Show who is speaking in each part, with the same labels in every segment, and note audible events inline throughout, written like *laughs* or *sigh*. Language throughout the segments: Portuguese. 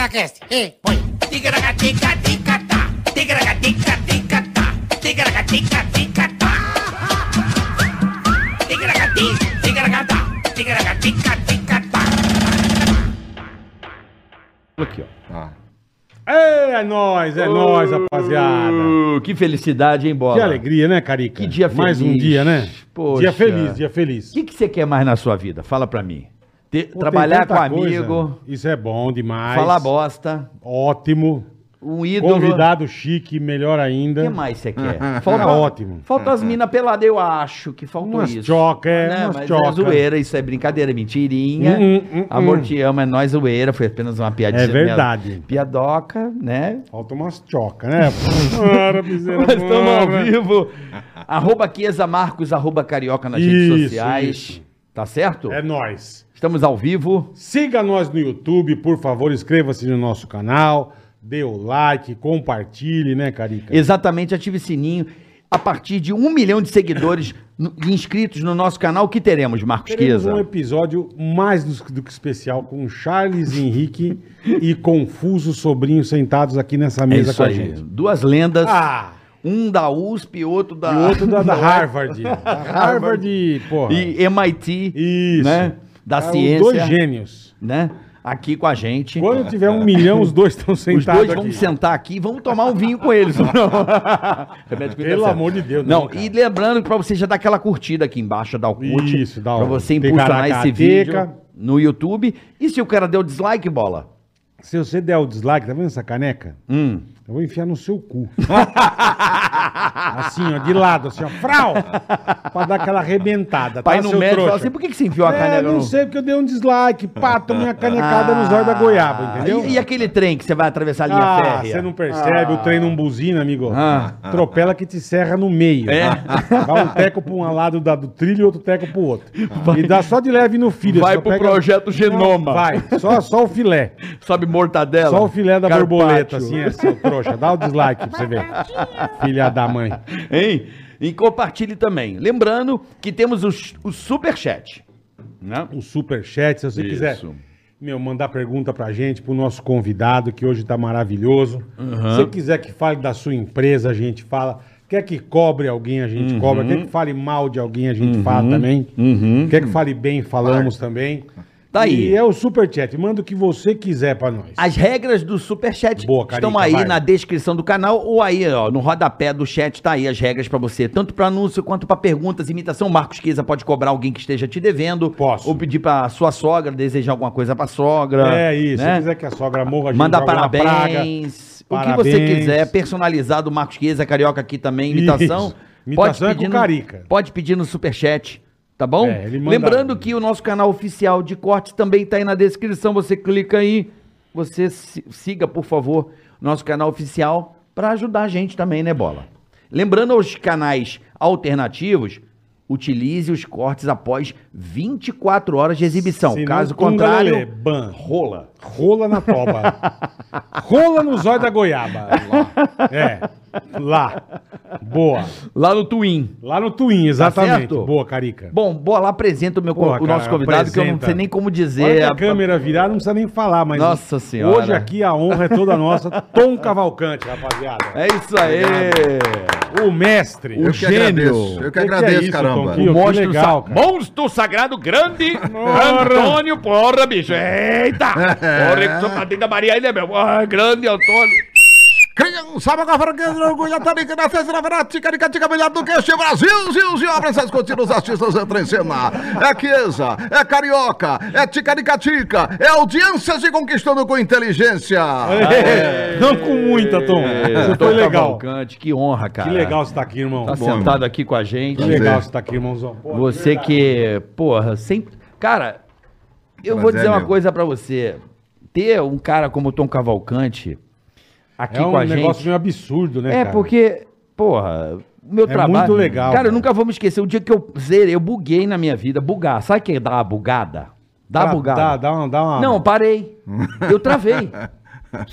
Speaker 1: Itacast. Ei, põe.
Speaker 2: Tigaragatica-ticatá, tigaragatica-ticatá, tigaragatica-ticatá. Tigaragati, tigaragatá, tigaragatica-ticatá.
Speaker 3: Aqui, ó.
Speaker 4: Ah.
Speaker 3: É, é nóis, é nóis, rapaziada.
Speaker 4: Uh, que felicidade, hein, Bola?
Speaker 3: Que alegria, né, Carica?
Speaker 4: Que dia feliz.
Speaker 3: Mais um dia, né?
Speaker 4: Poxa.
Speaker 3: Dia feliz, dia feliz.
Speaker 4: O que, que você quer mais na sua vida? Fala pra mim. Ter-
Speaker 3: Pô, tem
Speaker 4: trabalhar com
Speaker 3: tanta coisa.
Speaker 4: amigo,
Speaker 3: Isso é bom demais.
Speaker 4: falar bosta,
Speaker 3: Ótimo.
Speaker 4: um ídolo.
Speaker 3: Convidado chique, melhor
Speaker 4: O
Speaker 3: ainda.
Speaker 4: que mais você
Speaker 3: *laughs*
Speaker 4: quer?
Speaker 3: Tá ótimo.
Speaker 4: Falta as minas peladas, eu acho que faltou
Speaker 3: Umas
Speaker 4: isso.
Speaker 3: choca, é,
Speaker 4: Não,
Speaker 3: umas
Speaker 4: mas
Speaker 3: choca.
Speaker 4: é zoeira, isso é brincadeira, é mentirinha.
Speaker 3: Hum, hum, hum,
Speaker 4: Amor
Speaker 3: hum.
Speaker 4: te ama, é nós zoeira, foi apenas uma piadinha.
Speaker 3: É verdade.
Speaker 4: Piadoca, né?
Speaker 3: Falta umas choca, né? Para,
Speaker 4: *laughs*
Speaker 3: miserável.
Speaker 4: Nós estamos ao
Speaker 3: Para.
Speaker 4: vivo. arroba Kiesa Marcos, arroba Carioca nas redes
Speaker 3: Isso,
Speaker 4: sociais.
Speaker 3: isso.
Speaker 4: Tá certo?
Speaker 3: É nóis.
Speaker 4: Estamos ao vivo.
Speaker 3: Siga nós no YouTube, por favor, inscreva-se no nosso canal, dê o like, compartilhe, né, Carica?
Speaker 4: Exatamente, ative sininho. A partir de um milhão de seguidores no- inscritos no nosso canal, o que teremos, Marcos
Speaker 3: Teremos
Speaker 4: Kiesa?
Speaker 3: um episódio mais do, do que especial com Charles Henrique *laughs* e Confuso Sobrinho sentados aqui nessa
Speaker 4: É
Speaker 3: mesa
Speaker 4: isso
Speaker 3: com a
Speaker 4: aí.
Speaker 3: gente.
Speaker 4: Duas lendas.
Speaker 3: Ah,
Speaker 4: Um da USP e outro da.
Speaker 3: e
Speaker 4: *laughs*
Speaker 3: outro da, da Harvard. Da Harvard, porra.
Speaker 4: e MIT.
Speaker 3: Isso.
Speaker 4: Né? Da
Speaker 3: Ah, os
Speaker 4: ciência.
Speaker 3: Dois gênios.
Speaker 4: Né? Aqui com a gente.
Speaker 3: Quando tiver um milhão, os dois estão
Speaker 4: Os
Speaker 3: sentados
Speaker 4: dois vão
Speaker 3: aqui.
Speaker 4: sentar aqui e vamos tomar um vinho com
Speaker 3: *laughs*
Speaker 4: eles. Remédio que deu
Speaker 3: Pelo
Speaker 4: certo.
Speaker 3: amor de Deus, né?
Speaker 4: Não,
Speaker 3: não, cara.
Speaker 4: e lembrando que pra você já dar aquela curtida aqui embaixo, dar o curte.
Speaker 3: Isso, dá um
Speaker 4: Pra
Speaker 3: o-
Speaker 4: você
Speaker 3: tem
Speaker 4: impulsionar esse
Speaker 3: caracateca.
Speaker 4: vídeo no YouTube. E se o cara deu dislike, bola?
Speaker 3: Se você der o dislike, tá vendo essa caneca?
Speaker 4: Hum.
Speaker 3: Eu vou enfiar no
Speaker 4: *laughs*
Speaker 3: seu cu. assim, ó, de lado, assim, ó, frau! Pra dar aquela arrebentada,
Speaker 4: Pai
Speaker 3: tá,
Speaker 4: no
Speaker 3: seu
Speaker 4: médico fala
Speaker 3: trouxa?
Speaker 4: assim, por que, que você enfiou a
Speaker 3: É,
Speaker 4: canela
Speaker 3: não
Speaker 4: no...
Speaker 3: sei, porque eu dei um dislike, pá, tomei a canecada
Speaker 4: Ah,
Speaker 3: no zóio da goiaba, entendeu?
Speaker 4: E, e aquele trem que você vai atravessar a linha
Speaker 3: Ah,
Speaker 4: férrea?
Speaker 3: você não percebe, o trem não buzina, amigo.
Speaker 4: Ah.
Speaker 3: Atropela que te serra no meio.
Speaker 4: É.
Speaker 3: Dá um teco pra um lado da- do trilho e outro teco pro outro. E dá só de leve no filho.
Speaker 4: Vai
Speaker 3: só
Speaker 4: pro
Speaker 3: pega-
Speaker 4: projeto Genoma.
Speaker 3: vai, só, só o filé.
Speaker 4: Sobe mortadela.
Speaker 3: Só o filé da
Speaker 4: carpaccio.
Speaker 3: borboleta, assim, é, seu trouxa. Dá o dislike pra você ver. Filha da mãe.
Speaker 4: *laughs* Hein? E compartilhe também. Lembrando que temos o, o superchat. Né?
Speaker 3: Um superchat, se você
Speaker 4: Isso.
Speaker 3: quiser. Meu, mandar pergunta pra gente, pro nosso convidado, que hoje tá maravilhoso. Se você quiser que fale da sua empresa, a gente fala. Quer que cobre alguém, a
Speaker 4: Uhum.
Speaker 3: gente cobra. Quer que fale mal de alguém, a gente fala também. Quer que fale bem, falamos também.
Speaker 4: Uhum. Tá aí.
Speaker 3: E é o superchat. Manda o que você quiser pra nós.
Speaker 4: As regras do Superchat
Speaker 3: Boa, Carica,
Speaker 4: estão aí
Speaker 3: vai.
Speaker 4: na descrição do canal ou aí, ó, no rodapé do chat tá aí as regras pra você, tanto pra anúncio quanto pra perguntas, imitação. Marcos Queza pode cobrar alguém que esteja te devendo.
Speaker 3: Posso.
Speaker 4: Ou pedir pra sua sogra, desejar alguma coisa pra sogra.
Speaker 3: É isso. Se
Speaker 4: né?
Speaker 3: quiser que a sogra morra, a gente
Speaker 4: Mandar
Speaker 3: joga na
Speaker 4: parabéns. O que você
Speaker 3: Parabéns.
Speaker 4: quiser, personalizado, Marcos Queza, Carioca aqui também, imitação.
Speaker 3: Isso. Imitação é com
Speaker 4: no,
Speaker 3: Carica.
Speaker 4: Pode pedir no superchat, tá bom?
Speaker 3: É, ele manda-
Speaker 4: Lembrando que o nosso canal oficial de cortes também tá aí na descrição, você clica aí, você si- siga, por favor, nosso canal oficial para ajudar a gente também, né, Bola? Lembrando aos canais alternativos, utilize os cortes após 24 horas de exibição.
Speaker 3: Se não,
Speaker 4: Caso
Speaker 3: tunga,
Speaker 4: contrário,
Speaker 3: lelê, ban.
Speaker 4: rola.
Speaker 3: Rola na toba. Rola no zóio da goiaba. É. Lá. Boa.
Speaker 4: Lá no Twin.
Speaker 3: Lá no Twin, exatamente.
Speaker 4: Tá certo?
Speaker 3: Boa, Carica.
Speaker 4: Bom, bola apresenta o, meu, co-
Speaker 3: Porra,
Speaker 4: o nosso
Speaker 3: cara,
Speaker 4: convidado, que eu não
Speaker 3: apresenta.
Speaker 4: sei nem como
Speaker 3: A hora
Speaker 4: dizer.
Speaker 3: que a
Speaker 4: a-
Speaker 3: câmera virar, não precisa nem falar, mas.
Speaker 4: É, Nossa Senhora.
Speaker 3: Hoje aqui a honra é toda nossa. Tom Cavalcante, rapaziada.
Speaker 4: É isso aí.
Speaker 3: O mestre.
Speaker 4: É. O
Speaker 3: O
Speaker 4: ch-
Speaker 3: que
Speaker 4: Gênio.
Speaker 5: agradeço. Eu que,
Speaker 3: que é
Speaker 5: agradeço,
Speaker 3: isso,
Speaker 5: caramba.
Speaker 3: Tonquinho? Que
Speaker 4: monstro,
Speaker 3: legal,
Speaker 4: sa-
Speaker 3: cara.
Speaker 4: monstro sagrado grande
Speaker 3: Porra.
Speaker 4: Antônio, porra, bicho.
Speaker 3: *laughs*
Speaker 4: Eita! Porra, que sou padrinho da Maria, ele é meu. Ah, grande Antônio.
Speaker 5: Criança, uma franqueza, orgulho, tarica, na festa, na verdade, caricatica, melhor do que este Brasil, Zil, Zil, abre essas continuas artistas entram em cena. É Chiesa, é Carioca, é Ticaricatica, é audiência se conquistando com inteligência.
Speaker 3: É. *laughs* Não com muita, Tom. Você foi legal.
Speaker 4: É, Cavalcante, que honra, cara.
Speaker 3: Que legal você tá aqui, irmão.
Speaker 4: Tá
Speaker 3: Bom,
Speaker 4: sentado
Speaker 5: mano.
Speaker 4: aqui com a gente.
Speaker 3: Que legal você tá aqui, irmãozão. Pô, é
Speaker 4: Você que, porra, sempre. Cara, eu
Speaker 5: Prazer
Speaker 4: vou dizer
Speaker 5: é
Speaker 4: uma
Speaker 5: meu.
Speaker 4: coisa pra você. Ter um cara como o Tom Cavalcante aqui
Speaker 3: É um
Speaker 4: com a
Speaker 3: negócio
Speaker 4: gente.
Speaker 3: meio absurdo, né?
Speaker 4: É,
Speaker 3: cara?
Speaker 4: porque, porra, o meu
Speaker 3: É
Speaker 4: trabalho.
Speaker 3: muito legal,
Speaker 4: Cara, eu
Speaker 3: cara.
Speaker 4: nunca vou me esquecer. O dia que eu zerei, eu buguei na minha vida. Bugar. Sabe o que é dar uma bugada? Dar
Speaker 3: Dá-
Speaker 4: uma bugada.
Speaker 3: Dá, dá uma. Dá uma...
Speaker 4: Não,
Speaker 3: *laughs*
Speaker 4: parei. Eu
Speaker 5: *laughs*
Speaker 4: travei.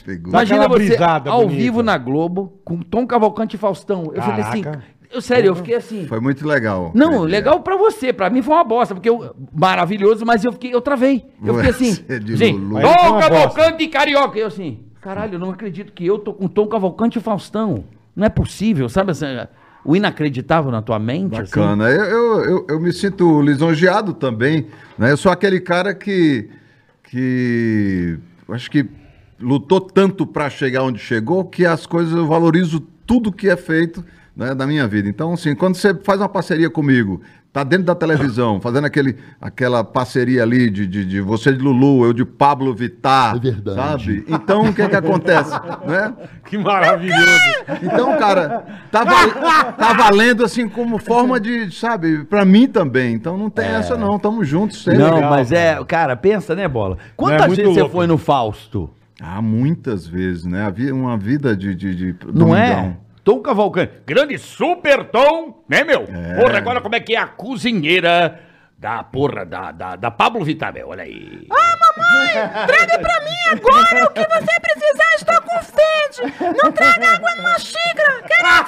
Speaker 5: Figura.
Speaker 4: Imagina
Speaker 3: aquela
Speaker 4: você
Speaker 3: brisada
Speaker 4: ao
Speaker 3: bonita.
Speaker 4: vivo na Globo, com Tom Cavalcante e Faustão. Eu falei assim.
Speaker 3: Caraca.
Speaker 4: eu- sério, eu fiquei assim.
Speaker 5: Foi muito legal.
Speaker 4: Não,
Speaker 5: Aquele
Speaker 4: legal pra você, pra mim foi uma bosta, porque eu, maravilhoso, mas eu fiquei, eu travei. Eu fiquei assim,
Speaker 5: Você de
Speaker 4: assim,
Speaker 5: Lulu.
Speaker 3: Aí foi
Speaker 4: Tom
Speaker 3: uma bosta.
Speaker 4: Cavalcante e Carioca. Eu assim, caralho, eu não acredito que eu tô com Tom Cavalcante e Faustão. Não é possível, sabe? assim, o inacreditável na tua mente. assim.
Speaker 5: Bacana. Eu, eu, eu, eu me sinto lisonjeado também. Né? Eu sou aquele cara que. que. acho que lutou tanto para chegar onde chegou que as coisas eu valorizo tudo que é feito né, na minha vida. Então, assim, quando você faz uma parceria comigo, tá dentro
Speaker 6: *coughs*
Speaker 5: da televisão, fazendo aquele, aquela parceria ali de, de, de você de Lulu, eu de Pablo Vittar.
Speaker 6: É verdade.
Speaker 5: Sabe? Então, o que é que acontece?
Speaker 6: *laughs*
Speaker 5: né?
Speaker 3: Que maravilhoso.
Speaker 5: Então, cara, tá, val- tá valendo assim como forma de, sabe, pra mim também. Então não tem essa não, tamo juntos sempre.
Speaker 4: É. Não,
Speaker 3: legal,
Speaker 4: mas é, cara, pensa, né, Bola?
Speaker 3: Não,
Speaker 4: Quantas
Speaker 3: é muito
Speaker 4: vezes você
Speaker 3: louco.
Speaker 4: foi no Fausto?
Speaker 5: Ah, muitas vezes, né? Havia uma vida de... de, de
Speaker 4: Não é?
Speaker 5: domingão.
Speaker 4: Tom Cavalcante.
Speaker 7: Grande Super Tom, né, meu? Porra, agora como é que é a cozinheira da porra da, da, da Pablo Vittar, meu? Olha aí.
Speaker 8: Ah, Traga pra mim agora o que você precisar, estou com sede. Não traga água numa xícara. Quero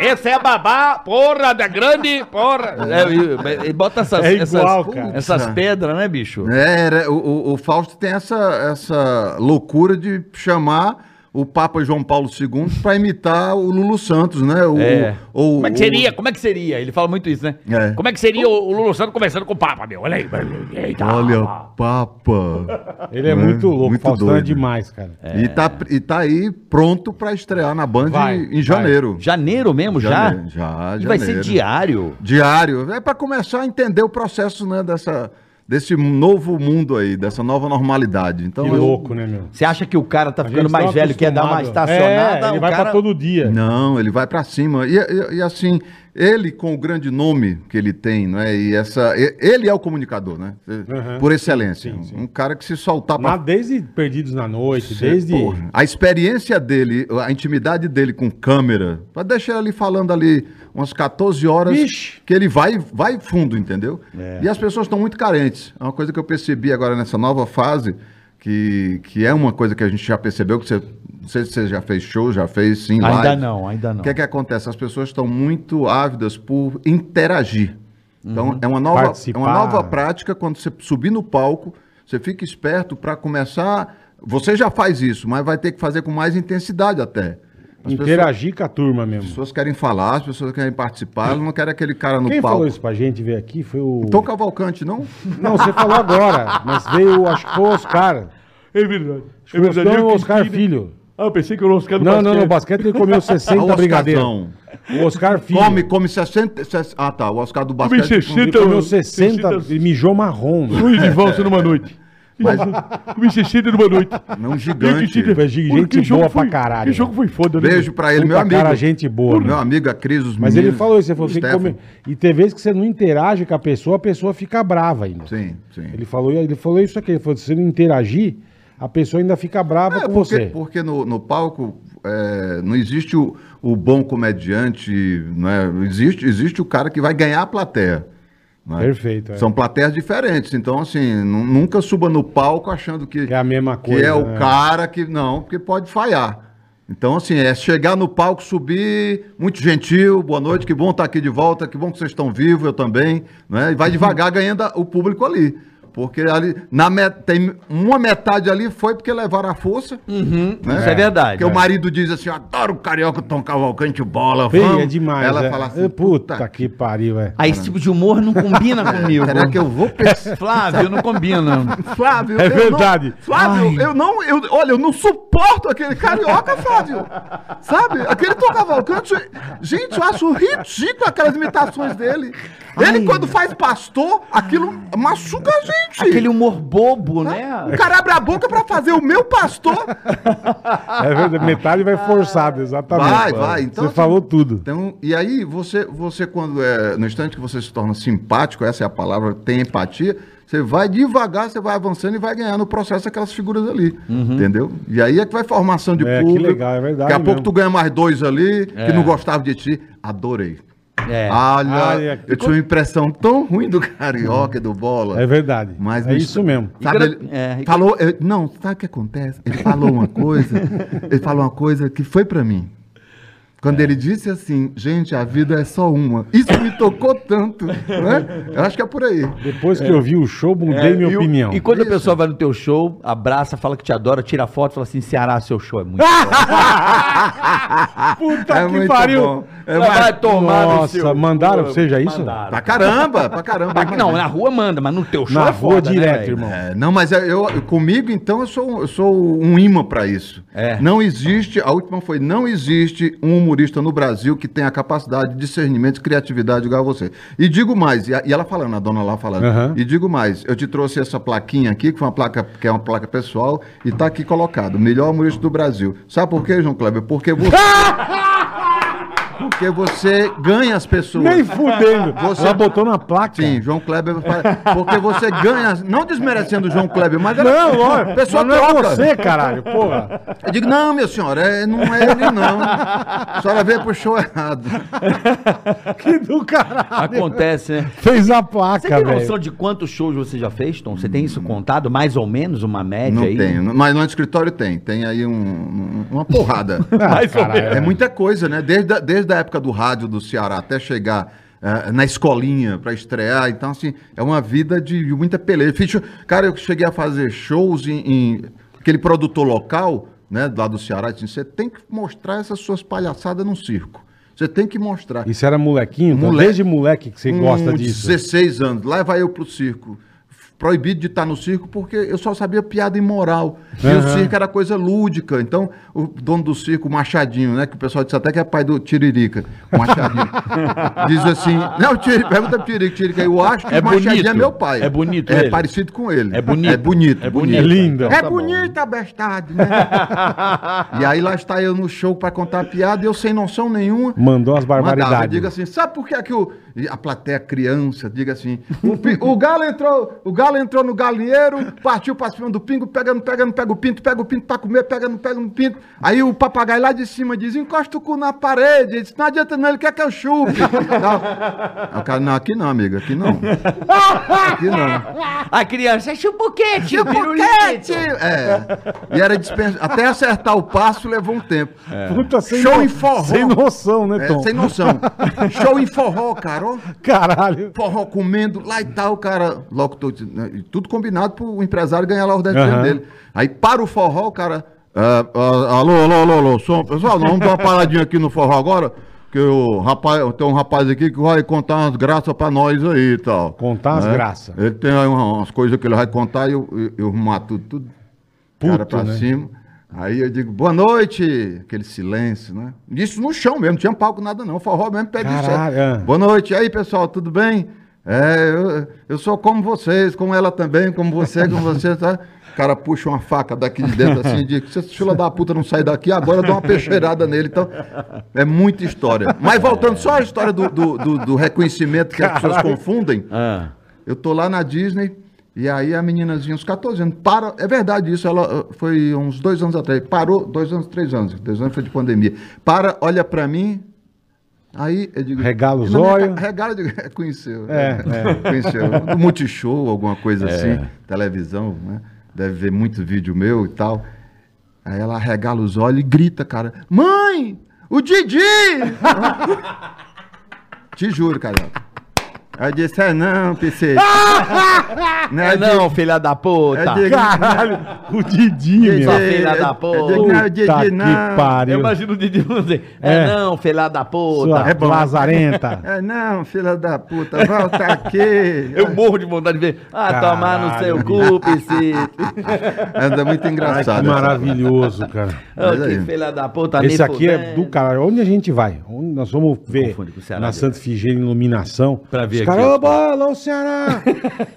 Speaker 8: ver.
Speaker 7: Essa é a babá, porra da grande, porra.
Speaker 4: É, e- e- e bota essas,
Speaker 3: É igual,
Speaker 4: essas,
Speaker 3: cara.
Speaker 4: essas pedras, né, bicho?
Speaker 5: É, era, o, o, o Fausto tem essa, essa loucura de chamar o Papa João Paulo II pra imitar o Lulu Santos, né? O,
Speaker 4: É.
Speaker 5: o-
Speaker 7: Como é que
Speaker 5: o-
Speaker 7: seria?
Speaker 4: Como é que seria? Ele fala muito isso, né?
Speaker 5: É.
Speaker 7: Como é que seria o, o Lulu Santos conversando com o Papa, meu? Olha aí. Eita.
Speaker 5: Olha,
Speaker 4: Ah.
Speaker 5: Papa.
Speaker 3: Ele é
Speaker 5: É,
Speaker 3: muito louco.
Speaker 5: muito
Speaker 3: Faustão é
Speaker 5: doido.
Speaker 3: demais, cara.
Speaker 4: É.
Speaker 5: E, tá, e tá aí pronto pra estrear na Band
Speaker 3: Vai, vai.
Speaker 5: em janeiro.
Speaker 4: Janeiro mesmo, já?
Speaker 5: Janeiro, já,
Speaker 4: E vai ser
Speaker 5: janeiro.
Speaker 4: diário.
Speaker 5: Diário. É para começar a entender o processo, né, dessa, desse novo mundo aí, dessa nova normalidade. Então,
Speaker 3: Que
Speaker 5: eu-
Speaker 3: louco, né, meu?
Speaker 4: Você acha que o cara tá
Speaker 3: A
Speaker 4: ficando
Speaker 3: gente
Speaker 4: mais
Speaker 3: tá
Speaker 4: velho, quer dar uma
Speaker 3: acostumado.
Speaker 4: estacionada?
Speaker 3: É, ele
Speaker 4: o
Speaker 3: vai
Speaker 4: cara...
Speaker 3: pra todo dia.
Speaker 5: Não, ele vai para cima. E, e- e assim, ele com o grande nome que ele tem, não é? E essa, e- ele é o comunicador, né?
Speaker 3: Uhum.
Speaker 5: Por excelência.
Speaker 3: Sim, sim.
Speaker 5: Um cara que se soltar
Speaker 3: Mas
Speaker 5: para
Speaker 3: desde Perdidos na Noite, desde.
Speaker 5: Porra, a experiência dele, a intimidade dele com câmera, pra deixar ele falando ali umas 14 horas,
Speaker 3: Vixe.
Speaker 5: que ele vai, vai fundo, entendeu? E as pessoas estão muito carentes. É uma coisa que eu percebi agora nessa nova fase, que, que é uma coisa que a gente já percebeu, que você, não sei se você já fez show, já fez sim, live.
Speaker 4: Ainda não, ainda não.
Speaker 5: O que é que acontece? As pessoas estão muito ávidas por interagir. Então, é, uma nova, é
Speaker 3: Uhum. Participar.
Speaker 5: uma nova prática quando você subir no palco, você fica esperto para começar. Você já faz isso, mas vai ter que fazer com mais intensidade até. As pessoas,
Speaker 3: Interagir com a turma mesmo.
Speaker 5: as pessoas querem falar, as pessoas querem participar, elas não querem aquele cara no
Speaker 3: Quem
Speaker 5: palco. Então,
Speaker 3: falou isso pra gente ver aqui foi o.
Speaker 5: Tom Cavalcante, não?
Speaker 3: Não, você falou agora, mas veio, acho que foi o Oscar.
Speaker 9: É verdade.
Speaker 3: Acho que o Oscar é o Oscar Filho.
Speaker 9: Ah, eu pensei que eu não Oscar do
Speaker 3: Não, não,
Speaker 9: basquete.
Speaker 3: não, o basquete ele comeu
Speaker 5: é *laughs* Ah, o
Speaker 3: 60
Speaker 5: Oscarzão.
Speaker 3: brigadeiros. O Oscar Filho.
Speaker 5: Come, come 60, 60. Ah, tá. O Oscar do
Speaker 9: Comi
Speaker 5: basquete.
Speaker 9: 60,
Speaker 3: Ele comeu 60,
Speaker 9: 60.
Speaker 3: ele mijou marrom. velho.
Speaker 9: Luiz de valsa
Speaker 3: *laughs*
Speaker 9: numa noite. *laughs*
Speaker 5: Mas-
Speaker 9: Comi 60 numa noite.
Speaker 5: Não, um gigante.
Speaker 9: Gente,
Speaker 3: Mas gente
Speaker 9: que jogo
Speaker 3: boa pra
Speaker 9: foi-
Speaker 3: caralho,
Speaker 9: Que jogo foi foda, né?
Speaker 5: Beijo pra ele,
Speaker 3: Puta
Speaker 5: é meu amigo.
Speaker 3: cara, gente boa,
Speaker 5: Meu
Speaker 3: né?
Speaker 5: amigo, a Cris, os
Speaker 3: Mas ele
Speaker 5: meninos,
Speaker 3: falou isso, ele falou,
Speaker 5: o
Speaker 3: você tem que
Speaker 5: Stefan.
Speaker 3: comer. E tem vezes que você não interage com a pessoa, a pessoa fica brava ainda.
Speaker 5: Sim, sim.
Speaker 3: Ele falou, ele falou isso aqui, ele falou, se você não interagir, a pessoa ainda fica brava
Speaker 5: É,
Speaker 3: com
Speaker 5: porque,
Speaker 3: você.
Speaker 5: porque no, no palco é, não existe o, o bom comediante, né? existe, existe o cara que vai ganhar a plateia. né?
Speaker 3: Perfeito, é.
Speaker 5: São plateias diferentes, então assim, nu- nunca suba no palco achando que,
Speaker 3: Que é a mesma
Speaker 5: que
Speaker 3: coisa,
Speaker 5: é o
Speaker 3: né?
Speaker 5: cara que. Não, porque pode falhar. Então, assim, é chegar no palco, subir, muito gentil, boa noite, que bom estar aqui de volta, que bom que vocês estão vivos, eu também, né? E
Speaker 3: Uhum.
Speaker 5: vai devagar ganhando a- o público ali. Porque ali, na met- tem uma metade ali foi porque levaram a força.
Speaker 3: Uhum,
Speaker 5: né?
Speaker 4: Isso é verdade.
Speaker 5: Porque o marido diz assim: eu adoro o carioca, Tom Cavalcante, bola.
Speaker 3: Feio,
Speaker 5: vamos."
Speaker 3: é demais.
Speaker 5: Ela
Speaker 3: é.
Speaker 5: fala
Speaker 3: Eh,
Speaker 5: assim:
Speaker 3: puta, que pariu, é. velho.
Speaker 4: Aí esse tipo de humor não *laughs* combina comigo.
Speaker 5: Será que eu vou pensar?
Speaker 4: Flávio, não combina.
Speaker 5: Flávio,
Speaker 3: É
Speaker 5: eu não-
Speaker 3: verdade.
Speaker 5: Flávio, eu não, eu, olha, eu não suporto aquele carioca, Flávio. Sabe? Aquele Tom Cavalcante, gente, eu acho ridículo aquelas imitações dele. Ele,
Speaker 4: Ai.
Speaker 5: quando faz pastor, aquilo machuca a gente.
Speaker 4: Aquele humor bobo,
Speaker 5: O
Speaker 4: né?
Speaker 5: cara abre a boca pra fazer o meu pastor.
Speaker 3: É
Speaker 5: *laughs*
Speaker 3: verdade, metade vai forçado, exatamente.
Speaker 5: Vai, vai, então,
Speaker 3: você
Speaker 5: assim,
Speaker 3: falou tudo.
Speaker 5: Então, e aí você, você quando é, no instante que você se torna simpático, essa é a palavra, tem empatia, você vai devagar, você vai avançando e vai ganhando o processo aquelas figuras ali, entendeu? E aí é que vai formação de
Speaker 3: Uhum. É, que
Speaker 5: público.
Speaker 3: legal, é verdade
Speaker 5: Daqui a pouco
Speaker 3: mesmo.
Speaker 5: tu ganha mais dois ali
Speaker 4: É.
Speaker 5: que não gostava de ti, adorei.
Speaker 4: É.
Speaker 5: Olha,
Speaker 3: Olha,
Speaker 5: eu tinha uma impressão tão ruim do *laughs* carioca e do bola.
Speaker 3: É verdade.
Speaker 5: Mas
Speaker 3: é isso mesmo.
Speaker 5: Sabe,
Speaker 4: E quando-
Speaker 5: ele
Speaker 4: é, e
Speaker 5: falou, eu-
Speaker 3: *laughs*
Speaker 5: não, sabe o que acontece? Ele falou uma coisa, ele falou uma coisa que foi pra mim.
Speaker 3: É.
Speaker 5: Quando ele disse assim, gente, a vida é só uma. Isso me tocou tanto, né? Eu acho que é por aí.
Speaker 3: Depois que eu vi o show, mudei minha
Speaker 4: E o-
Speaker 3: opinião.
Speaker 4: E quando a pessoa vai no teu show, abraça, fala que te adora, tira foto, fala assim, Ceará, seu show é muito
Speaker 3: Puta
Speaker 5: é muito bom. É
Speaker 4: Vai
Speaker 5: mais...
Speaker 4: tomar no
Speaker 3: Nossa,
Speaker 4: seu-
Speaker 3: mandaram pra você já é isso?
Speaker 5: Pra caramba, pra caramba.
Speaker 4: Aqui *laughs* não, na rua manda, mas no teu show
Speaker 3: Na
Speaker 4: é
Speaker 3: rua
Speaker 4: foda, né,
Speaker 3: direto,
Speaker 4: velho?
Speaker 3: irmão.
Speaker 5: É, não, mas eu, eu- comigo, então, eu sou, eu sou um imã pra isso.
Speaker 4: É.
Speaker 5: Não existe, a última foi, não existe um humorista no Brasil que tenha a capacidade de discernimento e criatividade igual a você. E digo mais, e, a- e ela falando, a dona lá falando,
Speaker 3: Aham.
Speaker 5: e digo mais, eu te trouxe essa plaquinha aqui, que foi uma placa, que é uma placa pessoal, e tá aqui colocado, melhor humorista do Brasil. Sabe por quê, João Kleber? Porque você... Porque você ganha as pessoas.
Speaker 3: Nem fudendo.
Speaker 5: Você-
Speaker 3: Ela botou na placa.
Speaker 5: Sim, João Kleber. fala- Porque você ganha. Não desmerecendo o João Kleber, mas.
Speaker 3: Não, olha,
Speaker 5: a pessoa
Speaker 3: mas não é
Speaker 5: troca.
Speaker 3: você, caralho, porra.
Speaker 5: Eu digo, não, minha senhora, é- não é ele, não. A senhora veio pro show errado.
Speaker 3: Que do caralho.
Speaker 4: Acontece, né?
Speaker 3: Fez a
Speaker 4: Você
Speaker 3: placa,
Speaker 4: tem
Speaker 3: velho.
Speaker 4: noção de quantos shows você já fez, Tom? Você tem isso contado? Mais ou menos uma média
Speaker 5: Não
Speaker 4: aí?
Speaker 5: tem, mas no escritório tem. Tem aí um- um- uma porrada.
Speaker 3: Mais ou menos.
Speaker 5: É muita coisa, né? Desde a, desde a época do rádio do Ceará até chegar eh, na escolinha pra estrear. Então, assim, é uma vida de muita peleja. Fiz show- cara, eu cheguei a fazer shows em, em- aquele produtor local, né, lá do Ceará, disse, você tem que mostrar essas suas palhaçadas num circo. Você tem que mostrar.
Speaker 3: Isso era molequinho? então?
Speaker 5: Moleque. Hum,
Speaker 3: Desde moleque que você gosta
Speaker 5: Com
Speaker 3: disso.
Speaker 5: 16 anos, leva eu pro circo. Proibido de estar no circo porque eu só sabia piada imoral. E o
Speaker 3: Aham.
Speaker 5: circo era coisa lúdica. Então, o dono do circo, o Machadinho, né? Que o pessoal disse até que é pai do Tiririca. O
Speaker 9: *laughs*
Speaker 5: Machadinho. diz assim: Não, Tiri, pergunta pro Tiririca. Tiririca, eu acho que
Speaker 9: É
Speaker 5: o Machadinho
Speaker 9: bonito.
Speaker 5: é meu pai.
Speaker 9: É bonito
Speaker 5: É
Speaker 9: ele.
Speaker 5: parecido com ele.
Speaker 9: É bonito.
Speaker 5: É bonito.
Speaker 9: É
Speaker 3: É lindo.
Speaker 5: É bonita a bestade,
Speaker 9: *laughs*
Speaker 5: né? e aí lá está eu no show para contar a piada e eu sem noção nenhuma.
Speaker 3: Mandou as
Speaker 5: Mandava,
Speaker 3: barbaridades.
Speaker 5: diga assim, sabe por que, é que o, e a plateia criança, diga assim, o, pi- o galo entrou, o galo entrou no galinheiro, partiu pra cima do pingo, pega, não pega, não pega o pinto, pega o pinto pra comer, pega, não pega no pinto. Aí o papagaio lá de cima diz, encosta o cu na parede, ele disse, não adianta não, ele quer que eu chupe. Tal. Aí o cara, não, aqui não, amigo, aqui não.
Speaker 4: *laughs*
Speaker 5: Aqui não. né? Tipo,
Speaker 4: A Ah, criança, chupa o quê, tio?
Speaker 5: Pirulite! É. E era dispensa. Até acertar o passo levou um tempo.
Speaker 3: Puta, sem
Speaker 5: Show
Speaker 3: no-
Speaker 5: em forró.
Speaker 3: Sem noção, né,
Speaker 5: É,
Speaker 3: Tom?
Speaker 5: sem noção. Show em forró, cara. ó.
Speaker 3: Caralho.
Speaker 5: forró comendo lá e tal, o cara, logo todo- né, e tudo combinado pro empresário ganhar lá os 10%
Speaker 3: Aham.
Speaker 5: dele. Aí para o forró, o cara, ah, ah, alô, alô, alô, alô, som, pessoal, nós vamos dar uma paradinha aqui no forró agora, que o rapaz, tem um rapaz aqui que vai contar umas graças pra nós aí e tal. Né?
Speaker 3: Contar umas graças.
Speaker 5: Ele tem aí uma- umas coisas que ele vai contar e eu, eu, eu mato tudo, cara
Speaker 3: Puto,
Speaker 5: pra
Speaker 3: né?
Speaker 5: cima. Aí eu digo, boa noite, aquele silêncio, né? Isso no chão mesmo, não tinha palco, nada não, forró mesmo, pede isso.
Speaker 3: Caralho, é.
Speaker 5: Boa noite, e aí pessoal, tudo bem? É, eu, eu sou como vocês, como ela também, como você, como você, tá? O cara puxa uma faca daqui de dentro assim e diz, se esse fila da puta não sair daqui, agora eu dou uma peixeirada nele. Então, é muita história. Mas voltando só à história do, do, do- do reconhecimento que as pessoas confundem,
Speaker 4: Ah,
Speaker 5: eu tô lá na Disney e aí a meninazinha, uns 14 anos, para. É verdade isso, ela ah, foi uns dois anos atrás. Parou, dois anos, três anos. Dois anos foi de pandemia. Para, olha pra mim. Aí eu digo.
Speaker 3: Regala os
Speaker 5: Na minha
Speaker 3: olhos.
Speaker 5: ca- Regala, eu digo, é, conheceu.
Speaker 3: É,
Speaker 5: *laughs* Conheceu. Do Multishow, alguma coisa assim, televisão, né? Deve ver muito vídeo meu e tal. Aí ela regala os olhos e grita, cara: Mãe! O Didi! *laughs* Te juro, cara. Aí eu disse, é
Speaker 4: *laughs*
Speaker 5: não, PC. não,
Speaker 4: É
Speaker 5: eu digo-
Speaker 4: não, filha da puta.
Speaker 5: eu digo,
Speaker 3: Caralho. O Didi,
Speaker 5: eu
Speaker 3: meu.
Speaker 5: digo,
Speaker 4: filha da
Speaker 5: eu
Speaker 4: porra.
Speaker 5: digo, não, Didi,
Speaker 3: Puta que
Speaker 5: não.
Speaker 3: pariu.
Speaker 9: o Didi dizer.
Speaker 4: É,
Speaker 3: É.
Speaker 4: não, filha da puta.
Speaker 3: Sua
Speaker 5: É bom.
Speaker 4: *laughs*
Speaker 3: lazarenta.
Speaker 5: É não, filha da puta, volta aqui.
Speaker 4: Eu morro de vontade de ver. Ah,
Speaker 3: Caralho.
Speaker 4: tomar no seu cu, Piscito.
Speaker 5: Anda muito
Speaker 3: Ai,
Speaker 5: engraçado.
Speaker 3: que maravilhoso, cara.
Speaker 4: Ah,
Speaker 5: Mas
Speaker 4: que
Speaker 5: aí.
Speaker 4: filha da puta. me
Speaker 3: Esse aqui é
Speaker 4: fudendo.
Speaker 3: do caralho. Onde a gente vai? Onde nós vamos ver
Speaker 4: confunde com o Ceará,
Speaker 3: na
Speaker 4: né?
Speaker 3: Santa Figênia Iluminação.
Speaker 9: Pra ver
Speaker 3: Os
Speaker 9: aqui,
Speaker 3: caras,
Speaker 9: ó.
Speaker 3: ô bola, ô Ceará!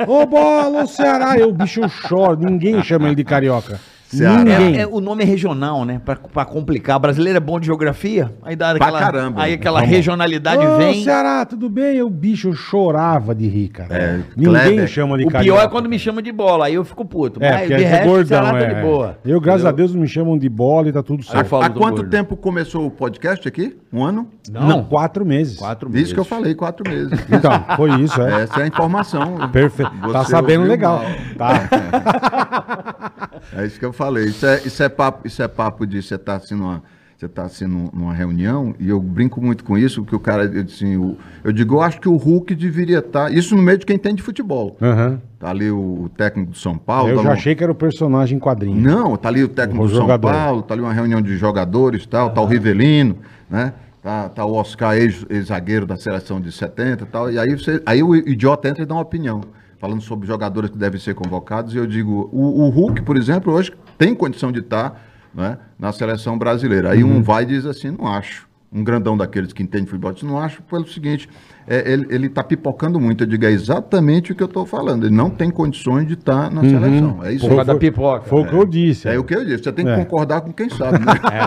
Speaker 3: Ô bola, ô Ceará! Eu, bicho, eu choro. Ninguém chama ele de carioca.
Speaker 5: Ceará.
Speaker 3: Ninguém.
Speaker 4: É, é, o nome é regional, né? Pra, pra complicar. Brasileiro é bom de geografia. Aí dá aquela,
Speaker 5: caramba. né?
Speaker 4: Aí aquela
Speaker 5: Vamos.
Speaker 4: regionalidade
Speaker 3: Ô,
Speaker 4: vem.
Speaker 3: Ceará, tudo bem? Eu, bicho, eu chorava de rir, cara.
Speaker 5: É,
Speaker 3: Ninguém
Speaker 5: Kleber.
Speaker 3: chama de
Speaker 4: O
Speaker 3: carioca.
Speaker 4: pior é quando me chamam de bola. Aí eu fico puto.
Speaker 3: É,
Speaker 4: Mas
Speaker 3: porque
Speaker 4: de
Speaker 3: é
Speaker 4: resto,
Speaker 3: gordão,
Speaker 4: Ceará tá
Speaker 3: é.
Speaker 4: de boa.
Speaker 3: Eu, graças a Deus, não me chamam de bola e tá tudo
Speaker 4: Aí eu
Speaker 3: certo.
Speaker 4: falo
Speaker 5: Há
Speaker 4: do
Speaker 5: quanto
Speaker 4: gordo.
Speaker 5: tempo começou o podcast aqui? Um ano?
Speaker 3: Não, quatro meses.
Speaker 4: Quatro
Speaker 5: Isso que eu falei, quatro meses.
Speaker 3: Então, foi isso, é.
Speaker 5: Essa *laughs* é
Speaker 4: *laughs*
Speaker 5: a informação.
Speaker 3: Perfeito. Tá
Speaker 5: Você
Speaker 3: sabendo
Speaker 5: ouviu
Speaker 3: legal.
Speaker 5: mal.
Speaker 3: Tá.
Speaker 5: É isso que eu falei. Isso é, isso é papo, isso é papo de você estar assim numa. Você está assim num- numa reunião, e eu brinco muito com isso, porque o cara, eu, disse assim, o- eu digo, eu acho que o Hulk deveria estar. isso no meio de quem tem de futebol.
Speaker 3: Aham.
Speaker 5: Tá ali o, o técnico do São Paulo.
Speaker 3: É. Eu
Speaker 5: tá
Speaker 3: já
Speaker 5: lá-
Speaker 3: achei que era o personagem em quadrinho.
Speaker 5: Não, tá ali o técnico
Speaker 3: O
Speaker 5: do São
Speaker 3: jogador.
Speaker 5: Paulo, tá ali uma reunião de jogadores e tal, tá o Rivelino, né? Tá, tá o Oscar, ex- ex-zagueiro da seleção de 70 e tal. E aí, você, aí o idiota entra e dá uma opinião, falando sobre jogadores que devem ser convocados. E eu digo, o, o Hulk, por exemplo, hoje tem condição de estar né, na seleção brasileira. Aí um vai e diz assim, não acho. Um grandão daqueles que entende futebol diz, não acho pelo seguinte, é, ele, ele tá pipocando muito. Eu digo, é exatamente o que eu tô falando. Ele não tem condições de estar na seleção. É isso
Speaker 10: Por causa da pipoca.
Speaker 3: Foi o que eu disse.
Speaker 5: é o que eu disse, você tem que
Speaker 3: É.
Speaker 5: concordar com quem sabe, né?
Speaker 10: *laughs* É,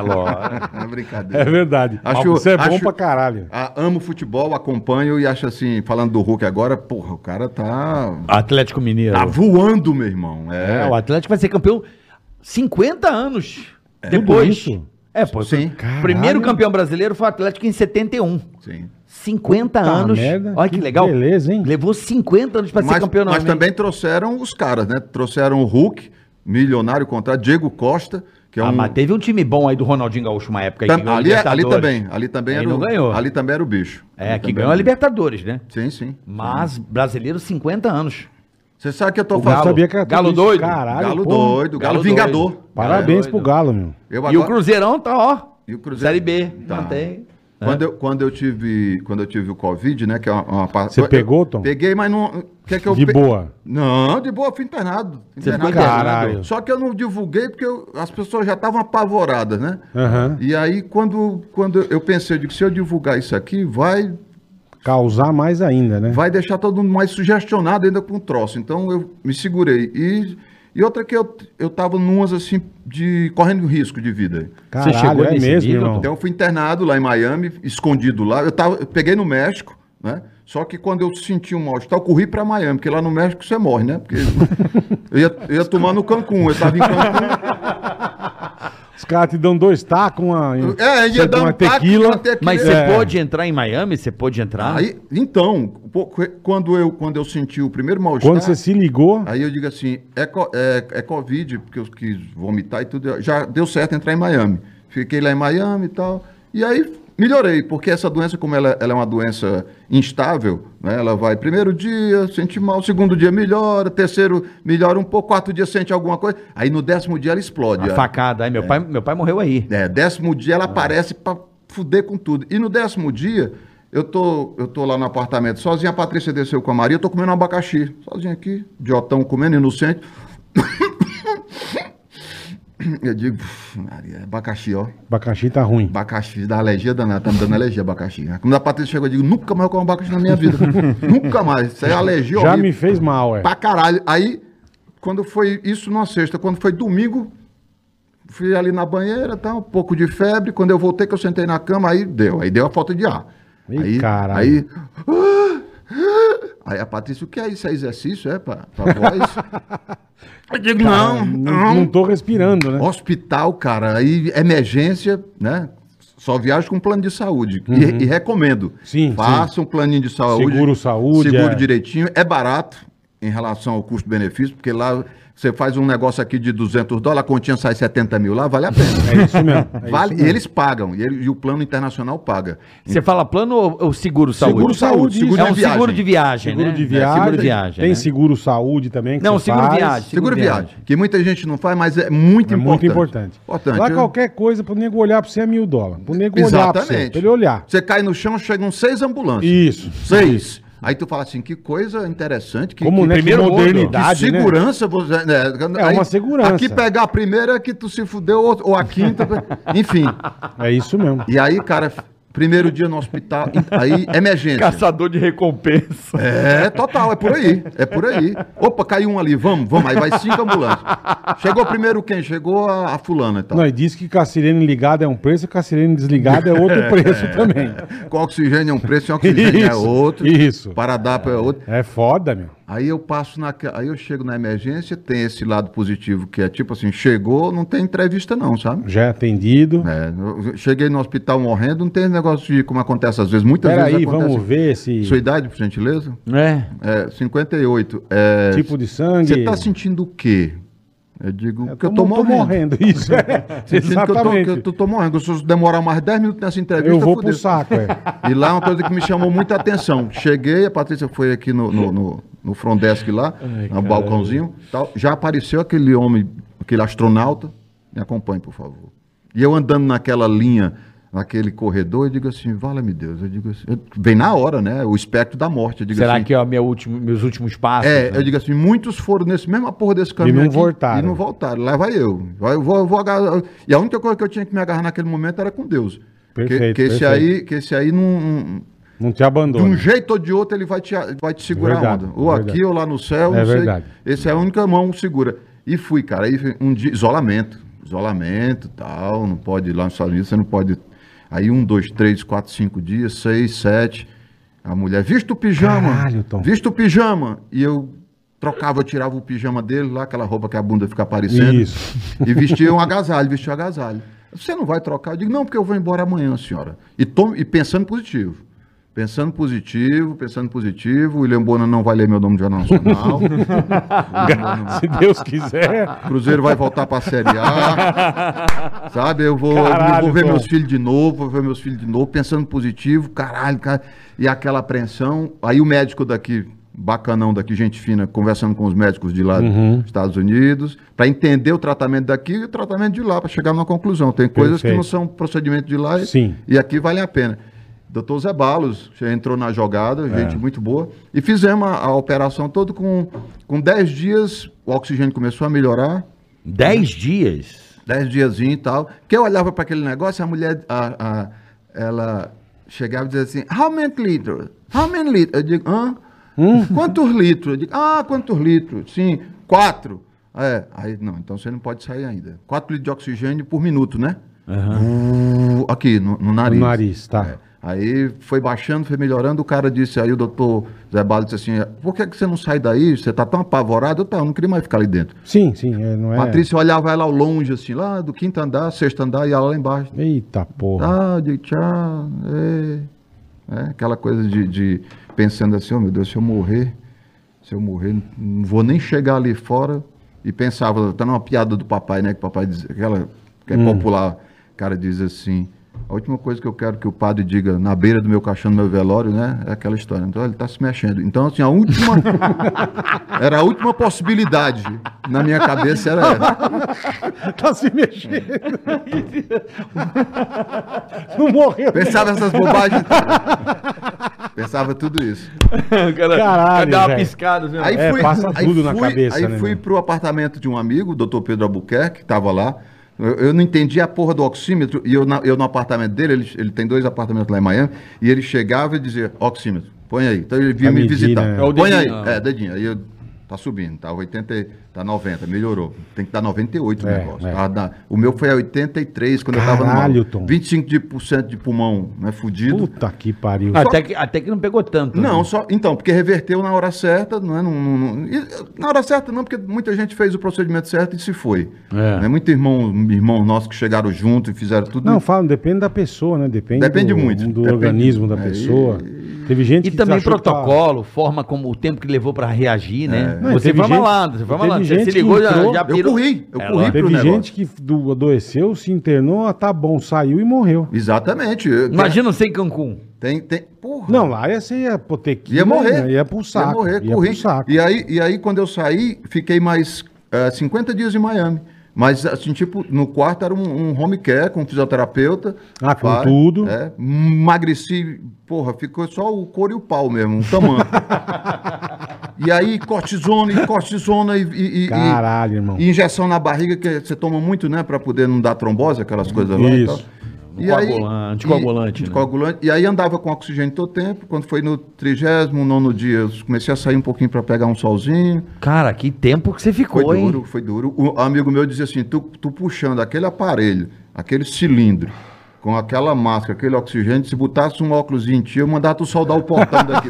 Speaker 5: *laughs*
Speaker 10: lógico.
Speaker 5: É brincadeira.
Speaker 3: É verdade.
Speaker 5: Acho-
Speaker 3: Isso é bom
Speaker 5: acho-
Speaker 3: pra caralho.
Speaker 5: Ah, amo futebol, acompanho e acho assim, falando do Hulk agora, porra, o cara tá.
Speaker 10: Atlético Mineiro.
Speaker 4: Ah,
Speaker 5: Tá voando, meu irmão.
Speaker 10: É,
Speaker 5: É.
Speaker 10: o Atlético vai ser campeão 50 anos depois.
Speaker 3: Tudo isso?
Speaker 10: É, pô.
Speaker 5: Sim.
Speaker 10: O primeiro campeão brasileiro foi o Atlético em 71.
Speaker 5: Sim.
Speaker 10: 50
Speaker 3: Puta
Speaker 10: anos.
Speaker 3: merda,
Speaker 10: Olha que,
Speaker 3: que
Speaker 10: legal.
Speaker 3: beleza, hein?
Speaker 10: Levou 50 anos pra ser
Speaker 5: Mas,
Speaker 10: campeão né? na
Speaker 5: mas
Speaker 10: América.
Speaker 5: também trouxeram os caras, né? Trouxeram o Hulk, milionário contrato, Diego Costa, que é um.
Speaker 10: Ah, mas teve um time bom aí do Ronaldinho Gaúcho uma época. aí que
Speaker 5: Tam-
Speaker 10: ganhou a
Speaker 5: ali, é- ali
Speaker 10: Libertadores.
Speaker 5: também. Ali também
Speaker 10: Aí
Speaker 5: era
Speaker 10: não
Speaker 5: o.
Speaker 10: ganhou.
Speaker 5: Ali também era o bicho.
Speaker 10: É,
Speaker 5: Ali
Speaker 10: que
Speaker 5: também
Speaker 10: ganhou
Speaker 5: era
Speaker 10: a
Speaker 5: o bicho.
Speaker 10: Libertadores, né?
Speaker 5: Sim, sim.
Speaker 10: Mas brasileiro 50 anos.
Speaker 5: Você sabe que eu tô
Speaker 3: Eu
Speaker 5: falando.
Speaker 3: sabia que era
Speaker 10: Galo
Speaker 3: Tá isso.
Speaker 10: doido.
Speaker 3: Caralho,
Speaker 5: Galo
Speaker 3: pô.
Speaker 5: doido, Galo,
Speaker 10: Galo
Speaker 5: Vingador.
Speaker 10: doido.
Speaker 3: Parabéns pro
Speaker 10: Galo doido.
Speaker 3: Galo, meu.
Speaker 5: Eu
Speaker 10: E o
Speaker 5: agora-
Speaker 10: Cruzeirão tá, ó.
Speaker 5: E o Cruzeiro.
Speaker 10: Série B.
Speaker 5: Tá.
Speaker 10: Mantém.
Speaker 3: É?
Speaker 5: Quando, eu, quando, eu tive, quando eu tive o Covid, né? Que é uma, uma parte-
Speaker 3: Você
Speaker 5: eu-
Speaker 3: pegou,
Speaker 5: eu
Speaker 3: Tom?
Speaker 5: Peguei, mas não. o Que é que eu
Speaker 3: De
Speaker 5: pe-
Speaker 3: boa.
Speaker 5: Não, de boa, eu fui internado.
Speaker 10: ficou
Speaker 3: internado? Caralho.
Speaker 5: Só que eu não divulguei porque eu- as pessoas já estavam apavoradas, né?
Speaker 3: Aham.
Speaker 5: E aí, quando, quando eu pensei, eu digo, se eu divulgar isso aqui, vai,
Speaker 3: Causar mais ainda, né?
Speaker 5: vai deixar todo mundo mais sugestionado ainda com o troço. Então eu me segurei. E, e outra que eu, eu tava numas assim, de correndo risco de vida.
Speaker 3: Caralho,
Speaker 10: chegou
Speaker 3: é
Speaker 10: nesse
Speaker 3: mesmo,
Speaker 10: nível,
Speaker 3: irmão.
Speaker 5: Então eu fui internado lá em Miami, escondido lá. Eu, tava, eu peguei no México, né? Só que quando eu senti um mal-estar, eu corri pra Miami, porque lá no México você morre, né? Porque *laughs* eu ia, eu ia tomar no Cancún, eu tava em Cancún.
Speaker 3: Os caras te dão dois tacos, uma,
Speaker 5: É, ia dar um
Speaker 3: uma
Speaker 5: taco,
Speaker 3: tequila.
Speaker 5: uma tequila.
Speaker 10: Mas
Speaker 5: É.
Speaker 10: você pôde entrar em Miami? Você pôde
Speaker 3: Ah.
Speaker 10: entrar?
Speaker 5: Aí, então, pô, que- quando eu, quando eu senti o primeiro mal-estar,
Speaker 3: Quando você se ligou,
Speaker 5: aí eu digo assim, é, co- é, é Covid, porque eu quis vomitar e tudo, já deu certo entrar em Miami. Fiquei lá em Miami e tal, e aí melhorei, porque essa doença, como ela, ela é uma doença instável, né, ela vai primeiro dia, sente mal, segundo dia melhora, terceiro melhora um pouco, quarto dia sente alguma coisa, aí no décimo dia ela explode.
Speaker 10: A
Speaker 5: É.
Speaker 10: facada. Aí meu, pai, meu pai morreu aí.
Speaker 5: É, décimo dia
Speaker 3: Ah.
Speaker 5: ela aparece pra fuder com tudo. E no décimo dia, eu tô, eu tô lá no apartamento sozinho, a Patrícia desceu com a Maria, eu tô comendo um abacaxi. Sozinho aqui, idiotão comendo, inocente. Eu digo, "Uf, Maria, abacaxi, ó.
Speaker 3: abacaxi tá ruim.
Speaker 5: Abacaxi, dá alergia danada, tá me dando alergia abacaxi. Quando a Patrícia chegou, eu digo, nunca mais eu como abacaxi na
Speaker 3: *laughs*
Speaker 5: minha vida. nunca mais. Isso é alergia
Speaker 3: Já
Speaker 5: horrível.
Speaker 3: me fez mal, é.
Speaker 5: Pra caralho. Aí, quando foi isso numa sexta, quando foi domingo, fui ali na banheira, tá, um pouco de febre. Quando eu voltei, que eu sentei na cama, aí deu. Aí deu a falta de ar.
Speaker 3: Ih,
Speaker 5: aí,
Speaker 3: caralho.
Speaker 5: Aí, *gasps* aí a Patrícia, o que é isso? É exercício, é? Pra,
Speaker 3: *laughs*
Speaker 5: pra voz? eu digo, não,
Speaker 3: Não, não tô respirando, né?
Speaker 5: Hospital, cara, aí emergência, né? Só viaja com plano de saúde. E- E, recomendo.
Speaker 3: Uhum. Sim,
Speaker 5: Faça um planinho de saúde.
Speaker 3: Seguro saúde,
Speaker 5: Seguro
Speaker 3: é.
Speaker 5: direitinho. É barato em relação ao custo-benefício, porque lá você faz um negócio aqui de 200 dólares, a continha sai 70 mil lá, vale a pena.
Speaker 3: É isso mesmo. é isso
Speaker 5: vale,
Speaker 3: mesmo.
Speaker 5: e eles pagam, e, ele- e o plano internacional paga. Então,
Speaker 10: Você fala plano ou, ou seguro saúde?
Speaker 5: Seguro saúde,
Speaker 3: Saúde,
Speaker 5: seguro
Speaker 10: é um
Speaker 5: de viagem.
Speaker 10: seguro de viagem,
Speaker 3: Seguro
Speaker 10: né?
Speaker 3: de
Speaker 10: É,
Speaker 3: viagem.
Speaker 10: seguro de viagem.
Speaker 3: Tem
Speaker 10: né?
Speaker 3: seguro saúde também. que
Speaker 10: Não,
Speaker 3: você
Speaker 10: seguro
Speaker 3: faz.
Speaker 10: viagem.
Speaker 5: Seguro viagem.
Speaker 10: viagem. *laughs*
Speaker 5: que muita gente não faz, mas é muito
Speaker 3: É
Speaker 5: importante.
Speaker 3: muito importante.
Speaker 5: Importante. né?
Speaker 3: Lá
Speaker 5: Eu-
Speaker 3: qualquer coisa pro nego olhar pra você é mil dólares. Pro nego olhar pra você.
Speaker 5: Exatamente.
Speaker 3: Pra ele olhar.
Speaker 5: Você cai no chão, chegam seis ambulâncias.
Speaker 3: Isso.
Speaker 5: Seis. Aí tu fala assim, que coisa interessante, que,
Speaker 3: Como
Speaker 5: que,
Speaker 3: né, que
Speaker 10: primeiro mundo.
Speaker 5: que
Speaker 3: modernidade, né?
Speaker 5: segurança você. né?
Speaker 3: É uma segurança.
Speaker 5: Aqui pegar a primeira que tu se fudeu, ou, ou
Speaker 3: *laughs*
Speaker 5: a quinta, enfim.
Speaker 3: É isso mesmo.
Speaker 5: E aí, cara, primeiro dia no hospital, aí emergência.
Speaker 10: Caçador de recompensa.
Speaker 5: É, total, é por aí. É por aí. Opa, caiu um ali, vamos, vamos. Aí vai cinco ambulâncias. Chegou primeiro quem? Chegou a, a fulana então. e tal.
Speaker 3: Não, e diz que Cacirene ligado é um preço, Cacirene desligado é
Speaker 5: *laughs*
Speaker 3: outro preço também.
Speaker 5: Com oxigênio é um preço, sem oxigênio é
Speaker 3: Isso,
Speaker 5: outro.
Speaker 3: isso.
Speaker 5: Paradapo é outro.
Speaker 3: É foda, meu.
Speaker 5: Aí eu passo na. Aí eu chego na emergência, tem esse lado positivo que é tipo assim, chegou, não tem entrevista, não, sabe?
Speaker 3: Já é atendido.
Speaker 5: É, eu cheguei no hospital morrendo, não tem negócio de como acontece às vezes. Muitas vezes
Speaker 3: Peraí,
Speaker 5: acontece.
Speaker 3: vamos ver se.
Speaker 5: Sua idade, por gentileza?
Speaker 10: É.
Speaker 5: É, 58. É,
Speaker 3: Tipo de sangue.
Speaker 5: Você tá sentindo o quê? Eu digo
Speaker 3: Eu
Speaker 5: que
Speaker 3: tô,
Speaker 5: assim, eu tô
Speaker 3: mo- tô
Speaker 5: morrendo. *laughs*
Speaker 3: morrendo. Isso é.
Speaker 5: Eu sinto que eu tô-
Speaker 3: Exatamente.
Speaker 5: Que eu tô, tô morrendo. Se eu demorar mais 10 minutos nessa entrevista,
Speaker 3: Eu vou
Speaker 5: fudeu.
Speaker 3: pro saco,
Speaker 5: *laughs*
Speaker 3: é.
Speaker 5: E lá é uma coisa que me chamou muita atenção. Cheguei, a Patrícia foi aqui no, no, no, no front desk lá, no balcãozinho. Tal. Já apareceu aquele homem, aquele astronauta. Me acompanhe, por favor. E eu andando naquela linha, naquele corredor, eu digo assim, vale-me Deus. Eu digo assim, eu- vem na hora, né? O espectro da morte. Eu digo
Speaker 10: Será
Speaker 5: assim,
Speaker 10: que é o meu último, meus últimos passos?
Speaker 5: é,
Speaker 10: né?
Speaker 5: eu digo assim, muitos foram nesse mesmo porra desse caminho.
Speaker 3: não
Speaker 5: aqui
Speaker 3: voltaram.
Speaker 5: E não voltaram. Lá vai eu. Vai, eu vou, eu vou agarrar. E a única coisa que eu tinha que me agarrar naquele momento era com Deus. que,
Speaker 3: Perfeito,
Speaker 5: que esse
Speaker 3: perfeito.
Speaker 5: aí, que esse aí não- não.
Speaker 3: Não te
Speaker 5: De um
Speaker 3: abandona.
Speaker 5: jeito ou de outro, ele vai te, vai te segurar
Speaker 3: Verdade,
Speaker 5: a onda. Ou
Speaker 3: verdade.
Speaker 5: aqui ou lá no céu,
Speaker 3: É
Speaker 5: não sei.
Speaker 3: verdade.
Speaker 5: Esse é a única mão que segura. E fui, cara. Aí um dia, isolamento. Isolamento tal. Não pode ir lá nos Estados Unidos, você não pode. Aí um, dois, três, quatro, cinco dias, seis, sete. A mulher, vista o pijama.
Speaker 3: Caralho, Tom.
Speaker 5: Vista o pijama. E eu trocava, eu tirava o pijama dele, lá aquela roupa que a bunda fica aparecendo.
Speaker 3: Isso.
Speaker 5: E vestia um agasalho, vestia um agasalho. Você não vai trocar? Eu digo, não, porque eu vou embora amanhã, senhora. E, tom- e pensando positivo. Pensando positivo, pensando positivo. O William Bona não vai ler meu nome no Jornal Nacional.
Speaker 3: Se Deus quiser.
Speaker 5: *laughs* Cruzeiro vai voltar para a Série A.
Speaker 3: *laughs*
Speaker 5: Sabe? Eu vou,
Speaker 3: Caralho,
Speaker 5: eu vou ver
Speaker 3: Tom.
Speaker 5: meus filhos de novo, vou ver meus filhos de novo, pensando positivo, caralho, cara. E aquela apreensão. Aí o médico daqui, bacanão daqui, gente fina, conversando com os médicos de lá
Speaker 3: Uhum.
Speaker 5: dos Estados Unidos, para entender o tratamento daqui e o tratamento de lá, para chegar numa conclusão. Tem coisas que
Speaker 3: Perfeito.
Speaker 5: não são procedimento de lá e-
Speaker 3: Sim.
Speaker 5: e aqui vale a pena. Doutor Zé Balos já entrou na jogada,
Speaker 3: É.
Speaker 5: gente muito boa. E fizemos a, a operação toda com, com 10 dias, o oxigênio começou a melhorar.
Speaker 10: Dez dias?
Speaker 5: Dez diazinho e tal. Que eu olhava para aquele negócio, a mulher, a, a- ela chegava e dizia assim, how many liters? How many liters? Eu digo, hã?
Speaker 3: Hum?"
Speaker 5: *laughs* Quantos litros? Eu digo, ah, quantos litros? Sim, quatro. É, aí, não, então você não pode sair ainda. Quatro litros de oxigênio por minuto, né? Uh, aqui, no, no
Speaker 3: No
Speaker 5: nariz.
Speaker 3: nariz, tá.
Speaker 5: é. Aí foi baixando, foi melhorando, o cara disse, aí o doutor Zé Balo disse assim, por que, que você não sai daí? Você tá tão apavorado? Eu, tá, eu não queria mais ficar ali dentro.
Speaker 3: Sim, sim, é, não é.
Speaker 5: Patrícia olhava ela ao longe, assim, lá do quinto andar, sexto andar, e ela lá embaixo.
Speaker 3: Eita porra.
Speaker 5: Ah, de tchau, é. É, aquela coisa de, de pensando assim, oh meu Deus, se eu morrer, se eu morrer, não- não vou nem chegar ali fora. E pensava, tá numa piada do papai, né? Que o papai diz, aquela que é popular, o cara diz assim, a última coisa que eu quero que o padre diga na beira do meu caixão, do meu velório, né? É aquela história. Então, ele tá se mexendo. Então, assim, a última... era a última possibilidade. Na minha cabeça era essa.
Speaker 3: Tá se mexendo. não morreu.
Speaker 5: Pensava essas bobagens. Pensava tudo isso.
Speaker 10: *laughs* Cara,
Speaker 3: Caralho,
Speaker 10: Dá uma
Speaker 3: velho.
Speaker 10: piscada. viu?
Speaker 5: Aí
Speaker 3: É,
Speaker 5: fui,
Speaker 3: passa
Speaker 5: aí
Speaker 3: tudo na
Speaker 5: fui-
Speaker 3: cabeça,
Speaker 5: Aí
Speaker 3: né,
Speaker 5: fui
Speaker 3: meu?
Speaker 5: pro apartamento de um amigo, o doutor Pedro Albuquerque, que tava lá. Eu, eu não entendi a porra do oxímetro. E eu, na- eu no apartamento dele, ele, ele tem dois apartamentos lá em Miami, e ele chegava e dizia, oxímetro, põe aí. Então ele vinha
Speaker 3: Pra
Speaker 5: me
Speaker 3: medir,
Speaker 5: visitar.
Speaker 3: né?
Speaker 10: É o
Speaker 5: Põe aí.
Speaker 10: dedinho,
Speaker 5: É, dedinho. Aí eu, tá subindo, tá 80, e- tá 90, melhorou. Tem que dar 98 o
Speaker 3: É,
Speaker 5: negócio.
Speaker 3: é.
Speaker 5: Tava na- o meu foi a 83 quando eu tava
Speaker 3: Caralho,
Speaker 5: no
Speaker 3: Tom.
Speaker 5: 25% de, por cento de pulmão, né, fudido.
Speaker 3: Puta que pariu.
Speaker 5: Ah,
Speaker 10: até, que, até que não pegou tanto. né?
Speaker 5: Não, só. Então, porque reverteu na hora certa, não é? Não- não- não- e, na hora certa, não, porque muita gente fez o procedimento certo e se foi.
Speaker 10: É.
Speaker 5: Né? Muito irmão, irmão nosso que chegaram junto e fizeram tudo.
Speaker 3: Não, fala, depende da pessoa, né? Depende,
Speaker 5: Depende
Speaker 3: do,
Speaker 5: muito,
Speaker 3: do
Speaker 5: depende.
Speaker 3: organismo da
Speaker 5: Aí-
Speaker 3: pessoa. Teve gente
Speaker 10: E também
Speaker 3: achou que tá. tava-
Speaker 10: protocolo, forma como o tempo que levou pra reagir, né?
Speaker 3: Não,
Speaker 10: Você
Speaker 3: teve
Speaker 10: vai
Speaker 3: gente-
Speaker 10: malandro, você vai
Speaker 3: teve
Speaker 10: malandro. Você
Speaker 3: gente
Speaker 10: se
Speaker 3: que
Speaker 10: ligou, já,
Speaker 3: entrou-
Speaker 10: já
Speaker 5: É. Eu corri, eu
Speaker 10: É,
Speaker 5: corri pro
Speaker 10: lógico.
Speaker 3: Teve
Speaker 5: negócio.
Speaker 3: gente que do- adoeceu, se internou, ah, tá bom, saiu e morreu.
Speaker 5: Exatamente. eu-
Speaker 10: Imagina você em Cancún.
Speaker 5: Tem, tem, porra.
Speaker 3: Não, lá ia ser ia pro tequila,
Speaker 5: Ia morrer.
Speaker 3: né? Ia pro saco.
Speaker 5: Ia morrer,
Speaker 3: ia
Speaker 5: corri.
Speaker 3: pro saco.
Speaker 5: E aí, e aí, quando eu saí, fiquei mais eh, 50 dias em Miami. Mas, assim, tipo, no quarto era um, um home care com um fisioterapeuta.
Speaker 3: Ah, com tudo.
Speaker 5: É, emagreci, porra, ficou só o couro e o pau mesmo, um
Speaker 3: *laughs*
Speaker 5: tamanho. e aí, cortisona e cortisona e, e- e-
Speaker 3: Caralho, irmão.
Speaker 5: e injeção na barriga, que você toma muito, né, pra poder não dar trombose, aquelas coisas lá e tal.
Speaker 3: Isso.
Speaker 5: E aí-
Speaker 10: Coagulan- anticoagulante,
Speaker 5: e-
Speaker 10: né?
Speaker 5: anticoagulante. E aí andava com oxigênio todo tempo. Quando foi no 39 dia, eu comecei a sair um pouquinho pra pegar um solzinho.
Speaker 10: Cara, que tempo que você ficou,
Speaker 5: Foi
Speaker 10: hein?
Speaker 5: duro, foi duro. O amigo meu dizia assim: tu, tu puxando aquele aparelho, aquele cilindro, com aquela máscara, aquele oxigênio, se botasse um óculos em ti, eu mandava tu soldar o
Speaker 10: *laughs*
Speaker 5: portão daqui.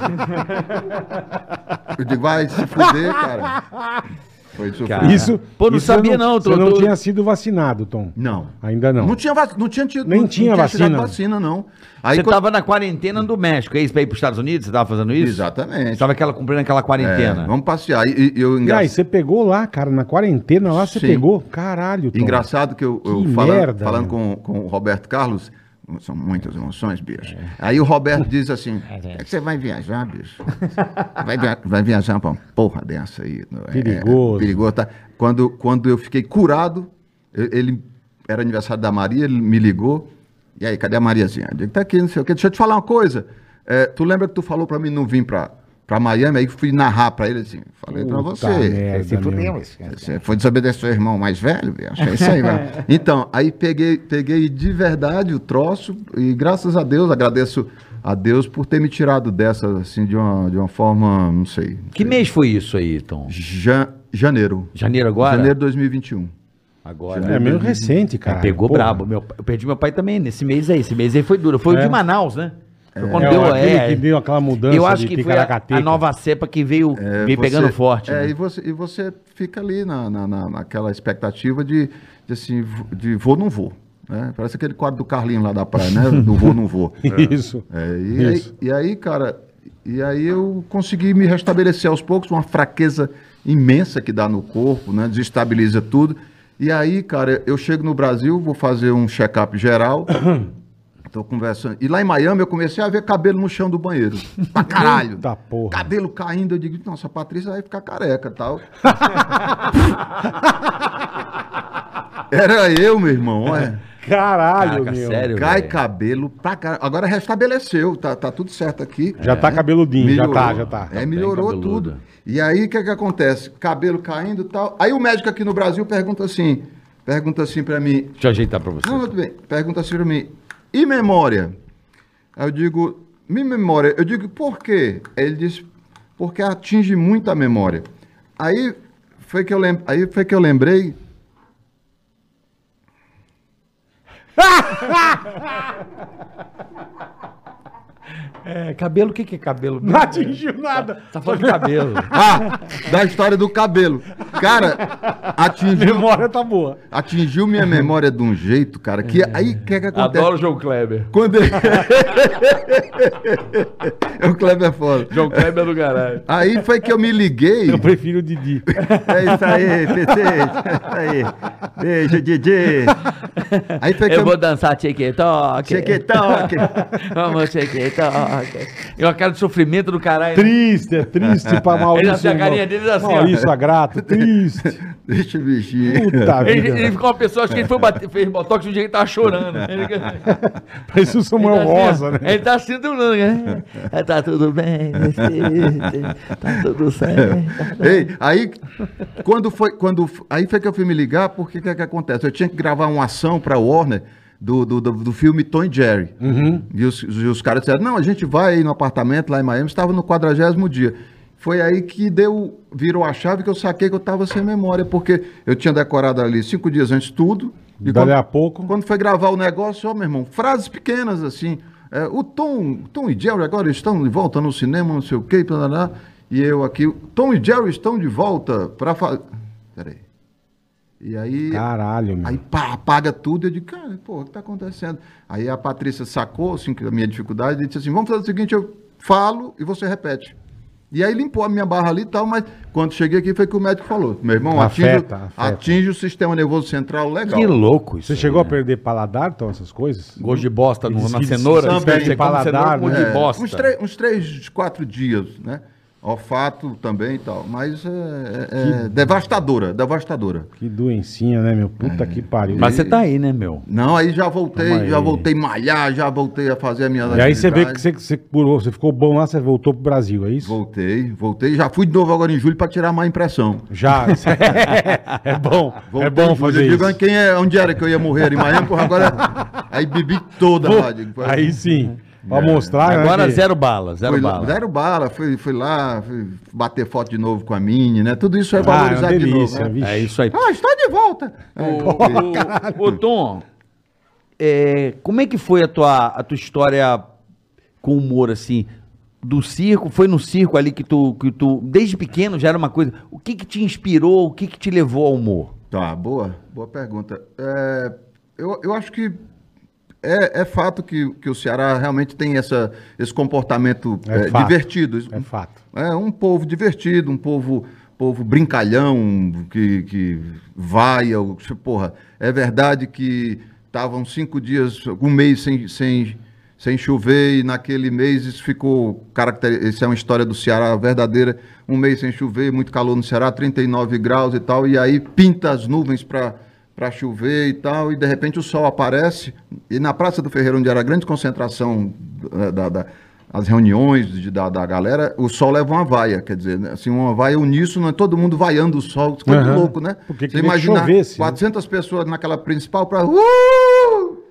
Speaker 5: eu digo, vai se fuder, cara. Foi isso.
Speaker 10: Cara.
Speaker 5: Isso.
Speaker 3: Isso.
Speaker 10: Pô, não
Speaker 3: isso eu
Speaker 10: sabia não,
Speaker 3: Você
Speaker 10: tô-
Speaker 3: não
Speaker 10: tô-
Speaker 3: tinha sido vacinado, Tom.
Speaker 5: Não.
Speaker 3: Ainda não.
Speaker 5: Não tinha, vac- não tinha tido.
Speaker 3: Nem
Speaker 5: não
Speaker 3: tinha
Speaker 5: tirado
Speaker 3: vacina.
Speaker 5: vacina, não. Aí
Speaker 10: você
Speaker 5: quando-
Speaker 10: tava na quarentena do México, é isso? Pra ir pros Estados Unidos? Você tava fazendo isso? Você
Speaker 5: Exatamente.
Speaker 10: tava aquela, cumprindo aquela
Speaker 5: É,
Speaker 10: quarentena.
Speaker 5: vamos passear. E, e- e eu
Speaker 3: E
Speaker 5: engra-
Speaker 3: aí, você pegou lá, cara, na quarentena lá, você
Speaker 5: Sim.
Speaker 3: pegou? Caralho, Tom.
Speaker 5: Engraçado que eu, eu
Speaker 3: Que
Speaker 5: falando,
Speaker 3: merda,
Speaker 5: falando
Speaker 3: né?
Speaker 5: com, com o Roberto Carlos, são muitas emoções, bicho.
Speaker 3: É.
Speaker 5: Aí o Roberto diz assim: é que você vai viajar, bicho? Vai, via- vai viajar pra uma porra dessa aí. não é?
Speaker 3: Perigoso.
Speaker 5: É, perigoso, tá? Quando, quando eu fiquei curado, eu- ele era aniversário da Maria, ele me ligou. E aí, cadê a Mariazinha? Eu digo, tá aqui, não sei o quê. Deixa eu te falar uma coisa. É, tu lembra que tu falou pra mim não vir pra, pra Miami? Aí fui narrar pra ele assim. Falei pra
Speaker 3: Puta
Speaker 5: você.
Speaker 3: merda, meu.
Speaker 5: Você foi desobedecer seu irmão mais velho, bicho. É isso aí,
Speaker 10: *laughs*
Speaker 5: velho. Então, aí peguei, peguei de verdade o troço e graças a Deus, agradeço a Deus por ter me tirado dessa, assim, de uma, de uma forma, não sei.
Speaker 10: Que mês foi isso aí, Tom?
Speaker 5: Ja- janeiro.
Speaker 10: Janeiro agora?
Speaker 5: Janeiro de 2021.
Speaker 10: Agora.
Speaker 3: É meio recente, cara.
Speaker 10: Pegou
Speaker 3: Porra.
Speaker 10: brabo. Meu, eu perdi meu pai também nesse mês aí. Esse mês aí foi duro. Foi o de Manaus, né? Foi quando
Speaker 3: É,
Speaker 10: deu,
Speaker 3: aquele
Speaker 10: é,
Speaker 3: que deu aquela mudança
Speaker 10: Eu acho
Speaker 3: de
Speaker 10: que foi a,
Speaker 3: ticaracateca.
Speaker 10: a nova cepa que veio,
Speaker 5: É,
Speaker 10: veio
Speaker 5: você-
Speaker 10: pegando forte.
Speaker 5: É,
Speaker 10: né?
Speaker 5: e, você, e você fica ali na, na, na- naquela expectativa de, de assim, vo- de vou, não vou. né? Parece aquele quadro do Carlinho lá da praia,
Speaker 10: *laughs*
Speaker 5: né? Do vou, não vou.
Speaker 3: *laughs* Isso.
Speaker 5: É, e, aí,
Speaker 3: Isso.
Speaker 5: e aí, cara, e aí eu consegui me restabelecer aos poucos, uma fraqueza imensa que dá no corpo, né? Desestabiliza tudo. E aí, cara, eu chego no Brasil, vou fazer um
Speaker 3: *coughs*
Speaker 5: check-up geral. Tô conversando. E lá em Miami eu comecei a ver cabelo no chão do banheiro. Pra caralho.
Speaker 3: Eita porra.
Speaker 5: Cabelo caindo, eu digo, nossa, a Patrícia vai ficar careca e
Speaker 3: *laughs*
Speaker 5: tal. Era eu, meu irmão, é.
Speaker 3: Caralho,
Speaker 10: Caraca,
Speaker 3: meu.
Speaker 10: sério,
Speaker 5: Cai
Speaker 10: velho.
Speaker 5: cabelo pra caralho. Agora restabeleceu, tá, tá tudo certo aqui.
Speaker 3: Já
Speaker 10: É.
Speaker 3: tá cabeludinho, já tá, já tá.
Speaker 5: É, melhorou
Speaker 10: bem cabeludo.
Speaker 5: tudo. E aí, o que que acontece? Cabelo caindo e tal. Aí o médico aqui no Brasil pergunta assim, pergunta assim pra mim,
Speaker 10: Deixa eu ajeitar pra você.
Speaker 5: não, tudo bem, pergunta assim pra mim, e memória? Aí eu digo, me memória? Eu digo, por quê? Aí ele diz, porque atinge muito a memória. Aí foi que eu, lem aí foi que eu lembrei
Speaker 10: É, cabelo, o que, que é cabelo?
Speaker 3: Não atingiu nada.
Speaker 10: Tá falando de cabelo.
Speaker 5: ah, da história do cabelo. Cara, atingiu
Speaker 3: Memória tá boa.
Speaker 5: atingiu minha memória de um jeito, cara, que aí o que, que acontece?
Speaker 10: *laughs* É. Adoro o João Kleber.
Speaker 5: Quando ele... É *laughs* o Kleber é foda.
Speaker 10: João Kleber é do caralho.
Speaker 5: Aí foi que eu me liguei.
Speaker 3: Eu prefiro o Didi.
Speaker 5: É isso aí, PC. É isso aí. Beijo, Didi. Aí foi que
Speaker 10: Eu
Speaker 5: eu.
Speaker 10: vou dançar tchiquitoque.
Speaker 5: Tchiquitoque.
Speaker 10: Vamos tchiquitoque. E uma cara de sofrimento do caralho. né?
Speaker 3: Triste, é triste pra Maurício.
Speaker 10: Ele assim, a carinha dele assim, ó.
Speaker 3: Maurício
Speaker 10: *laughs*
Speaker 3: Agrato, triste.
Speaker 5: Deixa o bichinho.
Speaker 3: Puta
Speaker 10: Ele, ele
Speaker 3: vida.
Speaker 10: ficou uma pessoa, acho que ele foi bater, fez botox no dia que ele tava *laughs* chorando. Ele,
Speaker 3: Parece o Samuel
Speaker 10: ele tá assim, ó,
Speaker 3: Rosa, né?
Speaker 10: Ele tá se doando, né? É, Tá tudo bem, você, tá tudo certo.
Speaker 5: Ei, aí quando foi quando aí foi que eu fui me ligar porque que que acontece eu tinha que gravar uma ação para Warner do, do, do, do filme Tom e Jerry
Speaker 3: Uhum.
Speaker 5: e os, e os caras disseram não a gente vai aí no apartamento lá em Miami estava no quadragésimo dia foi aí que deu virou a chave que eu saquei que eu estava sem memória porque eu tinha decorado ali cinco dias antes tudo e
Speaker 3: Dali
Speaker 5: quando-
Speaker 3: a pouco.
Speaker 5: quando foi gravar o negócio, ó, meu irmão, frases pequenas assim. é, o Tom, Tom e Jerry agora estão de volta no cinema, não sei o quê, tarará, e eu aqui. Tom e Jerry estão de volta para fazer. Peraí. E aí.
Speaker 3: Caralho, meu.
Speaker 5: Aí pá, apaga tudo. Eu digo, cara, pô, o que tá acontecendo? Aí a Patrícia sacou assim, que a minha dificuldade e disse assim: vamos fazer o seguinte, eu falo e você repete. E aí limpou a minha barra ali e tal, mas quando cheguei aqui foi que o médico falou: meu irmão, atinge, o-
Speaker 3: Afeta, afeta.
Speaker 5: atinge o sistema nervoso central legal.
Speaker 10: Que louco isso. né?
Speaker 3: Você chegou
Speaker 5: É.
Speaker 3: a perder paladar, Tom, essas coisas?
Speaker 10: Gosto de bosta no,
Speaker 3: Eles-
Speaker 10: na
Speaker 3: eles-
Speaker 10: cenoura.
Speaker 3: eles
Speaker 10: Você come
Speaker 3: perdem paladar,
Speaker 10: com gosto
Speaker 3: né?
Speaker 10: de
Speaker 5: É,
Speaker 10: bosta.
Speaker 5: Uns, três, uns três, quatro dias, né? Olfato também e tal. Mas é, é- é devastadora, devastadora.
Speaker 3: Que doencinha, né, meu?
Speaker 5: É.
Speaker 3: Puta que pariu.
Speaker 10: Mas você tá aí, né, meu?
Speaker 5: Não, aí já voltei,
Speaker 3: Toma aí.
Speaker 5: já voltei a malhar, já voltei a fazer a minha
Speaker 3: E aí você vê que você, você curou, você ficou bom lá, você voltou pro Brasil, é isso?
Speaker 5: Voltei, voltei. Já fui de novo agora em julho para tirar a má impressão.
Speaker 3: Já. *laughs* isso é, é bom.
Speaker 5: Voltei
Speaker 3: é
Speaker 5: em
Speaker 3: bom
Speaker 5: julho.
Speaker 3: fazer
Speaker 5: Eu digo,
Speaker 3: isso.
Speaker 5: Quem é, onde era que eu ia morrer? Era Em Miami, porra, agora...
Speaker 3: *laughs*
Speaker 5: Aí bebi toda lá. digo,
Speaker 3: Vou- Aí sim.
Speaker 5: É.
Speaker 3: Pra mostrar. né,
Speaker 10: Agora
Speaker 3: que-
Speaker 10: zero bala, zero
Speaker 5: Fui lá-
Speaker 10: bala.
Speaker 5: Deram bala, fui, fui lá, fui bater foto de novo com a Mini, né? Tudo isso é
Speaker 3: Ah, é
Speaker 5: valorizar
Speaker 3: uma
Speaker 5: de novo.
Speaker 3: delícia.
Speaker 5: né?
Speaker 3: vixe.
Speaker 10: É isso aí.
Speaker 5: Ah, estou de volta.
Speaker 10: *laughs*
Speaker 5: É,
Speaker 10: Ô, ô, ô, Tom, é, como é que foi a tua, a tua história com humor, assim? do circo, foi no circo ali que tu, que tu, desde pequeno já era uma coisa. O que que te inspirou, o que que te levou ao humor?
Speaker 5: Tá, boa, boa pergunta. É, eu, eu acho que é, é fato que, que o Ceará realmente tem essa, esse comportamento
Speaker 3: É
Speaker 5: é,
Speaker 3: fato.
Speaker 5: divertido.
Speaker 3: É fato.
Speaker 5: É um povo divertido, um povo povo brincalhão que, que vai. ao- Porra, é verdade que estavam cinco dias, um mês sem, sem, sem chover, e naquele mês isso ficou caracterizado. Isso é uma história do Ceará verdadeira. Um mês sem chover, muito calor no Ceará, 39 graus e tal, e aí pinta as nuvens para para chover e tal, e de repente o sol aparece, e na Praça do Ferreiro, onde era a grande concentração eh, da, da- as reuniões de- da, da galera, o sol leva uma vaia, quer dizer, né, assim, uma vaia uníssona, todo mundo vaiando o sol, isso é muito
Speaker 3: Aham.
Speaker 5: louco, né?
Speaker 3: Porque
Speaker 5: Você
Speaker 3: queria que
Speaker 5: imagina
Speaker 3: chovesse, né?
Speaker 5: 400 pessoas naquela principal para uh,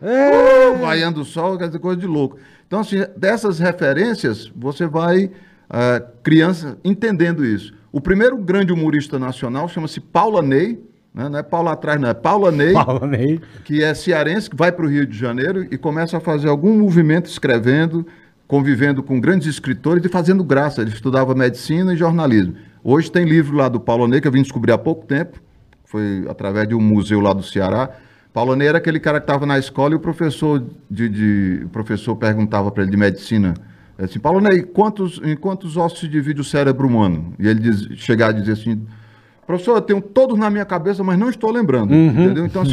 Speaker 3: É.
Speaker 5: uh, vaiando o sol, quer dizer, coisa de louco. Então, assim, dessas referências, você vai, ah, criança, entendendo isso. O primeiro grande humorista nacional chama-se Paula Ney, né? não é Paula atrás, não, é Paula Ney
Speaker 3: Falando né? aí.
Speaker 5: que é cearense, que vai para o Rio de Janeiro e começa a fazer algum movimento escrevendo, convivendo com grandes escritores e fazendo graça. Ele estudava medicina e jornalismo. Hoje tem livro lá do Paulo Ney, que eu vim descobrir há pouco tempo, foi através de um museu lá do Ceará. Paulo Ney era aquele cara que estava na escola e o professor, de, de- o professor perguntava para ele de medicina. Assim, Paulo Ney, quantos, em quantos ossos se divide o cérebro humano? E ele diz, chegar e dizer assim, professor, eu tenho todos na minha cabeça, mas não estou lembrando. Entendeu? Então, assim,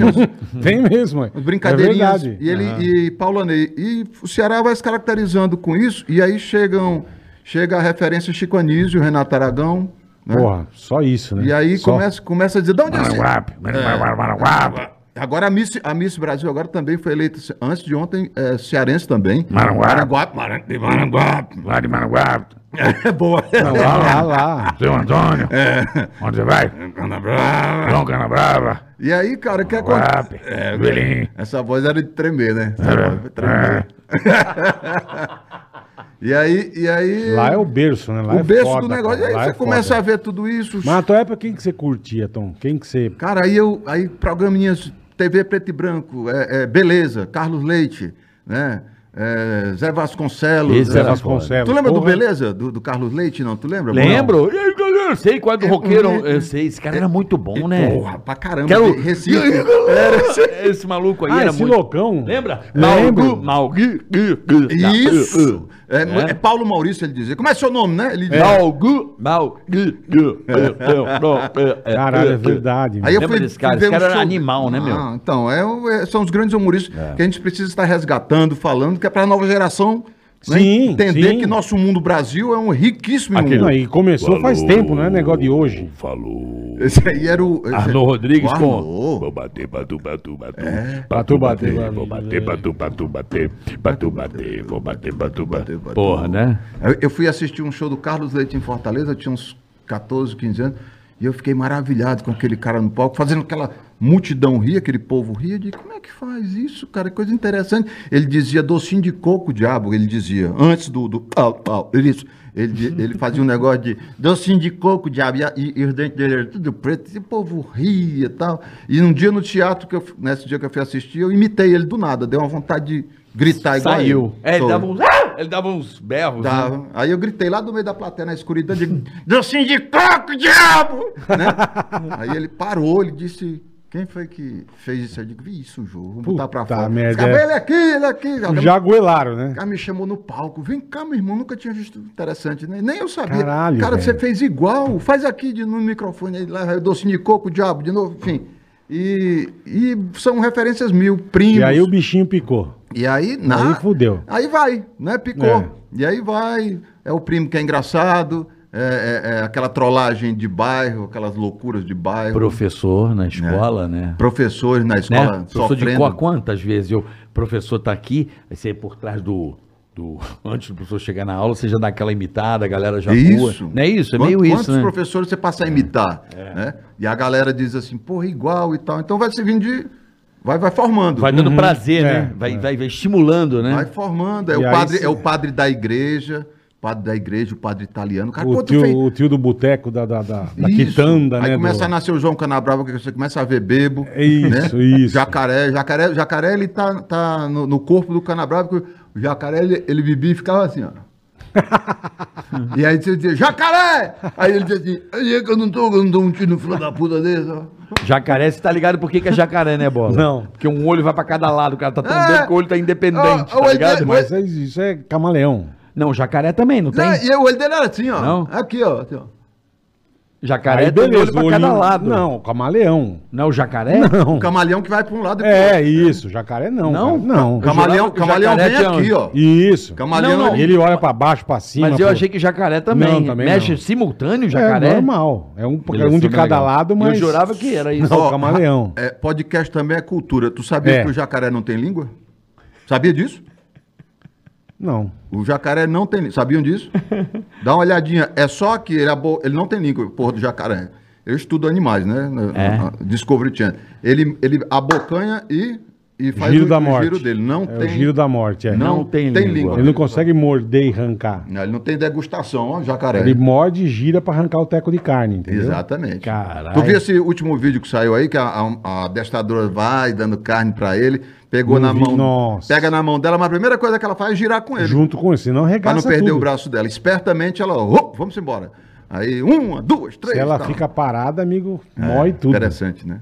Speaker 3: Tem mesmo, é.
Speaker 5: as brincadeirinhas.
Speaker 3: É verdade.
Speaker 5: e ele e Paulo Ney. E o Ceará vai se caracterizando com isso. E aí chegam, chega a referência Chico Anísio, Renato Aragão. né?
Speaker 3: É. Porra, só isso, né?
Speaker 5: E aí
Speaker 3: Só.
Speaker 5: começa, começa a dizer, de onde é esse?
Speaker 9: Guaraguape, Guaraguape,
Speaker 5: Agora a Miss, a Miss Brasil agora também foi eleita, antes de ontem, é, cearense também.
Speaker 9: Maranguape,
Speaker 5: Maran- de Maranguape.
Speaker 9: lá de Maranguape,
Speaker 5: É boa. É.
Speaker 3: Lá, lá, lá. É.
Speaker 9: seu Antônio, onde você vai? João Canabrava,
Speaker 5: E aí, cara, o que acontece?
Speaker 9: Guaraguape,
Speaker 3: É,
Speaker 9: Belim. É.
Speaker 5: Essa voz era de tremer, né? Essa voz
Speaker 9: Era.
Speaker 5: era de tremer. E aí, e aí...
Speaker 3: Lá é o berço, né? Lá é
Speaker 5: o berço
Speaker 3: foda,
Speaker 5: do negócio.
Speaker 3: cara.
Speaker 5: E
Speaker 3: Lá
Speaker 5: aí você
Speaker 3: é
Speaker 5: começa
Speaker 3: foda.
Speaker 5: a ver tudo isso.
Speaker 3: Mas na tua época, quem que você curtia, Tom? Quem que você...
Speaker 5: Cara, aí eu. Aí, programinhas, TV Preto e Branco, é, é, Beleza, Carlos Leite, né? É, Zé Vasconcelos.
Speaker 10: Esse
Speaker 5: né?
Speaker 10: era
Speaker 3: Vasconcelos.
Speaker 5: Tu lembra do
Speaker 3: Porra.
Speaker 5: Beleza? Do, do Carlos Leite, não? Tu lembra?
Speaker 10: Lembro? Eu sei qual é do
Speaker 5: É,
Speaker 10: roqueiro.
Speaker 5: é,
Speaker 10: Eu sei, esse cara era muito bom, né?
Speaker 5: Porra, pra caramba.
Speaker 10: Quero...
Speaker 5: de Recife.
Speaker 10: Era... *laughs* Esse maluco aí
Speaker 3: Ah,
Speaker 10: era
Speaker 3: esse
Speaker 10: muito.
Speaker 3: loucão.
Speaker 10: Lembra?
Speaker 3: Lembro.
Speaker 10: Malgu.
Speaker 5: Isso! É, é Paulo Maurício, ele dizia. Como é seu nome, né? Ele dizia.
Speaker 10: Malgu. Malgu.
Speaker 3: Caralho, é verdade.
Speaker 5: Aí eu
Speaker 10: Lembra
Speaker 5: fui,
Speaker 10: desse cara?
Speaker 5: fui ver
Speaker 10: Esse cara
Speaker 5: um
Speaker 10: era
Speaker 5: show-
Speaker 10: animal, né, meu?
Speaker 5: Ah, então, é o- é- são os grandes humoristas que a gente precisa estar resgatando, falando, que é para a nova geração né,
Speaker 3: Sim,
Speaker 5: entender
Speaker 3: sim.
Speaker 5: que nosso mundo Brasil é um riquíssimo
Speaker 3: Não,
Speaker 5: mundo.
Speaker 3: e começou faz tempo, não é negócio de hoje. É,
Speaker 9: Falou.
Speaker 5: Esse aí era o... esse-
Speaker 9: Arnô Rodrigues
Speaker 5: o
Speaker 9: com.
Speaker 5: Arnô.
Speaker 9: Vou bater, batu, batu, batu.
Speaker 5: É?
Speaker 3: Batu, batu,
Speaker 9: Batu, bater,
Speaker 3: batu,
Speaker 9: vou bater, batu, batu, bater. Batu, bater, vou bater, batu, bater.
Speaker 10: Porra, né?
Speaker 5: Eu, eu fui assistir um show do Carlos Leite em Fortaleza, eu tinha uns 14, 15 anos, e eu fiquei maravilhado com aquele cara no palco, fazendo aquela multidão rir, aquele povo rir. Eu disse, como é que faz isso, cara? Que Coisa interessante. Ele dizia docinho de coco, diabo, ele dizia, antes do. do au, au, ele, disse- ele, di- ele fazia um negócio de docinho de coco, diabo, e, a- e- e os dentes dele eram tudo preto, e o povo ria e tal. E um dia no teatro, que eu, fui- nesse dia que eu fui assistir, eu imitei ele do nada, deu uma vontade de gritar igual
Speaker 10: Saiu.
Speaker 5: ele.
Speaker 10: É, ele
Speaker 5: Foi.
Speaker 10: dava uns. Ah! Ele dava uns berros. né?
Speaker 5: Dava. Aí eu gritei lá do meio da plateia, na escuridão, digo, *laughs* docinho de coco, diabo!
Speaker 3: *laughs*
Speaker 5: Né? Aí ele parou, ele disse, quem foi que fez isso? Eu digo, vi isso, Jô, vamos botar pra
Speaker 3: Puta
Speaker 5: fora.
Speaker 3: merda,
Speaker 5: Ficava,
Speaker 3: é.
Speaker 5: ele aqui, ele aqui.
Speaker 3: O *laughs* Jaguelaro, né?
Speaker 5: O cara me chamou no palco, vem cá, meu irmão, nunca tinha visto interessante, né? Nem eu sabia.
Speaker 3: Caralho,
Speaker 5: cara,
Speaker 3: velho.
Speaker 5: você fez igual, faz aqui de, no microfone, aí lá, docinho de coco, diabo, de novo, enfim. E, e são referências mil, primos.
Speaker 3: E aí o bichinho picou.
Speaker 5: E aí, na...
Speaker 3: Aí fudeu.
Speaker 5: Aí vai, né? Picou.
Speaker 3: É.
Speaker 5: E aí vai. É o primo que é engraçado, é, é- é aquela trollagem de bairro, aquelas loucuras de bairro.
Speaker 10: Professor na escola, né?
Speaker 5: Professores na
Speaker 10: né?
Speaker 5: escola
Speaker 10: Professor de
Speaker 5: É. sofrendo.
Speaker 10: cor, quantas vezes eu, professor tá aqui, aí você por trás do, do *laughs* antes do professor chegar na aula, você já dá aquela imitada, a galera já
Speaker 5: isso.
Speaker 10: pula. Não é isso? É
Speaker 5: Quant-
Speaker 10: meio
Speaker 5: quantos
Speaker 10: isso, né? É.
Speaker 5: professores você passa a imitar, né? E a galera diz assim, porra, igual e tal. Então vai se vindo de... Vai, vai formando.
Speaker 10: Vai
Speaker 5: Vai,
Speaker 10: dando prazer,
Speaker 3: É,
Speaker 10: né? Vai, vai, vai estimulando, né?
Speaker 5: formando. É
Speaker 3: E
Speaker 5: o,
Speaker 3: aí
Speaker 5: padre,
Speaker 3: se-
Speaker 5: é o padre da igreja, padre da igreja, o padre italiano. Cara,
Speaker 3: O
Speaker 5: Ah, quanto
Speaker 3: tio,
Speaker 5: fez-
Speaker 3: o tio do boteco da, da, da, da
Speaker 5: Isso.
Speaker 3: quitanda,
Speaker 5: Aí
Speaker 3: né?
Speaker 5: começa
Speaker 3: do-
Speaker 5: a nascer o João Canabrava, que você começa a ver bebo.
Speaker 3: É isso,
Speaker 5: né?
Speaker 3: isso.
Speaker 5: Jacaré, jacaré, jacaré, ele tá, tá no, no corpo do Canabrava, porque o jacaré, ele, ele bebia e ficava assim, ó. e aí você diz, jacaré! Aí ele diz assim, aí é que eu não tô, eu não dou um tiro no filho da puta desse, ó.
Speaker 10: Jacaré, você tá ligado por que, que é jacaré, né, Bola?
Speaker 3: Não.
Speaker 10: Porque um olho vai pra cada lado, o cara tá tão
Speaker 5: É.
Speaker 10: doido que o olho tá independente,
Speaker 5: Ah, o
Speaker 10: tá
Speaker 5: olho
Speaker 10: ligado?
Speaker 5: dele-
Speaker 3: Mas é- isso é camaleão.
Speaker 10: Não, jacaré também, não tem?
Speaker 5: Não, e o olho dele era assim, ó.
Speaker 10: Não?
Speaker 5: Aqui, ó. assim, ó.
Speaker 10: Jacaré tem um olho é pra cada
Speaker 3: olhinho-
Speaker 10: lado.
Speaker 3: Não, camaleão.
Speaker 10: Não é o jacaré?
Speaker 5: O camaleão que vai pra um lado e pro
Speaker 3: Hum.
Speaker 5: outro.
Speaker 3: É, isso. Jacaré não.
Speaker 10: Não?
Speaker 3: cara, não.
Speaker 5: Camaleão,
Speaker 10: jurava que o
Speaker 5: camaleão vem
Speaker 10: jacaré tinha
Speaker 5: aqui, ó.
Speaker 3: Isso.
Speaker 5: Camaleão é
Speaker 10: Não, não.
Speaker 5: ele-
Speaker 3: Ele olha pra baixo, pra cima.
Speaker 10: Mas eu
Speaker 3: pro-
Speaker 10: achei que jacaré também.
Speaker 3: Não, também
Speaker 10: Mexe
Speaker 3: não.
Speaker 10: simultâneo o
Speaker 3: É
Speaker 10: jacaré?
Speaker 3: normal. É um,
Speaker 10: Beleza,
Speaker 3: um de
Speaker 10: tá
Speaker 3: cada
Speaker 10: legal.
Speaker 3: lado, mas.
Speaker 10: Eu jurava que era isso.
Speaker 3: Não,
Speaker 5: Ó,
Speaker 3: camaleão.
Speaker 5: é, podcast também é cultura. Tu sabia
Speaker 3: É.
Speaker 5: que o jacaré não tem língua? Sabia disso?
Speaker 3: Não.
Speaker 5: O jacaré não tem língua.
Speaker 3: *laughs*
Speaker 5: Sabiam disso? Dá uma olhadinha. É só que ele, abo- ele não tem língua, o porra do jacaré. Eu estudo animais, né? Na-
Speaker 10: É.
Speaker 5: na- Discovery Channel. Ele, ele abocanha e, e faz
Speaker 3: Giro
Speaker 5: o,
Speaker 3: da
Speaker 5: o
Speaker 3: morte.
Speaker 5: giro dele. Não
Speaker 3: É
Speaker 5: tem.
Speaker 3: o giro da morte, é.
Speaker 5: Não, tem, língua.
Speaker 3: Ele não consegue morder e arrancar.
Speaker 5: Não, ele não tem degustação, ó, jacaré.
Speaker 3: Ele morde e gira pra arrancar o teco de carne, entendeu?
Speaker 5: Exatamente.
Speaker 10: Caralho.
Speaker 5: Tu viu esse último vídeo que saiu aí, que a, a, a adestradora vai dando carne pra ele, pegou
Speaker 3: Não
Speaker 5: na
Speaker 3: vi,
Speaker 5: mão,
Speaker 3: nossa.
Speaker 5: pega na mão dela, mas a primeira coisa que ela faz é girar com ele,
Speaker 3: Junto com isso, senão
Speaker 5: pra
Speaker 3: arregaça
Speaker 5: não perder
Speaker 3: tudo.
Speaker 5: o braço dela. Espertamente ela, "Ô, vamos embora. Aí, uma, duas, três.
Speaker 3: Se ela
Speaker 5: tal.
Speaker 3: fica parada, amigo,
Speaker 5: então. É,
Speaker 3: mói tudo.
Speaker 5: Interessante, né?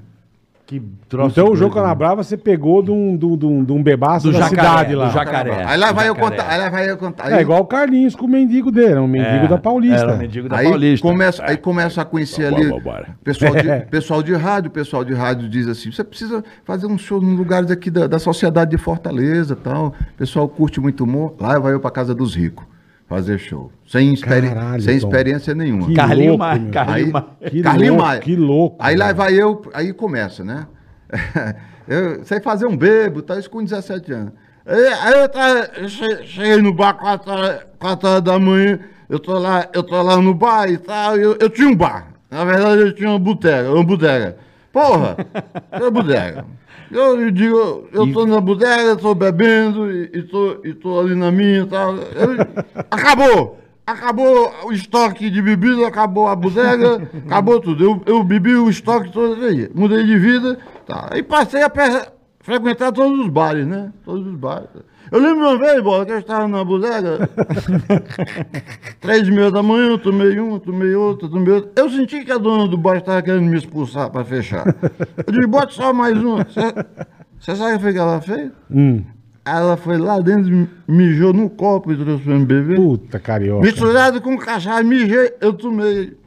Speaker 10: Que troço
Speaker 3: Então o
Speaker 10: doido,
Speaker 3: jogo na Brava você pegou de um, de um- de um- de um bebaço
Speaker 10: Do
Speaker 3: da
Speaker 10: jacaré,
Speaker 3: cidade lá.
Speaker 10: do jacaré.
Speaker 5: aí lá
Speaker 10: do
Speaker 5: vai eu
Speaker 10: jacaré.
Speaker 5: contar, aí lá vai eu contar. Aí,
Speaker 3: É igual o Carlinhos com o mendigo dele, é um mendigo da Paulista.
Speaker 10: Era o mendigo da
Speaker 5: aí
Speaker 10: Paulista.
Speaker 5: começa, aí começa a conhecer
Speaker 9: É. Bora,
Speaker 5: ali
Speaker 9: bora, bora.
Speaker 5: pessoal
Speaker 9: *laughs*
Speaker 5: de, pessoal de rádio, pessoal de rádio diz assim, você precisa fazer um show em lugares aqui da, da sociedade de Fortaleza, tal. Pessoal curte muito humor, lá vai eu pra casa dos ricos fazer show, sem, experi
Speaker 3: Caralho,
Speaker 5: sem
Speaker 3: Tom.
Speaker 5: experiência nenhuma.
Speaker 3: Que
Speaker 10: Carlinho
Speaker 3: louco,
Speaker 10: Maia,
Speaker 3: meu.
Speaker 10: Carlinho
Speaker 5: Aí-
Speaker 10: Maia.
Speaker 3: É. Que
Speaker 5: Carlinho
Speaker 3: louco,
Speaker 5: Maia.
Speaker 3: que louco,
Speaker 5: Aí lá
Speaker 3: velho.
Speaker 5: vai eu, aí começa, né? *laughs* Eu sei fazer um bebo, tá isso com 17 anos. Aí aí eu tá, che- cheguei no bar 4 horas, quatro horas da manhã, eu tô lá, eu tô lá no bar e tal, eu, eu tinha um bar. Na verdade, eu tinha uma bodega, uma bodega. Porra, *laughs* uma bodega. Eu, eu digo, eu tô na bodega, tô bebendo e, e tô, e tô ali na minha e tal. Eu- acabou! Acabou o estoque de bebida, acabou a bodega, acabou tudo. Eu, eu bebi o estoque todo aí, mudei de vida. Tá. Aí passei a pe- frequentar todos os bares, né? Todos os bares. Eu lembro uma vez, bola, que eu estava na bodega, três e meia da manhã, eu tomei um, eu tomei outro, eu tomei outro. Eu senti que a dona do bar estava querendo me expulsar para fechar. Eu disse, bote só mais uma. Você sabe o que foi que ela fez?
Speaker 3: Hum,
Speaker 5: Ela foi lá dentro, mijou no copo e trouxe para me beber.
Speaker 3: Puta carioca.
Speaker 5: Misturado com cachaça, mijei, eu tomei.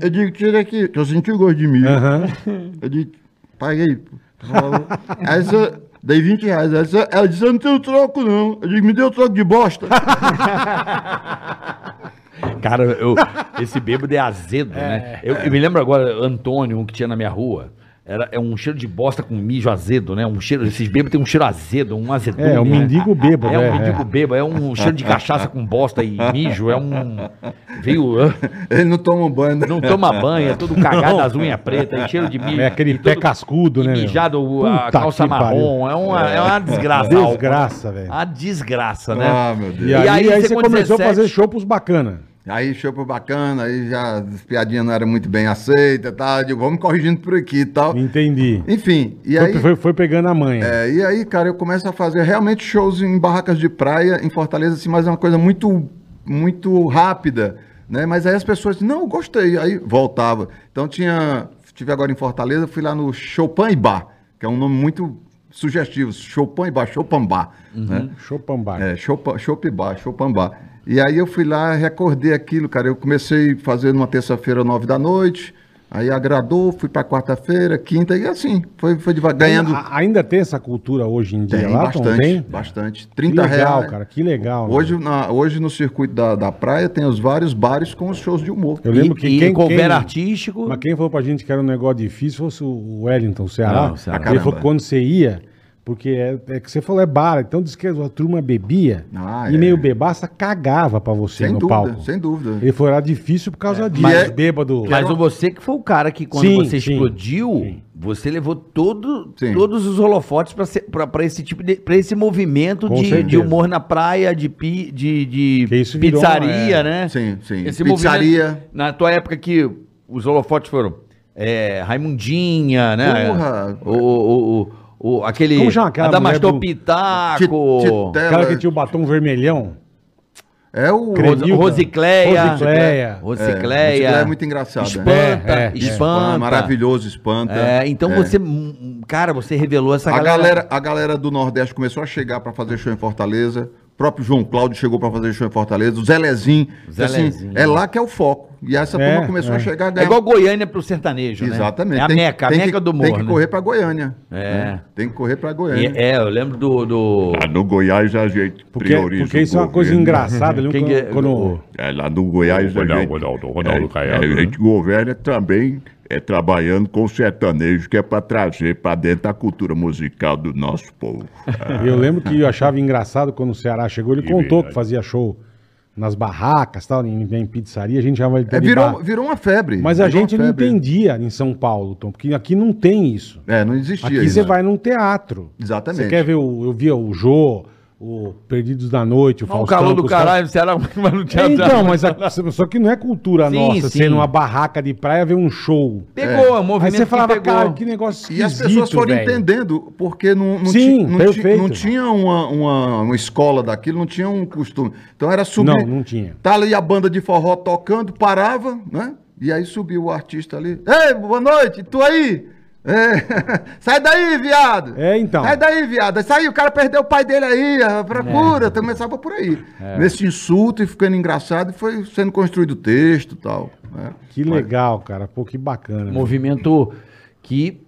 Speaker 5: Eu digo, tira aqui, que eu senti o gosto de milho.
Speaker 3: Aham.
Speaker 5: Eu digo, paguei. por favor. Aí você, dei 20 reais. Aí você, ela disse, eu não tenho troco não. Eu digo, me deu troco de bosta.
Speaker 3: *laughs*
Speaker 10: Cara,
Speaker 3: *laughs*
Speaker 10: eu- esse bêbado é azedo, né? Eu, eu me lembro agora, Antônio, um que tinha na minha rua. Era, é um cheiro de bosta com mijo azedo, né? Um cheiro, esses bêbados têm um cheiro azedo, um azedume.
Speaker 3: É, o
Speaker 10: né?
Speaker 3: mendigo bêbado,
Speaker 10: É,
Speaker 3: é,
Speaker 10: um mendigo
Speaker 3: é.
Speaker 10: bêbado. É um cheiro de cachaça com bosta e mijo. É um... Veio... *laughs* ah,
Speaker 5: Ele não toma um banho. né?
Speaker 10: Não toma banho, é todo cagado, as unhas pretas, e cheiro de mijo.
Speaker 3: É aquele
Speaker 10: e
Speaker 3: pé
Speaker 10: todo-
Speaker 3: cascudo,
Speaker 10: e
Speaker 3: né? meu?
Speaker 10: Mijado, o- a
Speaker 3: Puta
Speaker 10: calça
Speaker 3: que pariu.
Speaker 10: marrom. Ah, É uma, é uma desgraça.
Speaker 3: Desgraça, velho.
Speaker 10: A desgraça, né?
Speaker 5: Ah, meu Deus.
Speaker 3: E, aí, aí você
Speaker 10: com
Speaker 3: começou a
Speaker 10: 17,
Speaker 3: fazer show pros bacana.
Speaker 5: Aí chopo bacana, aí já as piadinhas não eram muito bem aceitas, tá? Eu digo, vamos corrigindo por aqui e tal.
Speaker 3: Então. Entendi.
Speaker 5: Enfim, e aí...
Speaker 3: Foi, foi- foi pegando a manha.
Speaker 5: É, e aí, cara, eu começo a fazer realmente shows em barracas de praia, em Fortaleza, assim, mas é uma coisa muito, muito rápida, né? Mas aí as pessoas dizem, não, gostei, aí voltava. Então tinha, estive agora em Fortaleza, fui lá no Chopin e Bar, que é um nome muito sugestivo, Chopin e Bar, Chopin Bar, né?
Speaker 3: Show pambar.
Speaker 5: É, Chopa- Chopibá, Chopambá. E aí eu fui lá, recordei aquilo, cara. Eu comecei fazendo uma terça-feira, nove da noite. Aí agradou, fui pra quarta-feira, quinta, e assim, foi, foi devagar, ganhando.
Speaker 3: A- ainda tem essa cultura hoje em dia
Speaker 5: Tem,
Speaker 3: lá, Tom?
Speaker 5: é bastante,
Speaker 3: Tem?
Speaker 5: bastante.
Speaker 3: Que
Speaker 5: 30
Speaker 3: legal,
Speaker 5: reais.
Speaker 3: cara. Que legal. né?
Speaker 5: Hoje, na- hoje no circuito da, da praia tem os vários bares com os shows de humor.
Speaker 3: Eu lembro que
Speaker 10: e
Speaker 3: quem,
Speaker 10: couvera
Speaker 3: quem-
Speaker 10: artístico.
Speaker 3: Mas quem falou pra gente que era um negócio difícil fosse o Wellington, o Ceará.
Speaker 10: Não, o Ceará.
Speaker 3: Ele
Speaker 5: Caramba.
Speaker 3: falou que quando você ia, porque é, é que você falou é bar, então diz que a turma bebia
Speaker 5: Ah,
Speaker 3: e
Speaker 5: é.
Speaker 3: meio bebaça cagava pra você
Speaker 5: sem
Speaker 3: no
Speaker 5: dúvida,
Speaker 3: palco.
Speaker 5: sem dúvida. É.
Speaker 3: Ele foi lá difícil por causa disso.
Speaker 5: mas-
Speaker 3: bêbado.
Speaker 10: Mas o você que foi o cara que quando
Speaker 3: Sim,
Speaker 10: você
Speaker 3: sim.
Speaker 10: explodiu, você levou todo,
Speaker 5: Sim.
Speaker 10: todos os holofotes pra ser- pra pra esse tipo de, pra esse movimento
Speaker 3: Com
Speaker 10: de,
Speaker 3: certeza.
Speaker 10: de humor na praia, de, pi- de, de
Speaker 3: Que isso virou,
Speaker 10: pizzaria,
Speaker 3: é.
Speaker 10: né?
Speaker 5: Sim, sim.
Speaker 10: Esse
Speaker 5: Pizzaria.
Speaker 10: movimento- na tua época que os holofotes foram é, Raimundinha, né?
Speaker 5: Porra!
Speaker 10: O, o, o- o- aquele
Speaker 3: Como chama aquela mulher
Speaker 10: Adamastor
Speaker 3: do-
Speaker 10: Pitaco.
Speaker 3: um
Speaker 5: Ti- Titela.
Speaker 3: cara que tinha o batom vermelhão.
Speaker 5: É o.
Speaker 3: Credo. Nilda. Rosicleia.
Speaker 10: Rosicleia.
Speaker 5: É,
Speaker 10: Rosicleia.
Speaker 5: Rosicleia é muito engraçado, né?
Speaker 3: É,
Speaker 10: Espanta,
Speaker 3: é, é.
Speaker 10: espanta.
Speaker 5: Ah, maravilhoso, espanta.
Speaker 10: É, então você, hum, cara, você revelou essa
Speaker 5: Né? A
Speaker 10: galera.
Speaker 5: galera, a galera do Nordeste começou a chegar pra fazer show em Fortaleza. O próprio João Cláudio chegou pra fazer show em Fortaleza. O Zé Lezinho.
Speaker 10: Zé
Speaker 5: assim,
Speaker 10: Lezinho.
Speaker 5: é lá que é o foco. E essa
Speaker 3: É,
Speaker 5: turma começou
Speaker 3: é.
Speaker 5: a chegar a
Speaker 10: É igual Goiânia pro sertanejo, né?
Speaker 5: Exatamente.
Speaker 10: É a
Speaker 5: Tem-
Speaker 10: meca, a
Speaker 5: tem
Speaker 10: meca
Speaker 5: que,
Speaker 10: do
Speaker 5: Tem
Speaker 10: morro.
Speaker 5: que
Speaker 10: né?
Speaker 5: correr pra Goiânia. né?
Speaker 10: É.
Speaker 5: Tem que correr pra
Speaker 10: E-
Speaker 5: Goiânia.
Speaker 10: é, eu lembro do... do...
Speaker 11: Lá Ah, no Goiás a gente
Speaker 3: Porque,
Speaker 11: prioriza.
Speaker 3: porque
Speaker 11: o
Speaker 3: isso é uma coisa
Speaker 11: governo.
Speaker 3: engraçada. lembra
Speaker 10: Quem que é-
Speaker 3: quando, quando-
Speaker 11: É, lá no Goiás a
Speaker 9: Ronaldo,
Speaker 11: gente.
Speaker 9: Ronaldo, Ronaldo
Speaker 11: é,
Speaker 9: Caiado,
Speaker 11: é,
Speaker 9: né?
Speaker 11: A gente governa também é, trabalhando com o sertanejo, que é para trazer para dentro a cultura musical do nosso povo.
Speaker 5: É,
Speaker 3: Eu lembro que eu achava engraçado quando o Ceará chegou, ele
Speaker 9: Que
Speaker 3: contou
Speaker 9: verdade.
Speaker 3: que fazia show nas barracas, tal, em, em pizzaria, a gente chamava ele
Speaker 5: É,
Speaker 3: de
Speaker 5: virou,
Speaker 3: bar-
Speaker 5: virou uma febre.
Speaker 3: Mas a
Speaker 5: virou uma
Speaker 3: gente não
Speaker 5: febre.
Speaker 3: entendia em São Paulo, Tom, porque aqui não tem isso.
Speaker 5: É, não existia
Speaker 3: Aqui
Speaker 5: isso.
Speaker 3: você vai num teatro.
Speaker 5: Exatamente.
Speaker 3: Você quer ver, o, eu via o Jô, o Perdidos da Noite, o
Speaker 10: Ó,
Speaker 3: Faustão.
Speaker 10: o calor
Speaker 3: com
Speaker 10: do
Speaker 3: os caras-
Speaker 10: caralho, será *laughs* mas não
Speaker 3: É,
Speaker 10: tinha
Speaker 3: então, mas a- só que não é cultura
Speaker 10: Sim,
Speaker 3: nossa,
Speaker 10: sim.
Speaker 3: ser numa barraca de praia ver um show.
Speaker 10: Pegou,
Speaker 5: É.
Speaker 10: o
Speaker 3: Aí
Speaker 10: movimento
Speaker 3: você falava,
Speaker 10: que pegou.
Speaker 3: cara, que negócio esquisito,
Speaker 5: E as pessoas foram
Speaker 3: velho.
Speaker 5: entendendo, porque não, não,
Speaker 3: Sim,
Speaker 5: ti- não,
Speaker 3: perfeito.
Speaker 5: ti- não tinha uma, uma, uma escola daquilo, não tinha um costume. Então era subir.
Speaker 3: Não, não tinha.
Speaker 5: Tá ali a banda de forró tocando, parava, né? E aí subiu o artista ali. Ei, boa noite, tu aí? É, *laughs* Sai daí, viado!
Speaker 3: É, então.
Speaker 5: Sai daí, viado! Sai, o cara perdeu o pai dele aí, ah, procura,
Speaker 3: É.
Speaker 5: começava por aí. Nesse insulto e ficando engraçado, e foi sendo construído o texto e tal. né?
Speaker 3: Que legal, cara. Pô, que bacana. né?
Speaker 10: Movimento que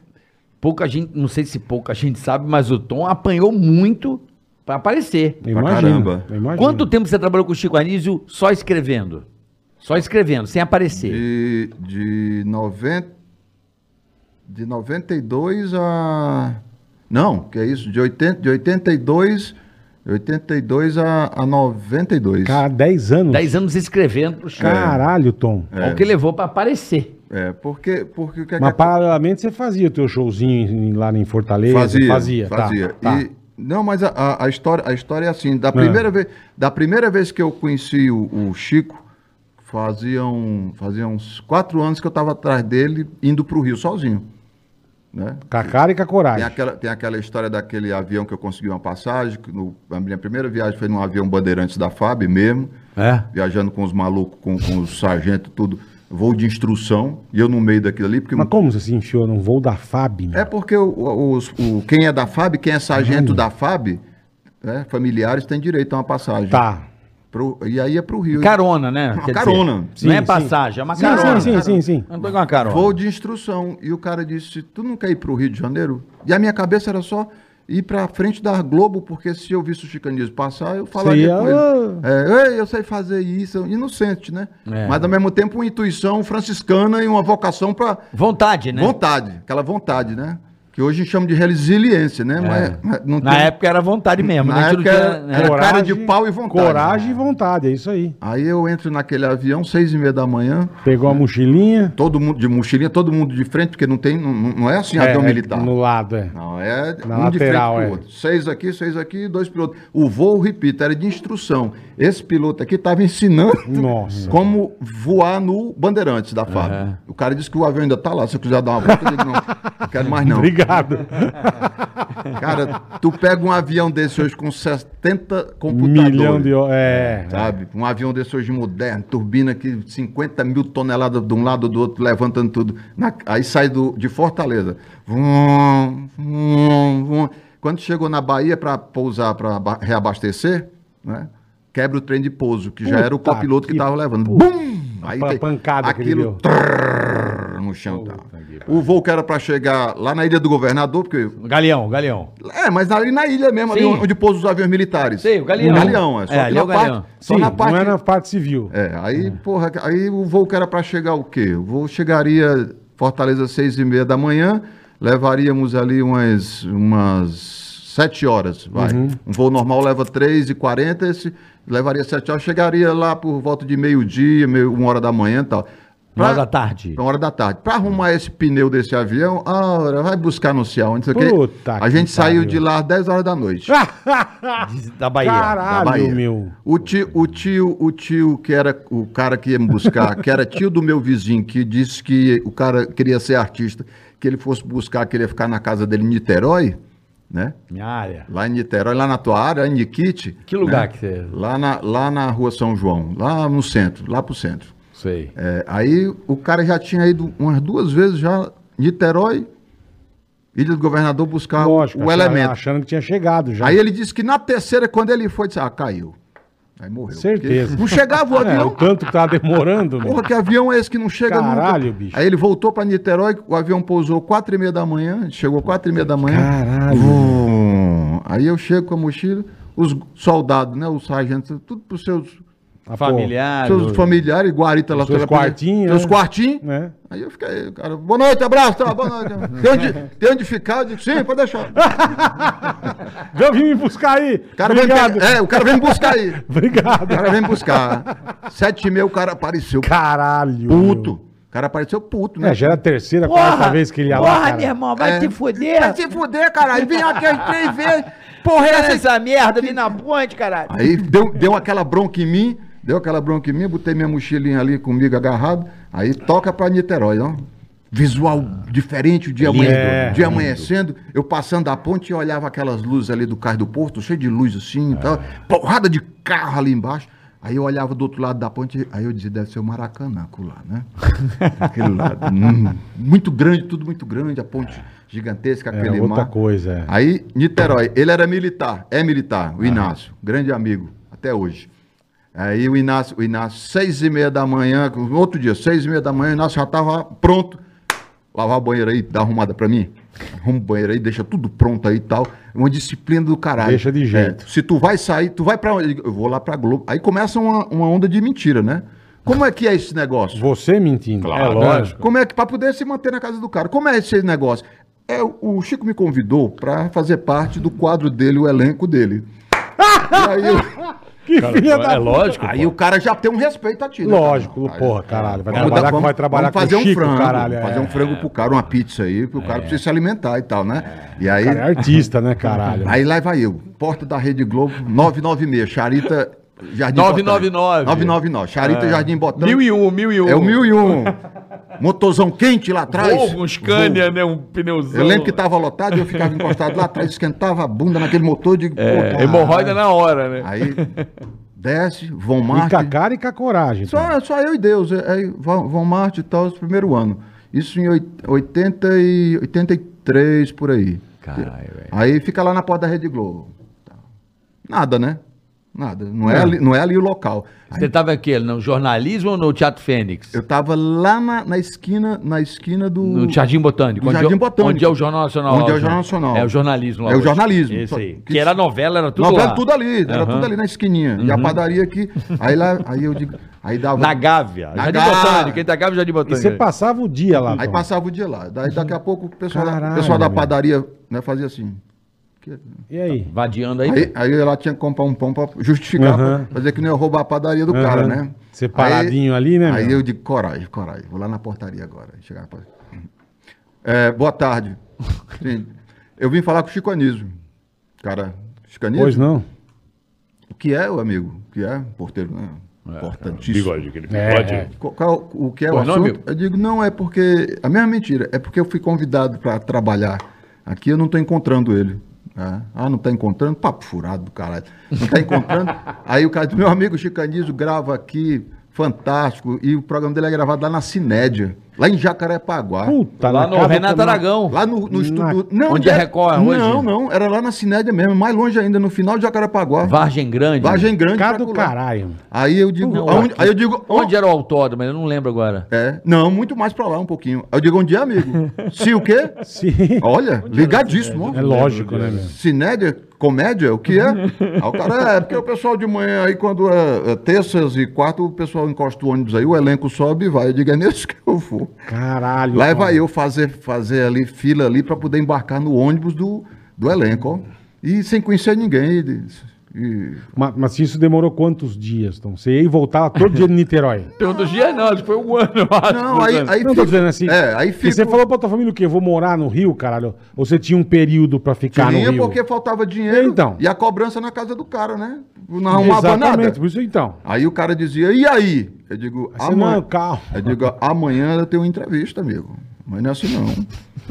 Speaker 10: pouca gente, não sei se pouca gente sabe, mas o Tom apanhou muito pra aparecer.
Speaker 5: caramba.
Speaker 3: imagina.
Speaker 10: Quanto tempo você trabalhou com o Chico Anísio só escrevendo? Só escrevendo, sem aparecer.
Speaker 5: De, de 90. De 92 a. Não, que é isso? De, 80, de 82. 82 a, a 92.
Speaker 3: Cara, 10 anos.
Speaker 10: Dez anos escrevendo pro Chico.
Speaker 3: Caralho, Tom.
Speaker 10: É. O que levou pra aparecer.
Speaker 5: É, porque. porque o que é que
Speaker 3: Mas
Speaker 5: acontece?
Speaker 3: paralelamente você fazia o teu showzinho em- lá em Fortaleza?
Speaker 5: Fazia,
Speaker 3: Fazia,
Speaker 5: fazia.
Speaker 3: tá, tá. Ah.
Speaker 5: E, não, mas a, a- a história, a história é assim. Da primeira, vez, da primeira vez que eu conheci o, o Chico, faziam, faziam uns quatro anos que eu estava atrás dele, indo para o Rio sozinho. Né?
Speaker 3: Com a cara e com a
Speaker 5: Tem
Speaker 3: coragem.
Speaker 5: aquela, tem aquela história daquele avião que eu consegui uma passagem. que no- a minha primeira viagem foi num avião Bandeirantes da FAB mesmo.
Speaker 10: É.
Speaker 5: Viajando com os malucos, com, com os sargentos, tudo. Voo de instrução. E eu no meio daquilo ali. Porque
Speaker 3: Mas como você se enfiou num voo da FAB, meu?
Speaker 5: um é porque o, o- os- o- quem é da FAB, quem é sargento da FAB, né, familiares têm direito a uma passagem.
Speaker 3: Tá.
Speaker 5: Pro- e aí é pro Rio.
Speaker 10: Carona, né?
Speaker 5: Uma
Speaker 10: Quer dizer,
Speaker 5: carona.
Speaker 10: não é
Speaker 3: Sim,
Speaker 10: passagem, é uma
Speaker 3: sim,
Speaker 10: carona.
Speaker 3: sim, sim, sim.
Speaker 10: Vamos pegar uma carona.
Speaker 5: Voo de instrução. E o cara disse: Tu não quer ir pro Rio de Janeiro? E a minha cabeça era só ir pra frente da Globo, porque se eu visse o chicanismo passar, eu falaria
Speaker 3: ia,
Speaker 5: com ele. É, "Ei, eu sei fazer isso, inocente, né?
Speaker 10: É.
Speaker 5: Mas ao mesmo tempo, uma intuição franciscana e uma vocação pra
Speaker 10: Vontade, né?
Speaker 5: vontade, aquela vontade, né? Que hoje chama de resiliência, né? Mas, mas não
Speaker 10: É. Na época era vontade mesmo. né?
Speaker 5: Na
Speaker 10: A gente
Speaker 5: época
Speaker 10: não
Speaker 5: era,
Speaker 10: tinha, né?
Speaker 5: era cara de pau e vontade.
Speaker 3: Coragem e vontade, é isso aí.
Speaker 5: Aí eu entro naquele avião, seis e meia da manhã,
Speaker 3: Pegou a mochilinha.
Speaker 5: todo mundo de mochilinha, todo mundo de frente, porque não tem, não, não não é assim avião
Speaker 3: é,
Speaker 5: militar.
Speaker 3: No lado, é.
Speaker 5: Não, é
Speaker 3: Na lateral, é.
Speaker 5: outro. Seis aqui, seis aqui, dois pilotos. O voo, repito, era de instrução. Esse piloto aqui estava ensinando
Speaker 3: Nossa.
Speaker 5: como voar no Bandeirantes da FAB. O cara disse que o avião ainda está lá. Se eu quiser dar uma volta, eu digo, não, não quero mais não.
Speaker 3: *laughs* Obrigado.
Speaker 5: Cara, tu pega um avião desse hoje com 70 computadores.
Speaker 3: Um Milhão de... ho- É.
Speaker 5: Sabe? Um avião desse hoje moderno, turbina que 50 mil toneladas de um lado do outro, levantando tudo. Na- aí sai do, de Fortaleza. Vum, vum, vum. Quando chegou na Bahia para pousar, para reabastecer, né? quebra o trem de pouso, que já era o
Speaker 3: Puta
Speaker 5: copiloto que
Speaker 3: que
Speaker 5: estava levando. Bum! Aí
Speaker 3: Pa-
Speaker 5: tem-
Speaker 3: pancada que ele
Speaker 5: aquilo trrr, no chão. tá. O voo que era para chegar lá na Ilha do Governador, porque
Speaker 10: Galeão, galeão.
Speaker 5: é, mas ali na ilha mesmo, ali
Speaker 10: Sim.
Speaker 5: onde pousam os aviões militares.
Speaker 10: Sei, o Galeão.
Speaker 5: O Galeão, é. Só
Speaker 10: É,
Speaker 5: que
Speaker 10: ali é
Speaker 5: na
Speaker 10: o
Speaker 5: parte,
Speaker 10: Galeão.
Speaker 5: Só
Speaker 3: Sim,
Speaker 5: na parte...
Speaker 3: não é na parte civil.
Speaker 5: É, aí, porra, aí o voo que era pra chegar o quê? O voo chegaria Fortaleza às seis e meia da manhã, levaríamos ali umas, umas sete horas, vai. Um voo normal leva três e quarenta, esse levaria sete horas, chegaria lá por volta de meio-dia, meio, uma hora da manhã e tal.
Speaker 10: Uma hora
Speaker 5: Pra-
Speaker 10: da tarde.
Speaker 5: uma hora da tarde. Pra arrumar esse pneu desse avião, ah, ora, vai buscar no céu, não sei o quê.
Speaker 3: Puta
Speaker 5: A
Speaker 3: que
Speaker 5: gente saiu
Speaker 3: pariu.
Speaker 5: de lá às 10 horas da noite.
Speaker 10: Da Bahia.
Speaker 5: da
Speaker 3: Caralho,
Speaker 5: Bahia.
Speaker 3: meu.
Speaker 5: O tio, o tio, o tio que era o cara que ia me buscar, que era tio do meu vizinho, que disse que o cara queria ser artista, que ele fosse buscar, que ele ia ficar na casa dele em Niterói. né?
Speaker 3: Minha área.
Speaker 5: Lá em Niterói, lá na tua área, em Nikit.
Speaker 10: Que lugar
Speaker 5: né?
Speaker 10: que você.
Speaker 5: Lá na, lá na rua São João, lá no centro, lá pro centro.
Speaker 10: Sei.
Speaker 5: É, aí o cara já tinha ido umas duas vezes já, Niterói, Ilha do Governador, buscar o-
Speaker 3: *laughs* Lógico,
Speaker 5: o
Speaker 3: achando-
Speaker 5: elemento.
Speaker 3: achando que tinha chegado já.
Speaker 5: Aí ele disse que na terceira, quando ele foi, disse, ah, caiu. Aí morreu.
Speaker 3: Certeza.
Speaker 5: Porque Não chegava o
Speaker 3: É, o
Speaker 5: avião.
Speaker 3: tanto que tá demorando, né?
Speaker 5: Porra, que avião é esse que não chega
Speaker 3: Caralho,
Speaker 5: nunca?
Speaker 3: bicho.
Speaker 5: Aí ele voltou pra Niterói, o avião pousou quatro e meia da manhã, chegou quatro e meia da manhã.
Speaker 3: Caralho.
Speaker 5: Vum. Aí eu chego com a mochila, os soldados, né, os sargentos, tudo pros seus,
Speaker 3: Ah, pô,
Speaker 10: Familiar.
Speaker 5: seus familiares, guarita lá.
Speaker 3: Os seus
Speaker 5: pela- pela-
Speaker 3: quartinhos,
Speaker 5: Seus
Speaker 3: né?
Speaker 5: quartinhos.
Speaker 3: Né?
Speaker 5: Aí eu fiquei, o cara, boa noite, abraço, tá, boa noite. Tem onde, tem onde ficar? Eu digo, sim, pode deixar.
Speaker 3: Vem vir me buscar aí.
Speaker 5: O cara, vem,
Speaker 3: Obrigado.
Speaker 5: pegar- é, o cara vem me buscar aí. O
Speaker 3: Obrigado.
Speaker 5: cara vem me buscar. Sete e meia o cara apareceu
Speaker 3: Caralho.
Speaker 5: puto. O cara apareceu puto, né?
Speaker 3: É, já era a terceira, quarta vez que ele ia lá.
Speaker 10: Porra,
Speaker 3: cara.
Speaker 10: meu irmão, vai
Speaker 5: É.
Speaker 10: te
Speaker 5: Vai
Speaker 10: fuder.
Speaker 5: se fuder, caralho. Vim aqui as três vezes.
Speaker 10: Porra,
Speaker 5: é
Speaker 10: essa merda, vim na ponte, caralho.
Speaker 5: Aí deu, deu aquela bronca em mim. Deu aquela bronca em mim. Botei minha mochilinha ali comigo agarrado. Aí toca pra Niterói, ó. Visual diferente, o dia, amanhe-
Speaker 3: É,
Speaker 5: o dia amanhecendo. Eu passando a ponte e olhava aquelas luzes ali do carro do porto, cheio de luz assim e tal. Porrada de carro ali embaixo. Aí eu olhava do outro lado da ponte, aí eu dizia, deve ser o Maracanã lá,
Speaker 3: *laughs*
Speaker 5: né? Aquele lado. hum, muito grande, tudo muito grande, a ponte gigantesca,
Speaker 3: Era
Speaker 5: aquele
Speaker 3: É, outra
Speaker 5: mar.
Speaker 3: coisa. é.
Speaker 5: Aí, Niterói, ele era militar, é militar,
Speaker 3: Ah.
Speaker 5: o Inácio, grande amigo, até hoje. Aí o Inácio, o Inácio, seis e meia da manhã, no outro dia, seis e meia da manhã, o Inácio já estava pronto. Lavar a banheira aí, dá arrumada pra mim. Arruma o banheiro aí, deixa tudo pronto aí e tal. Uma disciplina do caralho.
Speaker 3: Deixa de jeito.
Speaker 5: É, se tu vai sair, tu vai pra onde? Eu digo, Eu vou lá pra Globo. Aí começa uma, uma onda de mentira, né? Como é que é esse negócio?
Speaker 3: Você mentindo.
Speaker 9: Claro.
Speaker 3: É lógico.
Speaker 5: Como é que para poder se manter na casa do cara? Como é esse negócio? É, o Chico me convidou para fazer parte do quadro dele, o elenco dele. E
Speaker 3: *laughs*
Speaker 5: aí, eu-
Speaker 3: Que filha da
Speaker 9: É lógico.
Speaker 5: aí o cara já tem um respeito a ti, né?
Speaker 3: Lógico,
Speaker 5: cara?
Speaker 3: porra, caralho. Vai
Speaker 5: Vamos
Speaker 3: trabalhar,
Speaker 5: dar-
Speaker 3: com- vai trabalhar
Speaker 5: vamos fazer
Speaker 3: com o
Speaker 5: um
Speaker 3: Chico,
Speaker 5: frango,
Speaker 3: caralho. é.
Speaker 5: Fazer um frango pro cara, uma pizza aí, porque o cara precisa se alimentar e tal, né? E aí,
Speaker 3: Cara, é artista, né, caralho?
Speaker 5: aí lá vai eu. Porta da Rede Globo, 996, Charita Jardim
Speaker 10: 999.
Speaker 5: Botânico. 999.
Speaker 3: É.
Speaker 5: Charita Jardim Botânico.
Speaker 9: Mil e um, mil e um.
Speaker 5: É o mil e um. Motorzão quente lá atrás.
Speaker 9: Volvo, um Scania, né? Um pneuzão.
Speaker 5: Eu lembro que tava lotado e eu ficava encostado lá atrás, esquentava a bunda naquele motor de.
Speaker 9: É, hemorroida na hora, né?
Speaker 5: Aí desce, Von
Speaker 3: E com a
Speaker 5: Marte.
Speaker 3: cara e com a coragem. cara.
Speaker 5: Só, só eu e Deus. é, Aí Von, Von Marte e tal, esse primeiro ano. Isso em oit- 80 e 83 por aí.
Speaker 9: Caralho, velho.
Speaker 5: Aí fica lá na porta da Rede Globo. Tá. Nada, né? Nada. Não é, ali, não é ali o local. Aí
Speaker 10: Você tava aqui, no jornalismo ou no Teatro Fênix?
Speaker 5: eu tava lá na, na esquina, na esquina do.
Speaker 10: No Jardim Botânico.
Speaker 5: No
Speaker 10: onde
Speaker 5: Jardim
Speaker 10: é o-
Speaker 5: Botânico.
Speaker 10: Onde é o Jornal Nacional.
Speaker 5: Onde é o
Speaker 10: hoje.
Speaker 5: Jornal Nacional.
Speaker 10: É o jornalismo. lá
Speaker 5: É o
Speaker 10: hoje.
Speaker 5: jornalismo.
Speaker 10: Esse aí.
Speaker 5: Só-
Speaker 10: Que era novela, era tudo
Speaker 5: Tudo
Speaker 10: lá.
Speaker 5: tudo ali, era
Speaker 10: Aham.
Speaker 5: tudo ali na esquininha. E a
Speaker 3: Uhum.
Speaker 5: padaria aqui. Aí lá, aí eu digo, aí dava.
Speaker 10: Na Gávea.
Speaker 5: Na
Speaker 10: Jardim
Speaker 5: Gávea.
Speaker 10: Botânico. Quem tá Gávea, Jardim
Speaker 3: E
Speaker 10: Botânico.
Speaker 3: você passava o dia lá.
Speaker 5: Aí
Speaker 3: Tom.
Speaker 5: passava o dia lá. Daí daqui a pouco o pessoal,
Speaker 3: Caralho,
Speaker 5: o pessoal da
Speaker 3: meu.
Speaker 5: padaria né, fazia assim.
Speaker 3: E aí?
Speaker 10: Vadiando aí.
Speaker 5: Aí, aí ela tinha que comprar um pão pra justificar,
Speaker 3: Aham.
Speaker 5: pra fazer que nem eu roubar a padaria do cara,
Speaker 3: Aham.
Speaker 5: né?
Speaker 3: Separadinho ali, né,
Speaker 5: Aí
Speaker 3: meu?
Speaker 5: eu digo, coragem, coragem. Vou lá na portaria agora. Chegar na portaria. É, boa tarde. Sim, eu vim falar com o Chico Anísio. Cara, Chico Anísio?
Speaker 3: Pois não?
Speaker 5: O que é, o amigo? O que é? Porteiro, né?
Speaker 3: um
Speaker 5: Importantíssimo.
Speaker 9: aquele
Speaker 3: É.
Speaker 5: Qual, qual- o que é o
Speaker 9: Pois não,
Speaker 5: assunto?
Speaker 9: amigo?
Speaker 5: Eu digo, não, é porque. A mesma mentira, é porque eu fui convidado para trabalhar aqui, eu não estou encontrando ele. né? Ah, não está encontrando? Papo furado do caralho. Não está
Speaker 10: *laughs*
Speaker 5: encontrando. Aí o cara diz, meu amigo Chicanísio grava aqui, fantástico. E o programa dele é gravado lá na Cinédia, lá em Jacarepaguá.
Speaker 3: Puta,
Speaker 10: Tá
Speaker 3: né?
Speaker 10: lá
Speaker 3: na
Speaker 10: no
Speaker 3: casa do
Speaker 10: Renato
Speaker 3: Tom-
Speaker 10: Aragão.
Speaker 5: Lá no, no estúdio.
Speaker 10: Na- Onde é
Speaker 5: era-
Speaker 10: Record hoje?
Speaker 5: Não, não, era lá na Cinédia mesmo, mais longe ainda, no final de Jacarepaguá.
Speaker 10: Vargem Grande.
Speaker 5: Vargem Grande.
Speaker 3: Cá
Speaker 5: pra
Speaker 3: do
Speaker 5: colar.
Speaker 3: caralho.
Speaker 5: Aí eu digo,
Speaker 10: Não,
Speaker 5: aonde-
Speaker 10: aqui.
Speaker 5: aí eu digo,
Speaker 10: Onde é era o autódromo? Eu não lembro agora.
Speaker 5: É, não, muito mais pra lá um pouquinho. Aí Eu digo, onde é,
Speaker 3: *laughs*
Speaker 5: amigo? Se o quê?
Speaker 3: Sim.
Speaker 5: Olha, ligadíssimo. ó.
Speaker 3: É lógico, né, meu?
Speaker 5: Cinédia, comédia, o
Speaker 3: *laughs*
Speaker 5: que é? Aí o cara, é, porque o pessoal de manhã aí, quando é, é terças e quarta, o pessoal encosta o ônibus aí, o elenco sobe e vai. Eu digo, é nesse que eu vou.
Speaker 3: Caralho.
Speaker 5: Lá é
Speaker 3: Tom.
Speaker 5: vai eu fazer, fazer ali, fila ali, pra poder embarcar no ônibus do, do elenco, ó. E sem conhecer ninguém. e- e-
Speaker 3: Ma- Mas, isso demorou quantos dias, Tom? Você ia e voltava todo dia de Niterói.
Speaker 9: Pergunta dos dias, não, acho que foi um ano, eu acho.
Speaker 5: Não,
Speaker 9: dois
Speaker 5: aí, *laughs*
Speaker 9: anos.
Speaker 5: aí
Speaker 3: não Ah, tô dizendo assim.
Speaker 5: É, aí
Speaker 3: Porque
Speaker 5: fica.
Speaker 3: você falou pra tua família o quê? Eu vou morar no Rio, caralho? Ou você tinha um período pra ficar
Speaker 5: Tinha
Speaker 3: no Rio?
Speaker 5: porque faltava dinheiro
Speaker 3: Então.
Speaker 5: e a cobrança na casa do cara, né? Não arrumava
Speaker 3: Exatamente,
Speaker 5: nada.
Speaker 3: por isso então.
Speaker 5: Aí o cara dizia, e aí? Eu digo,
Speaker 3: Aí Você
Speaker 5: amanhã.
Speaker 3: não, calma.
Speaker 5: Eu digo, amanhã eu tenho uma entrevista, amigo. Mas não é assim não.
Speaker 3: *laughs*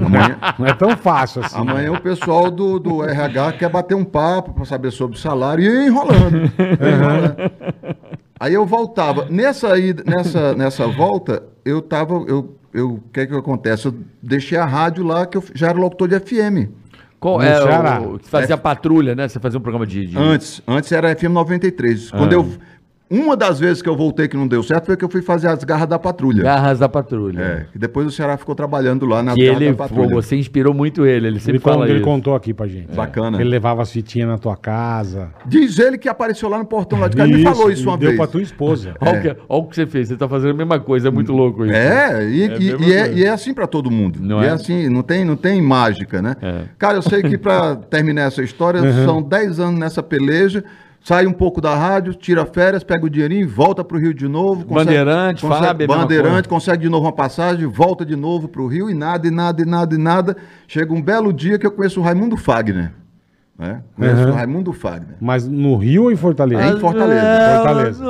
Speaker 5: Amanhã,
Speaker 3: Não é tão fácil assim.
Speaker 5: amanhã o pessoal do, do RH quer bater um papo para saber sobre o salário e ia enrolando. Ia enrolando. Aí eu voltava. Nessa, ida- nessa, nessa volta, eu tava. Eu, eu, o que é que acontece? Eu deixei a rádio lá, que eu já era locutor de FM.
Speaker 10: Qual
Speaker 3: No
Speaker 10: é
Speaker 3: Ceará.
Speaker 10: o, o que fazia patrulha, né? Você fazia um programa de. de-
Speaker 5: É. Antes, antes era FM
Speaker 10: Ah.
Speaker 5: 93. Quando eu uma das vezes que eu voltei que não deu certo foi que eu fui fazer as garras da patrulha.
Speaker 10: Garras da patrulha.
Speaker 5: É, e depois o Ceará ficou trabalhando lá na
Speaker 10: Que
Speaker 5: Garra
Speaker 10: ele,
Speaker 5: da patrulha.
Speaker 10: pô, você inspirou muito ele, ele sempre
Speaker 3: Ele, con-
Speaker 10: fala
Speaker 3: ele
Speaker 10: isso.
Speaker 3: contou aqui pra gente.
Speaker 5: É. Bacana.
Speaker 3: Ele levava as fitinhas na tua casa.
Speaker 5: Diz ele que apareceu lá no portão lá de casa. Ele falou isso
Speaker 3: e
Speaker 5: uma
Speaker 3: deu
Speaker 5: vez.
Speaker 3: pra tua esposa.
Speaker 10: Olha o, que, olha o que você fez, você tá fazendo a mesma coisa, é muito louco isso.
Speaker 5: É, e e- e é,
Speaker 10: né? mesma coisa.
Speaker 5: e é assim pra todo mundo.
Speaker 10: Não
Speaker 5: e é?
Speaker 10: é?
Speaker 5: assim, não tem, não tem mágica, né? Cara, eu sei que
Speaker 10: *laughs*
Speaker 5: pra terminar essa história,
Speaker 10: Uhum.
Speaker 5: são 10 anos nessa peleja. Sai um pouco da rádio, tira férias, pega o dinheirinho, volta pro Rio de novo.
Speaker 10: Bandeirante,
Speaker 5: consegue,
Speaker 10: Fábio, é a mesma
Speaker 5: Bandeirante, consegue de novo uma passagem, volta de novo pro Rio e nada, e nada, e nada, e nada. Chega um belo dia que eu conheço o Raimundo Fagner. Né? Conheço
Speaker 3: Uhum.
Speaker 5: o Raimundo Fagner.
Speaker 3: Mas no Rio ou em
Speaker 10: Uhum.
Speaker 3: Fortaleza?
Speaker 5: É, Em Fortaleza.
Speaker 10: Tá
Speaker 3: Fortaleza.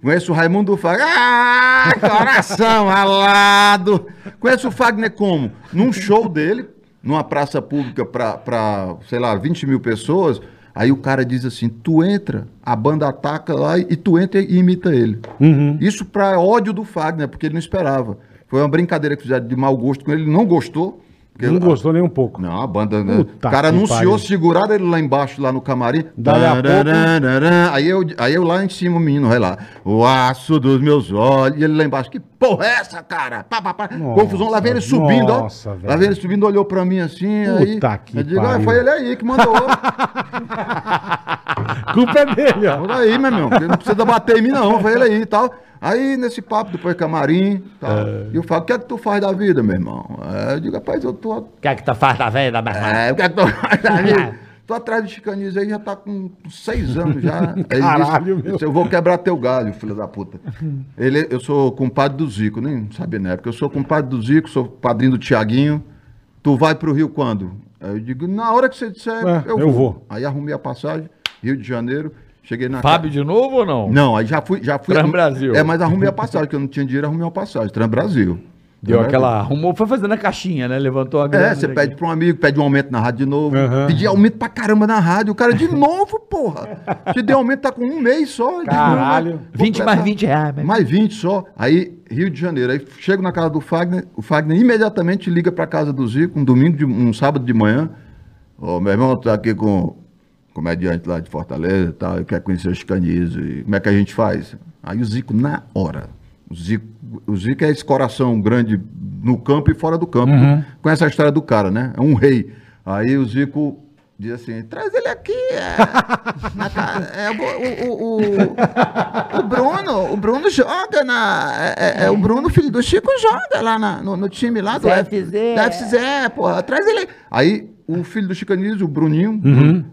Speaker 5: Conheço o Raimundo Fagner. Ah, coração alado. Conheço o Fagner como? Num show dele, numa praça pública pra, pra, sei lá, 20 mil pessoas. Aí o cara diz assim: tu entra, a banda ataca lá e tu entra e imita ele. Isso pra ódio do Fagner, porque ele não esperava. Foi uma brincadeira que fizeram de mau gosto com ele, ele não gostou. porque-
Speaker 3: Não gostou nem um pouco.
Speaker 5: não, a banda. né?
Speaker 3: Puta
Speaker 5: o cara
Speaker 3: que
Speaker 5: anunciou,
Speaker 3: pariu.
Speaker 5: seguraram ele lá embaixo, lá no camarim.
Speaker 3: Dali a pouco-
Speaker 5: Tararararã. Aí eu, aí eu lá em cima, o menino, vai lá. O aço dos meus olhos. E ele lá embaixo, que porra é essa, cara? Pá, pá, pá.
Speaker 3: Nossa,
Speaker 5: Confusão, lá vem ele subindo,
Speaker 3: nossa,
Speaker 5: ó. Lá
Speaker 3: velho.
Speaker 5: vem ele subindo, olhou pra mim assim.
Speaker 3: Puta
Speaker 5: aí,
Speaker 3: que
Speaker 5: eu digo, ah,
Speaker 3: pariu."
Speaker 5: foi ele aí
Speaker 3: *laughs*
Speaker 5: que mandou.
Speaker 3: A culpa é dele, ó.
Speaker 5: Por aí, meu irmão. porque Não precisa bater em mim, não. Foi ele aí e tal. Aí, nesse papo, depois camarim e tal. E eu falo, o que é que tu faz da vida, meu irmão? Aí eu digo, rapaz, eu tô
Speaker 4: Quer que tá tu faz da velha da
Speaker 10: *laughs*
Speaker 4: barra?
Speaker 5: É, o que é que
Speaker 3: *laughs* Ah.
Speaker 5: tô... tô atrás de chicanismo aí, já tá com seis anos
Speaker 3: *laughs*
Speaker 5: já. Aí ele
Speaker 3: Caralho,
Speaker 5: disse,
Speaker 3: meu.
Speaker 5: disse, eu vou quebrar teu galho, filho da puta. Ele, eu sou compadre do Zico, nem sabia na época. Eu sou compadre do Zico, sou padrinho do Tiaguinho. Tu vai pro Rio quando? Aí eu digo, na hora que você disser,
Speaker 3: É, eu vou.
Speaker 5: Aí arrumei a passagem, Rio de Janeiro, cheguei na...
Speaker 10: Fábio de novo ou não?
Speaker 5: Não, aí já fui... Já fui
Speaker 10: Transbrasil.
Speaker 5: É, mas arrumei a passagem, porque eu não tinha dinheiro, arrumei uma passagem. Transbrasil.
Speaker 10: Deu
Speaker 5: Transbrasil.
Speaker 10: aquela. Arrumou, foi fazendo a caixinha, né? Levantou a grana.
Speaker 5: É, você
Speaker 10: né?
Speaker 5: pede pra um amigo, pede um aumento na rádio de novo.
Speaker 3: Aham.
Speaker 5: Pedi aumento pra caramba na rádio. O cara de *laughs* novo, porra. Te deu aumento, tá com um mês só.
Speaker 3: Caralho.
Speaker 10: 20 mais 20 reais, né?
Speaker 5: Mais 20 só. Aí, Rio de Janeiro. Aí chego na casa do Fagner. O Fagner imediatamente liga pra casa do Zico, um domingo, de- um sábado de manhã. Ô, meu irmão, tá aqui com o comediante lá de Fortaleza e tal. Eu quero conhecer os Canizo. E como é que a gente faz? Aí o Zico, na hora. O Zico, o Zico é esse coração grande no campo e fora do campo. Conhece a história do cara, né? É um rei. Aí o Zico diz assim: traz ele aqui. É, na ca- é, o- o- o- o, o Bruno, o Bruno joga na. É, é- é o Bruno, filho do Chico, joga lá na- no, no time lá do F-
Speaker 10: FZ.
Speaker 5: Da FZ, porra. Traz ele aí. aí. o filho do Chicanismo, o Bruninho,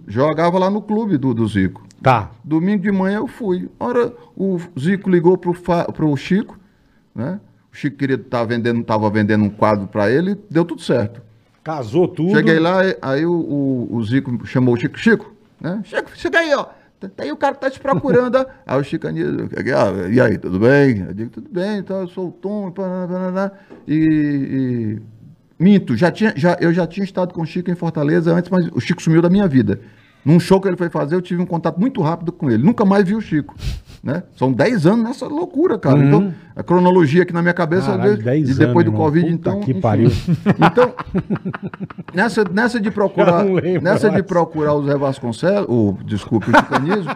Speaker 5: jogava lá no clube do, do Zico.
Speaker 3: Tá.
Speaker 5: Domingo de manhã eu fui. Ora, o Zico ligou pro, Fa- pro Chico, né? O Chico queria estar vendendo, tava vendendo um quadro pra ele, deu tudo certo.
Speaker 3: Casou tudo.
Speaker 5: Cheguei lá, e- aí o, o- o Zico chamou o Chico. Chico, né? Chico, chega aí, ó. Tá- Tá aí o cara que tá te procurando.
Speaker 3: *laughs*
Speaker 5: ó. aí o Chico Anísio, que- que- ah, e aí, tudo bem? Eu digo, tudo bem, então eu sou o Tom, paraná, paraná. e, e minto, já tinha, já, eu já tinha estado com o Chico em Fortaleza antes, mas o Chico sumiu da minha vida. Num show que ele foi fazer, eu tive um contato muito rápido com ele. Nunca mais vi o Chico. Né? São 10 anos nessa loucura, cara. Então, a cronologia aqui na minha cabeça,
Speaker 3: Uhum. Caralho,
Speaker 5: às vezes,
Speaker 3: 10
Speaker 5: e
Speaker 3: anos,
Speaker 5: depois do
Speaker 3: irmão.
Speaker 5: Covid,
Speaker 3: Puta
Speaker 5: então.
Speaker 3: que pariu.
Speaker 5: Então, Nessa, nessa de procurar,
Speaker 3: Eu não lembro
Speaker 5: nessa de
Speaker 3: mais.
Speaker 5: procurar o Zé Vasconcelos, o, desculpe,
Speaker 3: *laughs*
Speaker 5: o Chicanismo,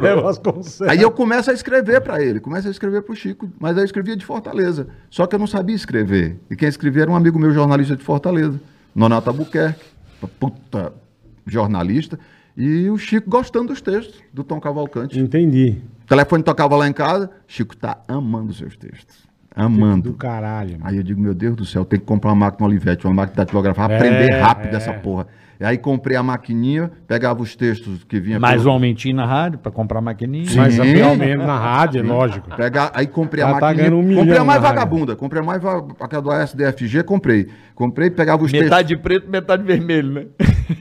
Speaker 3: Zé Vasconcelos.
Speaker 5: aí eu começo a escrever para ele, começo a escrever para o Chico, mas eu escrevia de Fortaleza, só que eu não sabia escrever, e quem escrevia era um amigo meu jornalista de Fortaleza, Nonato Albuquerque, puta jornalista, e o Chico gostando dos textos do Tom Cavalcante.
Speaker 3: Entendi.
Speaker 5: O telefone tocava lá em casa, Chico tá amando seus textos, amando.
Speaker 3: Do caralho. mano.
Speaker 5: Aí eu digo, meu Deus do céu, tem que comprar uma máquina Olivetti, uma máquina datilográfica,
Speaker 3: É,
Speaker 5: aprender rápido
Speaker 3: é.
Speaker 5: essa porra. E aí comprei a maquininha, pegava os textos que vinha...
Speaker 4: Mais um
Speaker 5: pelo-
Speaker 4: aumentinho na rádio pra comprar maquininha.
Speaker 5: Sim.
Speaker 3: Mas pelo menos na rádio, é lógico.
Speaker 5: Pega, aí comprei a
Speaker 3: Ela tá
Speaker 5: maquininha,
Speaker 3: ganhando um milhão
Speaker 5: comprei a mais
Speaker 3: na rádio.
Speaker 5: vagabunda, comprei a mais va- aquela do ASDFG, comprei. Comprei, pegava os textos,
Speaker 10: Metade preto, metade vermelho,
Speaker 5: *laughs*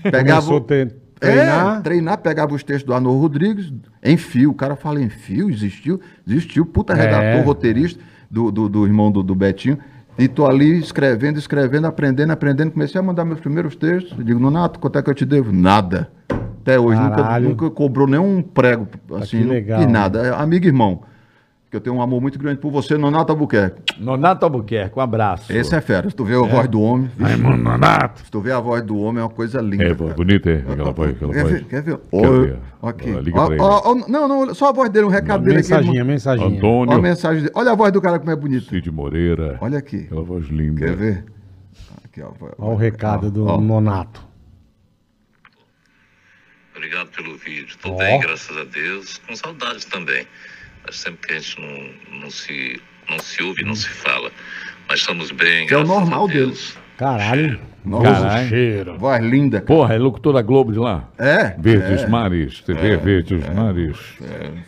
Speaker 10: né?
Speaker 5: pegava... É, tá
Speaker 3: Começou a tre-
Speaker 5: Treinar.
Speaker 3: treinar.
Speaker 5: treinar, pegava os textos do Arnô Rodrigues, em fio. O cara fala em fio, existiu, existiu, puta
Speaker 3: É.
Speaker 5: redator, roteirista. do, do, do irmão do, do Betinho. E tô ali escrevendo, escrevendo, aprendendo, aprendendo. Comecei a mandar meus primeiros textos. Eu digo, Nonato, quanto é que eu te devo? Nada. Até hoje, nunca,
Speaker 3: Caralho.
Speaker 5: nunca cobrou nenhum prego, assim,
Speaker 3: que legal.
Speaker 5: e nada. É Amigo e irmão, que eu tenho um amor muito grande por você, Nonato Albuquerque.
Speaker 10: Nonato Albuquerque, um abraço.
Speaker 5: Esse é fera. Se tu vê a voz do homem, vixe,
Speaker 9: Nonato.
Speaker 5: se tu vê a voz do homem, é uma coisa linda.
Speaker 9: É,
Speaker 5: cara.
Speaker 9: bonito, é? Aquela voz, aquela
Speaker 5: Quer
Speaker 9: voz.
Speaker 5: ver? Quer ver?
Speaker 9: Quero ver.
Speaker 5: Ó, aqui.
Speaker 9: Liga
Speaker 5: Ó,
Speaker 9: pra ele.
Speaker 5: ó, ó, não, não, só a voz dele, um recado dele aqui.
Speaker 3: Mensaginha, mensaginha.
Speaker 5: Olha a
Speaker 9: Antônio,
Speaker 5: mensagem dele. Olha a voz do cara como é bonito.
Speaker 9: Cid Moreira.
Speaker 5: Olha aqui.
Speaker 9: Aquela voz
Speaker 5: Quer
Speaker 9: é linda.
Speaker 5: ver? Aqui, ó.
Speaker 3: Olha o recado do
Speaker 5: Ó.
Speaker 3: Nonato.
Speaker 12: Obrigado pelo vídeo. Tô bem, graças a Deus. Com saudades também. Mas sempre que a gente não, não, se, não se ouve, não se fala. Mas estamos bem,
Speaker 5: Hum. Que é o
Speaker 12: graças
Speaker 5: normal
Speaker 12: a Deus.
Speaker 3: Caralho.
Speaker 5: Nossa,
Speaker 9: Cheiro.
Speaker 5: voz linda. cara.
Speaker 9: Porra, é locutor da Globo de lá.
Speaker 5: É?
Speaker 9: Verdes Mares, TV Verdes Mares.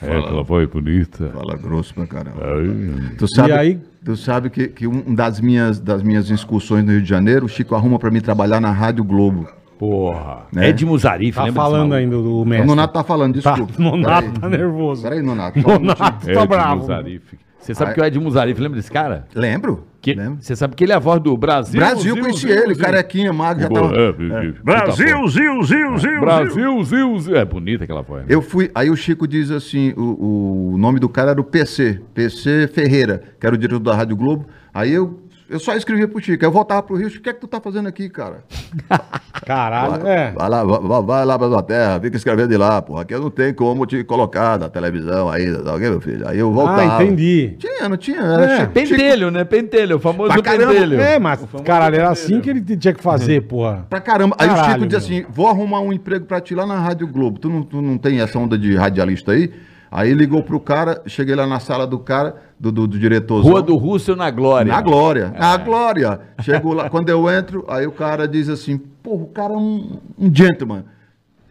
Speaker 9: É, aquela voz bonita.
Speaker 5: Fala grosso pra
Speaker 9: É.
Speaker 5: caramba.
Speaker 9: Ai,
Speaker 5: Tu sabe,
Speaker 3: E aí?
Speaker 5: Tu sabe que, que um das minhas, das minhas excursões no Rio de Janeiro, o Chico arruma pra mim trabalhar na Rádio Globo.
Speaker 2: Porra.
Speaker 5: Né?
Speaker 2: Ed Muzarif,
Speaker 3: Tá
Speaker 2: lembra?
Speaker 3: falando ainda do
Speaker 5: O
Speaker 3: mestre.
Speaker 5: Nonato tá falando, desculpa.
Speaker 3: Tá, Nonato tá
Speaker 9: né?
Speaker 5: Peraí.
Speaker 3: nervoso.
Speaker 5: Peraí, Nonato. só um minutinho.
Speaker 3: Nonato tá
Speaker 9: Edmo
Speaker 3: bravo.
Speaker 9: Zarif.
Speaker 2: Você sabe que o Ed Muzarif, lembra desse cara?
Speaker 5: Lembro?
Speaker 2: Que-
Speaker 5: Lembro.
Speaker 2: Você sabe que ele é a voz do Brasil.
Speaker 5: Brasil, conheci ele, carequinha, magro, já tava...
Speaker 9: Boa, é, é,
Speaker 1: Brasil, Zil, Zil, Zil, Zil.
Speaker 9: Brasil, Zil, Zil. É bonita aquela voz. né?
Speaker 5: Eu fui, aí o Chico diz assim, o, o nome do cara era o PC, PC Ferreira, que era o diretor da Rádio Globo. Aí eu, eu só escrevia pro Chico, aí eu voltava pro Rio, Chico, o que é que tu tá fazendo aqui, cara? "Ah,
Speaker 3: Caralho, é.
Speaker 5: Vai lá, vai, vai lá pra sua terra, fica escrevendo de lá, porra, que eu não tenho como te colocar na televisão ainda, tá ok, meu filho? Aí eu voltava.
Speaker 3: Ah, entendi.
Speaker 5: Tinha, não tinha, era Chico-
Speaker 10: Pentelho, né? Pentelho, o famoso
Speaker 5: Pra caramba, Uhum.
Speaker 10: pentelho.
Speaker 3: É, mas caralho, era assim que ele tinha que fazer, porra.
Speaker 5: Pra caramba. Aí o
Speaker 3: Caralho,
Speaker 5: Chico diz
Speaker 3: meu.
Speaker 5: assim: vou arrumar um emprego pra ti lá na Rádio Globo. Tu não, tu não tem essa onda de radialista aí? Aí ligou pro cara, cheguei lá na sala do cara, do, do, do diretorzão.
Speaker 2: Rua do Russo na Glória.
Speaker 5: Na glória, na glória. Chegou lá, quando eu entro, aí o cara diz assim, porra, o cara é um, um gentleman.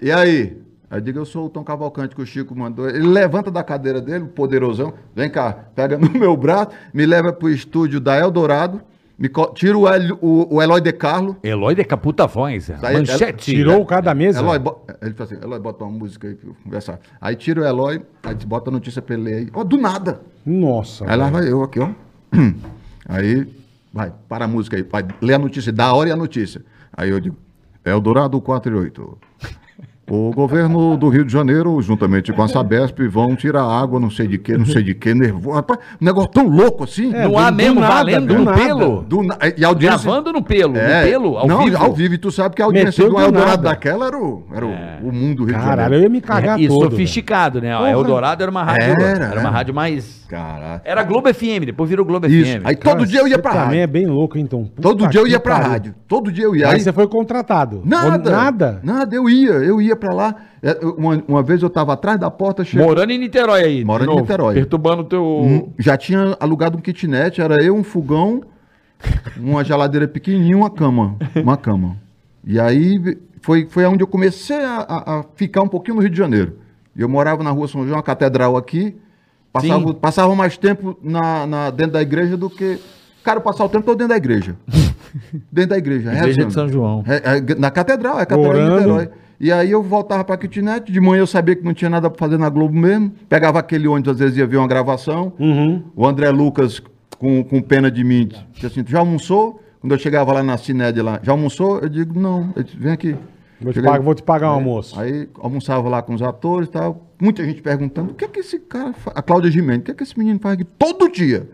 Speaker 5: E aí? Aí eu digo, eu sou o Tom Cavalcante que o Chico mandou. Ele levanta da cadeira dele, poderosão, vem cá, pega no meu braço, me leva pro estúdio da Eldorado, me co- tira o, Hélio- o, o Eloy de Carlo.
Speaker 2: Eloy de Caputa Voz.
Speaker 5: aí,
Speaker 2: Manchete.
Speaker 5: é.
Speaker 3: Tirou o cara da mesa.
Speaker 5: Eloy, bo- ele fala assim, Eloy, bota uma música aí pra eu conversar. Aí tira o Eloy, aí bota a notícia pra ele ler aí. Ó, do nada.
Speaker 3: Nossa.
Speaker 5: Aí lá vai eu aqui, ó. *clears throat* Aí, vai, para a música aí, vai, lê a notícia, dá a hora e a notícia. Aí eu digo, "É Eldorado 4 e 8. O governo do Rio de Janeiro, juntamente com a Sabesp, vão tirar água, não sei de que, não sei de que, nervoso. Rapaz, um negócio tão louco assim.
Speaker 3: É,
Speaker 2: Não
Speaker 3: do-
Speaker 2: há
Speaker 3: do
Speaker 2: mesmo
Speaker 3: nada,
Speaker 2: valendo
Speaker 3: do
Speaker 2: no
Speaker 3: nada.
Speaker 2: pelo.
Speaker 5: Do na- e a audiência...
Speaker 2: Gravando no pelo.
Speaker 5: É,
Speaker 2: no pelo, ao
Speaker 5: não,
Speaker 2: vivo.
Speaker 5: ao vivo. E tu sabe que a audiência
Speaker 3: Meteu
Speaker 5: do
Speaker 3: do
Speaker 5: Eldorado
Speaker 3: nada.
Speaker 5: daquela era o, era o,
Speaker 2: É.
Speaker 5: o mundo do Rio de
Speaker 3: Caralho,
Speaker 5: Janeiro.
Speaker 3: eu ia me cagar
Speaker 5: É,
Speaker 2: e
Speaker 3: todo.
Speaker 2: sofisticado, né? A
Speaker 3: Porra.
Speaker 2: Eldorado era uma rádio.
Speaker 5: Era,
Speaker 2: Era, uma
Speaker 5: era.
Speaker 2: rádio mais.
Speaker 5: Caralho.
Speaker 2: Era Globo FM, depois virou Globo
Speaker 5: Isso.
Speaker 2: FM.
Speaker 5: Aí todo dia eu ia pra
Speaker 3: Você Também
Speaker 5: rádio.
Speaker 3: é bem louco, então. Puta
Speaker 5: Todo dia eu
Speaker 3: que
Speaker 5: ia pra
Speaker 3: pariu.
Speaker 5: rádio. Todo dia eu ia.
Speaker 3: Aí
Speaker 5: Aí-
Speaker 3: você foi contratado.
Speaker 5: Nada.
Speaker 3: Ou Nada.
Speaker 5: Nada, eu ia, eu ia pra lá. É, eu- Uma, uma vez eu tava atrás da porta, chegou.
Speaker 2: Morando em Niterói aí. de
Speaker 5: Morando em
Speaker 2: novo,
Speaker 5: Niterói. Hum.
Speaker 2: Perturbando o teu.
Speaker 10: Hum.
Speaker 5: Já tinha alugado um kitnet, era eu, um fogão, uma geladeira pequenininha, uma cama. Uma cama. E aí foi, foi onde eu comecei a, a- a ficar um pouquinho no Rio de Janeiro. Eu morava na rua São João, a catedral aqui. Passava, passava mais tempo na, na- dentro da igreja do que. Cara, eu passava o tempo todo dentro da
Speaker 10: *laughs*
Speaker 5: igreja. dentro da igreja.
Speaker 10: Igreja
Speaker 5: rezando.
Speaker 10: de São João.
Speaker 5: É, é, na catedral, é a catedral
Speaker 3: Orando.
Speaker 5: de Niterói. E aí eu voltava pra kitnet, de manhã eu sabia que não tinha nada pra fazer na Globo mesmo. Pegava aquele ônibus, às vezes ia ver uma gravação. O André Lucas, com, com pena de mim, disse assim, tu já almoçou? Quando eu chegava lá na Cined lá, já almoçou? Eu digo, não, Ele disse, vem aqui.
Speaker 3: Vou te,
Speaker 5: Cheguei-
Speaker 3: pagar, vou te pagar um almoço.
Speaker 5: Aí almoçava lá com os atores e tal. Muita gente perguntando: o que é que esse cara faz? A Cláudia Gimenez, o que é que esse menino faz aqui
Speaker 2: *laughs*
Speaker 5: todo dia?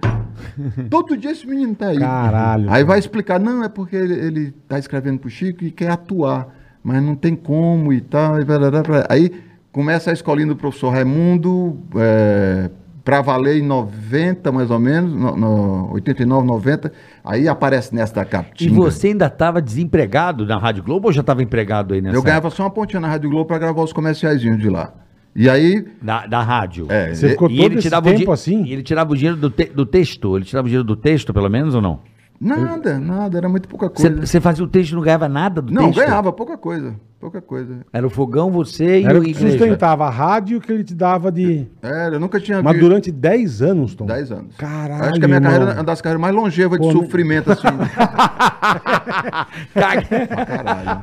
Speaker 5: todo dia esse menino tá aí.
Speaker 3: Caralho,
Speaker 5: Aí vai explicar: não, é porque ele, ele tá escrevendo pro Chico e quer atuar, mas não tem como e tal. e blá, blá, blá. Aí começa a escolinha do professor Raimundo. É, Pra valer em 90, mais ou menos, no, no 89, 90, aí aparece nesta
Speaker 2: E
Speaker 5: cartinha.
Speaker 2: você ainda estava desempregado na Rádio Globo ou já estava empregado aí nessa?
Speaker 5: Eu ganhava só uma pontinha na Rádio Globo pra gravar os comerciaizinhos de lá. E aí,
Speaker 2: Da, da rádio.
Speaker 5: é,
Speaker 3: Você ficou
Speaker 2: E
Speaker 3: todo
Speaker 2: ele
Speaker 3: esse
Speaker 2: tirava, o
Speaker 3: tempo
Speaker 2: di-
Speaker 3: assim?
Speaker 2: e ele tirava o dinheiro do, te- do texto. Ele tirava o dinheiro do texto, pelo menos, ou não?
Speaker 5: nada, nada, era muito pouca coisa.
Speaker 2: Você fazia o texto e não ganhava nada do
Speaker 5: não,
Speaker 2: texto?
Speaker 5: ganhava pouca coisa. Pouca coisa.
Speaker 10: Era o fogão, você e
Speaker 3: Era o
Speaker 10: o
Speaker 3: que
Speaker 10: igreja.
Speaker 3: sustentava a rádio que ele te dava de.
Speaker 5: Era, eu nunca tinha
Speaker 3: Mas
Speaker 5: vi-
Speaker 3: durante 10 anos, Tom.
Speaker 5: 10 anos.
Speaker 3: Caralho,
Speaker 5: Acho que a minha
Speaker 3: irmão.
Speaker 5: carreira é uma das carreiras mais longevas de
Speaker 3: Pô, né?
Speaker 5: sofrimento, assim.
Speaker 3: *laughs*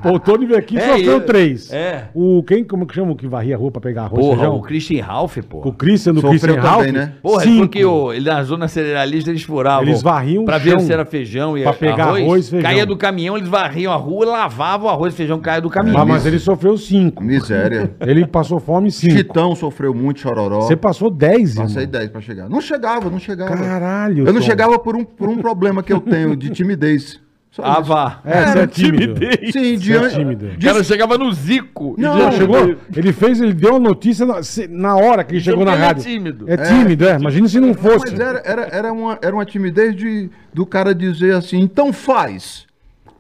Speaker 3: Pô, o Tony veio aqui e
Speaker 10: É,
Speaker 3: sofreu
Speaker 10: eu-
Speaker 3: três.
Speaker 10: é.
Speaker 3: O quem, como que chama o que varria a rua pra pegar arroz?
Speaker 10: Porra,
Speaker 3: feijão?
Speaker 10: o Christian Ralph,
Speaker 3: O
Speaker 10: porra.
Speaker 3: Christian do
Speaker 5: Sofreu
Speaker 3: Christian Ralph?
Speaker 5: também, né?
Speaker 10: Porra, é
Speaker 3: Cinco.
Speaker 10: porque o, ele, na zona cerealista eles furavam.
Speaker 3: Eles varriam o
Speaker 10: Pra ver
Speaker 3: chão
Speaker 10: se era feijão e
Speaker 3: pra pegar arroz, feijão.
Speaker 10: Caía do caminhão, eles varriam a rua, lavavam o arroz e feijão, caía do caminhão.
Speaker 3: Ah, Mas, mas ele sofreu cinco.
Speaker 5: Miséria.
Speaker 3: Ele passou fome cinco.
Speaker 5: Chitão sofreu muito, chororó.
Speaker 3: Você passou dez, irmão.
Speaker 5: Passei 10 pra chegar. Não chegava, não chegava.
Speaker 3: Caralho,
Speaker 5: Eu não
Speaker 3: Tom.
Speaker 5: chegava por um, por um problema que eu tenho de timidez. Só
Speaker 10: Ah,
Speaker 5: isso.
Speaker 10: vá.
Speaker 3: É, você é tímido.
Speaker 5: Sim,
Speaker 3: é
Speaker 5: diante.
Speaker 3: tímido.
Speaker 5: Disso-
Speaker 2: chegava no Zico.
Speaker 5: Não,
Speaker 3: Ele chegou, ele fez, ele deu a notícia na, se- na hora que ele chegou na
Speaker 10: ele é
Speaker 3: rádio.
Speaker 10: tímido.
Speaker 3: É tímido, é. Imagina se não fosse.
Speaker 5: Mas era, era, era, uma, era uma timidez de, do cara dizer assim, então faz.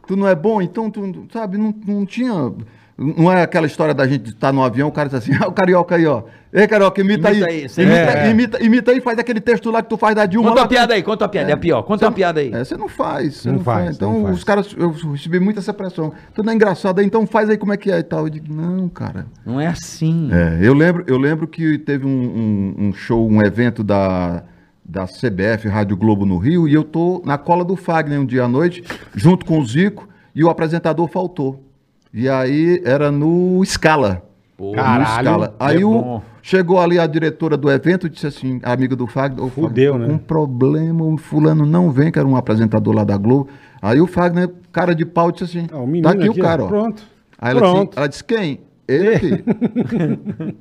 Speaker 5: Tu não é bom, então tu, sabe, não, não tinha... Não é aquela história da gente estar no avião, o cara diz assim, *laughs* ah, o carioca aí, ó. Ei, carioca, imita,
Speaker 10: Imita
Speaker 5: aí.
Speaker 10: aí, sim.
Speaker 5: imita,
Speaker 3: É, é.
Speaker 5: imita, imita aí, faz aquele texto lá que tu faz da Dilma.
Speaker 10: Conta
Speaker 5: lá
Speaker 10: uma piada aí, conta uma piada. É, a pior, conta uma piada aí.
Speaker 5: É, você não faz. Você
Speaker 3: Não
Speaker 5: não, faz.
Speaker 3: faz,
Speaker 5: Então,
Speaker 3: não faz.
Speaker 5: os caras, eu recebi muita essa pressão. Tu não é engraçado aí, então faz aí como é que é e tal. Eu digo, não, cara.
Speaker 10: Não é assim.
Speaker 5: É, eu lembro, eu lembro que teve um, um- um show, um evento da, da CBF, Rádio Globo no Rio, e eu tô na cola do Fagner um dia à noite, junto com o Zico, e o apresentador faltou. E aí era no Scala. No
Speaker 3: Caralho,
Speaker 5: Scala.
Speaker 3: é
Speaker 5: Aí o,
Speaker 3: bom.
Speaker 5: chegou ali a diretora do evento e disse assim, a amiga do Fagner, ô, Fagner,
Speaker 3: Fudeu,
Speaker 5: tô
Speaker 3: né?
Speaker 5: com um problema, o fulano não vem, que era um apresentador lá da Globo. Aí o Fagner, cara de pau, disse assim,
Speaker 3: Ah, o menino
Speaker 5: tá aqui,
Speaker 3: aqui,
Speaker 5: o
Speaker 3: ó,
Speaker 5: cara, ó.
Speaker 3: pronto.
Speaker 5: Aí ela
Speaker 3: Pronto. É.
Speaker 5: disse, ela disse, quem?
Speaker 3: *laughs*
Speaker 5: Ele, filho.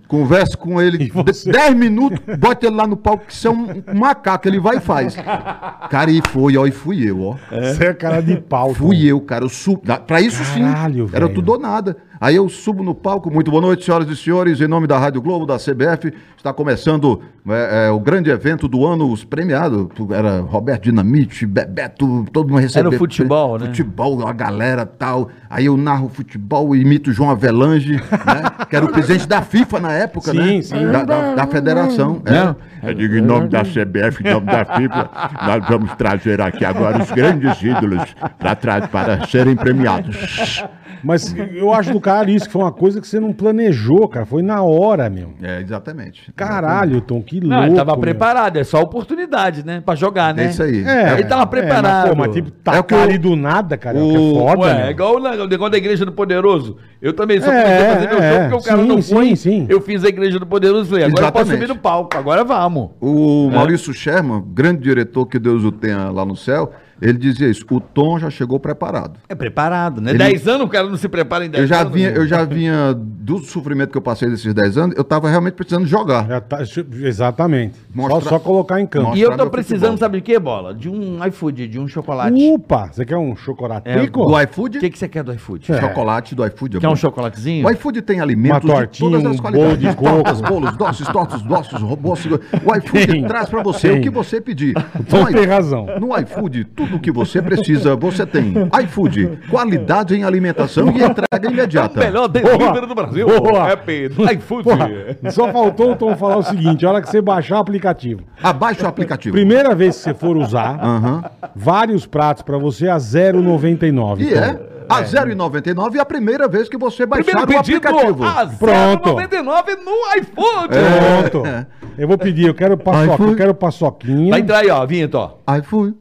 Speaker 5: Converso com ele de- 10 minutos, bota ele lá no palco, que você é um um macaco, ele vai e faz. Cara, e foi, ó, e fui eu, ó.
Speaker 3: Você é cara de pau. Tom.
Speaker 5: Fui eu, cara. Eu subo. da- Pra isso
Speaker 3: Caralho,
Speaker 5: sim. Era
Speaker 3: velho.
Speaker 5: tudo ou nada. Aí eu subo no palco. Muito boa noite, senhoras e senhores. Em nome da Rádio Globo, da CBF, está começando é, é, o grande evento do ano, os premiados. Era Roberto Dinamite, Bebeto, todo mundo recebeu.
Speaker 10: Era o futebol, né?
Speaker 5: Futebol, a galera tal. Aí eu narro futebol, imito João Avelange, *laughs* né? Que era o presidente da FIFA na época,
Speaker 3: Sim,
Speaker 5: né?
Speaker 3: sim.
Speaker 5: Da, da- da federação. é.
Speaker 1: Não, eu digo em nome da CBF, em nome da FIFA, nós vamos trazer aqui agora os grandes ídolos pra trás para serem premiados.
Speaker 3: Mas eu acho do cara isso, que foi uma coisa que você não planejou, cara. Foi na hora, meu.
Speaker 5: É, é exatamente.
Speaker 3: Caralho, Tom, que louco.
Speaker 10: Não, ele tava
Speaker 3: meu.
Speaker 10: preparado, é só oportunidade, né? Pra jogar, né?
Speaker 5: É isso aí.
Speaker 3: É,
Speaker 10: Ele tava
Speaker 3: é,
Speaker 10: preparado.
Speaker 3: mas, pô, mas tipo, tá
Speaker 5: É o que
Speaker 3: ali
Speaker 5: eu-
Speaker 3: do nada, cara. que é foda,
Speaker 10: Ué,
Speaker 3: meu.
Speaker 10: é igual o na- o negócio da Igreja do Poderoso. Eu também só
Speaker 3: É,
Speaker 10: comecei a fazer meu
Speaker 3: é,
Speaker 10: show porque o cara
Speaker 3: sim,
Speaker 10: não foi.
Speaker 3: sim, sim.
Speaker 10: Eu fiz a Igreja do Poderoso e falei, agora eu posso
Speaker 5: Exatamente.
Speaker 10: subir no palco, agora vamos.
Speaker 5: O Maurício Sherman, grande diretor, que Deus o tenha lá no céu, ele dizia isso: o Tom já chegou preparado.
Speaker 10: É preparado, né?
Speaker 5: Ele-
Speaker 10: Dez anos o cara não se prepara em dez
Speaker 5: Eu já,
Speaker 10: anos. né?
Speaker 5: vinha, eu já vinha do sofrimento que eu passei desses 10 anos, eu estava realmente precisando jogar.
Speaker 3: Já tá- exatamente.
Speaker 5: Mostra-
Speaker 3: Só, só colocar em campo.
Speaker 10: E
Speaker 5: Mostra
Speaker 10: eu tô
Speaker 5: meu
Speaker 10: precisando,
Speaker 5: futebol.
Speaker 10: sabe de quê, Bola? De um iFood, de um chocolate.
Speaker 3: Opa, você quer um chocolatico?
Speaker 5: Do
Speaker 10: É, O
Speaker 5: iFood,
Speaker 10: que, que você quer do iFood?
Speaker 5: chocolate do iFood. é
Speaker 10: Quer um
Speaker 5: bom.
Speaker 10: chocolatezinho?
Speaker 5: O iFood tem alimentos
Speaker 3: Uma tortinha,
Speaker 5: de todas
Speaker 3: um
Speaker 5: as qualidades.
Speaker 3: bolo de
Speaker 5: tortas,
Speaker 3: coco.
Speaker 5: bolos, doces, tortos, doces, robôs. O iFood
Speaker 3: Tem,
Speaker 5: traz pra você
Speaker 3: tem.
Speaker 5: o que você pedir.
Speaker 3: Tom
Speaker 5: No i-
Speaker 3: tem razão.
Speaker 5: No iFood, tudo o que você precisa, você tem. iFood, qualidade em alimentação e entrega imediata.
Speaker 10: É Melhor
Speaker 3: Boa,
Speaker 10: delivery do Brasil.
Speaker 3: boa.
Speaker 10: É Pedro. iFood.
Speaker 3: Porra,
Speaker 10: é.
Speaker 3: só faltou o Tom falar o seguinte: a hora que você baixar o aplicativo.
Speaker 5: Abaixa o aplicativo.
Speaker 3: Primeira vez que você for usar,
Speaker 5: Aham.
Speaker 3: vários pratos pra você a 0,99.
Speaker 5: E
Speaker 3: Tom.
Speaker 5: é a 0,99 é a primeira vez que você baixar
Speaker 10: Primeiro
Speaker 5: o
Speaker 10: pedido
Speaker 5: aplicativo.
Speaker 10: a
Speaker 3: Pronto. É.
Speaker 10: 0,99 no iFood.
Speaker 3: Pronto. Eu vou pedir, eu quero paçoca,
Speaker 5: iFood.
Speaker 3: eu quero paçoquinha.
Speaker 10: Vai entrar aí, ó, Vinto, ó.
Speaker 5: iFood.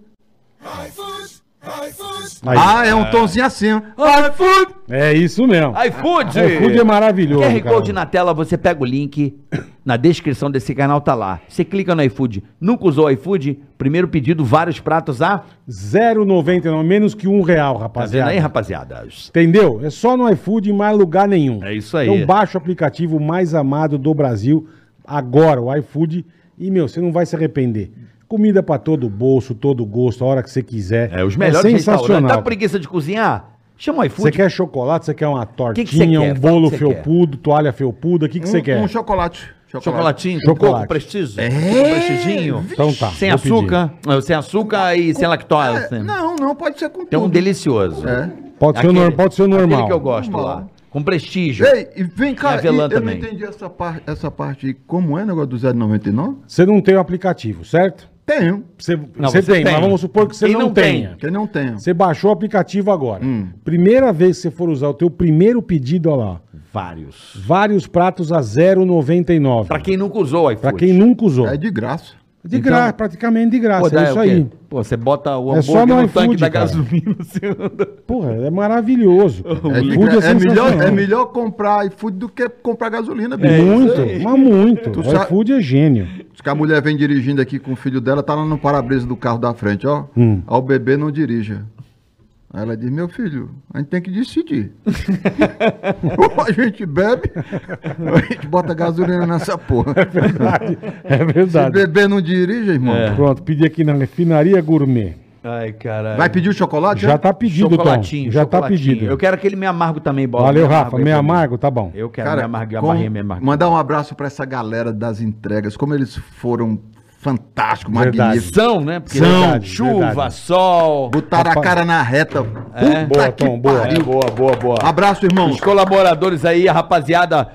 Speaker 3: Aí.
Speaker 5: Ah, é um tonzinho assim. ó.
Speaker 10: iFood.
Speaker 3: É isso mesmo.
Speaker 10: iFood.
Speaker 3: iFood é maravilhoso.
Speaker 10: QR
Speaker 3: cara.
Speaker 10: Code na tela, você pega o link. Na descrição desse canal tá lá. Você clica no iFood. Nunca usou o iFood? Primeiro pedido, vários pratos a.
Speaker 3: 0,99, menos que um real,
Speaker 10: Tá vendo
Speaker 3: rapaziada.
Speaker 10: aí, rapaziada?
Speaker 3: Entendeu? É só no iFood em mais lugar nenhum.
Speaker 10: É isso aí.
Speaker 3: Então baixa o aplicativo mais amado do Brasil agora, o iFood. E, meu, você não vai se arrepender. Comida pra todo bolso, todo gosto, a hora que você quiser.
Speaker 10: É, os melhores restaurantes. Tá
Speaker 3: sensacional.
Speaker 10: com preguiça de cozinhar? Chama o
Speaker 3: Você
Speaker 10: iFood.
Speaker 3: quer chocolate, você quer uma
Speaker 10: que você
Speaker 3: tortinha,
Speaker 10: quer?
Speaker 3: um
Speaker 10: Fala
Speaker 3: bolo
Speaker 10: o que você quer.
Speaker 3: felpudo, toalha felpuda, o que que você
Speaker 5: um,
Speaker 3: quer?
Speaker 5: Um chocolate.
Speaker 10: Chocolatinho,
Speaker 3: Chocolate.
Speaker 10: com coco, prestígio.
Speaker 5: É,
Speaker 10: com prestiginho.
Speaker 3: Então tá,
Speaker 10: Sem
Speaker 3: vou pedir.
Speaker 10: açúcar. não, Sem açúcar e sem lactose.
Speaker 5: É,
Speaker 10: né?
Speaker 5: não, não, pode ser com
Speaker 10: Tem um
Speaker 5: tudo.
Speaker 10: delicioso.
Speaker 5: É.
Speaker 3: Pode, ser o nor- pode ser o normal.
Speaker 10: Aquele que eu gosto
Speaker 5: Normal.
Speaker 10: lá. Com prestígio.
Speaker 5: Ei, e vem cá,
Speaker 10: E avelã
Speaker 5: e eu não
Speaker 10: também.
Speaker 5: entendi essa, par essa parte aí. Como é o negócio do 0,99?
Speaker 3: Você não tem o aplicativo, certo?
Speaker 5: Tenho.
Speaker 3: Você,
Speaker 10: Não,
Speaker 3: você
Speaker 10: você
Speaker 3: tem,
Speaker 10: tem.
Speaker 3: mas vamos supor que você
Speaker 10: Quem
Speaker 3: não,
Speaker 10: não tem?
Speaker 3: tenha.
Speaker 5: Quem não tenha.
Speaker 3: Você baixou o aplicativo agora. Primeira vez que você for usar o teu primeiro pedido, olha lá. ó.
Speaker 10: Vários.
Speaker 3: Vários pratos a 0,99.
Speaker 10: Pra quem nunca usou o iFood.
Speaker 3: Pra quem nunca usou.
Speaker 5: É de graça.
Speaker 3: De graça, praticamente de graça.
Speaker 10: Pô, dá
Speaker 3: é isso
Speaker 10: o quê?
Speaker 3: aí.
Speaker 10: Pô, você bota o
Speaker 3: É
Speaker 10: hambúrguer
Speaker 3: só no
Speaker 10: no,
Speaker 3: iFood,
Speaker 10: tanque da
Speaker 3: cara.
Speaker 10: gasolina, *laughs* você anda.
Speaker 3: Porra, é maravilhoso. cara.
Speaker 5: É, de
Speaker 3: Food
Speaker 5: graça. É melhor,
Speaker 3: sensacional. É
Speaker 5: é melhor comprar iFood do que comprar gasolina, bicho.
Speaker 3: muito, mas muito.
Speaker 5: Tu
Speaker 3: o
Speaker 5: sabe-
Speaker 3: iFood é gênio.
Speaker 5: Diz que a mulher vem dirigindo aqui com o filho dela, tá lá no para-brisa do carro da frente, ó.
Speaker 3: Hum.
Speaker 5: Aí o bebê não dirija. Aí ela diz, meu filho, a gente tem que
Speaker 3: *laughs*
Speaker 5: decidir. *laughs* ou a gente bebe, ou a gente bota gasolina nessa porra.
Speaker 3: É
Speaker 5: Se
Speaker 3: verdade.
Speaker 5: bebê não dirige, irmão.
Speaker 3: Pronto, pedi aqui na refinaria gourmet.
Speaker 10: Ai, caralho.
Speaker 5: Vai pedir o chocolate? né?
Speaker 3: Já tá pedido, Tom.
Speaker 10: chocolatinho,
Speaker 3: Já tá
Speaker 10: chocolatinho.
Speaker 3: pedido.
Speaker 10: Eu quero aquele me amargo também, Bola.
Speaker 3: Valeu,
Speaker 10: Me
Speaker 3: Rafa.
Speaker 10: aí
Speaker 3: Meio
Speaker 10: pra mim.
Speaker 3: amargo, tá bom.
Speaker 10: Eu quero me
Speaker 5: Cara,
Speaker 10: amargo,
Speaker 5: como-
Speaker 10: amarrinha, me amargo.
Speaker 5: mandar um abraço pra essa galera das entregas, como eles foram fantásticos,
Speaker 3: Verdade.
Speaker 5: magníficos.
Speaker 10: São, né? Porque
Speaker 5: São,
Speaker 10: verdade, chuva,
Speaker 3: verdade.
Speaker 10: sol.
Speaker 5: Botaram a
Speaker 3: Rapaz.
Speaker 5: cara na reta.
Speaker 10: É.
Speaker 5: Puta
Speaker 3: Boa,
Speaker 5: que
Speaker 3: Tom, boa.
Speaker 5: pariu.
Speaker 10: boa, boa, boa.
Speaker 5: Abraço, irmão.
Speaker 10: Os colaboradores aí, a rapaziada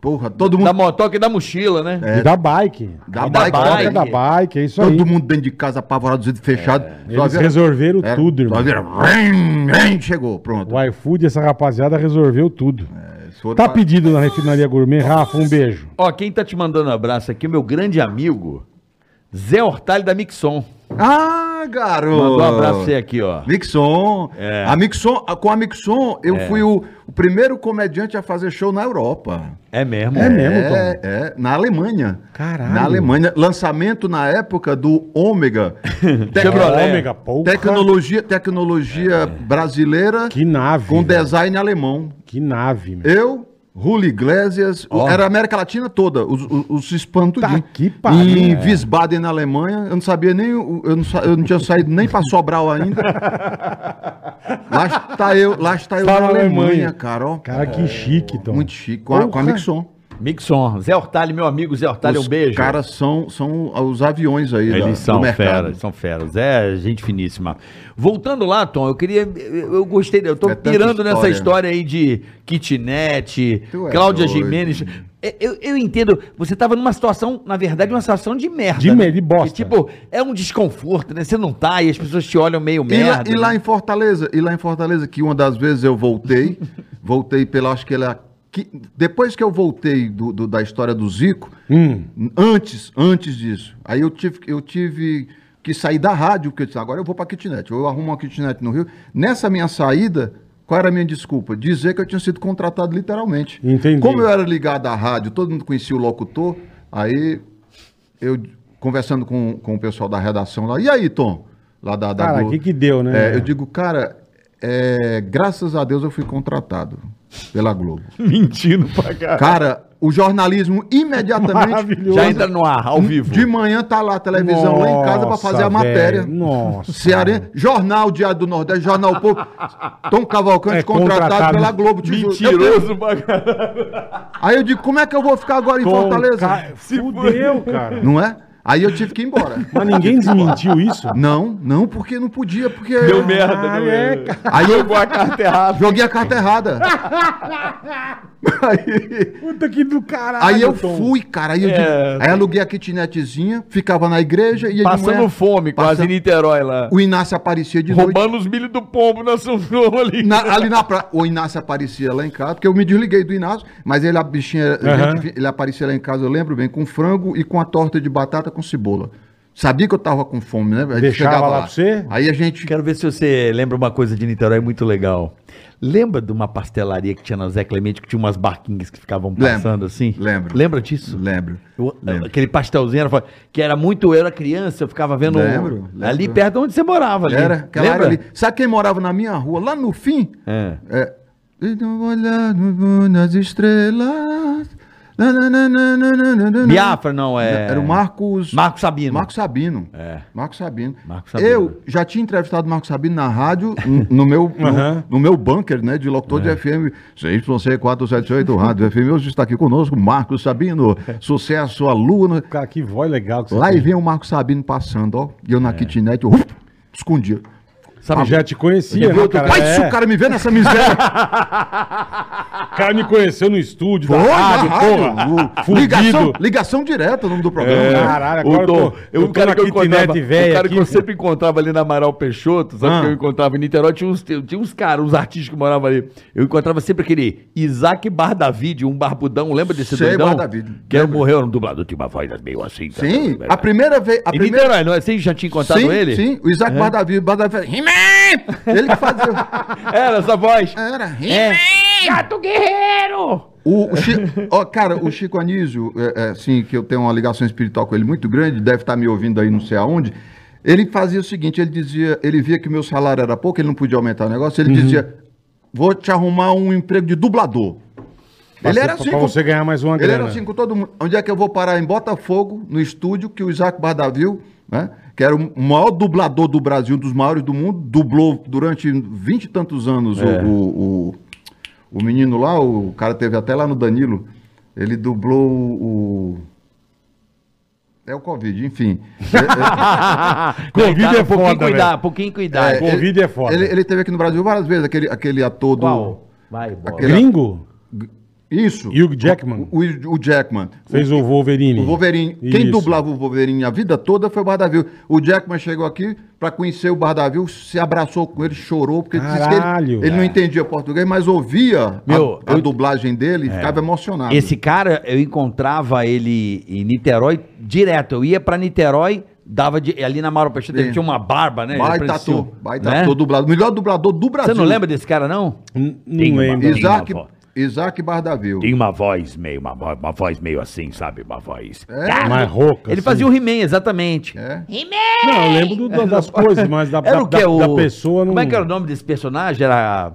Speaker 5: Porra, todo
Speaker 10: da
Speaker 5: mundo,
Speaker 10: motoca e da mochila, né?
Speaker 3: E da bike.
Speaker 5: Da
Speaker 3: E
Speaker 5: bike,
Speaker 3: bike.
Speaker 10: né?
Speaker 3: Da bike, é isso aí. É,
Speaker 5: todo mundo dentro de casa, apavorado, os vidros fechados. Só
Speaker 3: Eles
Speaker 5: vieram-
Speaker 3: resolveram
Speaker 5: Era-
Speaker 3: tudo,
Speaker 5: só
Speaker 3: irmão.
Speaker 5: vieram, "Vem, vem", chegou, pronto.
Speaker 3: O iFood, essa rapaziada resolveu tudo.
Speaker 5: Eles foram
Speaker 3: Tá
Speaker 5: pra-
Speaker 3: pedido na refinaria gourmet, Rafa, um beijo.
Speaker 10: Ó, quem tá te mandando abraço aqui, meu grande amigo, Zé Hortali da Mixon.
Speaker 5: Ah, garoto!
Speaker 10: Mandou um abraço pra você aqui, ó.
Speaker 5: Mixon.
Speaker 3: É.
Speaker 5: A Mixon, a- com a Mixon, eu fui o, o primeiro comediante a fazer show na Europa.
Speaker 10: É mesmo?
Speaker 3: É mesmo?
Speaker 5: É, é, na Alemanha.
Speaker 3: Caralho.
Speaker 5: Na Alemanha. Lançamento na época
Speaker 3: *laughs*
Speaker 5: do Ômega. Tec-
Speaker 10: Chevrolet.
Speaker 3: Ômega, porra.
Speaker 5: Tecnologia, tecnologia brasileira
Speaker 3: É. Que nave.
Speaker 5: com
Speaker 3: velho.
Speaker 5: design alemão.
Speaker 3: Que nave, meu.
Speaker 5: Eu, Julio Iglesias, o- era a América Latina toda, os, os, os hispanos
Speaker 3: Tá
Speaker 5: tudinho.
Speaker 3: que pariu,
Speaker 5: Em
Speaker 3: é.
Speaker 5: Wiesbaden, na Alemanha, eu não sabia nem, o- eu não, sa- eu não tinha saído nem para Sobral ainda. lá está eu, lá está eu
Speaker 3: Tá
Speaker 5: na
Speaker 3: na
Speaker 5: Alemanha,
Speaker 3: Alemanha.
Speaker 5: cara, ó. É,
Speaker 3: Cara, que chique, Tom.
Speaker 5: Muito chique, com a, com a
Speaker 3: Porra.
Speaker 5: Mixon.
Speaker 10: Mixon. Zé Hortali, meu amigo Zé Hortali, um beijo. É,
Speaker 5: Os caras são, são os aviões aí da-
Speaker 10: Eles são
Speaker 5: do mercado.
Speaker 10: feras, são feras. É, gente finíssima. Voltando lá, Tom, eu queria. Eu eu gostei, eu tô
Speaker 5: É tanta
Speaker 10: pirando nessa
Speaker 5: história.
Speaker 10: história aí de kitnet,
Speaker 5: Tu é
Speaker 10: Cláudia
Speaker 5: doido.
Speaker 10: Jimenez. É, Eu, eu entendo, você tava numa situação, na verdade, uma situação de merda.
Speaker 3: De
Speaker 10: né?
Speaker 3: merda, de bosta.
Speaker 10: Que, tipo, é um desconforto, né? Você não tá e as pessoas te olham meio
Speaker 5: E lá,
Speaker 10: merda.
Speaker 5: e lá
Speaker 10: né?
Speaker 5: em Fortaleza, e lá em Fortaleza, que uma das vezes eu voltei, *laughs* voltei pela, acho que ela, é que, depois que eu voltei do, do- da história do Zico,
Speaker 10: Hum.
Speaker 5: antes, antes disso, aí eu tive, eu tive que sair da rádio, porque eu disse, agora eu vou pra kitnet, eu arrumo uma kitnet no Rio. Nessa minha saída, qual era a minha desculpa? Dizer que eu tinha sido contratado literalmente.
Speaker 3: Entendi.
Speaker 5: Como eu era ligado à rádio, todo mundo conhecia o locutor, aí eu conversando com, com o pessoal da redação lá, e aí, Tom? Lá da, da
Speaker 3: Cara,
Speaker 5: Globo.
Speaker 3: que que deu, né?
Speaker 5: É, eu digo, cara, é, graças a Deus eu fui contratado
Speaker 3: *laughs*
Speaker 5: pela Globo.
Speaker 13: Mentindo pra cá.
Speaker 5: Cara, o jornalismo imediatamente.
Speaker 3: Maravilhoso.
Speaker 10: Já entra no ar, ao vivo.
Speaker 5: De manhã tá lá a televisão lá em casa pra
Speaker 3: Nossa,
Speaker 5: fazer a matéria.
Speaker 3: velho, nossa.
Speaker 5: Ceará, Jornal Diário do Nordeste, Jornal Povo. Tom Cavalcante
Speaker 3: É,
Speaker 5: contratado,
Speaker 3: contratado.
Speaker 5: pela Globo. te juro. Eu tenho-
Speaker 13: Mentiroso pra cá.
Speaker 5: Aí eu digo, como é que eu vou ficar agora em Fortaleza?
Speaker 3: Ca... Fudeu, cara.
Speaker 5: Não é? Aí eu tive que ir embora.
Speaker 3: Mas ninguém desmentiu *laughs* isso?
Speaker 5: Não, não, porque não podia, porque.
Speaker 13: Deu merda, deu
Speaker 3: Ah, é,
Speaker 13: merda.
Speaker 5: Aí eu
Speaker 13: Jogou a carta
Speaker 5: *laughs*
Speaker 13: errada.
Speaker 5: joguei a carta
Speaker 3: *laughs*
Speaker 5: errada. aí,
Speaker 3: Puta que do caralho.
Speaker 5: Aí eu
Speaker 3: Tom.
Speaker 5: fui, cara. Aí, eu
Speaker 10: É.
Speaker 5: aí aluguei a kitnetzinha, ficava na igreja e
Speaker 10: Passando fome, quase
Speaker 5: passando-
Speaker 10: em Niterói lá.
Speaker 5: O Inácio aparecia de noite.
Speaker 13: Roubando os milho do pombo na São João ali.
Speaker 5: Na- ali na praia. O Inácio aparecia lá em casa, porque eu me desliguei do Inácio, mas ele, a bichinha, a
Speaker 3: Aham.
Speaker 5: gente- ele aparecia lá em casa, eu lembro bem, com frango e com a torta de batata com cebola. Sabia que eu tava com fome, né? A gente
Speaker 3: Deixava lá pra você? é
Speaker 5: Aí a gente.
Speaker 10: Quero ver se você lembra uma coisa de Niterói muito legal. Lembra de uma pastelaria que tinha na Zé Clemente, que tinha umas barquinhas que ficavam
Speaker 5: Lembro,
Speaker 10: passando assim?
Speaker 5: lembro.
Speaker 10: Lembra disso?
Speaker 5: Lembro.
Speaker 10: Eu-
Speaker 5: lembro.
Speaker 10: Aquele pastelzinho, era, fa- que era muito... Eu era criança, eu ficava vendo...
Speaker 5: Lembro, lembro.
Speaker 10: Ali perto onde você morava. Ali.
Speaker 5: Era, aquela
Speaker 10: lembra?
Speaker 5: área ali. Sabe quem morava na minha rua? Lá no fim?
Speaker 10: É.
Speaker 5: É. E não olhar no mundo nas estrelas. Na, na, na, na, na, na, na, na.
Speaker 10: Biafra, não, é...
Speaker 5: Era o Marcos.
Speaker 10: Marco Sabino.
Speaker 5: Marco Sabino.
Speaker 10: É.
Speaker 5: Marco Sabino.
Speaker 10: Marco Sabino.
Speaker 5: Eu já tinha entrevistado o Marco Sabino na rádio, n- no meu, no,
Speaker 3: Aham.
Speaker 5: no meu bunker, né, de locutor
Speaker 10: É.
Speaker 5: de FM, CYC478 Rádio FM. Hoje está aqui conosco Marco
Speaker 10: *laughs*
Speaker 5: Sabino. Sucesso, aluno.
Speaker 3: Cara, que voz legal que você
Speaker 5: Lá e
Speaker 3: tem.
Speaker 10: É.
Speaker 5: vem o Marco Sabino passando, ó. E eu na kitnet, eu, uf, escondia.
Speaker 3: Sabe, já te conhecia, né, cara?
Speaker 5: Mas
Speaker 3: É.
Speaker 5: se o cara me vê
Speaker 3: *laughs*
Speaker 5: nessa miséria.
Speaker 3: O cara me conheceu no estúdio,
Speaker 5: Foi,
Speaker 3: da rádio,
Speaker 5: na rádio,
Speaker 3: porra.
Speaker 5: o- ligação,
Speaker 3: Fudido.
Speaker 5: ligação direta o nome do programa. né?
Speaker 3: É.
Speaker 5: Cara,
Speaker 3: Caralho,
Speaker 13: O
Speaker 3: agora eu
Speaker 13: Dom,
Speaker 3: tô-
Speaker 13: eu-
Speaker 3: eu
Speaker 13: o
Speaker 3: tô
Speaker 13: cara
Speaker 3: na
Speaker 13: que eu
Speaker 3: kitnet
Speaker 13: encontrava,
Speaker 3: velha
Speaker 13: o cara que
Speaker 3: aqui,
Speaker 13: eu sempre encontrava ali na Amaral Peixoto, sabe
Speaker 5: Ah.
Speaker 13: que eu encontrava em Niterói, tinha uns, tinha uns caras, uns artistas que moravam ali. Eu encontrava sempre aquele Isaac Bardavide, um barbudão, lembra desse
Speaker 5: Sei,
Speaker 13: doidão?
Speaker 5: Bardavide.
Speaker 13: Que era, morreu, era um dublador, tinha uma voz meio assim. tá?
Speaker 5: Sim,
Speaker 3: É
Speaker 5: a primeira vez. A
Speaker 13: Em
Speaker 5: primeira...
Speaker 13: Niterói, não é? Você já tinha
Speaker 3: tá
Speaker 13: encontrado
Speaker 5: sim,
Speaker 13: ele?
Speaker 5: sim, o
Speaker 3: É.
Speaker 5: Isaac Bardavi, Bardavi, He-Man! Ele que
Speaker 3: *laughs*
Speaker 5: fazia.
Speaker 13: *laughs* Era essa voz.
Speaker 5: Era He-Man!
Speaker 2: Gato Guerreiro!
Speaker 5: O, o Chi- ó, cara, o Chico Anísio, é, é, assim, que eu tenho uma ligação espiritual com ele muito grande, deve estar me ouvindo aí não sei aonde. Ele fazia o seguinte: ele dizia, ele via que o meu salário era pouco, ele não podia aumentar o negócio, ele dizia: vou te arrumar um emprego de dublador. ele era
Speaker 3: pra-
Speaker 5: assim.
Speaker 3: pra
Speaker 5: com-
Speaker 3: você ganhar mais uma
Speaker 5: Ele
Speaker 3: grana.
Speaker 5: era assim com todo mundo. Onde é que eu vou parar? Em Botafogo, no estúdio, que o Isaac Bardavil, né? Que era o maior dublador do Brasil, um dos maiores do mundo, dublou durante vinte e tantos anos o-
Speaker 3: É.
Speaker 5: o, o, o menino lá, o cara teve até lá no Danilo, ele dublou o. É o
Speaker 3: *laughs*
Speaker 5: Covid, enfim.
Speaker 3: Covid é
Speaker 10: um pouquinho
Speaker 3: foda,
Speaker 10: cuidar,
Speaker 3: velho.
Speaker 10: um pouquinho cuidar.
Speaker 5: É,
Speaker 3: Covid é foda.
Speaker 5: Ele, ele teve aqui no Brasil várias vezes, aquele, aquele ator do.
Speaker 10: Qual? Vai, bora.
Speaker 5: aquele-
Speaker 3: Gringo?
Speaker 5: Isso.
Speaker 3: Hugh Jackman.
Speaker 5: O, o Jackman.
Speaker 3: Fez o Wolverine.
Speaker 5: O Wolverine. Quem
Speaker 3: Isso.
Speaker 5: dublava o Wolverine a vida toda foi o Bardavil. O Jackman chegou aqui pra conhecer o Bardavil, se abraçou com ele, chorou, porque ele disse que
Speaker 3: Caralho,
Speaker 5: ele, ele não
Speaker 3: cara.
Speaker 5: entendia português, mas ouvia a-
Speaker 10: É. Meu,
Speaker 5: a,
Speaker 10: eu- É.
Speaker 5: dublagem dele e ficava emocionado.
Speaker 10: Esse cara, eu encontrava ele em Niterói direto. Eu ia pra Niterói, dava de- ali na Mauro Peixoto, ele
Speaker 5: Sim.
Speaker 10: tinha uma barba, né? Ele
Speaker 5: baita
Speaker 10: parecia um-
Speaker 5: ator, É, baita
Speaker 10: né?
Speaker 5: ator dublado. Melhor dublador do Brasil.
Speaker 10: Você não lembra desse cara, não?
Speaker 3: N-
Speaker 2: Tem
Speaker 3: Não
Speaker 2: uma-
Speaker 3: lembro.
Speaker 2: Isso.
Speaker 5: Isaac,
Speaker 2: Não, não,
Speaker 5: Isaac Bardavil.
Speaker 2: Tem uma voz meio, uma, vo- uma voz meio assim, sabe? Uma voz.
Speaker 10: É,
Speaker 3: Mais rouca.
Speaker 10: Ele
Speaker 3: assim.
Speaker 10: fazia o He-Man, exatamente.
Speaker 5: É.
Speaker 3: Não, eu lembro do- da- das coisas, mas da,
Speaker 10: *laughs* Era o
Speaker 3: da,
Speaker 10: que?
Speaker 3: da-
Speaker 10: O...
Speaker 3: da pessoa não.
Speaker 10: Como é que era o nome desse personagem? Era.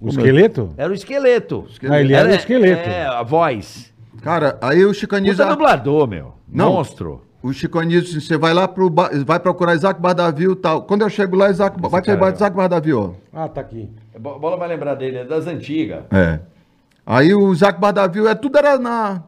Speaker 3: O esqueleto?
Speaker 10: Era o esqueleto.
Speaker 3: Ah, ele era o esqueleto.
Speaker 10: É, a voz.
Speaker 5: Cara, aí o Chicaniza.
Speaker 10: um Puta dublador, meu.
Speaker 5: Não.
Speaker 10: Monstro.
Speaker 5: O Chico Anísio disse, você vai lá pro ba- vai procurar Isaac Bardavil e tal. Quando eu chego lá, Isaac, vai pegar
Speaker 10: é
Speaker 5: Isaac Bardavil,
Speaker 3: Ah, tá aqui.
Speaker 10: Bo- Bola vai lembrar dele, é das antigas.
Speaker 5: ó. É. Aí o Isaac Bardavil, é, tudo era na...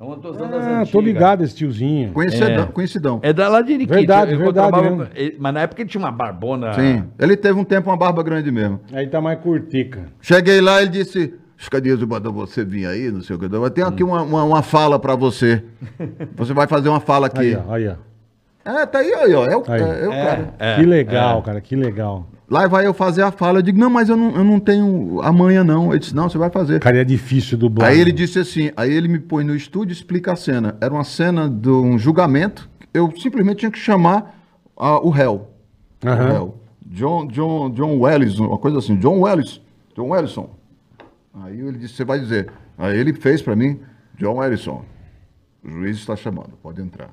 Speaker 10: É uma das
Speaker 3: Ah, tô ligado esse tiozinho.
Speaker 5: Conhecidão. conhecidão.
Speaker 10: É da lá de Iriquita.
Speaker 3: Verdade, verdade
Speaker 10: encontrava-
Speaker 3: mesmo.
Speaker 10: ele- Mas na época ele tinha uma barbona.
Speaker 5: Sim. Ele teve um tempo uma barba grande mesmo.
Speaker 3: Aí tá mais curtica.
Speaker 5: Cheguei lá, ele disse, Chico Anísio mandou você vir aí, não sei o que. Eu tenho aqui uma, uma, uma fala pra você. Você vai fazer uma fala aqui.
Speaker 3: Aí, ó. Aí, ó.
Speaker 5: É, tá aí, aí, ó. É o,
Speaker 3: Aí.
Speaker 5: é, é o cara.
Speaker 3: que legal,
Speaker 10: é.
Speaker 3: cara, que legal.
Speaker 5: Lá vai eu fazer a fala. Eu digo, não, mas eu não, eu não tenho amanhã, não. Ele disse, não, você vai fazer.
Speaker 3: Cara, é difícil dublar.
Speaker 5: Aí ele
Speaker 3: né?
Speaker 5: disse assim, aí ele me põe no estúdio e explica a cena. Era uma cena de um julgamento, eu simplesmente tinha que chamar ah, o réu.
Speaker 3: Aham.
Speaker 5: É, O réu. John, John, John Wellison, uma coisa assim, John Wellison. John Wellison. Aí ele disse, você vai dizer. Aí ele fez pra mim, John Wellison, o juiz está chamando, pode entrar.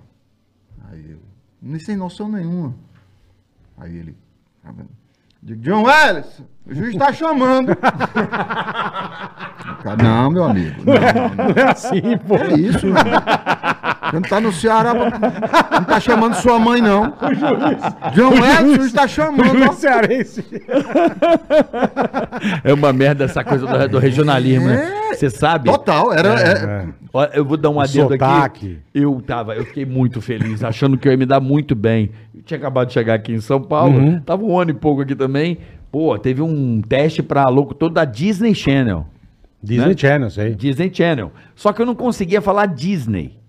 Speaker 5: Aí eu, nem sem noção nenhuma. Aí ele, tá vendo? Digo, John Wellison, o juiz está chamando. Cara, Não, meu amigo. Não, não, não.
Speaker 3: *laughs* Não é assim, pô.
Speaker 5: É isso, mano. Você não tá no Ceará, pra- não tá chamando sua mãe, não. é? John Edson está
Speaker 3: O
Speaker 5: tá chamando.
Speaker 3: juiz
Speaker 5: ó.
Speaker 3: cearense.
Speaker 10: É uma merda essa coisa do, do regionalismo, né? Você sabe?
Speaker 5: Total, era. é-
Speaker 10: Ó, Eu vou dar um adendo
Speaker 3: sotaque.
Speaker 10: aqui. Eu tava, eu fiquei muito feliz, achando que eu ia me dar muito bem. Eu tinha acabado de chegar aqui em São Paulo, tava um ano e pouco aqui também. Pô, teve um teste pra louco todo da Disney Channel.
Speaker 3: Disney Channel, sei.
Speaker 10: Disney Channel. Só que eu não conseguia falar Disney.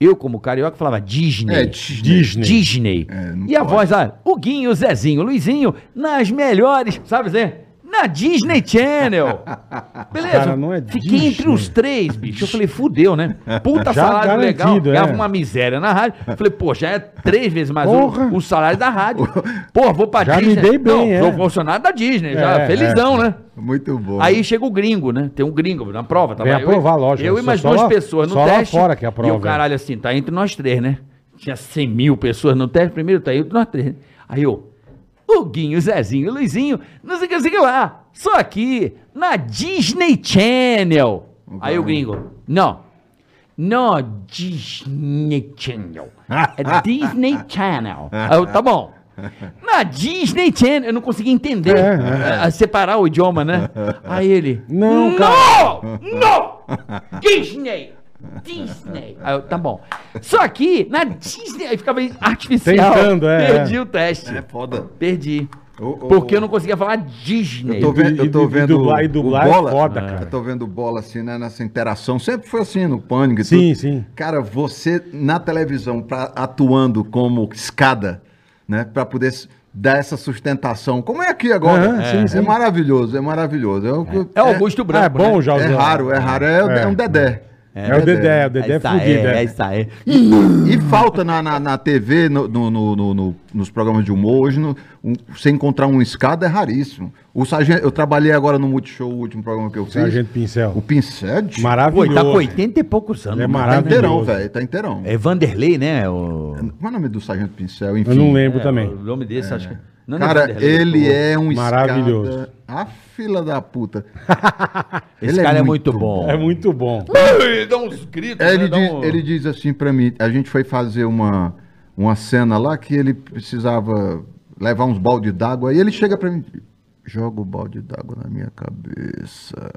Speaker 10: Eu, como carioca, falava Disney.
Speaker 5: É,
Speaker 3: Disney.
Speaker 10: Disney.
Speaker 5: não
Speaker 10: e a
Speaker 5: pode.
Speaker 10: voz lá, o Guinho, o Zezinho, o Luizinho, nas melhores, sabe dizer? Na Disney
Speaker 5: *laughs*
Speaker 10: Channel. Beleza?
Speaker 3: Cara, não é
Speaker 10: Fiquei
Speaker 3: Disney.
Speaker 10: entre os três, bicho. Eu falei, fudeu, né? Puta
Speaker 3: *laughs* Já
Speaker 10: salário legal.
Speaker 3: garantido, é.
Speaker 10: Ganhava uma miséria na rádio. Falei, pô, já é três vezes mais o,
Speaker 3: Porra.
Speaker 10: o salário da
Speaker 5: *laughs*
Speaker 10: rádio. Pô, vou pra
Speaker 3: Já me
Speaker 10: Disney.
Speaker 3: dei bem,
Speaker 10: não,
Speaker 3: é.
Speaker 10: sou funcionário da Disney, já.
Speaker 3: É,
Speaker 10: felizão, né?
Speaker 5: Muito bom.
Speaker 10: Aí chega o gringo, né? Tem um gringo na prova. Tava
Speaker 3: Vem aprovar,
Speaker 10: eu,
Speaker 3: lógico. né?
Speaker 10: Eu
Speaker 3: Só-
Speaker 10: e mais
Speaker 3: só
Speaker 10: duas
Speaker 3: lá-
Speaker 10: pessoas no
Speaker 3: só lá
Speaker 10: teste.
Speaker 3: fora que é a
Speaker 10: E
Speaker 3: prova.
Speaker 10: o caralho assim, tá entre nós três, né? Tinha 100 mil pessoas no teste. Primeiro tá entre nós três. né? Aí eu, o Guinho, o Zezinho, o Luizinho, não sei o que, não sei o que lá. Só aqui, na Disney Channel. Aí
Speaker 3: tá
Speaker 10: o gringo, não. Não, Disney Channel. É Disney
Speaker 3: *laughs*
Speaker 10: Channel. Aí eu, tá bom. Na Disney Channel, eu não conseguia entender.
Speaker 3: É,
Speaker 10: eh, Separar o idioma, né? Aí ele.
Speaker 3: Não,
Speaker 10: Não! Não! Disney! Disney! Aí eu, tá bom. Só que na Disney. Aí ficava artificial.
Speaker 3: Tentando, é,
Speaker 10: Perdi
Speaker 3: é.
Speaker 10: o teste.
Speaker 5: É foda.
Speaker 10: Perdi. Porque eu não conseguia falar Disney.
Speaker 5: Eu tô vendo, eu tô
Speaker 3: E- e- e
Speaker 5: vendo
Speaker 3: dublar- e
Speaker 5: o
Speaker 3: dublar é
Speaker 5: bola,
Speaker 3: foda, cara.
Speaker 5: Eu tô vendo bola assim, né, nessa interação. Sempre foi assim no pânico. e
Speaker 3: Sim,
Speaker 5: tudo.
Speaker 3: sim.
Speaker 5: Cara, você na televisão pra, atuando como escada, né, Pra poder s- dar essa sustentação. Como é aqui agora?
Speaker 3: Aham,
Speaker 5: é,
Speaker 3: sim, sim.
Speaker 5: maravilhoso, é maravilhoso. Eu- eu-
Speaker 10: É o Augusto
Speaker 3: Ah, é
Speaker 10: Branco.
Speaker 3: bom já
Speaker 5: é
Speaker 3: usar.
Speaker 5: raro, é raro, é, é um dedé.
Speaker 3: É o Dedé, o Dedé é
Speaker 10: Dedé
Speaker 3: fudido.
Speaker 10: é,
Speaker 3: é.
Speaker 10: é isso aí.
Speaker 5: E falta na, na, na TV, no, no- no- no- no- nos programas de humor, hoje, no, um, você encontrar um escada é raríssimo. O sargento, eu trabalhei agora no Multishow, o último programa que eu fiz.
Speaker 3: Sargento Pincel.
Speaker 5: O Pincel de
Speaker 10: Pô, ele
Speaker 3: Maravilhoso.
Speaker 10: tá com 80 e poucos anos.
Speaker 3: Ele é
Speaker 10: mano.
Speaker 5: tá
Speaker 3: maravilhoso.
Speaker 5: inteirão, velho, tá inteirão.
Speaker 10: É Vanderlei, né? O...
Speaker 5: Qual é o nome do sargento Pincel? Enfim.
Speaker 3: Eu não lembro
Speaker 10: É, O
Speaker 3: também.
Speaker 10: nome desse, acho que. Não, não é
Speaker 5: Cara,
Speaker 10: Vanderlei,
Speaker 5: ele
Speaker 10: pô.
Speaker 5: é um
Speaker 3: Maravilhoso.
Speaker 5: escada. A fila da
Speaker 3: *laughs*
Speaker 5: puta.
Speaker 10: Esse cara é muito bom.
Speaker 3: É muito bom.
Speaker 10: Ele dá uns gritos.
Speaker 5: É, Ele,
Speaker 10: né? Dá
Speaker 5: diz,
Speaker 10: um-
Speaker 5: ele diz assim pra mim, a gente foi fazer uma, uma cena lá que ele precisava levar uns balde d'água, e ele chega pra mim, joga o balde d'água na minha cabeça.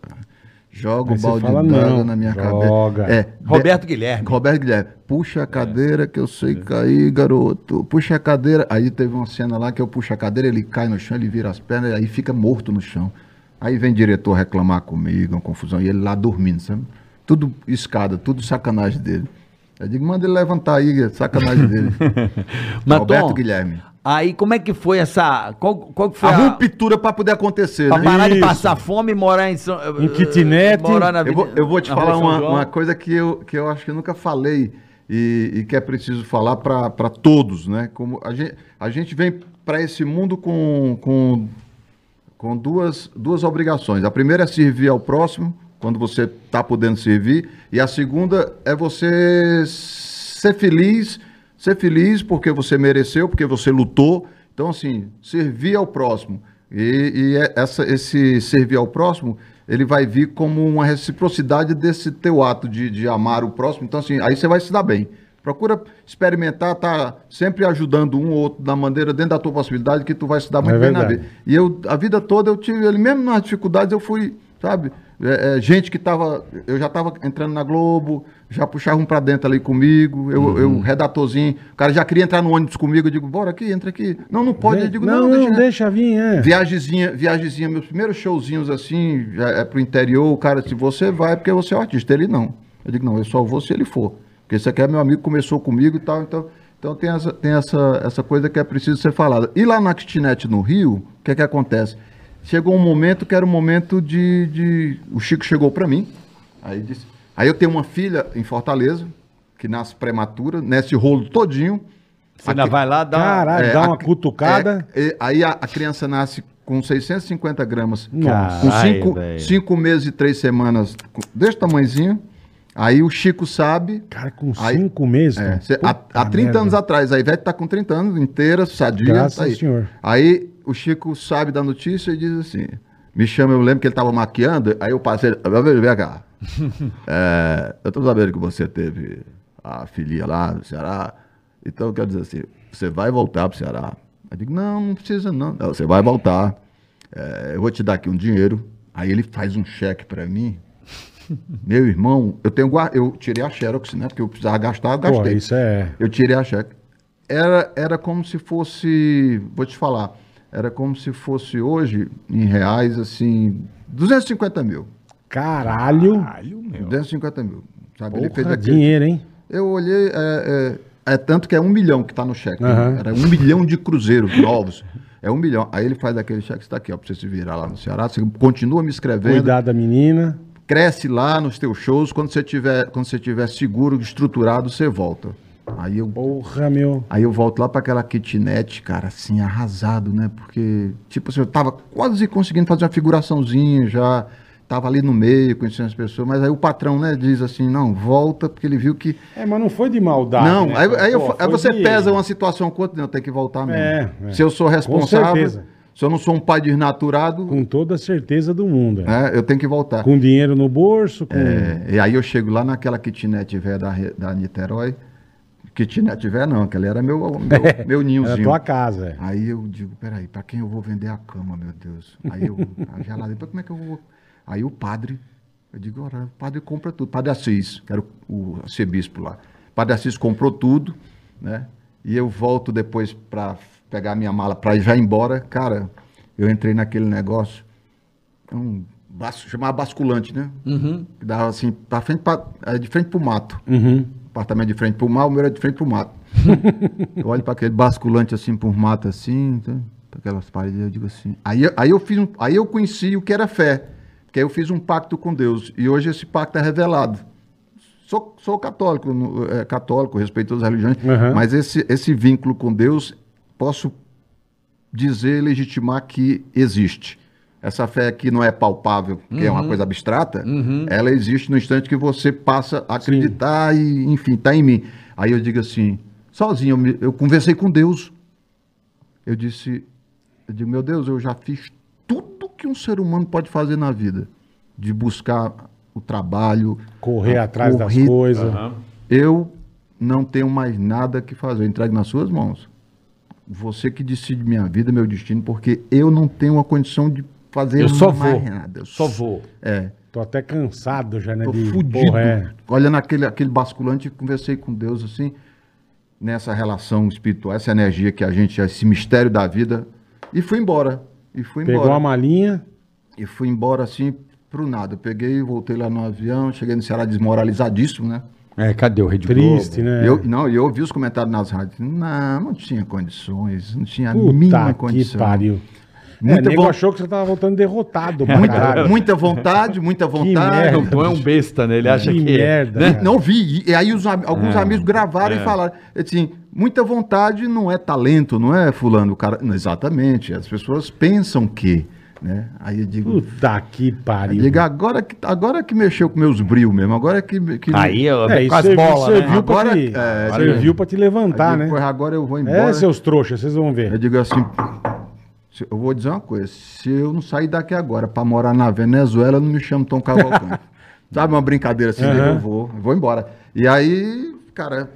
Speaker 5: Joga
Speaker 3: Aí
Speaker 5: o
Speaker 3: você
Speaker 5: balde
Speaker 3: fala, não,
Speaker 5: d'água na minha
Speaker 3: joga.
Speaker 5: cabeça. É, de-
Speaker 10: Roberto Guilherme.
Speaker 5: Roberto Guilherme, puxa a cadeira que eu sei cair, garoto. Puxa a cadeira. Aí teve uma cena lá que eu puxo a cadeira, ele cai no chão, ele vira as pernas, aí fica morto no chão. Aí vem diretor reclamar comigo, uma confusão, e ele lá dormindo, sabe? Tudo escada, tudo sacanagem dele. Eu digo, manda ele levantar aí, sacanagem dele.
Speaker 10: *laughs* Mas,
Speaker 5: Roberto
Speaker 10: Tom,
Speaker 5: Guilherme.
Speaker 10: Aí como é que foi essa. Qual, qual que foi
Speaker 5: A
Speaker 10: a. Tá
Speaker 5: ruptura pra poder acontecer,
Speaker 10: Pra
Speaker 5: né?
Speaker 10: parar de
Speaker 3: Isso.
Speaker 10: passar fome e morar em São. eh,
Speaker 3: Em kitnet.
Speaker 10: Morar na
Speaker 5: Eu vou,
Speaker 10: Avenida-
Speaker 5: eu vou te
Speaker 10: na
Speaker 5: falar
Speaker 10: Rua São
Speaker 5: uma,
Speaker 10: João.
Speaker 5: uma coisa que eu, que eu acho que eu nunca falei e, e que é preciso falar para todos, né? Como a gente, a gente vem para esse mundo com, com, com duas, duas obrigações. A primeira é servir ao próximo, quando você está podendo servir, e a segunda é você ser feliz, ser feliz porque você mereceu, porque você lutou. Então, assim, servir ao próximo. E, e é- essa, esse servir ao próximo, ele vai vir como uma reciprocidade desse teu ato de, de amar o próximo. Então, assim, aí você vai se dar bem. Procura experimentar, tá sempre ajudando um ou outro da maneira, dentro da tua possibilidade, que tu vai se dar muito bem na
Speaker 3: verdade.
Speaker 5: vida. E eu, a vida toda, eu tive, ele mesmo nas dificuldades, eu fui, sabe? é, é, gente que tava, eu já tava entrando na Globo, já puxava um pra dentro ali comigo, eu,
Speaker 3: Uhum.
Speaker 5: eu redatorzinho, o cara já queria entrar no ônibus comigo, eu digo, bora aqui, entra aqui. Não, não pode, eu digo,
Speaker 3: não, não, deixa,
Speaker 5: deixa, né?"
Speaker 3: vir, é.
Speaker 5: Viagemzinha, viagemzinha, meus primeiros showzinhos assim, já é pro interior, o cara disse, você vai porque você é um artista, ele não. Eu digo, não, eu só vou se ele for. Porque esse aqui é meu amigo, começou comigo e tal, então, então tem, essa, tem essa, essa coisa que é preciso ser falada. E lá na kitnet no Rio, o que é que acontece? Chegou um momento que era um momento de... de... O Chico chegou para mim, aí disse... Aí eu tenho uma filha em Fortaleza, que nasce prematura, nesse rolo todinho.
Speaker 10: Você ainda vai lá dar. uma-
Speaker 3: Caralho,
Speaker 5: É,
Speaker 3: dá
Speaker 5: a-
Speaker 3: uma cutucada.
Speaker 5: é, é, aí a, a criança nasce com 650 gramas.
Speaker 3: Nossa.
Speaker 5: Com
Speaker 10: Caralho,
Speaker 5: cinco,
Speaker 10: velho.
Speaker 5: cinco meses e três semanas com- desse tamanhozinho. Aí o Chico sabe.
Speaker 3: Cara, com
Speaker 5: Aí-
Speaker 3: cinco meses.
Speaker 5: é,
Speaker 3: cara.
Speaker 5: cê- há,
Speaker 3: Puta
Speaker 5: há 30
Speaker 3: merda.
Speaker 5: anos atrás, a Ivete tá com 30 anos inteira, sadia.
Speaker 3: Graças
Speaker 5: tá aí.
Speaker 3: ao senhor.
Speaker 5: Aí o Chico sabe da notícia e diz assim: me chama, eu lembro que ele tava maquiando, aí eu passei. Vem, vem
Speaker 3: *laughs*
Speaker 5: cá. É, eu tô sabendo que você teve a filhinha lá no Ceará. Então quer dizer assim, você vai voltar pro Ceará. Eu digo, não, não precisa não. Não, você vai voltar. É, eu vou te dar aqui um dinheiro. Aí ele faz um cheque
Speaker 3: *laughs*
Speaker 5: pra mim. Meu irmão, eu tenho guar- eu tirei a Xerox, né? Porque eu precisava gastar, eu
Speaker 3: Pô,
Speaker 5: gastei.
Speaker 3: isso é.
Speaker 5: Eu tirei a cheque. Era, era como se fosse, vou te falar, era como se fosse hoje, em reais, assim, 250 mil.
Speaker 3: Caralho.
Speaker 5: 250 mil. Sabe? Ah, Ele fez
Speaker 3: Porra,
Speaker 5: aquele.
Speaker 3: dinheiro, hein?
Speaker 5: Eu olhei, é, é, é tanto que é um milhão que tá no cheque.
Speaker 3: Aham.
Speaker 5: Era um milhão de cruzeiros novos. É um milhão. Aí ele faz aquele cheque, está aqui, ó, pra você se virar lá no Ceará. Você continua me escrevendo
Speaker 3: Cuidar da menina.
Speaker 5: cresce lá nos teus shows, quando você tiver, quando você tiver seguro, estruturado, você volta. Aí eu,
Speaker 3: Porra, meu.
Speaker 5: aí eu volto lá para aquela kitnet, cara, assim, arrasado, né? Porque, tipo assim, eu tava quase conseguindo fazer uma figuraçãozinha já, tava ali no meio, conhecendo as pessoas, mas aí o patrão, né, diz assim, não, volta, porque ele viu que...
Speaker 3: É, mas não foi de maldade.
Speaker 5: não,
Speaker 3: né,
Speaker 5: aí,
Speaker 3: cara?
Speaker 5: aí eu
Speaker 3: Pô,
Speaker 5: fa- aí
Speaker 3: foi
Speaker 5: você
Speaker 3: de-
Speaker 5: pesa uma situação com outra, não, tem que voltar mesmo.
Speaker 3: É, é.
Speaker 5: Se eu sou responsável,
Speaker 3: certeza.
Speaker 5: se eu não sou um pai desnaturado,
Speaker 3: Com toda a certeza do mundo. né?
Speaker 5: né, eu tenho que voltar.
Speaker 3: Com dinheiro no bolso, com.
Speaker 5: É, e aí eu chego lá naquela kitnet velha da, Re- da Niterói. Kitnet velha não, aquela era meu, meu,
Speaker 3: *laughs*
Speaker 5: meu
Speaker 3: Era
Speaker 5: ninhozinho.
Speaker 3: É, tua casa. é.
Speaker 5: Aí eu digo, peraí, pra quem eu vou vender a cama, meu Deus? Aí eu, a geladeira, "Pô, como é que eu vou? Aí o padre, eu digo, ora, o padre compra tudo. Padre Assis, que era o, o arcebispo lá. Padre Assis comprou tudo, né? E eu volto depois pra pegar a minha mala pra já ir embora, cara, eu entrei naquele negócio, é um bas- chamava basculante, né? Que dava assim, pra frente pra, é de frente pro mato. Apartamento de frente pro mar, o meu era de frente pro mato. eu olho pra aquele basculante assim por mato assim, tá? pra aquelas paredes, eu digo assim. Aí, eu- aí eu fiz um- aí eu conheci o que era fé, que aí eu fiz um pacto com Deus e hoje esse pacto é revelado. Sou, sou católico, no- é, católico, respeito todas as religiões,
Speaker 3: Uhum.
Speaker 5: mas esse, esse vínculo com Deus posso dizer, legitimar que existe. Essa fé que não é palpável, que é uma coisa abstrata, ela existe no instante que você passa a acreditar e, enfim, está em mim. Aí eu digo assim, sozinho, eu, me- eu conversei com Deus. Eu disse, eu digo, meu Deus, eu já fiz tudo que um ser humano pode fazer na vida. De buscar o trabalho.
Speaker 3: Correr
Speaker 5: a-
Speaker 3: atrás das
Speaker 5: correr-
Speaker 3: coisas.
Speaker 5: eu não tenho mais nada que fazer. Eu entrego nas suas mãos. Você que decide minha vida, meu destino, porque eu não tenho a condição de fazer
Speaker 10: Eu só
Speaker 5: mais
Speaker 10: vou.
Speaker 5: nada. Eu
Speaker 10: Só vou.
Speaker 5: É,
Speaker 3: Tô até cansado já, né?
Speaker 5: tô
Speaker 3: de-
Speaker 5: fudido.
Speaker 3: Porra, é.
Speaker 5: Olhando aquele, aquele basculante, conversei com Deus assim, nessa relação espiritual, essa energia que a gente, esse mistério da vida, e fui embora. E fui
Speaker 3: Pegou
Speaker 5: embora.
Speaker 3: a malinha.
Speaker 5: E fui embora assim, pro nada. Eu peguei, voltei lá no avião, cheguei no Ceará desmoralizadíssimo, né?
Speaker 10: É, cadê o Rede
Speaker 3: Triste, né?
Speaker 5: Eu, não, e eu ouvi os comentários nas rádios. Não, não tinha condições, não tinha a mínima
Speaker 3: Puta que
Speaker 5: condição.
Speaker 3: pariu.
Speaker 5: Muita
Speaker 3: é, nego
Speaker 5: von-
Speaker 3: achou que você tava voltando derrotado, pra
Speaker 5: Muita,
Speaker 3: caralho.
Speaker 5: muita vontade, muita vontade.
Speaker 3: merda.
Speaker 13: O Tom é um besta, né? Ele acha
Speaker 3: Que
Speaker 10: é,
Speaker 13: que.
Speaker 3: merda.
Speaker 13: né?
Speaker 3: cara.
Speaker 5: Não vi. E aí os am- alguns amigos gravaram e falaram assim, muita vontade não é talento, não é fulano, o cara. Não, exatamente. As pessoas pensam que, né? Aí eu digo,
Speaker 3: Puta que pariu.
Speaker 5: diga agora que agora que mexeu com meus brilhos mesmo, agora que que
Speaker 10: Aí, ó,
Speaker 3: É,
Speaker 10: vem
Speaker 3: isso
Speaker 10: com as
Speaker 3: serviu,
Speaker 10: bolas, né?
Speaker 3: serviu pra
Speaker 5: Agora-
Speaker 3: te,
Speaker 5: é,
Speaker 3: serviu pra te
Speaker 5: Aí
Speaker 3: levantar, né?
Speaker 5: depois, agora eu vou embora.
Speaker 3: É, seus trouxas, vocês vão ver.
Speaker 5: Eu digo assim, se- eu vou dizer uma coisa, se eu não sair daqui agora pra morar na Venezuela, não me chamo Tom Cavalcante.
Speaker 3: *laughs*
Speaker 5: Sabe uma brincadeira assim,
Speaker 3: Aham.
Speaker 5: digo, eu vou, eu vou embora. E aí, cara,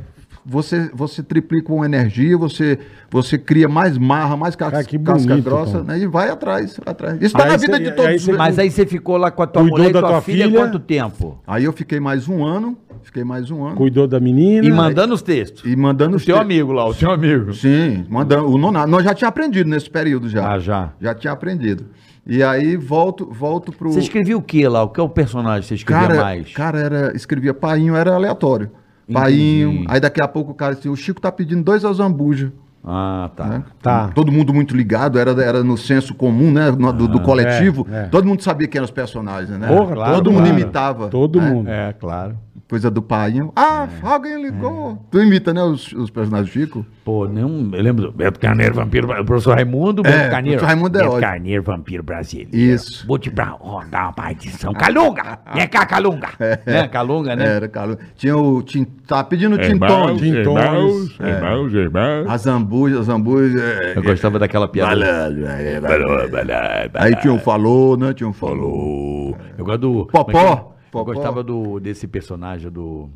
Speaker 5: você você triplica uma energia, você você cria mais marra, mais cas-
Speaker 3: Cara, que
Speaker 5: casca
Speaker 3: bonito,
Speaker 5: grossa,
Speaker 3: Tom.
Speaker 5: né? E vai atrás, atrás. Isso tá
Speaker 3: Aí
Speaker 5: na
Speaker 3: cê-
Speaker 5: vida de
Speaker 3: aí
Speaker 5: todos.
Speaker 3: cê-
Speaker 5: né?
Speaker 10: Mas aí você ficou lá com a tua
Speaker 3: Cuidou
Speaker 10: mulher e
Speaker 3: da
Speaker 10: tua,
Speaker 3: tua
Speaker 10: filha,
Speaker 3: filha?
Speaker 10: quanto tempo?
Speaker 5: Aí eu fiquei mais um ano, fiquei mais um ano
Speaker 3: Cuidou da menina.
Speaker 10: E mandando os textos.
Speaker 5: e mandando
Speaker 13: O
Speaker 5: os
Speaker 13: teu
Speaker 5: te-
Speaker 13: amigo lá, o teu amigo.
Speaker 5: Sim, mandando o nonato. Nós já tinha aprendido nesse período já.
Speaker 10: Ah, já.
Speaker 5: Já tinha aprendido. E aí volto, volto pro.
Speaker 10: Você escrevia o que lá? O que é o personagem que você escrevia
Speaker 5: cara,
Speaker 10: mais?
Speaker 5: cara era, escrevia painho, era aleatório. Painho, aí daqui a pouco o cara disse, o Chico tá pedindo dois azambuja. né?
Speaker 10: Ah, tá.
Speaker 3: Tá.
Speaker 5: Todo mundo muito ligado, era, era no senso comum, né? no- do, do coletivo.
Speaker 3: é, é.
Speaker 5: Todo mundo sabia quem eram os personagens, né?
Speaker 3: Porra, claro,
Speaker 5: Todo mundo
Speaker 3: claro.
Speaker 5: imitava.
Speaker 3: Todo
Speaker 5: né?
Speaker 3: mundo. É.
Speaker 13: É, claro.
Speaker 5: Coisa do painho. Ah, alguém ligou. Tu imita, né? Os, os personagens do Chico.
Speaker 2: Pô, não, eu lembro do Beto Carneiro, vampiro. O professor Raimundo, Beto
Speaker 5: É,
Speaker 2: Carneiro.
Speaker 5: professor Raimundo é
Speaker 2: Beto
Speaker 5: ótimo.
Speaker 2: Carneiro, vampiro brasileiro.
Speaker 5: Isso.
Speaker 2: Vou te pra rodar uma partição. Calunga! Vem cá, Calunga!
Speaker 13: Né,
Speaker 10: É,
Speaker 13: Calunga, né?
Speaker 5: É. Era, cara. Tinha o. Tim, tá pedindo o
Speaker 9: É, Irmãos,
Speaker 5: Tintone.
Speaker 9: irmãos,
Speaker 3: é.
Speaker 1: é.
Speaker 9: irmãos, irmãos.
Speaker 5: A zambuja, a zambuja. é,
Speaker 13: Eu gostava daquela piada.
Speaker 5: Malandro, é, malandro. Aí tinha um falou, né? Tinha um falou.
Speaker 13: Eu gosto do.
Speaker 5: Popó.
Speaker 13: como é que é? Eu
Speaker 5: Popó.
Speaker 13: gostava do, desse personagem do.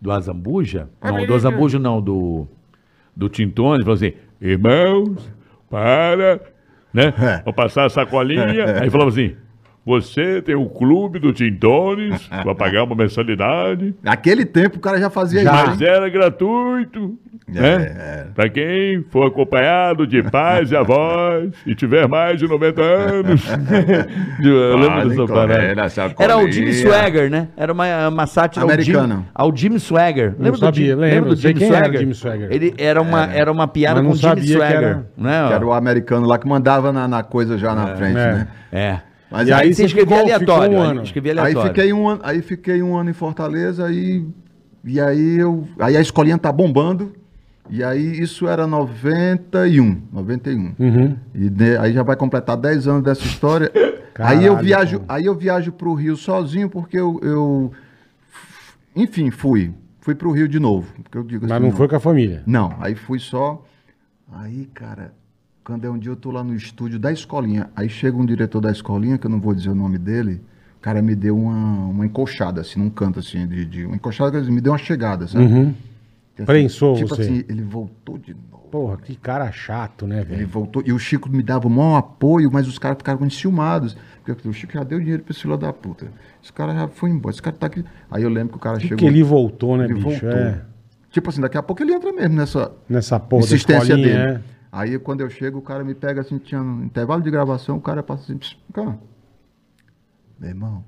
Speaker 13: Do Azambuja? Não, do Azambuja não, do.
Speaker 9: Do Tintone, falou assim, irmãos, para, né?
Speaker 1: É.
Speaker 9: Vou passar a sacolinha. Aí falava assim, você tem o clube
Speaker 1: *laughs*
Speaker 9: do Tintones, vai pagar uma mensalidade.
Speaker 5: Naquele tempo o cara já fazia
Speaker 1: Ah.
Speaker 9: Mas
Speaker 5: isso. hein?
Speaker 9: era gratuito,
Speaker 1: É,
Speaker 9: né? Pra quem for acompanhado de pais e avós e tiver mais de
Speaker 1: *laughs*
Speaker 9: 90 anos. Eu
Speaker 5: Ah,
Speaker 9: lembro dessa parada.
Speaker 10: Era o Jimmy Swagger, né?
Speaker 13: é
Speaker 10: Era uma, uma sátira
Speaker 5: Americano.
Speaker 10: Ao Jimmy, ao Jimmy Swagger. Lembra
Speaker 3: sabia,
Speaker 10: do Jim-
Speaker 3: lembro,
Speaker 10: lembra do
Speaker 3: sei
Speaker 10: Jimmy
Speaker 3: quem era
Speaker 10: Swagger?
Speaker 3: Jimmy Swagger.
Speaker 10: Ele era uma, era uma piada
Speaker 3: Mas
Speaker 10: com
Speaker 3: não
Speaker 10: o Jimmy
Speaker 3: sabia que
Speaker 10: Swagger.
Speaker 3: era-
Speaker 10: né?
Speaker 5: Que era o americano lá que mandava na, na coisa já na frente,
Speaker 3: É.
Speaker 5: né?
Speaker 10: É.
Speaker 5: Mas
Speaker 3: E
Speaker 5: aí,
Speaker 3: aí
Speaker 10: Você escrevia
Speaker 3: ficou- ficou
Speaker 10: aleatório.
Speaker 3: um
Speaker 10: né?
Speaker 3: ano.
Speaker 10: escrevia
Speaker 5: aí,
Speaker 10: aleatório.
Speaker 5: fiquei um ano, aí fiquei um ano em Fortaleza e, e aí eu. Aí a escolinha tá bombando. E aí isso era 91. 91.
Speaker 3: Uhum.
Speaker 5: E de- aí já vai completar 10 anos dessa história. aí eu
Speaker 3: Caralho,
Speaker 5: viajo,
Speaker 3: cara.
Speaker 5: aí eu viajo pro Rio sozinho porque eu, eu- enfim, fui, fui pro Rio de novo, porque eu digo
Speaker 3: Mas
Speaker 5: assim,
Speaker 3: não foi com a família.
Speaker 5: Não, aí fui só. Aí, cara, quando é um dia eu tô lá no estúdio da escolinha, aí chega um diretor da escolinha, que eu não vou dizer o nome dele, o cara me deu uma, uma encoxada, assim, num canto, assim, de, de- uma encoxada, quer dizer, me deu uma chegada, sabe? Assim,
Speaker 3: Uhum. Prensou
Speaker 5: tipo
Speaker 3: você.
Speaker 5: assim, ele voltou de novo.
Speaker 3: Porra, que cara chato, né,
Speaker 5: Ele
Speaker 3: velho?
Speaker 5: voltou, e o Chico me dava o maior apoio, mas os caras ficaram enciumados. Porque o Chico já deu dinheiro pra esse filho da puta. Esse cara já foi embora, esse cara tá aqui. Aí eu lembro que o cara
Speaker 3: Que,
Speaker 5: chegou.
Speaker 3: que ele voltou, né,
Speaker 5: ele
Speaker 3: bicho?
Speaker 5: voltou.
Speaker 3: É,
Speaker 5: Tipo assim, daqui a pouco ele entra mesmo nessa
Speaker 3: nessa porra da
Speaker 5: insistência
Speaker 3: escolinha,
Speaker 5: dele.
Speaker 3: é.
Speaker 5: Aí quando eu chego, o cara me pega assim, tinha um intervalo de gravação, o cara passa assim, "Pss, cara, meu irmão,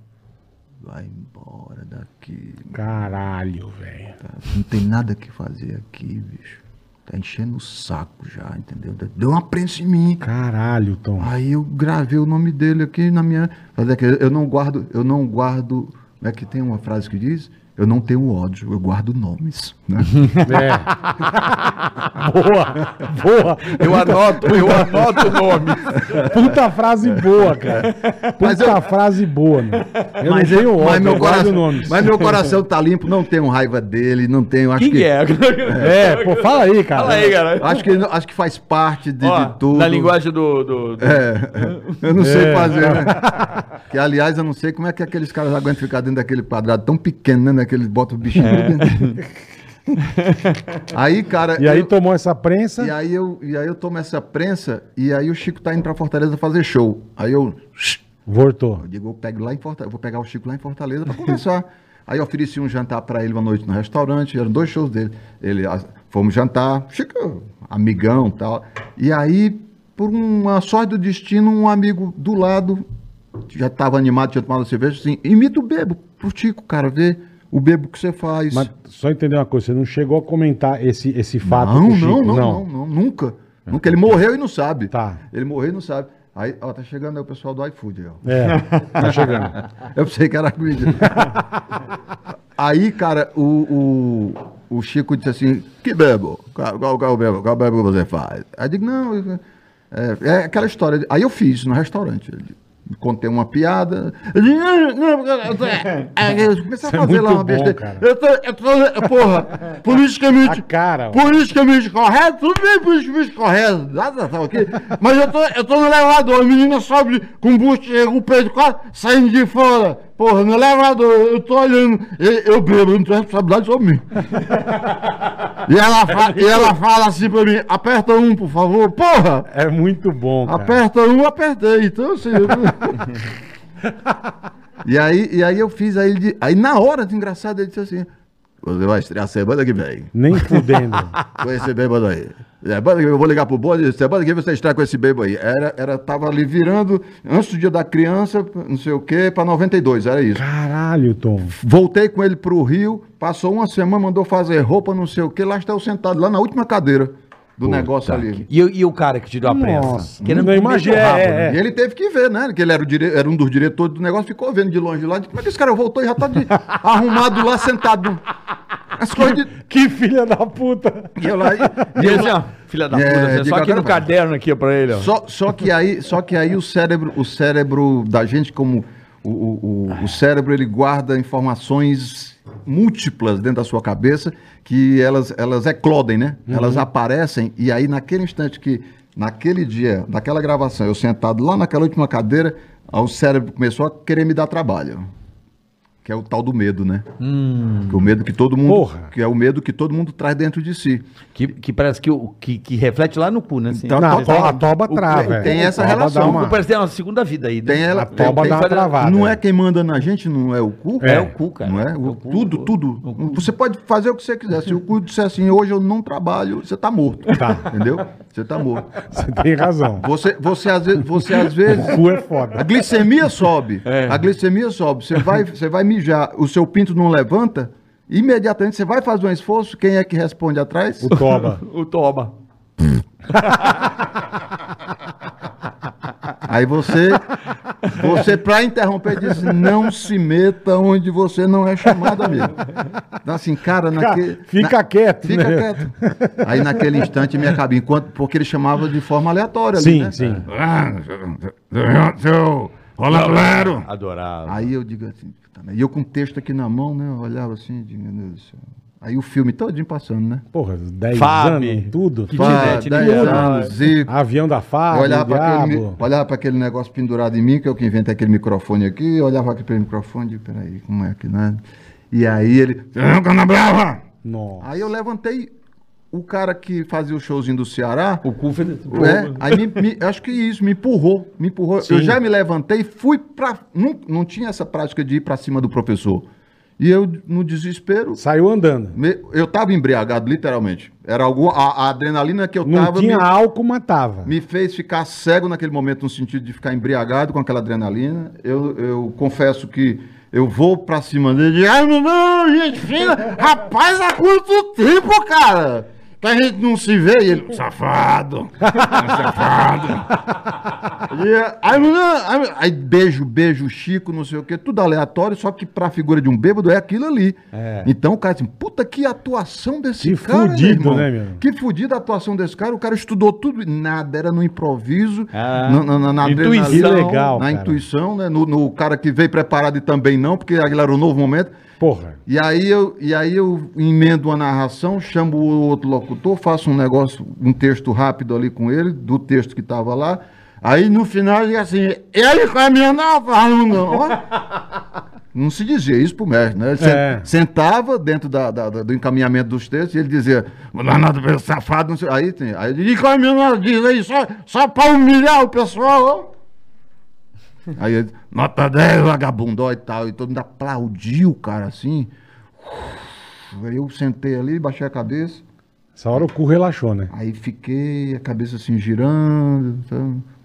Speaker 5: vai embora daqui.
Speaker 3: Caralho, velho.
Speaker 5: cara. Não tem nada que fazer aqui, bicho. Tá enchendo o saco já, entendeu? Deu uma prensa em mim.
Speaker 3: Caralho, Tom.
Speaker 5: *laughs* Aí eu gravei o nome dele aqui na minha. Mas é que Eu não guardo, eu não guardo. Como é que tem uma frase que diz? Eu não tenho ódio, eu guardo nomes. Né?
Speaker 3: *laughs* É. boa, boa.
Speaker 13: *laughs* Eu anoto, eu anoto o nome.
Speaker 3: Puta frase boa, cara. Puta frase boa, meu. Eu
Speaker 5: É. mas,
Speaker 3: não
Speaker 5: eu-
Speaker 3: tenho ódio,
Speaker 5: mas, meu
Speaker 3: é eu guardo
Speaker 5: coração,
Speaker 3: nomes.
Speaker 5: mas meu coração tá limpo, não tenho raiva dele, não tenho. Acho
Speaker 13: Quem
Speaker 5: que,
Speaker 13: é?
Speaker 3: *laughs* É, pô, fala aí, cara.
Speaker 13: *laughs* Fala aí, cara.
Speaker 5: Acho que, acho que faz parte de,
Speaker 13: Ó,
Speaker 5: de tudo.
Speaker 13: Na linguagem do. do- do-
Speaker 5: É, eu não sei fazer. né? Que, aliás, eu não sei como é que aqueles caras aguentam ficar dentro daquele quadrado tão pequeno, né? Naquele bota o bichinho. dentro. Aí, cara.
Speaker 3: E aí
Speaker 5: eu-
Speaker 3: tomou essa prensa.
Speaker 5: E aí eu, e aí eu tomo essa prensa e aí o Chico tá indo pra Fortaleza fazer show. Aí eu,
Speaker 3: Voltou.
Speaker 5: eu digo, eu pego lá em Fortaleza, vou pegar o Chico lá em Fortaleza
Speaker 3: *laughs*
Speaker 5: pra conversar. aí eu ofereci um jantar pra ele uma noite no restaurante, eram dois shows dele. Ele, ah, fomos jantar, Chico, amigão e tal. E aí, por uma sorte do destino, um amigo do lado, já tava animado, tinha tomado cerveja, assim, imita o Bebo, pro Chico, cara, ver o Bebo que você faz.
Speaker 3: Mas só entender uma coisa, você não chegou a comentar esse, esse fato com
Speaker 5: Não,
Speaker 3: o Chico, É.
Speaker 5: não, não, não, não, nunca. Nunca. Ele morreu e não sabe.
Speaker 3: Tá.
Speaker 5: Ele morreu e não sabe. Aí, ó, tá chegando aí o pessoal do iFood, ó.
Speaker 3: É, tá chegando.
Speaker 5: *laughs* Eu pensei que era comida. aí, cara, o, o, o Chico disse assim, que bebo? Qual, qual, qual bebo? Qual bebo que você faz? Aí eu digo, não, eu- é, é aquela história. de- Aí eu fiz no restaurante. Eu Contei uma piada. Eu disse, "Não, não, porque- é, é", eu Comecei a
Speaker 3: Isso é
Speaker 5: fazer lá
Speaker 3: muito
Speaker 5: uma
Speaker 3: bom,
Speaker 5: besteira.
Speaker 3: cara.
Speaker 5: Eu tô, eu tô, porra, politicamente.
Speaker 3: A cara, ó.
Speaker 5: Politicamente correto, tudo bem politicamente correto, nada tal aqui. Mas eu tô, eu tô no elevador, a menina sobe com um busto, chega com o peito quase saindo de fora. Porra, no elevador, eu tô olhando, eu, eu bebo, eu não tenho responsabilidade sobre mim. E ela, fa- e ela fala assim pra mim, aperta um, por favor. Porra,
Speaker 3: É muito bom, cara.
Speaker 5: aperta um, apertei. Então, assim... eu- *laughs* e, aí, e aí eu fiz, aí, ele di- aí na hora, de engraçado, ele disse assim, você vai estrear semana que vem.
Speaker 3: Nem fudendo.
Speaker 5: Com esse bêbado aí. *laughs* É, banda que eu vou ligar pro bonde, semana que você está com esse bêbado aí. Era, era, tava ali virando, antes do dia da criança, não sei o quê, pra 92, era isso.
Speaker 3: Caralho, Tom.
Speaker 5: Voltei com ele pro Rio, passou uma semana, mandou fazer roupa, não sei o quê, lá está eu sentado, lá na última cadeira do negócio ali.
Speaker 13: E, o- e o cara que te deu a prensa?
Speaker 3: Nossa, não imagina.
Speaker 13: né?
Speaker 3: É, é,
Speaker 5: E
Speaker 3: é.
Speaker 5: ele teve que ver, né? Que ele era, o dire... era um dos diretores do negócio, ficou vendo de longe lá, de como é que esse cara voltou e já tá *laughs* de... arrumado lá, sentado. As coisas de...
Speaker 3: Que filha da puta.
Speaker 5: E eu lá... *laughs* E,
Speaker 13: E
Speaker 5: eu lá-
Speaker 13: assim, ó, filha da
Speaker 5: É,
Speaker 13: puta, assim,
Speaker 5: diga
Speaker 13: só aqui
Speaker 5: agora
Speaker 13: no
Speaker 5: vai.
Speaker 13: caderno aqui ó, pra ele, ó.
Speaker 5: Só, só que aí, só que aí o cérebro, o cérebro da gente como o, o, o, o cérebro ele guarda informações múltiplas dentro da sua cabeça que elas elas eclodem, né? Elas aparecem e aí naquele instante que naquele dia, naquela gravação, eu sentado lá naquela última cadeira, aí o cérebro começou a querer me dar trabalho. Que é o tal do medo, né? Que é o medo que todo mundo,
Speaker 3: Porra.
Speaker 5: que é o medo que todo mundo traz dentro de si.
Speaker 13: Que, que parece que, o- que, que reflete lá no cu, né? Assim.
Speaker 5: Então,
Speaker 3: Não, a
Speaker 5: total-
Speaker 3: toba, a toba trava.
Speaker 5: tem essa
Speaker 3: a toba
Speaker 5: relação.
Speaker 13: o
Speaker 3: dá *laughs* Uma...
Speaker 13: cu parece que tem uma segunda vida aí.
Speaker 5: Tem
Speaker 13: né?
Speaker 5: ela,
Speaker 3: A toba
Speaker 5: tem-
Speaker 3: dá uma
Speaker 5: tem-
Speaker 3: travada.
Speaker 5: Não é quem manda na gente, não é o cu?
Speaker 3: É.
Speaker 13: o cu, cara.
Speaker 5: Não é? O-
Speaker 13: É o cu,
Speaker 5: tudo,
Speaker 13: o-
Speaker 5: tudo. Você pode fazer o que você quiser. Se o cu disser assim, hoje eu não trabalho, você tá morto. Entendeu? Você tá morto.
Speaker 3: Você tem razão.
Speaker 5: Você, você, às vezes, você às vezes.
Speaker 3: O cu é
Speaker 5: A
Speaker 3: foda.
Speaker 5: glicemia sobe.
Speaker 13: É.
Speaker 5: A glicemia sobe. Você vai, você vai mijar, o seu pinto não levanta, imediatamente você vai fazer um esforço. Quem é que responde atrás?
Speaker 3: O *laughs* toba.
Speaker 13: O toba.
Speaker 5: Aí você, você para interromper, diz: não se meta onde você não é chamado, amigo. Então, assim, cara, naquele.
Speaker 3: fica quieto,
Speaker 5: Fica
Speaker 3: né?
Speaker 5: quieto. Aí, naquele instante, me acaba, enquanto, porque ele chamava de forma aleatória ali,
Speaker 3: Sim,
Speaker 5: né?
Speaker 3: sim.
Speaker 1: Ah, Seu- Seu
Speaker 9: *laughs*
Speaker 1: Rolando.
Speaker 13: Adorava.
Speaker 3: Ah,
Speaker 5: Aí eu digo assim, puta merda. e eu com o texto aqui na mão, né? Eu olhava assim, de, meu Deus do céu. Aí o filme todinho passando, né?
Speaker 3: Porra, 10
Speaker 13: Fábio.
Speaker 3: anos, tudo.
Speaker 13: Que né?
Speaker 5: Pá,
Speaker 13: Kitnet, né?
Speaker 5: 10 anos, Zico.
Speaker 3: Avião da
Speaker 5: Eu
Speaker 3: Fábio,
Speaker 5: olhava para aquele, mi-
Speaker 3: Ah, diabo.
Speaker 5: olhava pra aquele negócio pendurado em mim, que eu que inventei aquele microfone aqui, eu olhava aqui pelo microfone, digo, peraí, como é que nada? E aí ele. "Hum,
Speaker 1: Cana brava.
Speaker 3: Nossa.
Speaker 5: Aí eu levantei o cara que fazia o showzinho do Ceará.
Speaker 13: O cu fez...
Speaker 5: É, aí me- me- acho que é isso, me empurrou, me empurrou. Eu já me levantei, fui pra. Não, não tinha essa prática de ir pra cima do professor. E eu, no desespero,
Speaker 3: Saiu andando.
Speaker 5: me- eu tava embriagado, literalmente. Era algum, a, a adrenalina que eu
Speaker 3: Não
Speaker 5: tava
Speaker 3: tinha
Speaker 5: me,
Speaker 3: álcool, matava.
Speaker 5: me fez ficar cego naquele momento, no sentido de ficar embriagado com aquela adrenalina. Eu, eu confesso que eu vou pra cima dele. e, Ai, meu irmão, gente fina! Rapaz, há quanto tempo, cara? Que a gente não se vê e ele, safado! *laughs*
Speaker 9: é
Speaker 5: E, ai, meu irmão, ai, meu- aí beijo, beijo, Chico, não sei o quê, tudo aleatório, só que pra figura de um bêbado é aquilo ali. Então o cara assim, puta que atuação desse
Speaker 3: Que
Speaker 5: cara.
Speaker 3: fudido, né, meu?
Speaker 5: Que fudida a atuação desse cara. O cara estudou tudo e nada, era no improviso, na, na, na, na
Speaker 3: Ah, Intuição.
Speaker 5: adrenalina,
Speaker 3: Que legal,
Speaker 5: na
Speaker 3: cara.
Speaker 5: intuição, né? No, no cara que veio preparado e também não, porque aquilo era um novo momento.
Speaker 3: Porra.
Speaker 5: E aí eu, e aí eu emendo uma narração, chamo o outro locutor, faço um negócio, um texto rápido ali com ele, do texto que estava lá. Aí no final diz assim, ele caminhava, ó. Não se dizia isso pro mestre, né? Ele sen-
Speaker 3: É.
Speaker 5: sentava dentro da, da- da- do encaminhamento dos textos e ele dizia, Leonardo, meu safado, não sei. Aí tem. Aí ele diz, caminhava, diz aí, só, só pra humilhar o pessoal, ó. Aí ele, nota 10, vagabundo, ó, e tal. E todo mundo aplaudiu o cara assim. Aí eu sentei ali, baixei a cabeça.
Speaker 3: Essa hora o cu relaxou, né?
Speaker 5: Aí fiquei, a cabeça assim girando. tá?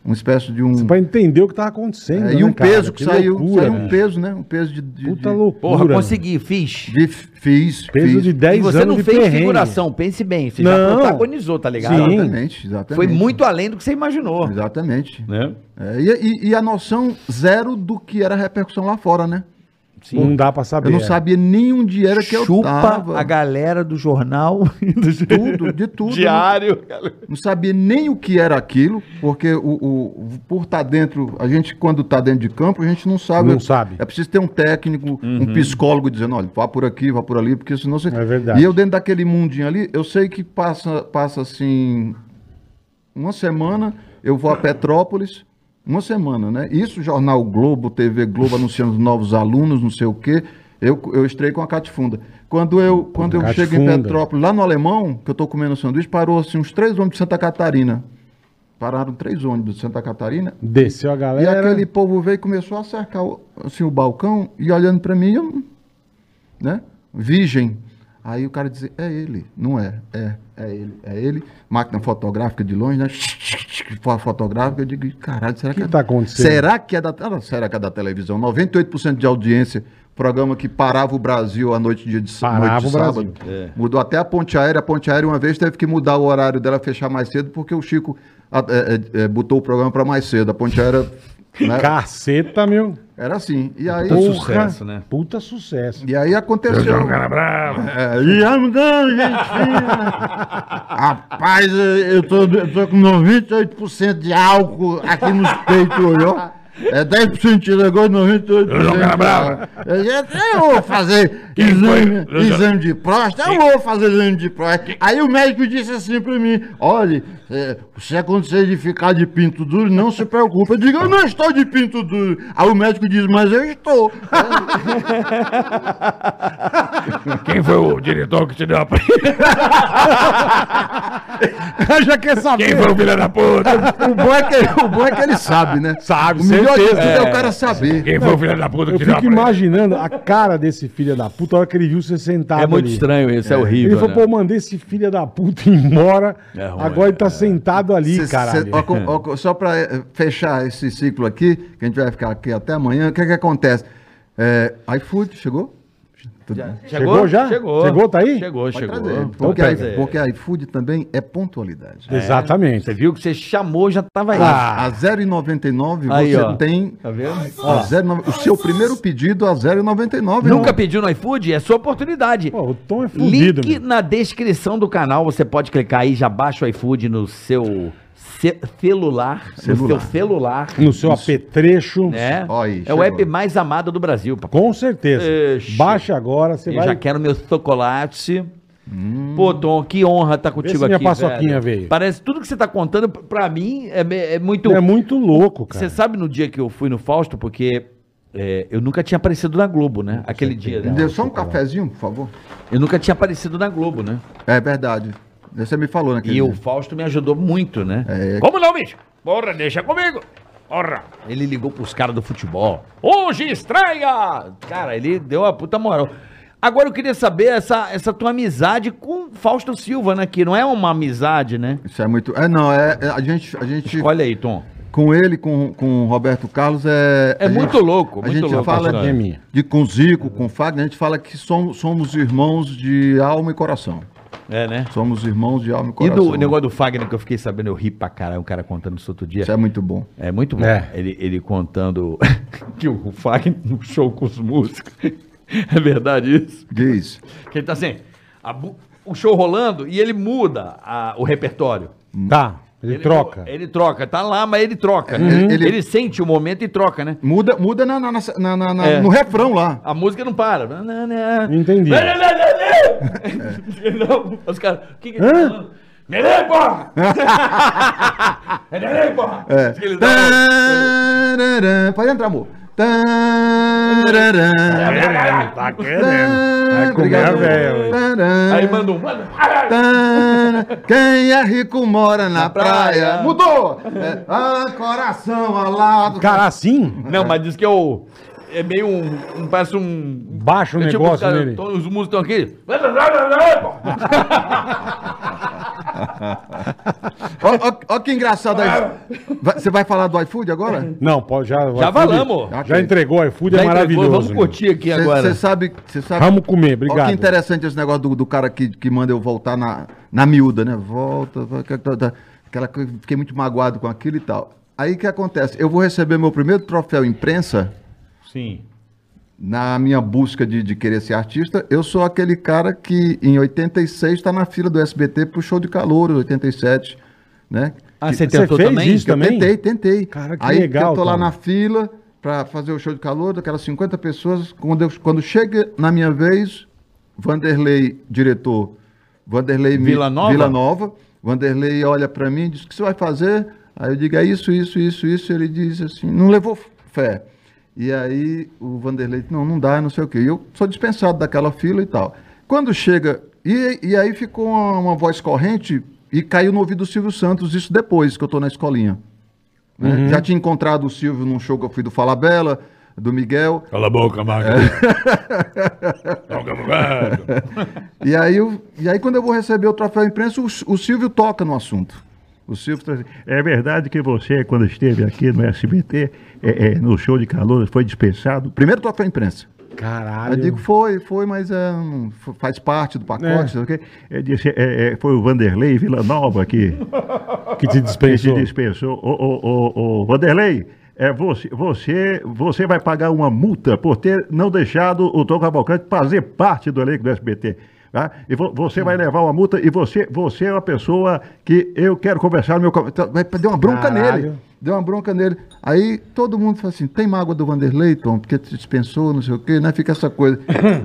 Speaker 5: Uma espécie de um.
Speaker 3: Pra entender o que tava acontecendo.
Speaker 5: É, e
Speaker 3: né,
Speaker 5: um
Speaker 3: cara?
Speaker 5: peso que, saiu.
Speaker 3: loucura,
Speaker 5: saiu um
Speaker 3: velho.
Speaker 5: peso, né? Um peso de. de
Speaker 3: Puta
Speaker 5: de-
Speaker 3: loucura.
Speaker 10: Porra,
Speaker 3: mano.
Speaker 10: consegui, fiz.
Speaker 5: de- fiz.
Speaker 3: Peso
Speaker 5: fiz.
Speaker 3: de
Speaker 10: E
Speaker 3: 10 anos
Speaker 10: você não
Speaker 3: de
Speaker 10: fez
Speaker 3: perrengue.
Speaker 10: figuração, pense bem. Você já
Speaker 3: Não.
Speaker 10: protagonizou, tá ligado?
Speaker 3: Sim.
Speaker 5: Exatamente, exatamente.
Speaker 10: Foi muito além do que você imaginou.
Speaker 5: Exatamente.
Speaker 13: Né?
Speaker 5: É, e, e- e a noção zero do que era a repercussão lá fora, né?
Speaker 3: Não dá pra saber.
Speaker 5: Eu não sabia nem onde era que eu
Speaker 10: Chupa
Speaker 5: tava.
Speaker 10: a galera do jornal *laughs* e do
Speaker 5: Tudo, de
Speaker 10: *laughs*
Speaker 5: tudo. né?
Speaker 10: diário.
Speaker 5: não sabia nem o que era aquilo, porque o, o- o- por estar dentro, a gente quando está dentro de campo, a gente não sabe.
Speaker 3: Não sabe.
Speaker 5: É preciso ter um técnico, um psicólogo dizendo, olha, vá por aqui, vá por ali, porque senão você...
Speaker 3: É verdade.
Speaker 5: E eu dentro daquele mundinho ali, eu sei que passa, passa assim, uma semana, eu vou a Petrópolis, uma semana, né? Isso, Jornal Globo, TV Globo, anunciando novos alunos, não sei o quê. Eu, eu estrei com a Catifunda. Quando eu, quando eu chego em
Speaker 3: Catifunda.
Speaker 5: Petrópolis, lá no Alemão, que eu tô comendo sanduíche, parou assim uns três ônibus de Santa Catarina. Pararam três ônibus de Santa Catarina.
Speaker 3: Desceu a
Speaker 5: E
Speaker 3: galera.
Speaker 5: aquele povo veio e começou a cercar o- assim, o balcão e olhando pra mim, eu, né? Virgem. Aí o cara dizia, é ele, não é, é, é ele, é ele. Máquina fotográfica de longe, né? Fo- Fotográfica, eu digo, caralho, será que,
Speaker 3: que
Speaker 5: é-
Speaker 3: tá acontecendo?
Speaker 5: Será que é da ah, será que é da televisão? 98% de audiência, programa que parava o Brasil à noite dia de sa-
Speaker 3: Parava
Speaker 5: noite de
Speaker 3: o Brasil.
Speaker 5: sábado. Mudou até a ponte aérea. A ponte aérea uma vez teve que mudar o horário dela, fechar mais cedo, porque o Chico ah, é, é, é, botou o programa para mais cedo. A ponte aérea né,
Speaker 3: Caceta, meu.
Speaker 5: era assim. E aí,
Speaker 3: Porra.
Speaker 13: sucesso, né?
Speaker 3: Puta sucesso.
Speaker 5: e aí aconteceu.
Speaker 9: um
Speaker 5: É, e aí, mudando, gente *laughs* fina. Rapaz, eu tô, eu tô com 98% de álcool aqui nos peitos, hoje, ó. É 10% de negócio, 98%. Eu
Speaker 9: um cara bravo.
Speaker 5: É, Eu vou fazer exame,
Speaker 9: foi?
Speaker 5: exame de próstata, eu vou fazer exame de próstata. Aí o médico disse assim pra mim: olha, é, se acontecer de ficar de pinto duro, não se preocupa. Eu digo: eu não estou de pinto duro. Aí o médico diz: mas eu estou.
Speaker 9: Quem foi o diretor que te deu a
Speaker 5: *laughs*
Speaker 3: Já quer saber.
Speaker 9: Quem foi o filho da puta?
Speaker 5: O bom, é que, o bom é que ele sabe, né?
Speaker 3: Sabe,
Speaker 5: O melhor de tudo
Speaker 3: certeza.
Speaker 5: é, o cara saber.
Speaker 9: Quem foi o filho da puta que
Speaker 3: Eu
Speaker 9: te deu a
Speaker 3: fico
Speaker 9: prenda?
Speaker 3: imaginando a cara desse filho da puta a hora que ele viu você sentado
Speaker 13: É muito
Speaker 3: ali.
Speaker 13: estranho isso, é,
Speaker 3: Ele
Speaker 13: horrível.
Speaker 10: né?
Speaker 3: falou, pô, mandei esse filho da puta embora.
Speaker 13: É ruim,
Speaker 3: agora ele tá sentado ali,
Speaker 5: Cê- cê-
Speaker 3: caralho.
Speaker 5: ó, co- ó, co- só para fechar esse ciclo aqui, que a gente vai ficar aqui até amanhã, o que, que acontece? É, iFood chegou?
Speaker 3: Chegou, já?
Speaker 10: Chegou.
Speaker 3: Chegou, tá aí?
Speaker 13: Chegou,
Speaker 5: Pode
Speaker 13: chegou.
Speaker 10: Então
Speaker 5: trazer, porque,
Speaker 3: pega.
Speaker 5: i- porque iFood também é pontualidade.
Speaker 3: Exatamente.
Speaker 10: Você viu que você chamou, já tava aí.
Speaker 5: A,
Speaker 3: Ah.
Speaker 5: a 0,99 você
Speaker 13: Aí, ó.
Speaker 5: tem
Speaker 13: Tá vendo?
Speaker 5: a 0,9 o seu primeiro pedido a 0,99.
Speaker 10: Nunca
Speaker 5: irmão.
Speaker 10: pediu no iFood? É sua oportunidade.
Speaker 3: Pô, o Tom é fudido,
Speaker 10: Link
Speaker 3: meu.
Speaker 10: na descrição do canal, você pode clicar aí, já baixa o iFood no seu ce- celular, no seu
Speaker 5: Celular.
Speaker 10: celular,
Speaker 3: No seu apetrecho.
Speaker 10: né?
Speaker 5: Ó aí,
Speaker 10: é
Speaker 5: chegou.
Speaker 10: o app mais amado do Brasil, papai.
Speaker 3: Com certeza.
Speaker 10: Ixi.
Speaker 3: Baixa agora, você
Speaker 10: Eu
Speaker 3: vai. Hum.
Speaker 10: já quero meu chocolate. Pô, Tom, que honra estar contigo
Speaker 3: se minha
Speaker 10: aqui,
Speaker 3: paçoquinha
Speaker 10: velho.
Speaker 3: veio.
Speaker 10: Parece tudo que você tá contando, p- pra mim, é, me- é muito...
Speaker 3: É muito louco, cara.
Speaker 10: Você sabe no dia que eu fui no Fausto, porque é, eu nunca tinha aparecido na Globo, né? Aquele dia,
Speaker 5: Me
Speaker 10: né?
Speaker 5: deu só um cafezinho, por favor.
Speaker 10: Eu nunca tinha aparecido na Globo, né?
Speaker 5: É verdade. Você me falou naquele
Speaker 10: E o
Speaker 5: dia. É,
Speaker 10: Fausto me ajudou muito, né?
Speaker 2: Como não, bicho? Porra, deixa comigo.
Speaker 9: Ora,
Speaker 10: Ele ligou pros caras do futebol.
Speaker 9: hoje estreia!
Speaker 10: Cara, ele deu a puta moral. Agora eu queria saber essa, essa tua amizade com Fausto Silva, né? Que não é uma amizade, né?
Speaker 5: Isso é muito. É, não, é. é, a gente. A gente
Speaker 10: Olha aí, Tom.
Speaker 5: com ele, com, com o Roberto Carlos, é.
Speaker 10: É
Speaker 5: a
Speaker 10: muito
Speaker 5: gente-
Speaker 10: louco,
Speaker 5: A
Speaker 10: muito
Speaker 5: gente
Speaker 10: louco a
Speaker 5: fala
Speaker 10: história.
Speaker 3: É
Speaker 5: de,
Speaker 3: minha.
Speaker 5: de com Zico, com Fagner, a gente fala que somos, somos irmãos de alma e coração.
Speaker 10: É, né?
Speaker 5: Somos irmãos de alma e
Speaker 10: E
Speaker 5: coração.
Speaker 10: do negócio do Fagner que eu fiquei sabendo, eu ri pra caralho, um cara contando isso outro dia.
Speaker 5: Isso é muito bom.
Speaker 10: É muito bom.
Speaker 3: É.
Speaker 10: Ele, ele contando *laughs* que o Fagner no show com os músicos. *laughs* É verdade isso?
Speaker 5: Diz.
Speaker 10: Que ele tá assim, a bu- o show rolando e ele muda a- o repertório.
Speaker 3: Tá, ele, troca.
Speaker 10: Ele troca, tá lá, mas ele troca.
Speaker 5: Uhum.
Speaker 10: Ele, ele sente o momento e troca, né?
Speaker 5: Muda, muda na, na- na- na- na-
Speaker 10: É.
Speaker 5: no refrão lá.
Speaker 10: A música não para.
Speaker 3: Entendi.
Speaker 10: Não, *laughs* os caras, o que que ele tá falando?
Speaker 3: *laughs*
Speaker 10: Neném, porra! Neném, porra!
Speaker 5: É.
Speaker 10: Diz que ele dá- um-
Speaker 5: Tararã. Pode entrar, amor. Tararã.
Speaker 14: Tá
Speaker 10: É
Speaker 5: Tararã.
Speaker 3: comer a véia hoje.
Speaker 5: Tararã.
Speaker 10: Aí manda um. manda-
Speaker 5: Tana, Quem é rico mora na, praia.
Speaker 10: praia.
Speaker 5: Mudou! É, ah, coração alado.
Speaker 3: Cara, assim,
Speaker 10: Não, mas diz que é o. É meio um. um- parece um.
Speaker 3: baixa o
Speaker 10: é tipo, os
Speaker 3: negócio
Speaker 10: caras-
Speaker 3: nele.
Speaker 10: tão- os músicos estão aqui.
Speaker 5: Ó, ó, ó que engraçado aí. Vai- Você vai falar do iFood agora?
Speaker 3: Não, pode, já. o
Speaker 10: Já
Speaker 3: iFood-
Speaker 10: falamos.
Speaker 5: Ah,
Speaker 3: Já entregou, o iFood
Speaker 10: Já
Speaker 3: é
Speaker 10: entregou,
Speaker 3: maravilhoso.
Speaker 10: Vamos
Speaker 3: né?
Speaker 10: curtir aqui agora.
Speaker 5: Você sabe. Você sabe.
Speaker 3: Vamos comer,
Speaker 5: Olha
Speaker 3: obrigado.
Speaker 5: que interessante esse negócio do, do cara que, que manda eu voltar na, na miúda, né? Volta, vai, que- tá- tá. aquela coisa, fiquei muito magoado com aquilo e tal. Aí o que acontece? Eu vou receber meu primeiro troféu imprensa
Speaker 10: Sim.
Speaker 5: na minha busca de, de querer ser artista. Eu sou aquele cara que em 86 está tá na fila do SBT pro show de calor, 87, né?
Speaker 10: Ah, você
Speaker 3: Você
Speaker 10: tentou
Speaker 3: fez
Speaker 10: também?
Speaker 3: isso
Speaker 5: Que eu
Speaker 3: também?
Speaker 5: tentei, tentei.
Speaker 3: Cara, que
Speaker 5: Aí
Speaker 3: legal,
Speaker 5: eu tô lá
Speaker 3: Tom.
Speaker 5: na fila pra fazer o show de calor, daquelas 50 pessoas. Quando, eu- quando chega na minha vez, Vanderlei, diretor, Vanderlei me-
Speaker 10: Vila Nova?
Speaker 5: Vila Nova. Vanderlei olha pra mim e diz: O que você vai fazer? Aí eu digo: É isso, isso, isso, isso. Ele diz assim: Não levou fé. E aí o Vanderlei diz: Não, não dá, não sei o quê. E eu sou dispensado daquela fila e tal. Quando chega. E, e aí ficou uma, uma voz corrente e caiu no ouvido do Silvio Santos, isso depois que eu tô na escolinha. né?
Speaker 3: Uhum.
Speaker 5: Já tinha encontrado o Silvio num show que eu fui do Falabella, do Miguel.
Speaker 14: Cala a boca, Maga.
Speaker 5: *laughs* E aí, eu- e aí quando eu vou receber o troféu imprensa, o, o Silvio toca no assunto. O Silvio traz.
Speaker 15: É verdade que você, quando esteve aqui no SBT, é, é, no show de calor, foi dispensado?
Speaker 5: Primeiro troféu imprensa. Aí
Speaker 3: Caralho.
Speaker 5: eu digo, foi, foi, mas é, não- f- faz parte do
Speaker 3: É.
Speaker 5: pacote, sei lá o quê.
Speaker 15: É, disse, é, é, foi o Vanderlei Vila Nova que,
Speaker 3: Que te
Speaker 15: que se
Speaker 3: dispensou.
Speaker 15: dispensou. Ô, ô, ô, ô, Vanderlei, é você, você, você vai pagar uma multa por ter não deixado o Tom Cavalcante fazer parte do elenco do SBT. Tá? E vo- você vai levar uma multa e você, você é uma pessoa que eu quero conversar no meu. com-
Speaker 5: Então, vai- Deu uma bronca
Speaker 3: Caralho.
Speaker 5: nele. Deu uma bronca nele. Aí todo mundo fala assim: tem mágoa do Vanderlei, Tom, porque te dispensou, não sei o quê, né? Fica essa
Speaker 3: *coughs*
Speaker 5: coisa.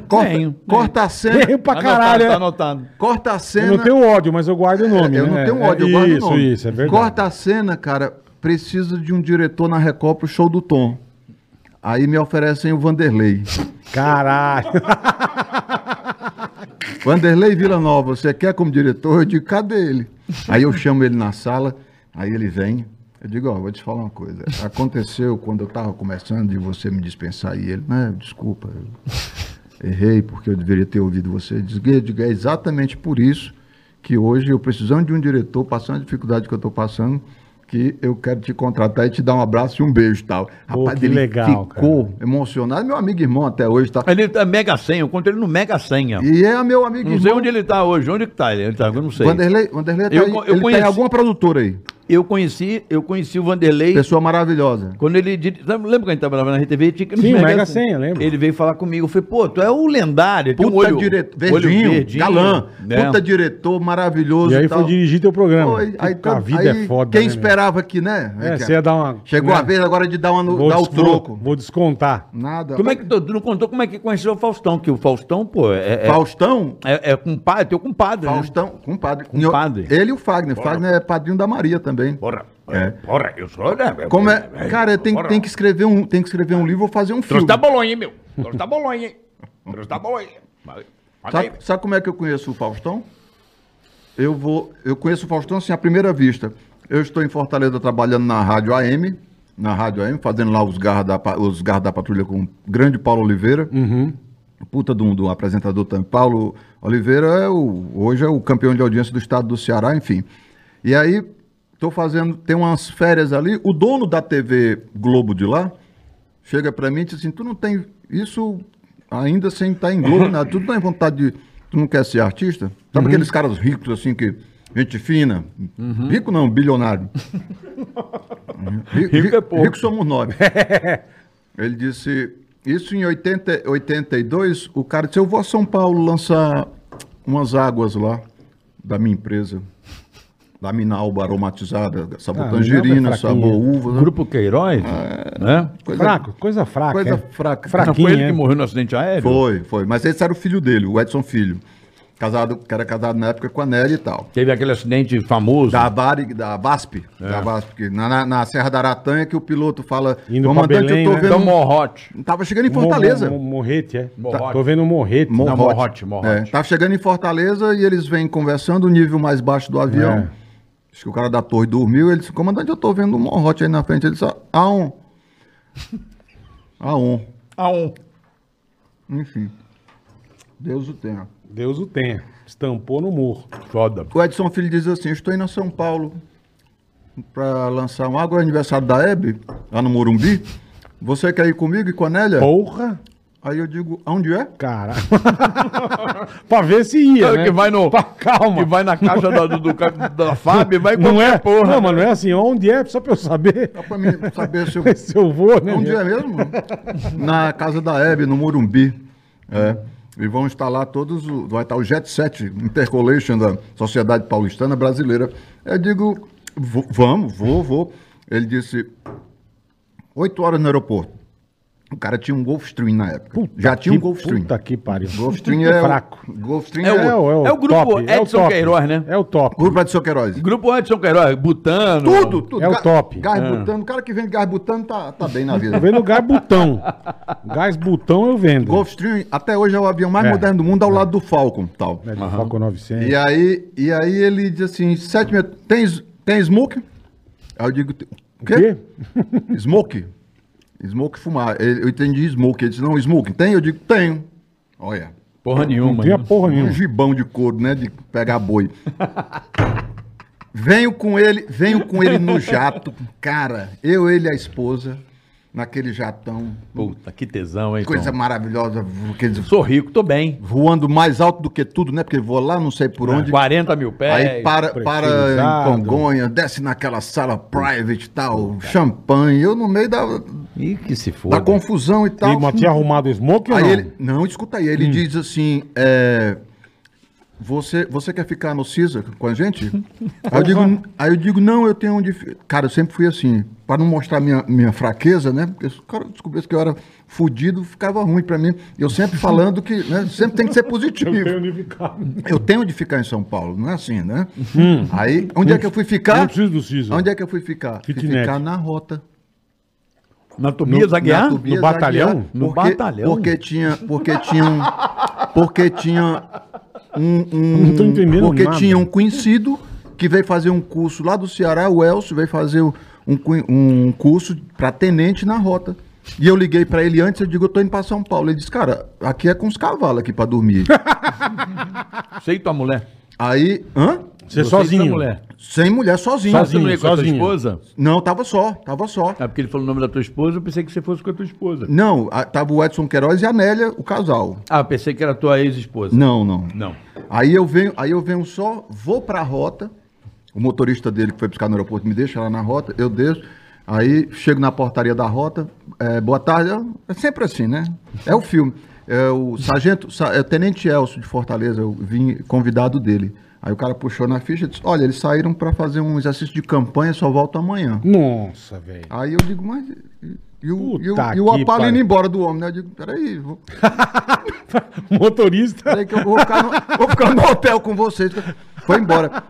Speaker 5: Corta,
Speaker 10: Tenho,
Speaker 5: corta a cena.
Speaker 3: Erro pra
Speaker 10: Anotado,
Speaker 3: caralho.
Speaker 10: Tá
Speaker 3: é.
Speaker 10: anotado.
Speaker 5: Corta a cena.
Speaker 3: Eu não tenho ódio, mas eu guardo o nome.
Speaker 5: Eu não
Speaker 3: né?
Speaker 5: tenho
Speaker 3: É-
Speaker 5: ódio, eu guardo o
Speaker 3: Isso,
Speaker 5: nome.
Speaker 3: isso, é verdade.
Speaker 5: Corta a cena, cara. Preciso de um diretor na Record pro show do Tom. Aí me oferecem o Vanderlei.
Speaker 3: Caralho.
Speaker 5: Vanderlei Vila Nova, você quer como diretor? Eu digo, cadê ele? Aí eu chamo ele na sala, aí ele vem. Eu digo, ó, vou te falar uma coisa. Aconteceu quando eu estava começando de você me dispensar e ele, né, desculpa, eu errei porque eu deveria ter ouvido você. Eu digo, eu digo, é exatamente por isso que hoje eu precisando de um diretor, passando a dificuldade que eu estou passando, que eu quero te contratar e te dar um abraço e um beijo e tal.
Speaker 3: Pô, que
Speaker 5: ele
Speaker 3: legal,
Speaker 5: ficou emocionado, meu amigo e irmão até hoje, tá?
Speaker 10: Ele tá mega senha, eu encontro ele no mega senha.
Speaker 5: E é meu amigo e
Speaker 10: Não sei onde ele tá hoje, onde que tá ele? Ele tá, eu não sei.
Speaker 5: Vanderlei, Vanderlei tá
Speaker 10: Eu
Speaker 5: aí,
Speaker 10: co- eu
Speaker 5: ele
Speaker 10: conheci-
Speaker 5: tem alguma produtora aí.
Speaker 10: Eu conheci, eu conheci o Vanderlei
Speaker 5: Pessoa maravilhosa.
Speaker 10: Quando ele. dir- sabe, Lembra que a gente trabalhava na RTV? Tinha que ir no
Speaker 3: Sim,
Speaker 10: Mega
Speaker 3: Mega
Speaker 10: Sena.
Speaker 3: Sena, lembro.
Speaker 10: Ele veio falar comigo. Eu falei, pô, tu é o lendário. Tem um olho,
Speaker 5: diretor,
Speaker 10: olho
Speaker 5: verdinho, galã.
Speaker 10: né?
Speaker 5: Puta diretor maravilhoso
Speaker 3: E aí
Speaker 5: e tal.
Speaker 3: foi dirigir teu programa.
Speaker 5: Foi, aí,
Speaker 3: Puta,
Speaker 5: todo-
Speaker 3: a vida
Speaker 5: aí
Speaker 3: é foda.
Speaker 5: Quem
Speaker 3: né, meu?
Speaker 5: esperava que, né?
Speaker 3: É,
Speaker 5: Aí,
Speaker 3: você ia dar uma.
Speaker 5: Chegou
Speaker 3: né?
Speaker 5: a vez agora de dar, uma, no-
Speaker 3: Vou
Speaker 5: dar o
Speaker 3: des- vou-
Speaker 5: troco.
Speaker 3: Vou, descontar.
Speaker 5: Nada.
Speaker 10: Como é que tu, tu não contou como é que conheceu o Faustão? Que o Faustão, pô, é. é
Speaker 5: Faustão?
Speaker 10: é, é compadre, teu compadre. Né?
Speaker 5: Faustão, compadre.
Speaker 10: Compadre.
Speaker 5: Ele e o Fagner. Fagner é padrinho da Maria também.
Speaker 9: Porra,
Speaker 5: É.
Speaker 9: porra, eu sou. Né, meu-
Speaker 5: Como é, cara, tem,
Speaker 9: Porra.
Speaker 5: tem que escrever um, tem que escrever um livro ou fazer um
Speaker 9: Trouxe
Speaker 5: filme.
Speaker 9: da Bolonha, hein, meu? Trouxe da Bolonha, hein? Trouxe da Bolonha. Mas- mas aí,
Speaker 5: Sabe, sabe como é que eu conheço o Faustão? Eu vou, eu conheço o Faustão assim à primeira vista. Eu estou em Fortaleza trabalhando na rádio AM, na Rádio AM, fazendo lá os garras da, pa- os garras da patrulha com o grande Paulo Oliveira. Puta de um, de um apresentador também. Paulo Oliveira é o, hoje é o campeão de audiência do estado do Ceará, enfim. E aí, tô fazendo, tem umas férias ali. O dono da TV Globo de lá chega pra mim e diz assim: Tu não tem isso ainda sem estar em Globo, nada. Tu não tem vontade de. Tu não quer ser artista?
Speaker 3: Uhum.
Speaker 5: Sabe aqueles caras ricos assim que. Gente fina. Rico
Speaker 3: *laughs*
Speaker 5: não, bilionário.
Speaker 3: é
Speaker 5: Rico, rico, rico
Speaker 3: *laughs*
Speaker 5: somos nós. Ele disse, isso em 80, 82, o cara disse, eu vou a São Paulo lançar umas águas lá da minha empresa. Da Minalba aromatizada, sabor
Speaker 3: Ah, Minalba
Speaker 5: tangerina,
Speaker 3: é fraquinha.
Speaker 5: sabor uva. né? É,
Speaker 13: Grupo Queiroz, né?
Speaker 5: Coisa-
Speaker 3: Fraco, coisa fraca.
Speaker 5: Coisa
Speaker 3: é.
Speaker 5: fraca.
Speaker 13: Não foi
Speaker 3: Fraquinha.
Speaker 13: ele que morreu no acidente aéreo?
Speaker 5: Foi, foi. Mas esse era o filho dele, o Edson Filho. Casado, que era casado na época com a Nelly e tal.
Speaker 13: Teve aquele acidente famoso.
Speaker 5: Da, Varig, da VASP,
Speaker 3: É.
Speaker 5: da VASP que na, na- na Serra da Aratanha que o piloto fala,
Speaker 3: Indo pra Belém, né?
Speaker 13: Então, Morrote.
Speaker 5: Tava chegando em Fortaleza.
Speaker 3: Mo- mo- morrete, é.
Speaker 13: Morrote.
Speaker 3: Tô vendo um morrete.
Speaker 13: Não, Morrote,
Speaker 5: É,
Speaker 13: Morrote.
Speaker 5: tava chegando em Fortaleza e eles vêm conversando, o nível mais baixo do
Speaker 3: É.
Speaker 5: avião. Acho que o cara da torre dormiu, ele disse, comandante, eu tô vendo um morrote aí na frente. Ele disse, a um. *laughs* A um.
Speaker 13: A um.
Speaker 5: Enfim. Deus o tenha.
Speaker 3: Deus o tenha. Estampou no murro.
Speaker 13: Foda.
Speaker 5: O Edson Filho diz assim, estou indo a São Paulo para lançar um água aniversário da Hebe, lá no Morumbi. Você quer ir comigo e com a Nélia?
Speaker 3: Porra,
Speaker 5: Aí eu digo, aonde é?
Speaker 3: cara. *laughs* pra ver se ia, né?
Speaker 13: Que vai no.
Speaker 3: Pá, calma.
Speaker 13: Que vai na caixa da, do, do, ca- *laughs* da Fábio, vai
Speaker 3: Não
Speaker 13: qualquer
Speaker 3: é?
Speaker 13: porra.
Speaker 5: né?
Speaker 3: Não, mas não é assim. Onde é? Só pra eu saber
Speaker 5: Só para mim saber se eu...
Speaker 3: *laughs* se eu vou, né?
Speaker 5: Onde é mesmo? *laughs* Na casa da Hebe, no Morumbi. É. E vão estar lá todos, o- vai estar o Jet Set Intercolation da Sociedade Paulistana Brasileira. Eu digo, "Vo- vamos, vou, vou. Ele disse, oito horas no aeroporto. O cara tinha um Gulfstream na época. Já tinha um Gulfstream.
Speaker 3: Puta que pariu.
Speaker 5: Gulfstream é
Speaker 3: fraco.
Speaker 5: O, Gulfstream
Speaker 13: É
Speaker 5: é,
Speaker 13: o-
Speaker 5: o...
Speaker 13: é o grupo Edson
Speaker 3: top.
Speaker 13: Queiroz, né?
Speaker 3: É o top.
Speaker 5: Grupo Edson Queiroz.
Speaker 13: Grupo Edson Queiroz, Butano.
Speaker 5: Tudo, tudo.
Speaker 3: É o
Speaker 5: Ga-
Speaker 3: top.
Speaker 5: Gás butano. O cara que vende gás butano tá, tá bem na
Speaker 3: *laughs*
Speaker 5: vida.
Speaker 3: Tô vendo gás botão. Gás botão eu vendo.
Speaker 5: Gulfstream até hoje é o avião mais
Speaker 3: É.
Speaker 5: moderno do mundo ao lado do Falcon, tal.
Speaker 3: É de Falcon 900.
Speaker 5: E aí, e aí ele diz assim, sete minutos, tem, tem smoke? Aí eu digo, o
Speaker 3: O
Speaker 5: quê?
Speaker 3: quê?
Speaker 5: Smoke. Smoke fumar. Ele- Eu entendi smoke. Ele disse, não, smoke tem? Eu digo, tenho. Olha,
Speaker 13: Porra nenhuma.
Speaker 3: Não tinha
Speaker 13: né?
Speaker 3: porra
Speaker 5: um
Speaker 3: nenhuma.
Speaker 5: gibão de couro, né, de pegar boi. venho com ele, venho com ele no jato, cara, eu, ele e a esposa, naquele jatão,
Speaker 13: Puta, que tesão, hein?
Speaker 5: coisa
Speaker 13: Tom?
Speaker 5: maravilhosa, aqueles
Speaker 13: Sou rico, tô bem.
Speaker 5: voando mais alto do que tudo, né? Porque voa lá, não sei
Speaker 3: Ah,
Speaker 5: por onde.
Speaker 13: 40 mil pés.
Speaker 3: é,
Speaker 5: Aí para, para em
Speaker 3: pressurizado.
Speaker 5: Congonha, desce naquela sala private e tal, champanhe, eu no meio da,
Speaker 13: Ih, que se foda.
Speaker 5: da confusão e tal.
Speaker 3: E mas tinha arrumado o Hum. smoke ou
Speaker 5: Tá aí
Speaker 3: não?
Speaker 5: ele, não, escuta aí, ele diz assim, é, você, você quer ficar no CISA com
Speaker 3: *laughs*
Speaker 5: a gente? aí, eu digo, aí eu digo, não, eu tenho onde... fi-" Cara, eu sempre fui assim, para não mostrar minha, minha fraqueza, né? Porque se o cara descobrisse que eu era fudido, ficava ruim para mim.
Speaker 3: *laughs*
Speaker 5: Eu sempre falando que, né, sempre tem que ser positivo.
Speaker 3: Eu tenho onde ficar.
Speaker 5: Eu tenho de ficar em São Paulo, não é assim, né?
Speaker 3: Hum.
Speaker 5: Aí, onde é que eu fui
Speaker 3: Não
Speaker 5: ficar?
Speaker 3: preciso do Cisa.
Speaker 5: Onde é que eu fui ficar? Fui
Speaker 3: Kitnet.
Speaker 5: ficar na rota.
Speaker 13: Na Tobias Aguiar?
Speaker 5: na Tobias
Speaker 3: No batalhão?
Speaker 5: Aguiar,
Speaker 13: No
Speaker 5: porque,
Speaker 13: batalhão?
Speaker 5: Porque tinha, porque tinha um, porque tinha um, um-
Speaker 3: Eu não tô entendendo
Speaker 5: porque
Speaker 3: nada.
Speaker 5: tinha um conhecido que veio fazer um curso lá do Ceará, o Elcio veio fazer um, cu- um curso para tenente na rota. E eu liguei para ele antes, eu digo, eu tô indo para São Paulo. Ele disse, cara, aqui é com os cavalos aqui para
Speaker 3: *laughs*
Speaker 5: dormir.
Speaker 13: Sei tua mulher.
Speaker 5: Aí, hã?
Speaker 13: Você
Speaker 3: Você
Speaker 13: e
Speaker 3: sozinho.
Speaker 13: tua mulher.
Speaker 5: Sem mulher, sozinho.
Speaker 13: Você não ia com a tua
Speaker 3: sozinho.
Speaker 13: esposa?
Speaker 5: Não, tava só, tava só.
Speaker 13: É porque ele falou o nome da tua esposa, eu pensei que você fosse com a tua esposa.
Speaker 5: Não, a- tava o Edson Queiroz e a Nélia, o casal.
Speaker 13: Ah, eu pensei que era tua ex-esposa.
Speaker 5: Não, não.
Speaker 13: Não.
Speaker 5: Aí eu venho, aí eu venho só, vou pra rota. O motorista dele que foi buscar no aeroporto me deixa lá na rota, eu desço. Aí chego na portaria da rota, é, boa tarde. É sempre assim, né? É o filme. É o sargento, sa- é o tenente Elcio de Fortaleza, eu vim convidado dele. Aí o cara puxou na ficha e disse: Olha, eles saíram pra fazer um exercício de campanha, só volta amanhã.
Speaker 3: Nossa, velho.
Speaker 5: Aí eu digo, mas. e- E o, e o,
Speaker 3: Puta
Speaker 5: e o
Speaker 3: que
Speaker 5: Apalo indo
Speaker 3: pariu.
Speaker 5: embora do homem, né? Eu digo, peraí, vou,
Speaker 3: *laughs* Motorista.
Speaker 5: peraí que eu vou ficar, no, vou ficar no hotel com vocês. Foi embora.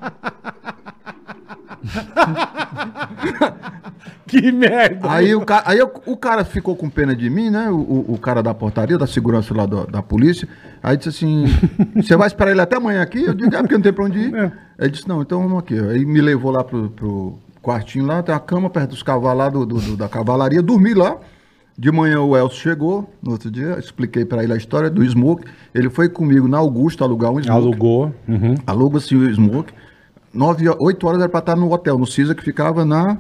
Speaker 3: Que merda.
Speaker 5: Aí, o, ca- aí eu- o cara ficou com pena de mim, né? O, o- o cara da portaria, da segurança lá da, da polícia. Aí disse assim: Você vai esperar ele até amanhã aqui? Eu digo, é porque não tem pra onde ir. Ele disse, não, então vamos aqui. Aí me levou lá pro, pro quartinho lá, tem uma cama perto dos cavalos lá do, do- do- da cavalaria, dormi lá. De manhã o Elcio chegou, no outro dia, expliquei pra ele a história do Smoke. Ele foi comigo na Augusta alugar um Smoke.
Speaker 3: Alugou. Uhum.
Speaker 5: Aluga-se o Smoke. 9, 8 horas era para estar no hotel, no Cisa, que ficava na.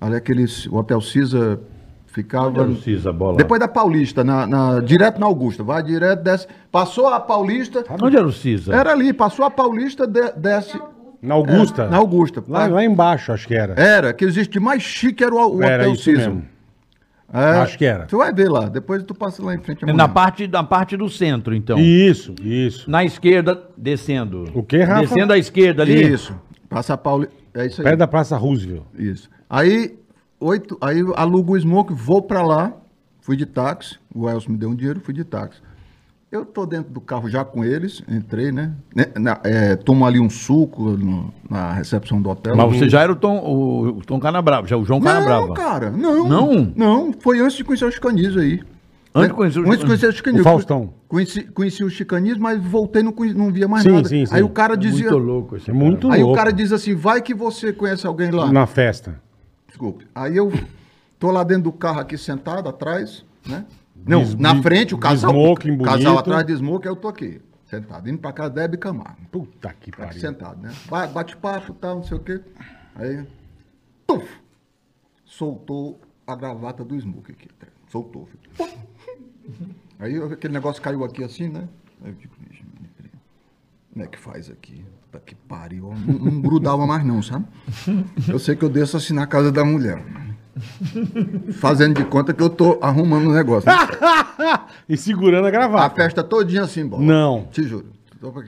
Speaker 5: Ali aqueles. O hotel Cisa ficava.
Speaker 10: Não precisa, bola.
Speaker 5: Depois da Paulista, na, na- direto na Augusta. Vai direto, desce. Passou a Paulista.
Speaker 3: Ah,
Speaker 10: Onde era o Cisa?
Speaker 5: Era ali, passou a Paulista, de- desce.
Speaker 3: Na Augusta?
Speaker 5: É, na Augusta.
Speaker 3: Lá, lá embaixo, acho que era.
Speaker 5: Era, que existe de mais chique era o, o
Speaker 3: era
Speaker 5: hotel
Speaker 3: isso
Speaker 5: Cisa.
Speaker 3: mesmo.
Speaker 5: É,
Speaker 3: Acho que era.
Speaker 5: Tu vai ver lá, depois tu passa lá em frente. amanhã.
Speaker 10: Na parte, na parte do centro,
Speaker 5: É.
Speaker 10: então.
Speaker 3: Isso, isso.
Speaker 10: Na esquerda, descendo.
Speaker 3: O quê, Rafa?
Speaker 10: Descendo à esquerda ali.
Speaker 5: Isso. Passa a Paulista. É isso aí.
Speaker 3: Perto da Praça Roosevelt.
Speaker 5: Isso. Aí, oito, aí eu alugo o smoke, vou pra lá, fui de táxi, o Elcio me deu um dinheiro, fui de táxi. Eu tô dentro do carro já com eles, entrei, né? Né, na- é, tomo ali um suco no- na recepção do hotel.
Speaker 10: Mas você já era o Tom, o, o Tom Canabrava, já o João
Speaker 5: Não,
Speaker 10: Canabrava.
Speaker 5: cara, não.
Speaker 10: Não?
Speaker 5: Não, foi antes de conhecer os chicanismo aí. Né?
Speaker 10: Antes de conhecer os
Speaker 5: Antes de conhecer os chicanismo.
Speaker 3: O Faustão.
Speaker 5: Conheci, conheci os chicanismo, mas voltei, não, conhe- não via mais
Speaker 3: Sim,
Speaker 5: nada.
Speaker 3: sim, sim.
Speaker 5: Aí o cara dizia...
Speaker 10: Muito louco esse
Speaker 3: É muito
Speaker 5: Aí
Speaker 3: louco.
Speaker 5: o cara diz assim, vai que você conhece alguém lá.
Speaker 3: Na festa.
Speaker 5: Desculpe. Aí eu tô lá dentro do carro aqui sentado atrás, né? Não, na frente o casal.
Speaker 3: smoking
Speaker 5: o casal
Speaker 3: bonito.
Speaker 5: atrás de smoke, eu tô aqui, sentado. Indo pra casa da Hebe Camargo.
Speaker 3: Puta que
Speaker 5: Aqui
Speaker 3: pariu.
Speaker 5: sentado, né? Ba- Bate papo, tal, não sei o quê. Aí, tuf, soltou a gravata do smoke aqui. tá? Soltou. Foi, pum. Aí eu- aquele negócio caiu aqui assim, né? Aí eu digo, "Ixi, como é que faz aqui? Puta que pariu. Não, não grudava mais não, sabe? Eu sei que eu desço assim na casa da mulher. Fazendo de conta que eu tô arrumando um negócio. né?
Speaker 3: E segurando a
Speaker 5: A
Speaker 3: gravata.
Speaker 5: festa todinha assim, bola.
Speaker 3: Não.
Speaker 5: Te juro. Tô pra-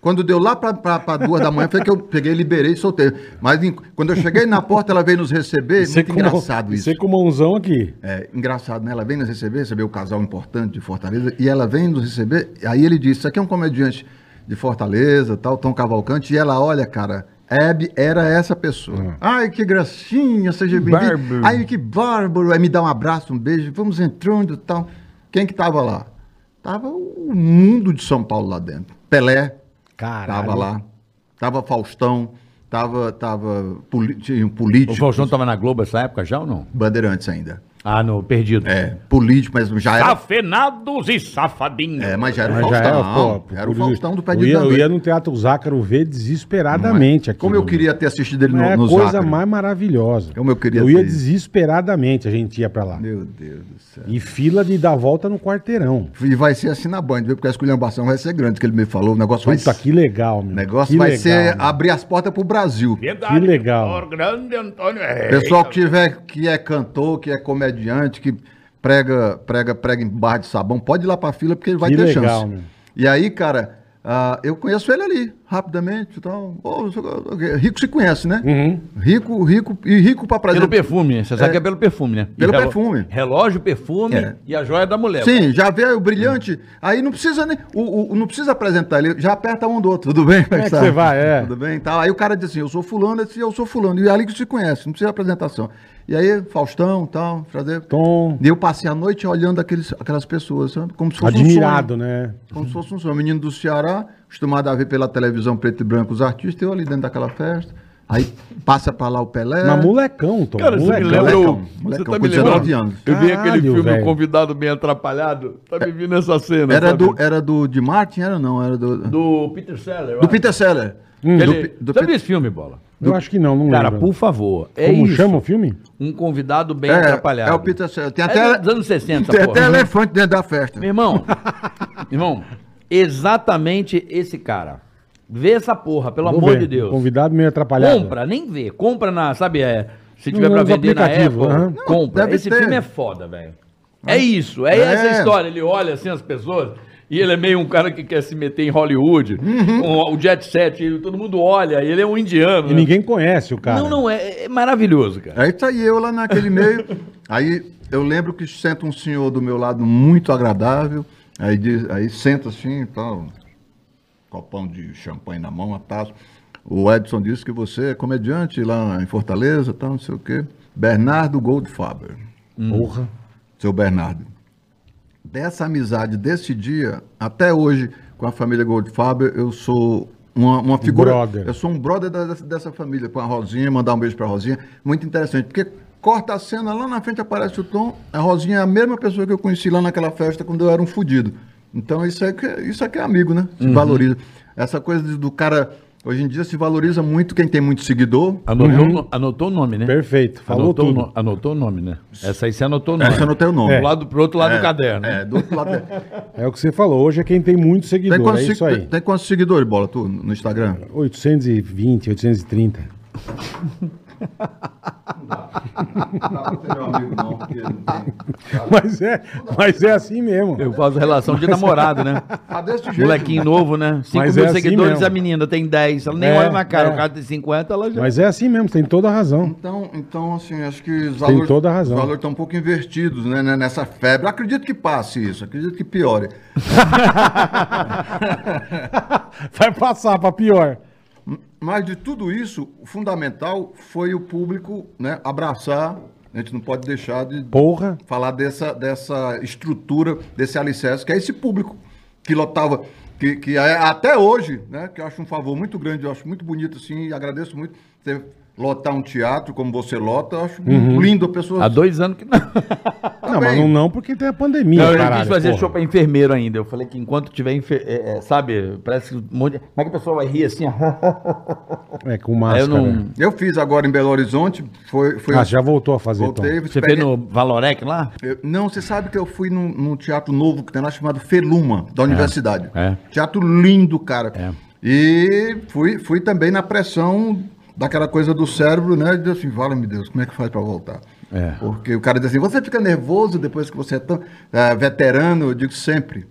Speaker 5: Quando deu lá pra, pra, pra duas da manhã, foi que eu peguei, liberei e soltei. Mas em- quando eu cheguei na porta, ela veio nos receber.
Speaker 3: Você
Speaker 5: Ah, é Muito
Speaker 3: com-
Speaker 5: engraçado isso.
Speaker 3: Você com o mãozão aqui.
Speaker 5: É, engraçado, né? Ela vem nos receber, receber o casal importante de Fortaleza, e ela vem nos receber. Aí ele disse: Isso aqui é um comediante de Fortaleza, tal, Tom Cavalcante. E ela, olha, cara, Hebe era essa pessoa. Ai, que gracinha, seja bem-vindo.
Speaker 10: Ah. bárbaro.
Speaker 5: Ai, que bárbaro. Aí me dá um abraço, um beijo, vamos entrando tal. Quem que tava lá? Tava o mundo de São Paulo lá dentro. Pelé,
Speaker 3: Caralho.
Speaker 5: tava lá. Tava Faustão, tava, tava poli- tinha um político.
Speaker 10: O Faustão tá- estava na Globo essa época já ou não?
Speaker 5: Bandeirantes ainda.
Speaker 10: Ah, no Perdido.
Speaker 5: É, político, mas já era
Speaker 16: Safenados e safadinhos.
Speaker 5: É, mas já era o
Speaker 3: Mas já
Speaker 5: Faustão.
Speaker 3: era, pô,
Speaker 5: era
Speaker 3: por
Speaker 5: o
Speaker 3: isso-
Speaker 5: Faustão do pé
Speaker 3: eu
Speaker 5: de
Speaker 3: ia,
Speaker 5: Gangue.
Speaker 3: eu ia no Teatro Zácaro ver desesperadamente aqui.
Speaker 5: Como eu queria ter assistido ele no,
Speaker 3: É a
Speaker 5: no né?
Speaker 3: coisa
Speaker 5: Zácaro.
Speaker 3: mais maravilhosa.
Speaker 5: Como eu queria
Speaker 3: Eu ia
Speaker 5: ter- É.
Speaker 3: desesperadamente, a gente ia pra lá.
Speaker 5: Meu Deus do céu.
Speaker 3: E fila de dar volta no quarteirão.
Speaker 5: E vai ser assim na Band, viu? Porque a esculhambação vai ser grande, que ele me falou. O negócio vai,
Speaker 3: Puta, que legal, meu.
Speaker 5: o negócio
Speaker 3: que
Speaker 5: vai
Speaker 3: legal, né?
Speaker 5: ser
Speaker 3: meu.
Speaker 5: abrir as portas pro Brasil.
Speaker 16: Verdade,
Speaker 3: que legal.
Speaker 16: cantor grande Antônio. É,
Speaker 5: Pessoal
Speaker 3: então.
Speaker 5: que, tiver, que é cantor, que é comediante, que prega, prega, prega em barra de sabão, pode ir lá pra fila, porque ele vai
Speaker 3: Que
Speaker 5: ter
Speaker 3: legal,
Speaker 5: chance.
Speaker 3: meu.
Speaker 5: E aí, cara, ah, eu conheço ele ali, rapidamente. Então, Ô, não sei o quê. rico se conhece, né?
Speaker 3: Uhum.
Speaker 5: Rico, rico, e rico pra prazer.
Speaker 10: Pelo perfume, você sabe que é pelo perfume, né?
Speaker 5: Pelo
Speaker 10: E relo-
Speaker 5: perfume.
Speaker 10: Relógio, perfume
Speaker 5: É.
Speaker 10: e a joia da
Speaker 3: né?
Speaker 10: mulher.
Speaker 5: Sim, já vê o brilhante. Aí não precisa nem. O, o- não precisa apresentar ele, já aperta um do outro. Tudo bem? Como
Speaker 3: é que
Speaker 5: tá?
Speaker 3: você vai? É.
Speaker 5: Tudo bem? e Tal. Aí o cara diz assim: eu sou fulano, esse eu sou fulano. E é ali que se conhece, não precisa apresentação. E aí, Faustão tal, fazer.
Speaker 3: Tom
Speaker 5: E eu passei a noite olhando aqueles, aquelas pessoas, sabe? Como se fosse
Speaker 3: admirado,
Speaker 5: um sonho.
Speaker 3: né?
Speaker 5: Como se fosse um sonho. Menino do Ceará, acostumado a ver pela televisão preto e branco os artistas, eu ali dentro daquela festa. Aí passa pra lá o Pelé.
Speaker 3: Mas molecão, Tom.
Speaker 10: Cara, você me
Speaker 3: molecão.
Speaker 10: lembra.
Speaker 5: Molecão,
Speaker 10: eu-
Speaker 5: molecão,
Speaker 10: você tá
Speaker 5: com
Speaker 10: me lembrando?
Speaker 5: 19 anos.
Speaker 10: Eu vi
Speaker 3: Caralho,
Speaker 10: aquele filme
Speaker 3: velho.
Speaker 10: O Convidado Bem Atrapalhado. Tá me vindo essa cena.
Speaker 5: Era
Speaker 10: sabe?
Speaker 5: do, é- era do de Martin, era não? Era do. Do,
Speaker 10: Do Peter Seller. eu acho.
Speaker 5: Peter Seller.
Speaker 10: Ele-
Speaker 5: Pe- do
Speaker 10: Sabe
Speaker 5: Pe-
Speaker 10: esse filme, Bola?
Speaker 3: Eu acho que não, não
Speaker 10: Cara,
Speaker 3: lembro.
Speaker 10: por favor. É
Speaker 3: Como
Speaker 10: isso.
Speaker 3: chama o filme?
Speaker 10: Um convidado bem
Speaker 5: É,
Speaker 10: atrapalhado.
Speaker 5: é o Peter Seller. Tem
Speaker 10: É
Speaker 5: até,
Speaker 10: dos anos 60,
Speaker 5: tem
Speaker 10: porra.
Speaker 5: até é elefante dentro da festa.
Speaker 10: Meu irmão, irmão, exatamente esse cara. Vê essa porra, pelo
Speaker 3: Vou
Speaker 10: amor
Speaker 3: ver.
Speaker 10: de Deus.
Speaker 3: Convidado meio atrapalhado.
Speaker 10: Compra, nem vê. Compra na, sabe, é, se tiver
Speaker 3: Nos
Speaker 10: pra vender na Apple,
Speaker 3: aplicativos, aham.
Speaker 10: compra.
Speaker 5: deve
Speaker 10: Esse
Speaker 5: ter.
Speaker 10: filme é foda, velho. É isso, é,
Speaker 5: É.
Speaker 10: essa história. Ele olha assim as pessoas e ele é meio um cara que quer se meter em Hollywood,
Speaker 5: Uhum.
Speaker 10: com o jet set, e todo mundo olha, e ele é um indiano.
Speaker 3: E
Speaker 10: né?
Speaker 3: ninguém conhece o cara.
Speaker 10: Não, não, é, é maravilhoso, cara.
Speaker 5: Aí tá eu lá naquele meio. aí eu lembro que senta um senhor do meu lado muito agradável. Aí, diz- aí senta assim e tal. Copão de champanhe na mão, a taça. O Edson disse que você é comediante lá em Fortaleza, tal, não sei o quê. Bernardo Goldfaber.
Speaker 3: Porra.
Speaker 5: seu Bernardo. Dessa amizade desse dia até hoje com a família Goldfaber, eu sou uma, uma figura.
Speaker 3: Brother.
Speaker 5: Eu sou um brother da- dessa, dessa família, com a Rosinha, mandar um beijo pra Rosinha. Muito interessante, porque corta a cena, lá na frente aparece o Tom, a Rosinha é a mesma pessoa que eu conheci lá naquela festa quando eu era um fudido. Então isso é que, isso é, que é amigo, né? Se valoriza. Essa coisa de- do cara. Hoje em dia se valoriza muito quem tem muito seguidor.
Speaker 10: Anotou, o no- anotou o nome, né?
Speaker 3: Uhum. Perfeito, falou
Speaker 10: anotou, o
Speaker 3: tudo.
Speaker 10: no- anotou o nome, né? Essa aí você anotou o nome.
Speaker 5: Essa eu anotei o nome.
Speaker 10: Do lado, pro outro lado do caderno.
Speaker 5: É, do outro lado. é.
Speaker 3: É o que você falou, hoje é quem tem muito
Speaker 5: Tem
Speaker 3: seguidor, é
Speaker 5: quantos,
Speaker 3: isso
Speaker 5: segui-
Speaker 3: aí.
Speaker 5: tem quantos seguidores, Bola, tu, no no Instagram?
Speaker 3: 820, 830. *laughs* Mas é, mas é assim mesmo.
Speaker 10: Eu faço relação de namorado, né?
Speaker 5: *laughs* Ah, desse jeito.
Speaker 10: Molequinho novo, né? 5
Speaker 3: Mas
Speaker 10: mil
Speaker 3: é assim
Speaker 10: seguidores,
Speaker 3: mesmo.
Speaker 10: a menina tem 10. Ela nem
Speaker 3: É,
Speaker 10: olha na cara,
Speaker 3: é.
Speaker 10: o cara tem 50, ela já.
Speaker 3: Mas é assim mesmo, tem toda a
Speaker 10: *laughs*
Speaker 3: razão.
Speaker 5: Então, então, assim, acho que os
Speaker 3: Tem toda a razão.
Speaker 5: os valores estão um pouco invertidos né, né, nessa febre. Acredito que passe isso, acredito que piore.
Speaker 3: Vai passar pra pior.
Speaker 5: Mas de tudo isso, o fundamental foi o público né, abraçar. A gente não pode deixar de
Speaker 3: Porra.
Speaker 5: falar dessa, dessa estrutura, desse alicerce, que é esse público que lotava, que, que é até hoje, né, que eu acho um favor muito grande, eu acho muito bonito, assim, e agradeço muito você lotar um teatro como você lota, eu acho
Speaker 10: Uhum.
Speaker 5: lindo a pessoa.
Speaker 10: Há dois anos que não.
Speaker 3: Não, mas
Speaker 5: Tá bem.
Speaker 3: não, não porque tem a pandemia,
Speaker 10: Não, eu não
Speaker 3: caralho.
Speaker 10: quis fazer
Speaker 3: porra.
Speaker 10: show pra enfermeiro ainda. Eu falei que enquanto tiver enfermeiro, sabe, parece que um monte de... Como é que a pessoa vai rir assim? ó?
Speaker 3: É, com
Speaker 10: Aí
Speaker 3: máscara.
Speaker 10: eu não...
Speaker 5: Eu fiz agora em Belo Horizonte, foi... foi assim,
Speaker 3: Ah, já voltou a fazer, Tom.
Speaker 5: Voltei,
Speaker 10: Você
Speaker 5: peguei-
Speaker 10: fez no Valorec lá?
Speaker 5: Eu- não, você sabe que eu fui num, num teatro novo que tem lá chamado Feluma, da universidade.
Speaker 10: é.
Speaker 5: Teatro lindo, cara.
Speaker 10: É.
Speaker 5: E fui, fui também na pressão daquela coisa do cérebro, né? De assim, vale-me Deus, como é que faz pra voltar?
Speaker 10: É.
Speaker 5: Porque o cara diz assim, você fica nervoso depois que você é tão é, veterano? Eu digo sempre,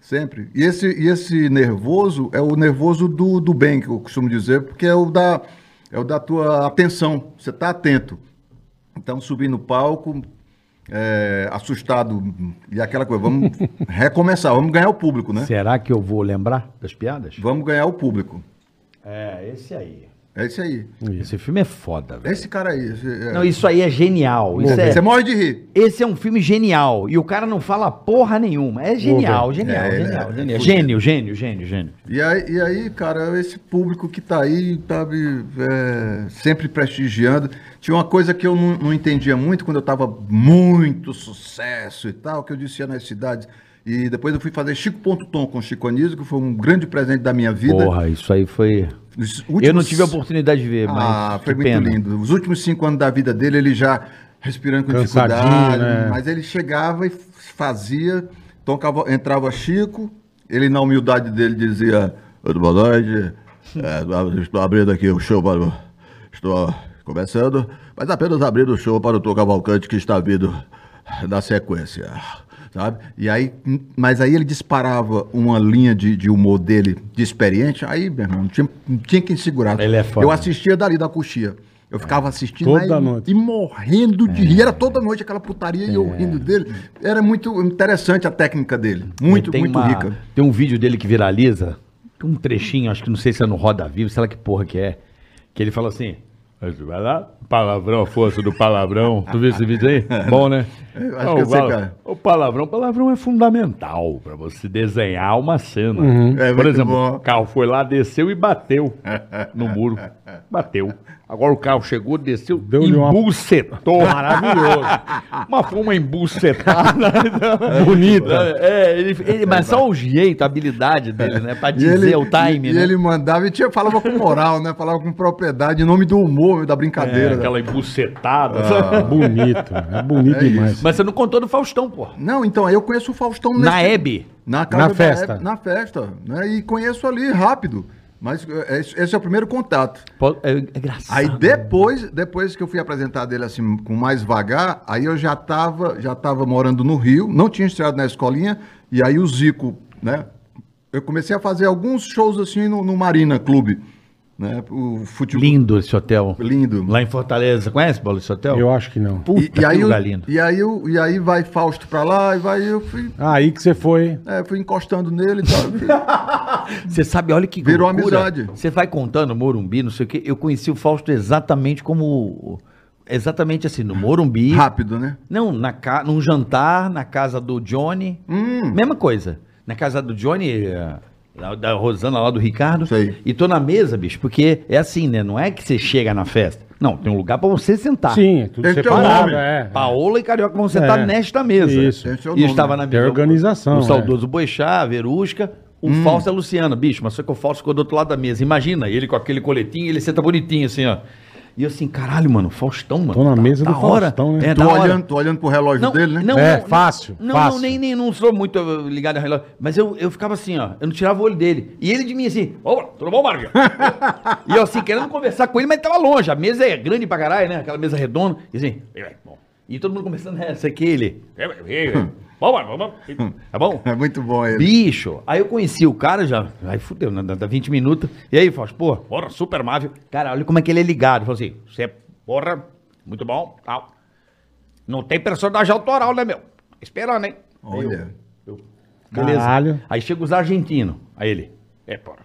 Speaker 5: sempre. E esse, e esse nervoso é o nervoso do, do bem, que eu costumo dizer, porque é o da, é o da tua atenção, você tá atento. Então, subi no palco, é, assustado, e aquela coisa, vamos *laughs* recomeçar, vamos ganhar o público, né?
Speaker 10: Será que eu vou lembrar das piadas?
Speaker 5: Vamos ganhar o público.
Speaker 10: É, esse aí.
Speaker 5: É isso aí.
Speaker 10: Esse filme é foda,
Speaker 5: É
Speaker 10: velho.
Speaker 5: esse cara aí. esse- é.
Speaker 10: Não, isso aí é genial. Isso é...
Speaker 5: Você morre de rir.
Speaker 10: Esse é um filme genial. E o cara não fala porra nenhuma. É genial, genial,
Speaker 5: É,
Speaker 10: genial,
Speaker 5: é,
Speaker 10: genial.
Speaker 5: é
Speaker 10: gênio, gênio, gênio, gênio.
Speaker 5: E aí, e aí, cara, esse público que tá aí, sabe, é, sempre prestigiando. Tinha uma coisa que eu não, não entendia muito quando eu tava muito sucesso e tal, que eu dizia nas cidades. E depois eu fui fazer Chico.tom com Chico Anísio, que foi um grande presente da minha vida.
Speaker 10: Porra, isso aí foi.
Speaker 5: Os
Speaker 10: Eu não
Speaker 5: últimos-
Speaker 10: tive a oportunidade de ver, mas.
Speaker 5: Ah, foi
Speaker 10: que
Speaker 5: muito
Speaker 10: pena.
Speaker 5: lindo. Os últimos cinco anos da vida dele, ele já respirando com
Speaker 3: Cansadinho,
Speaker 5: dificuldade,
Speaker 3: né?
Speaker 10: É.
Speaker 5: mas ele chegava e fazia. Então cava- entrava Chico, ele na humildade dele dizia: "Muito Boa noite, é, estou abrindo aqui o show para. o- Estou começando, mas apenas abrindo o show para o Tom Cavalcante que está vindo na sequência. Sabe? E aí, mas aí ele disparava uma linha de, de humor dele de experiente, aí, meu irmão, não tinha, não tinha quem segurar.
Speaker 10: Ele é foda.
Speaker 5: Eu assistia dali da coxia. Eu ficava assistindo
Speaker 3: Toda
Speaker 5: aí
Speaker 3: noite.
Speaker 5: e morrendo de rir.
Speaker 10: É.
Speaker 5: Era toda noite aquela putaria e eu rindo dele. Era muito interessante a técnica dele. Muito,
Speaker 10: Tem
Speaker 5: muito
Speaker 10: uma-
Speaker 5: rica.
Speaker 10: Tem um vídeo dele que viraliza, tem um trechinho, acho que não sei se é no Roda Viva, sei lá que porra que é, que ele fala assim,
Speaker 17: Mas Vai lá, palavrão, a força do palavrão. Tu viu esse vídeo
Speaker 5: *laughs*
Speaker 17: aí? Bom, né?
Speaker 5: Eu acho
Speaker 17: Ah,
Speaker 5: que eu
Speaker 17: o,
Speaker 5: sei
Speaker 17: pala-
Speaker 5: qual é.
Speaker 17: o palavrão, o palavrão é fundamental pra você desenhar uma cena.
Speaker 3: Uhum.
Speaker 5: É
Speaker 17: Por
Speaker 5: muito
Speaker 17: exemplo,
Speaker 5: bom.
Speaker 17: o carro foi lá, desceu e bateu no muro. Bateu. Agora o carro chegou, desceu,
Speaker 3: Deu-lhe uma-
Speaker 17: embucetou.
Speaker 3: Maravilhoso.
Speaker 17: Uma forma embucetada.
Speaker 3: *laughs* Bonita.
Speaker 10: é, ele, ele- mas só o jeito, a habilidade dele, né, pra
Speaker 5: E
Speaker 10: dizer
Speaker 5: ele,
Speaker 10: o time,
Speaker 5: e,
Speaker 10: né.
Speaker 5: e ele mandava e tinha, falava com moral, né? Falava com propriedade, em nome do humor, da
Speaker 10: É,
Speaker 5: brincadeira.
Speaker 17: Aquela embucetada.
Speaker 5: Ah.
Speaker 3: Tá Bonito. É bonito demais.
Speaker 10: Mas você não contou do Faustão, porra.
Speaker 5: Não, então, eu conheço o Faustão
Speaker 10: Na
Speaker 5: nesse-
Speaker 10: Hebe.
Speaker 5: Na, casa
Speaker 3: Na
Speaker 5: da
Speaker 3: festa.
Speaker 5: Hebe, na festa. Né? E conheço ali rápido. Mas eh, esse esse é o primeiro contato.
Speaker 10: Pô, É, é engraçado.
Speaker 5: Aí depois, depois que eu fui apresentar dele assim, com mais vagar, aí eu já tava, já tava morando no Rio, não tinha estreado na escolinha, e aí o Zico, né? Eu comecei a fazer alguns shows assim no, no Marina Clube, né? O
Speaker 17: tipo,
Speaker 5: futebol
Speaker 10: Lindo esse hotel.
Speaker 5: lindo.
Speaker 10: Lá em Fortaleza. Conhece, Paulo, esse hotel?
Speaker 3: Eu acho que não.
Speaker 10: Puta,
Speaker 5: e, e aí
Speaker 10: que
Speaker 5: o-
Speaker 10: lugar lindo.
Speaker 5: e aí eu- e aí vai Fausto pra lá, e vai eu fui,
Speaker 3: Aí que você foi.
Speaker 5: é, fui encostando nele e
Speaker 10: *laughs*
Speaker 5: tal.
Speaker 10: Você sabe, olha que
Speaker 5: Virou amizade.
Speaker 10: Você vai contando Morumbi, não sei o quê. Eu conheci o Fausto exatamente como... Exatamente assim, no Morumbi.
Speaker 5: Rápido, né?
Speaker 10: Não, na ca...
Speaker 5: Hum.
Speaker 10: num jantar na casa do Johnny. Mesma coisa. Na casa do Johnny, eh, lá da Rosana lá do Ricardo. E tô na mesa, bicho, porque é assim, né? Não é que você chega na festa. Não, tem um lugar pra você sentar.
Speaker 3: Sim, é tudo
Speaker 10: Tem que ter um
Speaker 3: separado,
Speaker 10: nome.
Speaker 3: é.
Speaker 10: Paola e Carioca vão sentar
Speaker 3: É.
Speaker 10: nesta mesa. é
Speaker 3: Isso. Tem
Speaker 10: E
Speaker 3: que ter um
Speaker 10: eu
Speaker 3: nome.
Speaker 10: estava na
Speaker 3: Tem
Speaker 10: mesa.
Speaker 3: organização,
Speaker 10: né? O
Speaker 3: é.
Speaker 10: saudoso Boixá, Verusca, o
Speaker 3: Hum.
Speaker 10: falso é Luciano, bicho, mas só que o falso ficou do outro lado da mesa. Imagina, ele com aquele coletinho, ele senta bonitinho assim, ó. E eu assim, caralho, mano, Faustão, mano.
Speaker 3: Tô na mesa do Faustão, né?
Speaker 10: É,
Speaker 5: Tô
Speaker 10: da hora.
Speaker 5: olhando, tô olhando pro relógio dele, né?
Speaker 10: Não,
Speaker 3: É,
Speaker 10: não,
Speaker 3: fácil,
Speaker 10: Não,
Speaker 3: fácil.
Speaker 10: não, nem, nem não sou muito eh, ligado a relógio. Mas eu, eu ficava assim, ó. Eu não tirava o olho dele. E ele de mim assim, opa, tudo bom, Marga? *laughs* e eu assim, querendo conversar com ele, mas ele tava longe. A mesa é grande pra caralho, né? Aquela mesa redonda. E assim, "Ei, ué, bom. E todo mundo conversando, né? Isso aqui, ele. "É, ué, é, ué, Vamos, vamos, vamos. Tá bom?
Speaker 5: É muito bom ele.
Speaker 10: Bicho, aí eu conheci o cara já. Aí fudeu, né? Dá 20 minutos. E aí, Fausto, pô, porra, super Marvel. Cara, olha como é que ele é ligado. Falou assim: você é porra, muito bom, tal. Não tem personagem autoral, né, meu? Esperando, hein?
Speaker 5: Olha,
Speaker 10: Beleza.
Speaker 3: Caralho.
Speaker 10: Aí chega os argentinos. Aí ele. É, porra.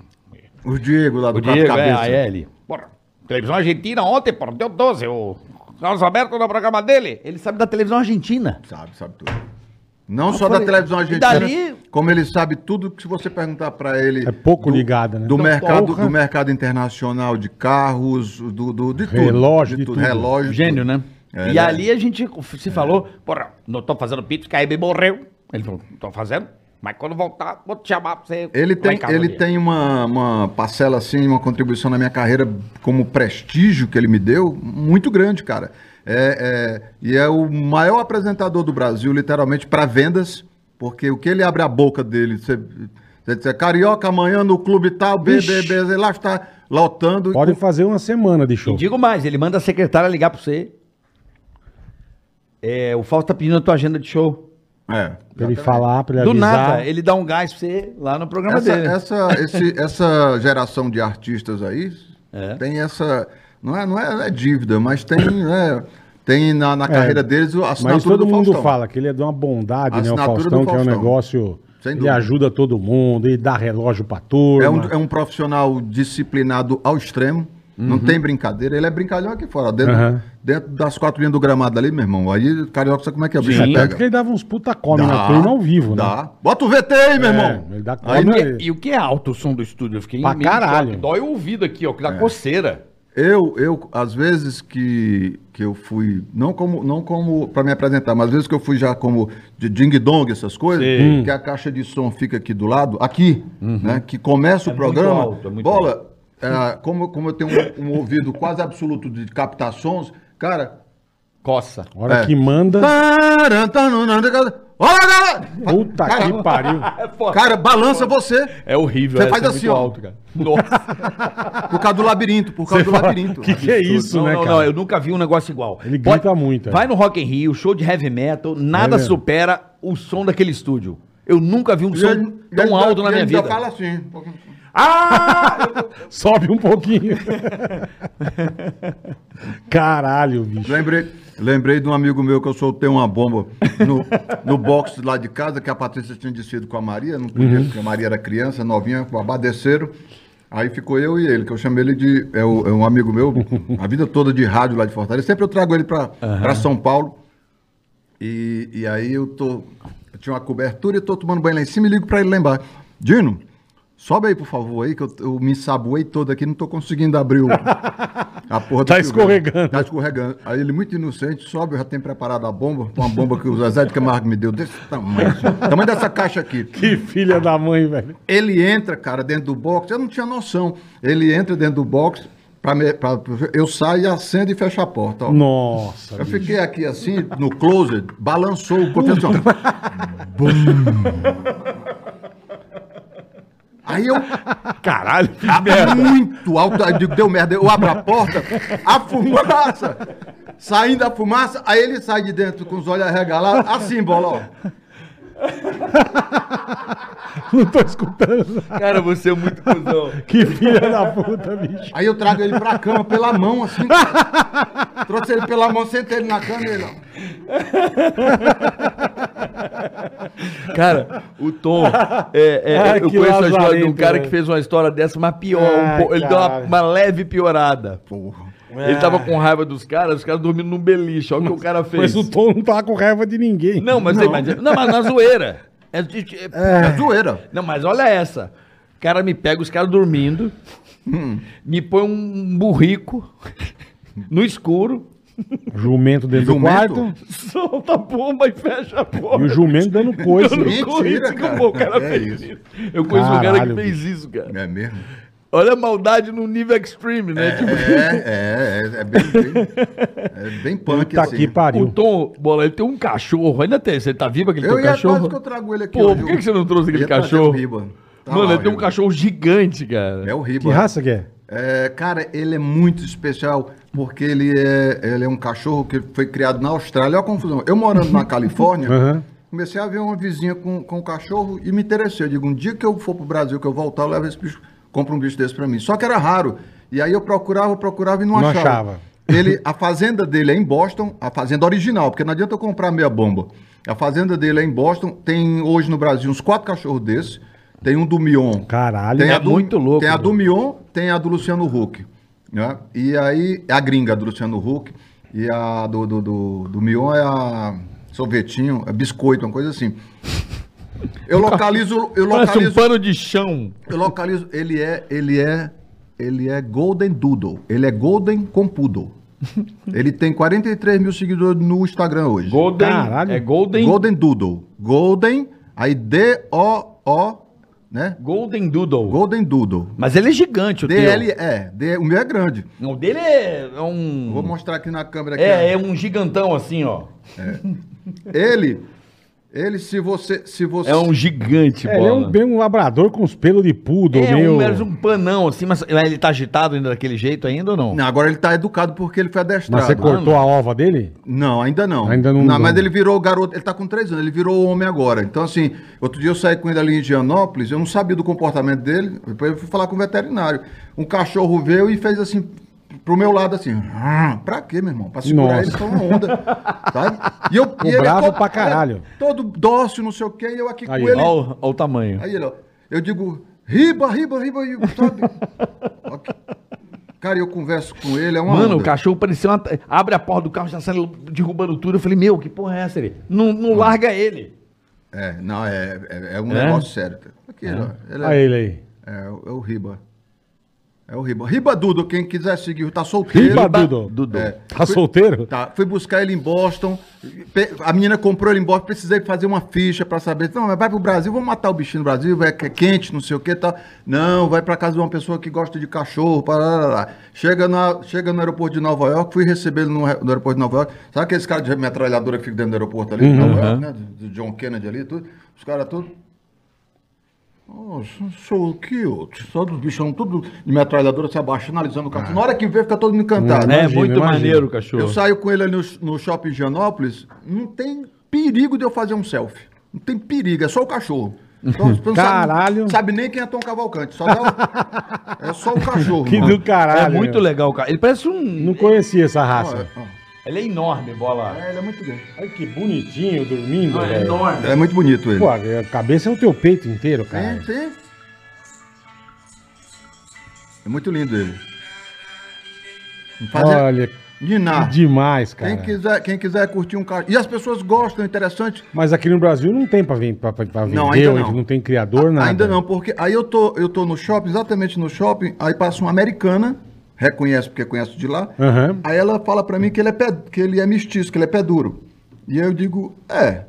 Speaker 5: o Diego lá do
Speaker 10: O
Speaker 5: Quatro
Speaker 10: Diego, é,
Speaker 5: Cabeças.
Speaker 10: aí é ele. Porra. Televisão argentina ontem, porra, deu 12. O Carlos Alberto no programa dele. Ele sabe da televisão argentina.
Speaker 5: Sabe, sabe tudo. Não só da
Speaker 10: falei,
Speaker 5: televisão
Speaker 10: e
Speaker 5: argentina,
Speaker 10: dali-
Speaker 5: como ele sabe tudo que se você perguntar pra ele.
Speaker 3: É pouco
Speaker 5: do-
Speaker 3: ligado, né?
Speaker 5: Do
Speaker 3: Então,
Speaker 5: mercado,
Speaker 3: porra.
Speaker 5: do mercado internacional de carros, do, do- de tudo.
Speaker 3: Relógio, de tudo.
Speaker 5: Relógio. tudo.
Speaker 10: Gênio, né?
Speaker 5: É,
Speaker 10: e
Speaker 5: né?
Speaker 10: ali a gente se falou, porra, não tô fazendo pizza, Caíbe morreu. Ele falou, tô fazendo, mas quando voltar, vou te chamar pra você.
Speaker 5: Ele
Speaker 10: lá
Speaker 5: tem,
Speaker 10: em casa um
Speaker 5: ele
Speaker 10: dia."
Speaker 5: tem uma, uma parcela, assim, uma contribuição na minha carreira como prestígio que ele me deu, muito grande, cara. É, é, e é o maior apresentador do Brasil, literalmente, para vendas, porque o que ele abre a boca dele, você, você diz, "É carioca amanhã no clube tal, BBB, lá está lotando.
Speaker 3: Pode fazer uma semana de show.
Speaker 10: E digo mais, ele manda a secretária ligar pra você. É, o Fausto tá pedindo a tua agenda de show.
Speaker 5: É.
Speaker 3: Pra ele falar, pra ele
Speaker 10: Do
Speaker 3: avisar.
Speaker 10: nada, ele dá um gás pra você lá no programa
Speaker 5: Essa,
Speaker 10: dele.
Speaker 5: essa, esse- essa geração de artistas aí tem essa. Não é, não é, não é dívida, mas tem, né, tem na, na carreira deles a assinatura
Speaker 3: É, Mas todo
Speaker 5: do
Speaker 3: mundo
Speaker 5: Faustão.
Speaker 3: fala que ele é de uma bondade, né? O
Speaker 5: Assinatura do
Speaker 3: Faustão, que é um
Speaker 5: Faustão.
Speaker 3: negócio.
Speaker 5: Sem
Speaker 3: ele
Speaker 5: dúvida.
Speaker 3: ajuda todo mundo, ele dá relógio pra turma.
Speaker 5: É um, é um profissional disciplinado ao extremo. Não tem brincadeira, ele é brincalhão aqui fora. Dentro,
Speaker 3: Aham.
Speaker 5: dentro das quatro linhas do gramado ali, meu irmão. Aí, carioca, sabe como é que é? O bicho
Speaker 3: Sim, tanto que
Speaker 5: pega.
Speaker 3: ele dava uns puta come
Speaker 5: Dá,
Speaker 3: na turma ao vivo, né?
Speaker 5: dá. Bota o VT aí, meu
Speaker 3: É,
Speaker 5: irmão.
Speaker 3: ele dá come
Speaker 5: Aí não-
Speaker 3: aí.
Speaker 18: E o que é alto o som do estúdio? Eu fiquei
Speaker 3: Pra
Speaker 18: meio choque.
Speaker 3: caralho.
Speaker 18: Dói o ouvido aqui, ó, que
Speaker 5: É.
Speaker 18: dá coceira.
Speaker 5: Eu, eu, às vezes que, que eu fui, não como, não como para me apresentar, mas às vezes que eu fui já como de ding-dong, essas coisas, que a caixa de som fica aqui do lado, aqui, né, que começa o programa.
Speaker 18: alto, é muito
Speaker 5: bola, é, como, como eu tenho um, um ouvido quase absoluto de captar sons, cara.
Speaker 18: Coça.
Speaker 3: A hora
Speaker 5: É.
Speaker 3: que manda.
Speaker 5: Olha, galera!
Speaker 3: Puta que pariu.
Speaker 5: Cara, balança você
Speaker 18: É horrível.
Speaker 5: Você
Speaker 18: é,
Speaker 5: faz
Speaker 18: isso é
Speaker 5: assim,
Speaker 18: muito
Speaker 5: ó.
Speaker 18: alto, cara.
Speaker 5: *laughs*
Speaker 18: Nossa.
Speaker 5: por causa do labirinto, por causa do labirinto.
Speaker 3: que, que é isso,
Speaker 10: não,
Speaker 3: né,
Speaker 10: não,
Speaker 3: cara?
Speaker 10: não, eu nunca vi um negócio igual.
Speaker 3: Ele grita muito, é.
Speaker 10: Vai no Rock in Rio, show de heavy metal, nada
Speaker 3: É mesmo.
Speaker 10: supera o som daquele estúdio. Eu nunca vi um
Speaker 5: E
Speaker 10: som
Speaker 5: ele- e
Speaker 10: tão
Speaker 5: ele
Speaker 10: alto na
Speaker 5: e
Speaker 10: minha
Speaker 5: ele
Speaker 10: vida.
Speaker 5: ainda fala assim. um pouquinho.
Speaker 3: Sobe um pouquinho. *laughs* Caralho, bicho.
Speaker 5: Lembrei, lembrei de um amigo meu que eu soltei uma bomba no, no box lá de casa, que a Patrícia tinha descido com a Maria, não
Speaker 3: Uhum.
Speaker 5: podia, porque a Maria era criança, novinha, babá, desceram. Aí ficou eu e ele, que eu chamei ele de. É, o- é um amigo meu, a vida toda de rádio lá de Fortaleza. Sempre eu trago ele para São Paulo. E, e aí eu tô. Eu tinha uma cobertura e tô tomando banho lá em cima e ligo pra ele lembrar. Dino, sobe aí, por favor, aí, que eu, eu me saboei todo aqui, não tô conseguindo abrir o, a porra do
Speaker 3: Tá
Speaker 5: chuveiro.
Speaker 3: escorregando.
Speaker 5: Tá escorregando. Aí ele, muito inocente, sobe, eu já tenho preparado a bomba, uma bomba que o Zezé de Camargo me deu desse tamanho. assim, tamanho dessa caixa aqui.
Speaker 3: Que filha da mãe, velho.
Speaker 5: Ele entra, cara, dentro do box. Eu não tinha noção. Ele entra dentro do box, pra me- pra- eu saio, acendo e fecho a porta. ó.
Speaker 3: Nossa.
Speaker 5: Eu fiquei aqui assim, no closet, balançou o assim, confessão. Aí eu
Speaker 3: Caralho.
Speaker 10: Ah,
Speaker 5: abro muito alto, aí eu digo, deu merda. Eu abro a porta, a fumaça, saindo a fumaça, aí ele sai de dentro com os olhos arregalados, assim, bola, ó.
Speaker 10: ah.
Speaker 3: Não tô escutando.
Speaker 18: Cara, você é muito cuzão.
Speaker 3: Que filha da puta, bicho.
Speaker 5: Aí eu trago ele pra cama pela mão, assim. cara. Trouxe ele pela mão, sentei ele na cama e ele, ó.
Speaker 18: *laughs* Cara, o Tom. é, é,
Speaker 3: *laughs* Ai,
Speaker 18: eu
Speaker 3: que
Speaker 18: conheço a história de um
Speaker 3: lazarento, né?
Speaker 18: cara
Speaker 3: velho.
Speaker 18: que fez uma história dessa, mas pior. um
Speaker 3: Ai,
Speaker 18: po- ele deu uma,
Speaker 3: caralho.
Speaker 18: uma leve piorada. Ele tava com raiva dos caras, os caras dormindo num beliche. Olha o que o cara fez.
Speaker 3: É. Mas o Tom não tá com raiva de ninguém.
Speaker 18: Não, mas, não. mas, não, mas na zoeira. É, é-
Speaker 5: É zoeira.
Speaker 18: Não, mas olha essa.
Speaker 10: cara me pega os caras dormindo, me põe um burrico no escuro,
Speaker 3: Jumento dentro
Speaker 5: Jumento?
Speaker 3: do quarto.
Speaker 10: *laughs* solta a bomba e fecha a
Speaker 3: E
Speaker 10: porta.
Speaker 3: o jumento dando coisa.
Speaker 10: Eu não
Speaker 5: Mentira,
Speaker 10: conheço
Speaker 5: cara.
Speaker 10: como o cara
Speaker 5: É
Speaker 10: fez
Speaker 5: isso.
Speaker 10: isso. Eu conheço um cara
Speaker 3: Caralho,
Speaker 10: que fez isso, cara.
Speaker 5: É mesmo?
Speaker 10: Olha a maldade no nível extreme, né?
Speaker 5: É,
Speaker 10: Tipo,
Speaker 5: é, é, é bem, bem, é bem punk
Speaker 3: Puta
Speaker 5: assim.
Speaker 3: que
Speaker 10: o
Speaker 3: pariu.
Speaker 10: Tom, bola, ele tem um cachorro. Ainda tem, você tá vivo aquele
Speaker 5: Eu
Speaker 10: teu
Speaker 5: ia quase que eu
Speaker 10: cachorro?
Speaker 5: trago ele aqui.
Speaker 10: Pô,
Speaker 5: hoje.
Speaker 10: por que, que você não trouxe aquele
Speaker 5: Ia trazer o
Speaker 10: cachorro?
Speaker 5: Riba. Tá
Speaker 10: Mano,
Speaker 5: lá,
Speaker 10: ele tem
Speaker 5: o
Speaker 10: um
Speaker 5: Riba.
Speaker 10: cachorro gigante, cara.
Speaker 5: É o
Speaker 3: Que
Speaker 5: Riba.
Speaker 3: raça que é?
Speaker 5: É, cara, ele é muito especial porque ele é, ele é um cachorro que foi criado na Austrália. Olha a confusão. Eu
Speaker 3: *laughs*
Speaker 5: morando na Califórnia,
Speaker 3: Aham.
Speaker 5: comecei a ver uma vizinha com, com um cachorro e me interessei. Eu digo, um dia que eu for pro Brasil, que eu voltar, eu levo esse bicho, compro um bicho desse pra mim. Só que era raro. E aí eu procurava, procurava e não,
Speaker 3: Não
Speaker 5: achava.
Speaker 3: achava. *laughs*
Speaker 5: Ele, a fazenda dele é em Boston, a fazenda original, porque não adianta eu comprar meia bomba. A fazenda dele é em Boston, tem hoje no Brasil uns quatro cachorros desses. Tem um do Mion.
Speaker 3: Caralho.
Speaker 5: Tem
Speaker 3: É
Speaker 5: a do,
Speaker 10: muito louco,
Speaker 5: Tem a
Speaker 10: mano.
Speaker 5: do Mion, tem a do Luciano Huck. Né? E aí, é a gringa do Luciano Huck. E a do, do, do, do Mion é a sorvetinho, é biscoito, uma coisa assim.
Speaker 10: *laughs*
Speaker 5: Eu localizo, eu
Speaker 10: Parece um
Speaker 5: localizo,
Speaker 10: pano de chão.
Speaker 5: eu localizo, ele é, ele é, ele é Golden Doodle, ele é Golden com Poodle. Ele tem 43 mil seguidores no Instagram hoje.
Speaker 10: Golden.
Speaker 3: Caralho.
Speaker 10: É Golden.
Speaker 5: Golden Doodle, Golden, aí D-O-O, né?
Speaker 10: Golden Doodle.
Speaker 5: Golden Doodle.
Speaker 10: Mas ele é gigante, o
Speaker 5: DL
Speaker 10: teu.
Speaker 5: é, D- o meu é grande.
Speaker 10: Não, o dele é, é um.
Speaker 5: Vou mostrar aqui na câmera. Aqui,
Speaker 10: É,
Speaker 5: ó.
Speaker 10: é um gigantão assim, ó.
Speaker 5: Ele, ele, se você, se você,
Speaker 10: É um gigante,
Speaker 3: É, ele é
Speaker 10: bola.
Speaker 3: um, bem um labrador com os pelos de pudo,
Speaker 10: É,
Speaker 3: meio.
Speaker 10: um, era um panão, assim, mas mas ele tá agitado ainda daquele jeito ainda ou não?
Speaker 5: não, agora ele tá educado porque ele foi adestrado.
Speaker 3: Mas você cortou a ova dele?
Speaker 5: Não, ainda não.
Speaker 3: Ainda não-
Speaker 5: Mas ele virou garoto, ele tá com três anos, ele virou homem agora. Então, assim, outro dia eu saí com ele ali em Gianópolis, eu não sabia do comportamento dele, depois eu fui falar com o veterinário. Um cachorro veio e fez assim, pro meu lado, assim, "Ah, pra quê, meu irmão? Pra segurar
Speaker 3: Nossa.
Speaker 5: ele, então uma onda. sabe?
Speaker 3: *laughs*
Speaker 5: E eu, e ele é
Speaker 3: bravo
Speaker 5: to-
Speaker 3: pra caralho.
Speaker 5: é todo dócil, não sei o quê, e eu aqui
Speaker 3: Aí,
Speaker 5: com ele.
Speaker 10: Olha o, olha o tamanho.
Speaker 5: Aí ele, ó, eu digo, riba, riba, riba, e
Speaker 3: *laughs*
Speaker 5: sabe? Ó que- Cara, eu converso com ele, é uma
Speaker 10: Mano,
Speaker 5: onda.
Speaker 10: o cachorro parecia uma. Abre a porta do carro, já sai derrubando tudo. Eu falei, meu, que porra é essa ele? Não, não
Speaker 3: Ah.
Speaker 10: larga ele.
Speaker 5: É, não, é, é, é um
Speaker 10: É?
Speaker 5: negócio sério. cara. Aqui, ó, ele é,
Speaker 3: Olha ele aí.
Speaker 5: é, é o riba. É o riba. Riba Dudo, quem quiser seguir, tá solteiro.
Speaker 3: Riba Dudo.
Speaker 10: Dudu.
Speaker 5: É.
Speaker 3: Tá solteiro?
Speaker 5: Tá, fui buscar ele em Boston. Pe- A menina comprou ele em Boston. Precisei fazer uma ficha pra saber. Não, mas vai pro Brasil, vamos matar o bichinho no Brasil, vai que é quente, não sei o que tal. Não, vai pra casa de uma pessoa que gosta de cachorro. Parará. Chega, na, chega no aeroporto de Nova York, fui receber ele no, re- no aeroporto de Nova York. Sabe aqueles caras de metralhadora que ficam dentro do aeroporto ali
Speaker 10: Uhum.
Speaker 5: de Nova York, né? Do do John Kennedy ali, tudo. Os caras todos. Oh, so- so cute. Só dos bichão, tudo de metralhadora se abaixando, analisando o cachorro. Na hora que vê, fica todo mundo encantado.
Speaker 10: Ah. É,
Speaker 3: Imagina,
Speaker 10: muito
Speaker 3: imagina.
Speaker 10: maneiro o cachorro.
Speaker 5: Eu saio com ele ali no, no shopping Gianópolis, não tem perigo de eu fazer um selfie. Não tem perigo, é só o cachorro. Então, você não
Speaker 3: Caralho.
Speaker 5: Sabe, sabe nem quem é Tom Cavalcante, só dá
Speaker 3: *laughs*
Speaker 5: o- é só o cachorro.
Speaker 3: Que
Speaker 5: mano.
Speaker 3: do caralho.
Speaker 10: é muito
Speaker 3: meu.
Speaker 10: legal, cara. Ele parece um.
Speaker 3: Não conhecia essa
Speaker 5: Ó,
Speaker 3: raça.
Speaker 5: ó,
Speaker 10: Ele é enorme, bola.
Speaker 5: é, ele é muito bem.
Speaker 3: Olha que bonitinho dormindo, velho.
Speaker 5: É muito bonito ele.
Speaker 3: Pô, a cabeça é o teu peito inteiro,
Speaker 5: Tem,
Speaker 3: cara.
Speaker 5: tem. É muito lindo ele. Não faz é-
Speaker 3: Olha,
Speaker 5: de nada.
Speaker 3: que demais, cara.
Speaker 5: Quem quiser, quem quiser curtir um cachorro. E as pessoas gostam, é interessante.
Speaker 3: Mas aqui no Brasil não tem pra, vem- pra- pra- pra vender,
Speaker 5: Não,
Speaker 3: não,
Speaker 5: ainda
Speaker 3: não.
Speaker 5: não.
Speaker 3: tem criador, nada.
Speaker 5: Ainda não, porque aí eu tô, eu tô no shopping, exatamente no shopping, aí passa uma americana, reconhece porque conhece de lá,
Speaker 3: Aham.
Speaker 5: aí ela fala pra mim que ele, é pé, que ele é mestiço, que ele é pé duro. E eu digo, é,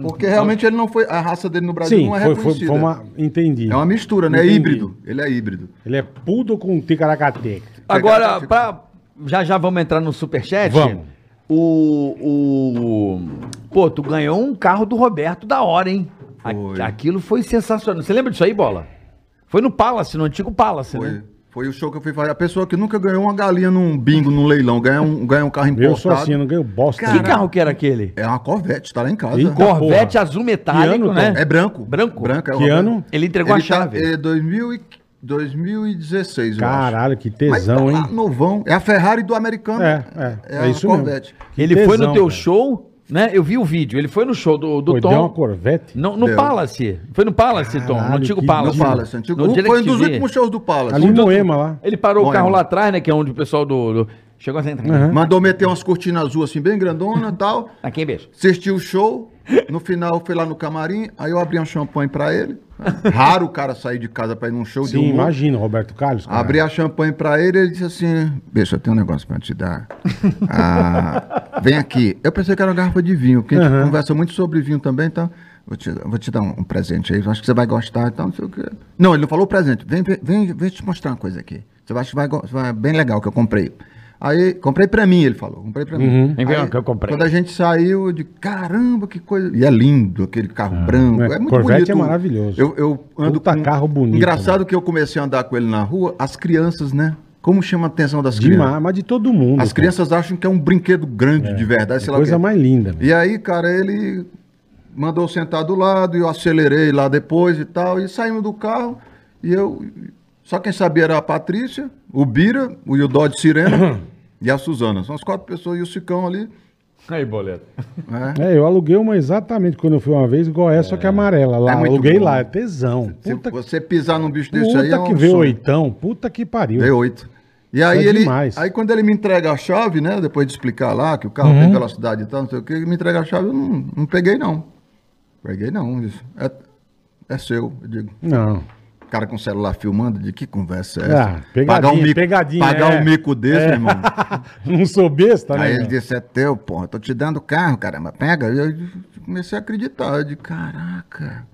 Speaker 5: porque realmente ele não foi, a raça dele no Brasil
Speaker 3: Hum. Sim,
Speaker 5: não é
Speaker 3: foi, foi,
Speaker 5: reconhecida.
Speaker 3: foi uma. Entendi.
Speaker 5: É uma mistura, né? É
Speaker 3: Entendi.
Speaker 5: híbrido, ele é híbrido.
Speaker 3: Ele é pudo com ticaracateca.
Speaker 10: Agora, pra... já já vamos entrar no superchat.
Speaker 3: Vamos.
Speaker 10: O, o. Pô, tu ganhou um carro do Roberto da hora, hein? A-
Speaker 5: Foi.
Speaker 10: Aquilo foi sensacional. Você lembra disso aí, bola? Foi no Palace, no antigo Palace, né?
Speaker 5: Foi, foi o show que eu fui fazer. A pessoa que nunca ganhou uma galinha num bingo, num leilão, ganha um, ganha um carro importado.
Speaker 3: Eu sou assim, eu não ganho bosta.
Speaker 10: Que carro que era aquele?
Speaker 5: É uma Corvette, tá lá em casa.
Speaker 3: Ih, Eita
Speaker 10: Corvette
Speaker 3: porra.
Speaker 10: azul metálico,
Speaker 3: Que ano,
Speaker 10: né?
Speaker 3: Tom?
Speaker 5: É branco.
Speaker 10: Branco?
Speaker 5: Branco, é o
Speaker 3: Que
Speaker 5: Roberto.
Speaker 3: ano?
Speaker 10: Ele entregou a
Speaker 5: tá-
Speaker 10: chave.
Speaker 5: é 2000 e- 2016, eu acho.
Speaker 3: Caralho, que
Speaker 5: Mas tá
Speaker 3: tesão,
Speaker 5: lá,
Speaker 3: hein?
Speaker 5: novão. É a Ferrari do americano.
Speaker 3: É, é, é
Speaker 5: a
Speaker 3: isso mesmo. Que
Speaker 10: ele foi no
Speaker 3: tesão,
Speaker 10: teu
Speaker 3: cara.
Speaker 10: show, né? Eu vi o vídeo. Ele foi no show do, do
Speaker 3: Pô, deu uma
Speaker 10: Tom.
Speaker 3: Corvette.
Speaker 10: No, no
Speaker 5: Deu.
Speaker 10: Palace. Foi no Palace, Tom. No
Speaker 3: Caralho,
Speaker 10: antigo
Speaker 3: que
Speaker 10: Palace.
Speaker 5: No Palace, antigo.
Speaker 10: No
Speaker 5: foi um dos
Speaker 10: DirecTV.
Speaker 5: últimos shows do Palace.
Speaker 3: Ali em Moema, lá.
Speaker 10: Ele parou o
Speaker 5: Olha,
Speaker 10: carro lá
Speaker 5: mano.
Speaker 10: atrás, né? Que é onde o pessoal do. do- Chegou assim.
Speaker 5: Mandou meter umas cortinas azuis assim, bem grandona e tal.
Speaker 10: Aqui, beijo.
Speaker 5: Assistiu o show. No final, eu fui lá no camarim, aí eu abri um champanhe pra ele. Raro o cara sair de casa pra ir num show de um
Speaker 3: Sim, imagina, Roberto Carlos. cara.
Speaker 5: Abri a champanhe pra ele, ele disse assim: Bicho, eu tenho um negócio pra te dar. Ah, vem aqui. Eu pensei que era uma garrafa de vinho, porque a gente
Speaker 3: Aham.
Speaker 5: conversa muito sobre vinho também, então. Vou te, vou te dar um, um presente aí, acho que você vai gostar e tal, não sei o quê. Não, ele não falou presente. Vem, vem, vem, vem te mostrar uma coisa aqui. Você acha que vai, go- vai é bem legal que eu comprei. Aí, comprei pra mim, ele falou. Comprei pra
Speaker 3: Uhum.
Speaker 5: mim.
Speaker 9: Vem ver
Speaker 5: Aí,
Speaker 9: o que eu comprei.
Speaker 5: Quando a gente saiu, eu de caramba, que coisa. E é lindo aquele carro branco.
Speaker 3: é,
Speaker 5: É muito
Speaker 3: Corvette
Speaker 5: bonito.
Speaker 3: é maravilhoso.
Speaker 5: Eu, eu ando
Speaker 3: Puta carro bonito,
Speaker 5: Engraçado que eu comecei a andar com ele na rua, as crianças, né? Como chama a atenção das
Speaker 3: Demais,
Speaker 5: crianças?
Speaker 3: mas de todo mundo. cara.
Speaker 5: As
Speaker 3: é
Speaker 5: crianças acham que é um brinquedo grande de verdade, sei lá o
Speaker 3: Coisa
Speaker 5: quê.
Speaker 3: mais linda. velho.
Speaker 5: E aí, cara, ele mandou eu sentar do lado, e eu acelerei lá depois e tal, e saímos do carro, e eu... Só quem sabia era a Patrícia, o Bira, o Yudó
Speaker 3: *coughs*
Speaker 5: de Sirena e a Suzana. São as quatro pessoas, e o Cicão ali.
Speaker 19: Aí, boleto.
Speaker 5: né?
Speaker 3: É, eu aluguei uma exatamente quando eu fui uma vez, igual essa, só que amarela. Lá,
Speaker 5: É muito
Speaker 3: aluguei
Speaker 5: bom.
Speaker 3: lá, é tesão.
Speaker 5: Se
Speaker 3: Puta,
Speaker 5: você pisar num bicho desse
Speaker 3: puta
Speaker 5: aí é um
Speaker 3: que veio
Speaker 5: sonho.
Speaker 3: oitão, puta que pariu.
Speaker 5: Dei oito. E aí
Speaker 3: é
Speaker 5: ele.
Speaker 3: demais.
Speaker 5: Aí quando ele me entrega a chave, né? Depois de explicar lá que o
Speaker 10: Uhum.
Speaker 5: carro tem velocidade e tal, não sei o que, ele me entrega a chave, eu não, não peguei, não. Peguei não, isso. É, é seu, eu digo.
Speaker 3: Não. *laughs*
Speaker 5: O cara com o celular filmando, de que conversa é
Speaker 3: Ah,
Speaker 5: essa?
Speaker 3: pegadinha,
Speaker 5: pagar um mico,
Speaker 3: pegadinha,
Speaker 5: pagar
Speaker 3: é.
Speaker 5: um mico desse,
Speaker 3: É.
Speaker 5: irmão.
Speaker 3: *laughs* Não sou besta, né?
Speaker 5: Aí ele
Speaker 3: irmão?
Speaker 5: disse, é teu, porra, tô te dando o carro, caramba, pega. E eu comecei a acreditar, eu digo, caraca,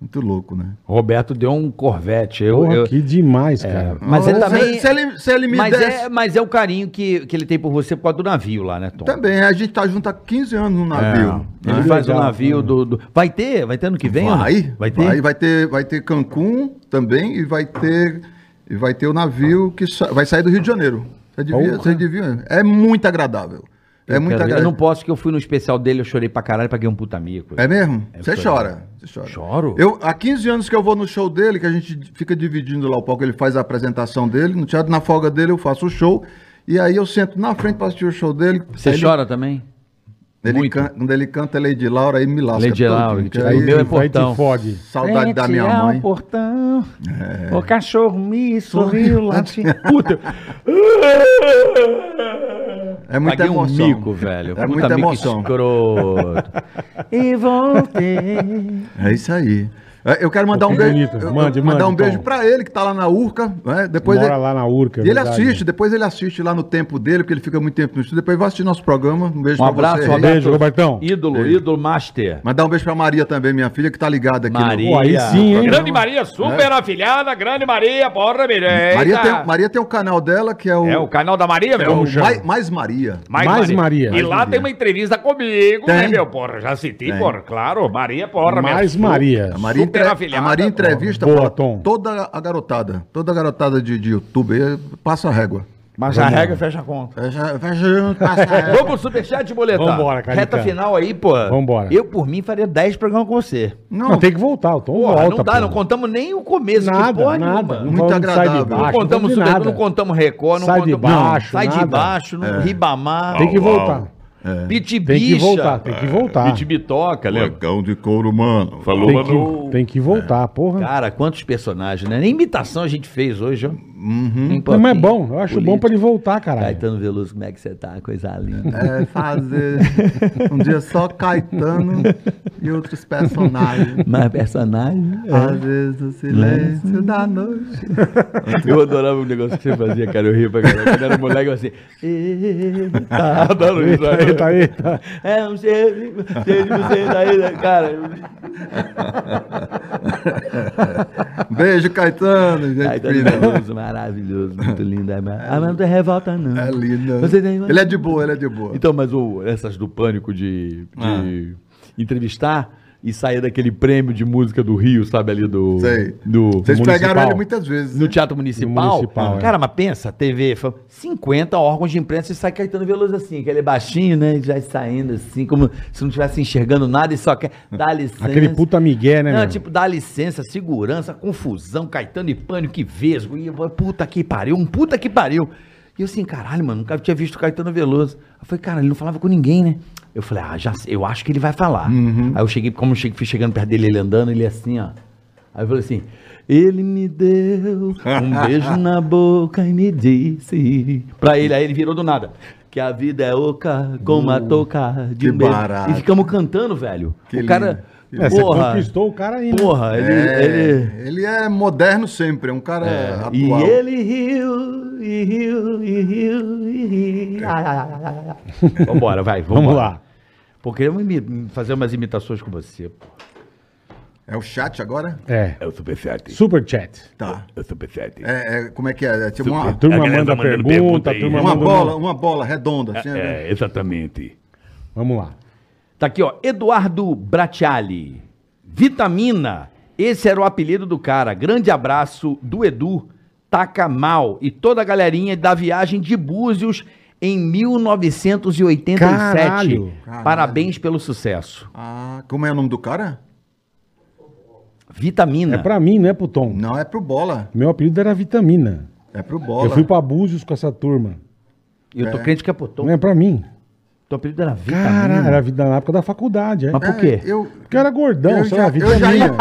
Speaker 5: muito louco, né?
Speaker 10: Roberto deu um Corvette. Eu,
Speaker 3: Porra,
Speaker 10: eu- É,
Speaker 3: que demais, cara.
Speaker 10: Mas
Speaker 5: Ou
Speaker 10: ele
Speaker 5: se-
Speaker 10: também-
Speaker 5: Então, Se ele, se ele me
Speaker 10: Mas,
Speaker 5: desse...
Speaker 10: é, mas é o carinho que, que ele tem por você por causa do navio lá, né, Tom?
Speaker 5: Também, a gente tá junto há 15 anos no navio.
Speaker 10: É. Ele
Speaker 5: né?
Speaker 10: faz o
Speaker 3: Legal,
Speaker 10: navio do, do- Vai ter? Vai ter ano que vem? ou não?
Speaker 5: Vai,
Speaker 10: Vai ter?
Speaker 5: Vai, vai ter, vai ter Cancún também e vai ter, e vai ter o navio que sa- vai sair do Rio de Janeiro. Você devia, você devia. É muito agradável. É
Speaker 10: Eu
Speaker 5: muito
Speaker 10: quero-
Speaker 5: agradável.
Speaker 10: Eu não posso, que eu fui no especial dele, eu chorei pra caralho, paguei um puta mico.
Speaker 5: É mesmo? Você
Speaker 10: chorei.
Speaker 5: chora. Você chora.
Speaker 10: Choro?
Speaker 5: Eu, há 15 anos que eu vou no show dele, que a gente fica dividindo lá o palco, ele faz a apresentação dele, no teatro, na folga dele eu faço o show, e aí eu sento na frente pra assistir o show dele.
Speaker 10: Você
Speaker 5: aí ele-
Speaker 10: chora também?
Speaker 5: Ele
Speaker 10: muito?
Speaker 5: can- quando ele canta Lady Laura, aí me lasca.
Speaker 10: Lady
Speaker 5: todo,
Speaker 10: Laura,
Speaker 5: porque
Speaker 10: que-
Speaker 5: aí-
Speaker 10: o meu é
Speaker 3: Aí te
Speaker 10: portão.
Speaker 3: fode.
Speaker 10: É
Speaker 5: Saudade da minha
Speaker 10: ao
Speaker 5: mãe.
Speaker 10: portão, o cachorro me sorriu, late. Puta,
Speaker 5: *laughs* É muita
Speaker 10: paguei
Speaker 5: emoção.
Speaker 10: um mico, velho.
Speaker 5: É
Speaker 10: Puta
Speaker 5: muita
Speaker 10: mico
Speaker 5: emoção.
Speaker 10: escroto. e voltei.
Speaker 5: É isso aí. É, Eu quero mandar
Speaker 3: Pô,
Speaker 5: um
Speaker 3: que
Speaker 5: beijo.
Speaker 3: bonito.
Speaker 5: eu-
Speaker 3: Mande,
Speaker 5: eu- mandar
Speaker 3: mande,
Speaker 5: um beijo
Speaker 3: Tom.
Speaker 5: pra ele que tá lá na Urca, né? Depois
Speaker 3: Mora
Speaker 5: ele,
Speaker 3: lá na Urca. é
Speaker 5: e ele
Speaker 3: verdade.
Speaker 5: assiste, depois ele assiste lá no tempo dele, porque ele fica muito tempo no estúdio. Depois vai assistir nosso programa. Um beijo
Speaker 10: Um
Speaker 5: pra
Speaker 10: abraço,
Speaker 5: você.
Speaker 10: um
Speaker 5: aí.
Speaker 10: abraço.
Speaker 3: Beijo, Robertão.
Speaker 10: Ídolo, ídolo master.
Speaker 5: Mandar um beijo pra Maria também, minha filha, que tá ligada aqui. no- né?
Speaker 10: Maria.
Speaker 3: Pô, aí sim, hein?
Speaker 9: Grande Maria, super afilhada, Grande Maria, porra, Mireia.
Speaker 5: Maria, tem, Maria tem o canal dela, que é o.
Speaker 9: É o canal da Maria, meu.
Speaker 5: Como chama? mais, mais Maria.
Speaker 3: Mais Maria.
Speaker 9: E lá
Speaker 5: Maria.
Speaker 9: Ah, tem uma entrevista comigo,
Speaker 5: Tem.
Speaker 9: né, meu porra? Já citei,
Speaker 3: É.
Speaker 9: porra, claro. Maria, porra, minha
Speaker 3: Mais
Speaker 9: super-
Speaker 3: Maria.
Speaker 5: A Maria,
Speaker 9: Super
Speaker 5: entre-
Speaker 9: afilhada,
Speaker 5: a Maria
Speaker 9: pô.
Speaker 5: entrevista
Speaker 3: Boa,
Speaker 5: pra
Speaker 3: Tom.
Speaker 5: toda a garotada. Toda a garotada de, de YouTube aí passa a régua.
Speaker 10: Mas a regra fecha a conta.
Speaker 5: Fecha, fecha, passa a
Speaker 10: *laughs*
Speaker 5: régua.
Speaker 10: É. Vamos pro superchat, boletar.
Speaker 3: Vambora, Carica.
Speaker 10: Reta final aí, pô.
Speaker 3: Vambora.
Speaker 10: Eu, por mim, faria 10 programas com você.
Speaker 3: Não, tem que voltar, o Tom
Speaker 10: Porra,
Speaker 3: volta.
Speaker 10: não dá,
Speaker 3: pô.
Speaker 10: não contamos nem o começo. que
Speaker 3: Nada,
Speaker 10: porra nenhuma.
Speaker 3: nada.
Speaker 5: Muito
Speaker 3: Não
Speaker 5: agradável.
Speaker 3: Sai de baixo,
Speaker 10: Não contamos
Speaker 3: não
Speaker 10: o
Speaker 3: tem
Speaker 10: Beto,
Speaker 3: nada.
Speaker 10: não contamos Record, não
Speaker 3: Sai de
Speaker 10: contamos.
Speaker 3: baixo,
Speaker 10: sai de
Speaker 3: nada. É.
Speaker 10: baixo, não ribamar. É.
Speaker 3: Tem que
Speaker 20: Au, au.
Speaker 3: voltar. É.
Speaker 10: Pitibicha.
Speaker 3: Tem que voltar, tem que voltar.
Speaker 10: Pitibitoca, é. lembra?
Speaker 20: Cuecão de couro, mano.
Speaker 21: Falou,
Speaker 3: Tem
Speaker 21: mano.
Speaker 3: que, tem que voltar, porra.
Speaker 10: Cara, quantos personagens, né? Nem imitação a gente fez hoje, ó. Uhum.
Speaker 3: Não, mas é bom, eu acho bom pra ele voltar, caralho.
Speaker 10: Caetano Veloso, como é que você tá? Coisa linda. *laughs*
Speaker 5: É, fazer um dia só Caetano e outros personagens.
Speaker 10: Mas personagem.
Speaker 5: Às vezes o silêncio da noite.
Speaker 10: Eu adorava o negócio que você fazia, cara. Eu ria pra caralho. Quando era moleque, eu assim. Eita,
Speaker 3: *laughs*
Speaker 10: adoro isso.
Speaker 3: Eita, eita, eita.
Speaker 10: É um cheiro, cheiro de você, daí, cara.
Speaker 5: Um Beijo, Caetano. Gente,
Speaker 10: Caetano
Speaker 5: fina.
Speaker 10: Veloso, maravilhoso, muito lindo. É, mas- ah, mas não tem revolta, não.
Speaker 5: É lindo.
Speaker 10: Você tem-
Speaker 5: Ele é de boa, ele é de boa.
Speaker 10: Então, mas o- essas do pânico de, de entrevistar e sair daquele prêmio de música do Rio, sabe, ali do.
Speaker 5: Sei.
Speaker 10: do
Speaker 5: Vocês
Speaker 10: municipal.
Speaker 5: pegaram ele muitas vezes.
Speaker 10: No
Speaker 5: né?
Speaker 10: Teatro Municipal?
Speaker 3: Municipal, é.
Speaker 10: cara, mas pensa, TV, fa- 50 órgãos de imprensa e sai Caetano Veloso assim, que ele é baixinho, né? e Já saindo assim, como se não estivesse enxergando nada e só quer. Dá licença.
Speaker 3: Aquele puta migué, né,
Speaker 10: Não,
Speaker 3: meu?
Speaker 10: tipo, dá licença, segurança, confusão, Caetano e pânico, que vesgo. E, eu, puta que pariu, um puta que pariu. E eu assim, caralho, mano, nunca tinha visto o Caetano Veloso. Eu falei, cara, ele não falava com ninguém, né? Eu falei, ah, já, sei, eu acho que ele vai falar. Aí eu cheguei, como eu cheguei, fui chegando perto dele, ele andando, ele assim, ó. Aí eu falei assim, ele me deu um beijo na boca e me disse. Pra ele, aí ele virou do nada. que a vida é oca como uma touca de
Speaker 5: que
Speaker 10: um beijo.
Speaker 5: barato.
Speaker 10: E ficamos cantando, velho.
Speaker 5: Que
Speaker 10: o cara.
Speaker 3: É, você
Speaker 10: porra,
Speaker 3: conquistou o cara aí, né?
Speaker 10: porra, ele.
Speaker 5: É,
Speaker 10: ele...
Speaker 5: ele... é moderno sempre, é um cara atual.
Speaker 10: E ele riu, e riu, e riu, e riu. Ai, ai, ai, ai, ai, ai. Vambora, vai, vambora.
Speaker 3: Vamos lá.
Speaker 10: Pô, queria me- me fazer umas imitações com você. pô.
Speaker 5: É o chat agora?
Speaker 3: É.
Speaker 9: É o Superchat.
Speaker 3: Super chat.
Speaker 5: Tá.
Speaker 9: É o Superchat.
Speaker 5: É, é, como é que é? É
Speaker 3: A
Speaker 5: tipo uma,
Speaker 3: turma
Speaker 9: A galera
Speaker 3: manda
Speaker 9: tá mandando
Speaker 3: pergunta,
Speaker 9: pergunta
Speaker 3: a
Speaker 9: aí. né?
Speaker 3: turma
Speaker 5: uma
Speaker 3: manda-
Speaker 5: bola, uma bola redonda. Assim, né?
Speaker 9: É, exatamente.
Speaker 3: Vamos lá.
Speaker 10: Tá aqui, ó. Eduardo Bracciali. Vitamina. Esse era o apelido do cara. Grande abraço do Edu Taca Mal e toda a galerinha da viagem de Búzios em 1987.
Speaker 3: Caralho.
Speaker 10: Parabéns pelo sucesso.
Speaker 5: Ah, como é o nome do cara?
Speaker 10: Vitamina.
Speaker 3: É pra mim, né, pro Tom?
Speaker 5: Não, é pro bola.
Speaker 3: Meu apelido era Vitamina.
Speaker 5: É pro bola.
Speaker 3: Eu fui pra Búzios com essa turma.
Speaker 10: Eu tô crente que é pro Tom.
Speaker 3: Não é pra mim.
Speaker 10: Teu apelido era Vitamina.
Speaker 3: Cara, era vida na época da faculdade, é.
Speaker 10: Mas por
Speaker 5: É,
Speaker 10: quê?
Speaker 5: Eu,
Speaker 3: Porque eu era gordão,
Speaker 5: eu
Speaker 3: sei
Speaker 5: já,
Speaker 3: lá,
Speaker 5: eu já ia.
Speaker 3: vitamina.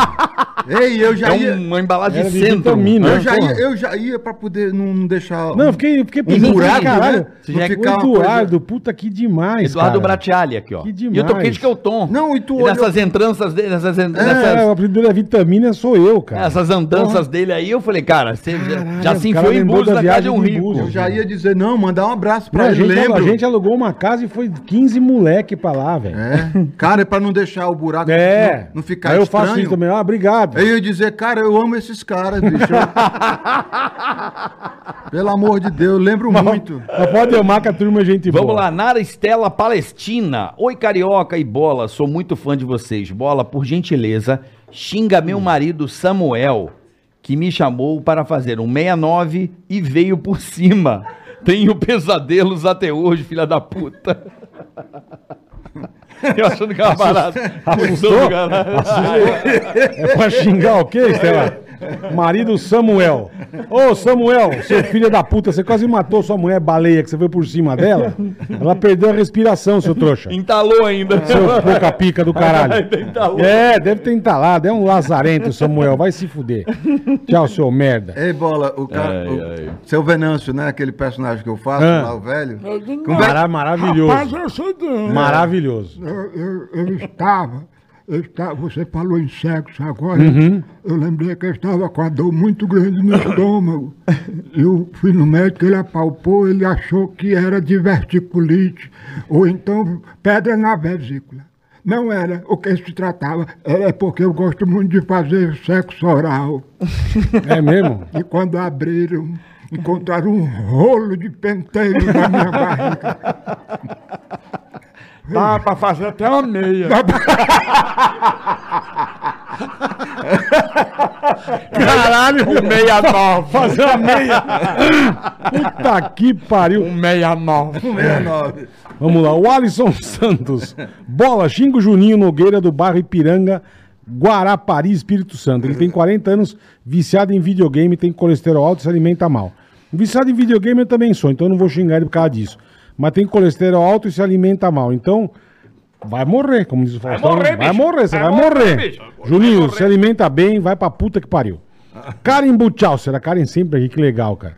Speaker 5: Ei, eu já ia.
Speaker 10: é uma embalagem
Speaker 3: Era
Speaker 10: de né?
Speaker 3: de
Speaker 10: centro.
Speaker 3: vitamina.
Speaker 5: Eu já
Speaker 3: né, porra.
Speaker 5: ia, eu já ia pra poder não não deixar.
Speaker 3: Não, eu fiquei, eu fiquei
Speaker 5: um
Speaker 3: pensando,
Speaker 5: buraco,
Speaker 3: caralho.
Speaker 5: né?
Speaker 10: Você já é
Speaker 3: O
Speaker 5: uma
Speaker 3: Eduardo, puta que demais,
Speaker 10: Eduardo
Speaker 3: cara.
Speaker 10: Bracciali aqui, ó.
Speaker 3: Que
Speaker 10: E eu tô
Speaker 3: demais.
Speaker 10: crente que é o Tom.
Speaker 5: Não, e tu
Speaker 10: E
Speaker 5: olhou-
Speaker 10: nessas entranças dele, nessas, en-
Speaker 3: É, o
Speaker 10: nessas,
Speaker 3: apelido da vitamina sou eu, cara.
Speaker 10: né, essas andanças dele aí, eu falei, cara, você já-
Speaker 3: Caralho,
Speaker 10: já
Speaker 3: o
Speaker 10: se
Speaker 3: cara
Speaker 10: enfiou em
Speaker 3: lembrou
Speaker 10: Búzios
Speaker 3: da
Speaker 10: na casa de
Speaker 3: viagem
Speaker 10: um
Speaker 3: de
Speaker 10: rico.
Speaker 3: Búzios.
Speaker 5: Eu já ia dizer, não, mandar um abraço
Speaker 3: Não,
Speaker 5: pra
Speaker 3: a,
Speaker 5: ele.
Speaker 3: gente, a
Speaker 5: Lembro.
Speaker 3: gente alugou uma casa e foi 15 moleque pra lá, velho.
Speaker 5: É. Cara, é pra não deixar o buraco.
Speaker 3: É.
Speaker 5: Não, não ficar
Speaker 3: Aí eu
Speaker 5: estranho. É
Speaker 3: faço isso também. Ah, obrigado.
Speaker 5: Aí eu ia dizer, cara, eu amo esses caras, bicho. Eu- Pelo amor de Deus, eu lembro muito.
Speaker 3: Mas pode amar que a turma é gente
Speaker 10: Vamos
Speaker 3: boa.
Speaker 10: lá, né? Nara Estela Palestina. Oi, Carioca e Bola, sou muito fã de vocês. Bola, por gentileza, xinga
Speaker 3: Hum.
Speaker 10: meu marido Samuel, que me chamou para fazer um 69 e veio por cima. Tenho pesadelos até hoje, filha da puta.
Speaker 3: *laughs*
Speaker 10: Eu achando que é era barato.
Speaker 3: Assustou? É pra xingar o quê, Estela? Marido Samuel. Ô, Samuel, seu filho da puta, você quase matou sua mulher baleia que você veio por cima dela. Ela perdeu a respiração, seu trouxa.
Speaker 10: Entalou ainda.
Speaker 3: Seu pouca-pica do caralho.
Speaker 10: Entalou.
Speaker 3: É, deve ter entalado. É um lazarento, Samuel. Vai se fuder. Tchau, seu merda.
Speaker 5: Ei, bola, o cara. o- Seu Venâncio, né? Aquele personagem que eu faço
Speaker 3: Ah.
Speaker 5: lá, o velho.
Speaker 3: Mara- maravilhoso. é Maravilhoso.
Speaker 22: Eu, eu- eu estava, eu estava. Você falou em sexo agora. Eu lembrei que eu estava com a dor muito grande no estômago. Eu fui no médico, ele apalpou, ele achou que era diverticulite, ou então pedra na vesícula. Não era o que se tratava, era porque eu gosto muito de fazer sexo oral.
Speaker 3: É *laughs* mesmo?
Speaker 22: E quando abriram, encontraram um rolo de penteiro na minha barriga.
Speaker 9: Dá pra fazer até uma meia.
Speaker 3: *laughs* Caralho,
Speaker 9: *laughs* Meia nova.
Speaker 3: fazer a meia. Puta que pariu.
Speaker 9: Meia nova.
Speaker 5: 69.
Speaker 3: Vamos lá, o
Speaker 9: *laughs*
Speaker 3: Alisson Santos. Bola, xingo Juninho Nogueira do bairro Ipiranga, Guarapari, Espírito Santo. Ele tem 40 anos, viciado em videogame, tem colesterol alto e se alimenta mal. Viciado em videogame eu também sou, então eu não vou xingar ele por causa disso. Mas tem colesterol alto e se alimenta mal. Então, vai morrer, como diz o Faustão.
Speaker 9: morrer,
Speaker 3: vai
Speaker 9: bicho.
Speaker 3: morrer, você vai,
Speaker 9: Vai
Speaker 3: morrer.
Speaker 9: morrer, Ah. bicho.
Speaker 3: Juninho, se alimenta bem, vai pra puta que pariu. Karen Buchauser, a Karen sempre aqui, que legal, cara.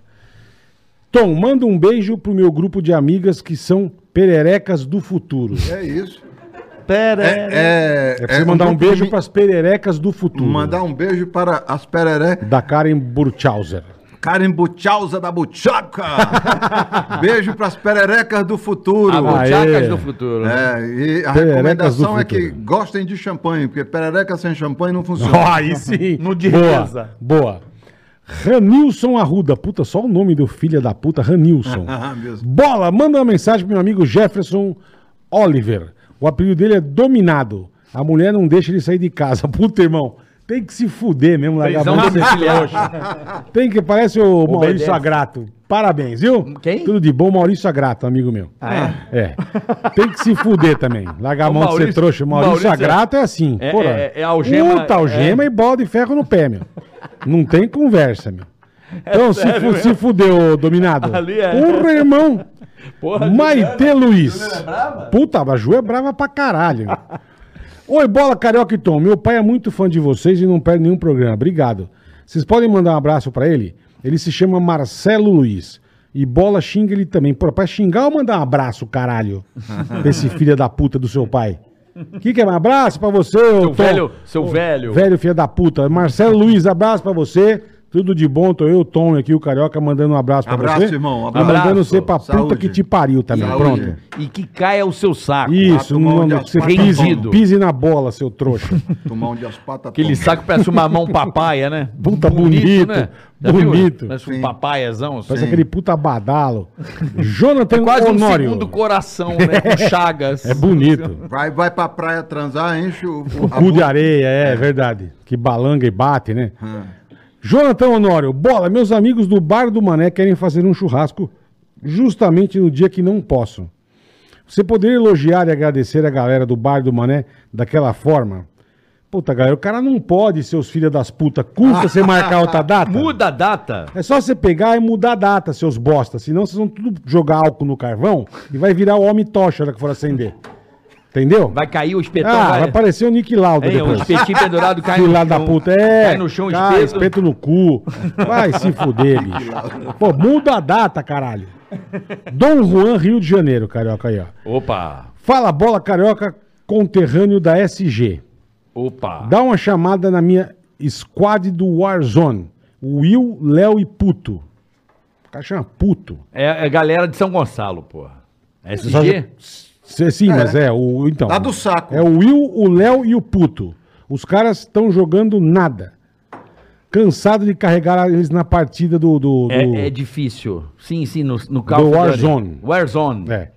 Speaker 3: Tom, manda um beijo pro meu grupo de amigas que são pererecas do futuro.
Speaker 5: É isso.
Speaker 10: Pera.
Speaker 5: É,
Speaker 3: É pra você mandar um beijo pras pererecas do futuro.
Speaker 5: Mandar um beijo para as pereré.
Speaker 3: Da Karen Burchauser.
Speaker 5: Karen Buchausa da Buchaca.
Speaker 3: *laughs*
Speaker 5: beijo pras pererecas do futuro.
Speaker 10: Ah,
Speaker 3: Aê.
Speaker 10: Chacas do futuro.
Speaker 5: É, e a
Speaker 3: Pererecas
Speaker 5: recomendação
Speaker 3: do
Speaker 5: é que
Speaker 3: futuro.
Speaker 5: gostem de champanhe, porque perereca sem champanhe não funciona.
Speaker 10: *laughs*
Speaker 3: Ó, Aí sim.
Speaker 10: No de reza.
Speaker 3: boa, boa. Ranilson Arruda. Puta, só o nome do filho da puta,
Speaker 10: *laughs*
Speaker 3: Ranilson.
Speaker 5: Ah, mesmo.
Speaker 3: Bola, manda uma mensagem pro meu amigo Jefferson Oliver. O apelido dele é Dominado. A mulher não deixa ele sair de casa. *laughs* Puta, irmão. Tem que se fuder mesmo, largar a
Speaker 10: Prisão
Speaker 3: mão de ser
Speaker 10: domiciliar. *laughs*
Speaker 3: trouxa. Tem que, parece o Maurício Sagrato. Parabéns, viu?
Speaker 10: Quem?
Speaker 3: Tudo de bom, Maurício Sagrato, amigo meu.
Speaker 10: Ah,
Speaker 3: é? Tem que se fuder também. Largar a
Speaker 10: O
Speaker 3: mão de ser
Speaker 10: Maurício-
Speaker 3: trouxa. Maurício,
Speaker 10: Maurício é-
Speaker 3: Sagrato é assim.
Speaker 10: É-
Speaker 3: porra.
Speaker 10: é- é algema- é.
Speaker 3: Puta, algema e bola de ferro no pé, meu. Não tem conversa,
Speaker 10: *laughs*
Speaker 3: meu. Então, se, fu- se fudeu, dominado.
Speaker 10: É Ali é.
Speaker 3: Porra, irmão.
Speaker 10: Porra,
Speaker 3: Maite Luiz.
Speaker 10: é brava?
Speaker 3: Puta, a Ju é brava pra caralho. meu. Oi, bola carioca e Tom. Meu pai é muito fã de vocês e não perde nenhum programa. Obrigado. Vocês podem mandar um abraço pra ele? Ele se chama Marcelo Luiz. E bola xinga ele também. Pô, pra xingar ou mandar um abraço, caralho? pra esse filho da puta do seu pai. O que, que é? Um abraço pra você, seu
Speaker 18: velho- seu velho.
Speaker 3: Velho filho da puta. Marcelo Luiz, abraço pra você. Tudo de bom, tô eu, Tom, aqui, o Carioca, mandando um abraço pra
Speaker 5: Abraço,
Speaker 3: você.
Speaker 5: irmão,
Speaker 3: E
Speaker 5: abraço.
Speaker 3: mandando você pra puta
Speaker 5: Saúde.
Speaker 3: que te pariu também.
Speaker 5: Saúde.
Speaker 3: Pronto.
Speaker 10: E que caia o seu saco.
Speaker 3: Isso,
Speaker 5: tomar
Speaker 3: não,
Speaker 5: um de
Speaker 3: não,
Speaker 5: aspas
Speaker 3: você
Speaker 5: pra
Speaker 3: pise,
Speaker 5: Tom.
Speaker 3: pise na bola, seu trouxa.
Speaker 5: Tomar um de as patas.
Speaker 10: Aquele
Speaker 5: toma.
Speaker 10: saco parece uma mão papaya, né?
Speaker 3: *laughs* Puta bonito,
Speaker 10: Já viu?
Speaker 3: bonito.
Speaker 10: Parece um
Speaker 5: Sim.
Speaker 10: papaiazão.
Speaker 3: Parece aquele puta badalo.
Speaker 10: É
Speaker 3: Jonathan
Speaker 18: Quase um
Speaker 3: Honório.
Speaker 18: segundo coração, né?
Speaker 3: *laughs*
Speaker 18: Com Chagas.
Speaker 3: É bonito.
Speaker 5: Vai, vai pra praia transar, enche o,
Speaker 3: O
Speaker 5: a
Speaker 3: cu de
Speaker 5: boca.
Speaker 3: areia, é, verdade. Que balanga e bate, né? Jonathan Honório, bola, meus amigos do Bar do Mané querem fazer um churrasco justamente no dia que não posso. Você poderia elogiar e agradecer a galera do Bar do Mané daquela forma? Puta, galera, o cara não pode, seus filhos das putas. Custa você marcar outra data?
Speaker 10: *laughs* Muda a data.
Speaker 3: É só você pegar e mudar a data, seus bosta. Senão vocês vão tudo jogar álcool no carvão e vai virar o homem tocha na hora que for acender. Entendeu?
Speaker 10: Vai cair o espetão.
Speaker 3: ah, vai aparecer o Nick Lauda
Speaker 10: Ei, é o
Speaker 3: depois.
Speaker 10: espetinho pendurado cai
Speaker 3: Filha da puta, é.
Speaker 10: Cai no chão,
Speaker 3: Cai,
Speaker 10: espeto.
Speaker 3: espeto no cu. Vai se fuder, bicho. Pô, muda a data, caralho. Dom Juan, Rio de Janeiro, carioca aí, ó.
Speaker 18: Opa,
Speaker 3: Fala bola carioca conterrâneo da SG.
Speaker 18: opa.
Speaker 3: Dá uma chamada na minha squad do Warzone. Will, Léo e Puto. O cara chama Puto.
Speaker 10: É, é galera de São Gonçalo, porra. SG?
Speaker 3: Cê- sim, mas é, o, então.
Speaker 5: Lá Tá do saco.
Speaker 3: É o Will, o Léo e o Puto. Os caras estão jogando nada. Cansado de carregar eles na partida do. do, do-
Speaker 10: É, é difícil. Sim, sim, no, no Call of Duty.
Speaker 3: Warzone.
Speaker 10: Warzone.
Speaker 3: É.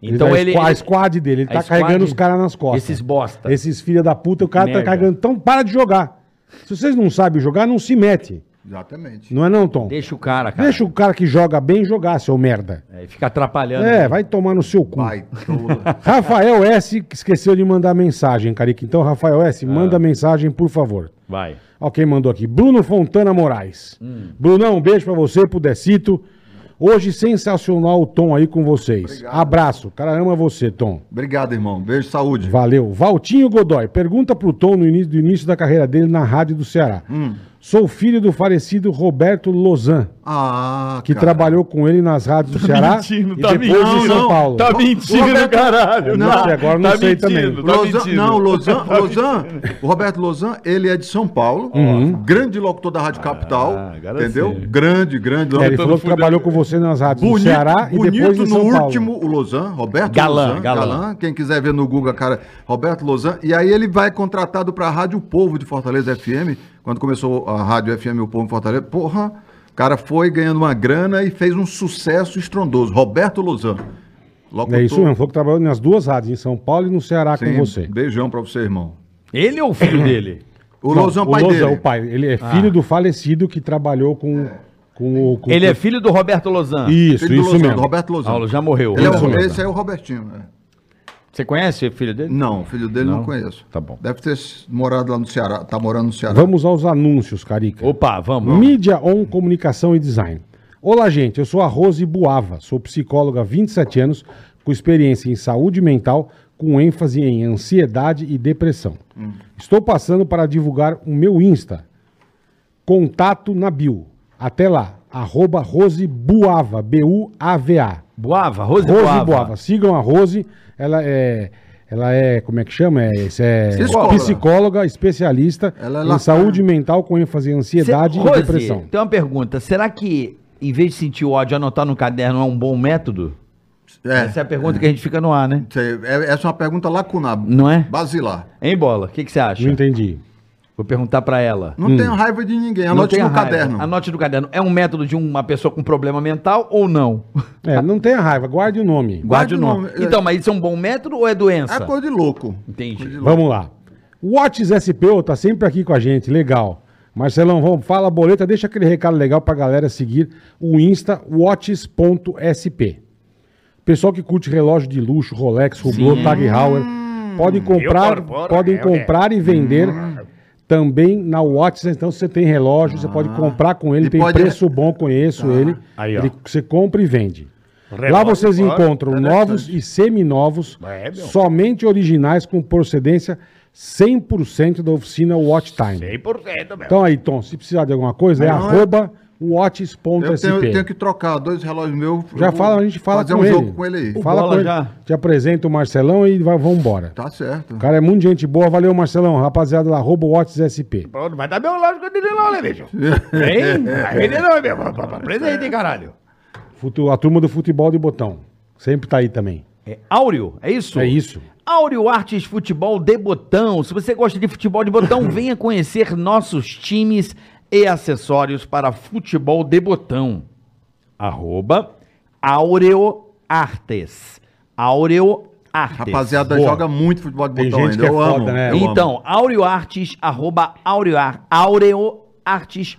Speaker 10: Então
Speaker 3: Então
Speaker 10: ele-
Speaker 3: ele, a
Speaker 10: ele-
Speaker 3: squad dele, ele
Speaker 10: a
Speaker 3: tá
Speaker 10: squad-
Speaker 3: carregando os caras nas costas.
Speaker 10: Esses bosta.
Speaker 3: Esses filha da puta, o cara
Speaker 10: Merda.
Speaker 3: tá carregando. Então para de jogar. Se vocês não sabem jogar, não se mete.
Speaker 5: Exatamente.
Speaker 3: Não é não, Tom? Deixa,
Speaker 10: Deixa o cara, cara.
Speaker 3: o cara que joga bem jogar, seu merda.
Speaker 10: É, fica atrapalhando.
Speaker 3: É, vai tomar no seu cu.
Speaker 5: Vai,
Speaker 3: *laughs*
Speaker 5: tola.
Speaker 3: Rafael S. que esqueceu de mandar mensagem, Carica. Então, Rafael S., manda mensagem, por favor.
Speaker 10: Vai.
Speaker 3: Ó, quem mandou aqui? Bruno Fontana Moraes. Brunão, um beijo pra você, pro Decito. Hoje, sensacional o Tom aí com vocês. Abraço. O cara ama você, Tom.
Speaker 5: Obrigado, irmão. Beijo, saúde.
Speaker 3: Valeu. Valtinho Godoy, pergunta pro Tom no início, do início da carreira dele na Rádio do Ceará. Sou filho do falecido Roberto Lozan,
Speaker 5: Ah,
Speaker 3: que
Speaker 5: cara.
Speaker 3: trabalhou com ele nas rádios do Ceará
Speaker 9: mentindo,
Speaker 3: e
Speaker 9: tá
Speaker 3: depois
Speaker 9: mentindo,
Speaker 3: em São
Speaker 9: não.
Speaker 3: Paulo.
Speaker 9: Tá mentindo, caralho.
Speaker 3: Não, até agora eu não sei também.
Speaker 9: Tá
Speaker 5: Lozan,
Speaker 9: mentindo.
Speaker 3: *laughs*
Speaker 5: não, Lozan,
Speaker 3: tá
Speaker 5: Lozan, o Roberto Lozan, ele é de São Paulo,
Speaker 3: Uhum.
Speaker 5: grande locutor da Rádio Capital,
Speaker 9: agora
Speaker 5: entendeu?
Speaker 9: sim.
Speaker 5: Grande, grande
Speaker 3: É, Ah, ele
Speaker 5: locutor.
Speaker 3: falou que trabalhou com você nas rádios do Ceará e depois
Speaker 5: bonito
Speaker 3: em
Speaker 5: no
Speaker 3: São Paulo.
Speaker 5: último, o Lozan, Roberto
Speaker 10: Galã,
Speaker 5: Lozan,
Speaker 10: galã.
Speaker 5: quem quiser ver no Google, cara, Roberto Lozan, e aí ele vai contratado pra Rádio Povo de Fortaleza FM, quando começou a Rádio FM O Povo em Fortaleza, porra, o cara foi ganhando uma grana e fez um sucesso estrondoso, Roberto Lozan. Locutor,
Speaker 3: É isso mesmo, falou que trabalhou nas duas rádios, em São Paulo e no Ceará
Speaker 5: Sim,
Speaker 3: com você.
Speaker 5: Beijão pra você, irmão.
Speaker 10: Ele ou o filho
Speaker 5: *laughs*
Speaker 10: dele?
Speaker 5: O
Speaker 3: Não,
Speaker 5: Lozan, pai
Speaker 3: Lozan,
Speaker 5: dele. Ah.
Speaker 3: o pai. Ele é filho do falecido que trabalhou com, com o... Com
Speaker 10: Ele é filho do Roberto Lozan.
Speaker 3: Isso,
Speaker 5: Filho do
Speaker 3: isso
Speaker 5: Lozano,
Speaker 3: mesmo.
Speaker 5: do assim, Roberto Lozano.
Speaker 10: Ah, já morreu.
Speaker 5: Ele é o-
Speaker 3: Isso mesmo.
Speaker 5: esse aí é o Robertinho. né?
Speaker 10: Você conhece o filho dele?
Speaker 5: Não, filho dele não, conheço.
Speaker 10: Tá bom.
Speaker 5: Deve ter s- morado lá no Ceará. Tá morando no Ceará.
Speaker 3: Vamos aos anúncios, Carica.
Speaker 10: Opa, vamos.
Speaker 3: Mídia On Comunicação e Design. Olá, gente. Eu sou a Rose Buava, sou psicóloga há 27 anos, com experiência em saúde mental, com ênfase em ansiedade e depressão.
Speaker 5: Hum.
Speaker 3: Estou passando para divulgar o meu Insta. Contato na bio. Até lá. Arroba Rose Buava, B-U-A-V-A.
Speaker 10: Boava, Rose,
Speaker 3: Rose
Speaker 10: Boava.
Speaker 3: Boava. Sigam a Rose. Ela é. Ela é, como é que chama? É, isso é
Speaker 5: Psicóloga.
Speaker 3: psicóloga, especialista
Speaker 5: Ela é
Speaker 3: em
Speaker 5: lá-
Speaker 3: saúde mental com ênfase em ansiedade
Speaker 10: Cê-
Speaker 3: e
Speaker 10: Rose,
Speaker 3: depressão.
Speaker 10: Tem uma pergunta. Será que, em vez de sentir o ódio, anotar no caderno é um bom método?
Speaker 5: É,
Speaker 10: Essa é a pergunta que a gente fica no ar, né?
Speaker 5: cê- é- essa é uma pergunta lacunar.
Speaker 10: Não é?
Speaker 5: Basilar.
Speaker 10: Hein, Bola? O que que você acha?
Speaker 3: Não entendi.
Speaker 10: Vou perguntar pra ela.
Speaker 3: Hum.
Speaker 5: Não tenho raiva de ninguém.
Speaker 10: Não
Speaker 5: Anote
Speaker 10: tenha
Speaker 5: no
Speaker 10: raiva.
Speaker 5: caderno.
Speaker 10: Anote no caderno. É um método de uma pessoa com problema mental ou não?
Speaker 3: É, não tenha raiva, guarde o nome.
Speaker 5: Guarde
Speaker 10: Guarde o
Speaker 5: o
Speaker 10: nome.
Speaker 5: nome.
Speaker 10: Então, mas isso é um bom método ou é
Speaker 5: É
Speaker 10: doença?
Speaker 5: coisa de louco.
Speaker 10: Entendi.
Speaker 3: Vamos lá. O Otis SPO tá sempre aqui com a gente, legal. Marcelão, vamos, fala boleta, deixa aquele recado legal pra galera seguir o Insta watches.sp. Pessoal que curte relógio de luxo, Rolex, Hublot, Tag Heuer, pode comprar,
Speaker 2: Eu, por- por-
Speaker 3: podem
Speaker 2: eu,
Speaker 3: comprar e vender
Speaker 9: Hum.
Speaker 3: também na Watches. Então, se você tem relógio, você
Speaker 9: Ah.
Speaker 3: pode comprar com ele,
Speaker 5: E
Speaker 3: tem
Speaker 5: pode-
Speaker 3: preço bom, conheço ele.
Speaker 9: Aí, ó.
Speaker 3: Ele- Você compra e vende. Lá
Speaker 9: Relógio,
Speaker 3: vocês
Speaker 9: ó,
Speaker 3: encontram novos e seminovos,
Speaker 9: É, meu.
Speaker 3: somente originais com procedência 100% da oficina Watch Time.
Speaker 2: 100%, meu.
Speaker 3: Então aí, Tom, se precisar de alguma coisa, é arroba
Speaker 5: Eu
Speaker 3: watches.sp.
Speaker 5: tenho, eu tenho que trocar dois relógios meus. eu
Speaker 3: Já
Speaker 5: vou
Speaker 3: fala, a gente fala
Speaker 5: fazer
Speaker 3: com
Speaker 5: um
Speaker 3: ele.
Speaker 5: jogo com ele aí.
Speaker 3: Fala com ele. Te apresenta o Marcelão e vai, vamos embora.
Speaker 5: Tá certo.
Speaker 3: O cara é muito gente boa. Valeu, Marcelão. Rapaziada lá, arroba Watts SP.
Speaker 9: Pô, não vai dar meu lógico dele não,
Speaker 3: *laughs*
Speaker 9: né, bicho? Hein? Vai vender não, meu. Pra- pra- pra Presente, hein, caralho.
Speaker 3: Futu- A turma do futebol de botão. Sempre tá aí também.
Speaker 10: É Áureo, é isso?
Speaker 3: É isso.
Speaker 10: Áureo Artes Futebol de Botão. Se você gosta de futebol de
Speaker 3: *coughs*
Speaker 10: botão, venha conhecer nossos times e acessórios para futebol de botão. Arroba Áureo Artes. Áureo Artes.
Speaker 5: Rapaziada,
Speaker 3: Boa.
Speaker 5: joga muito futebol de
Speaker 3: Tem
Speaker 5: botão
Speaker 3: gente
Speaker 5: ainda.
Speaker 3: que é
Speaker 5: eu
Speaker 3: foda,
Speaker 5: amo.
Speaker 3: né?
Speaker 5: eu amo.
Speaker 10: Então, Áureo Artes, arroba Áureo Ar- Áureo Artes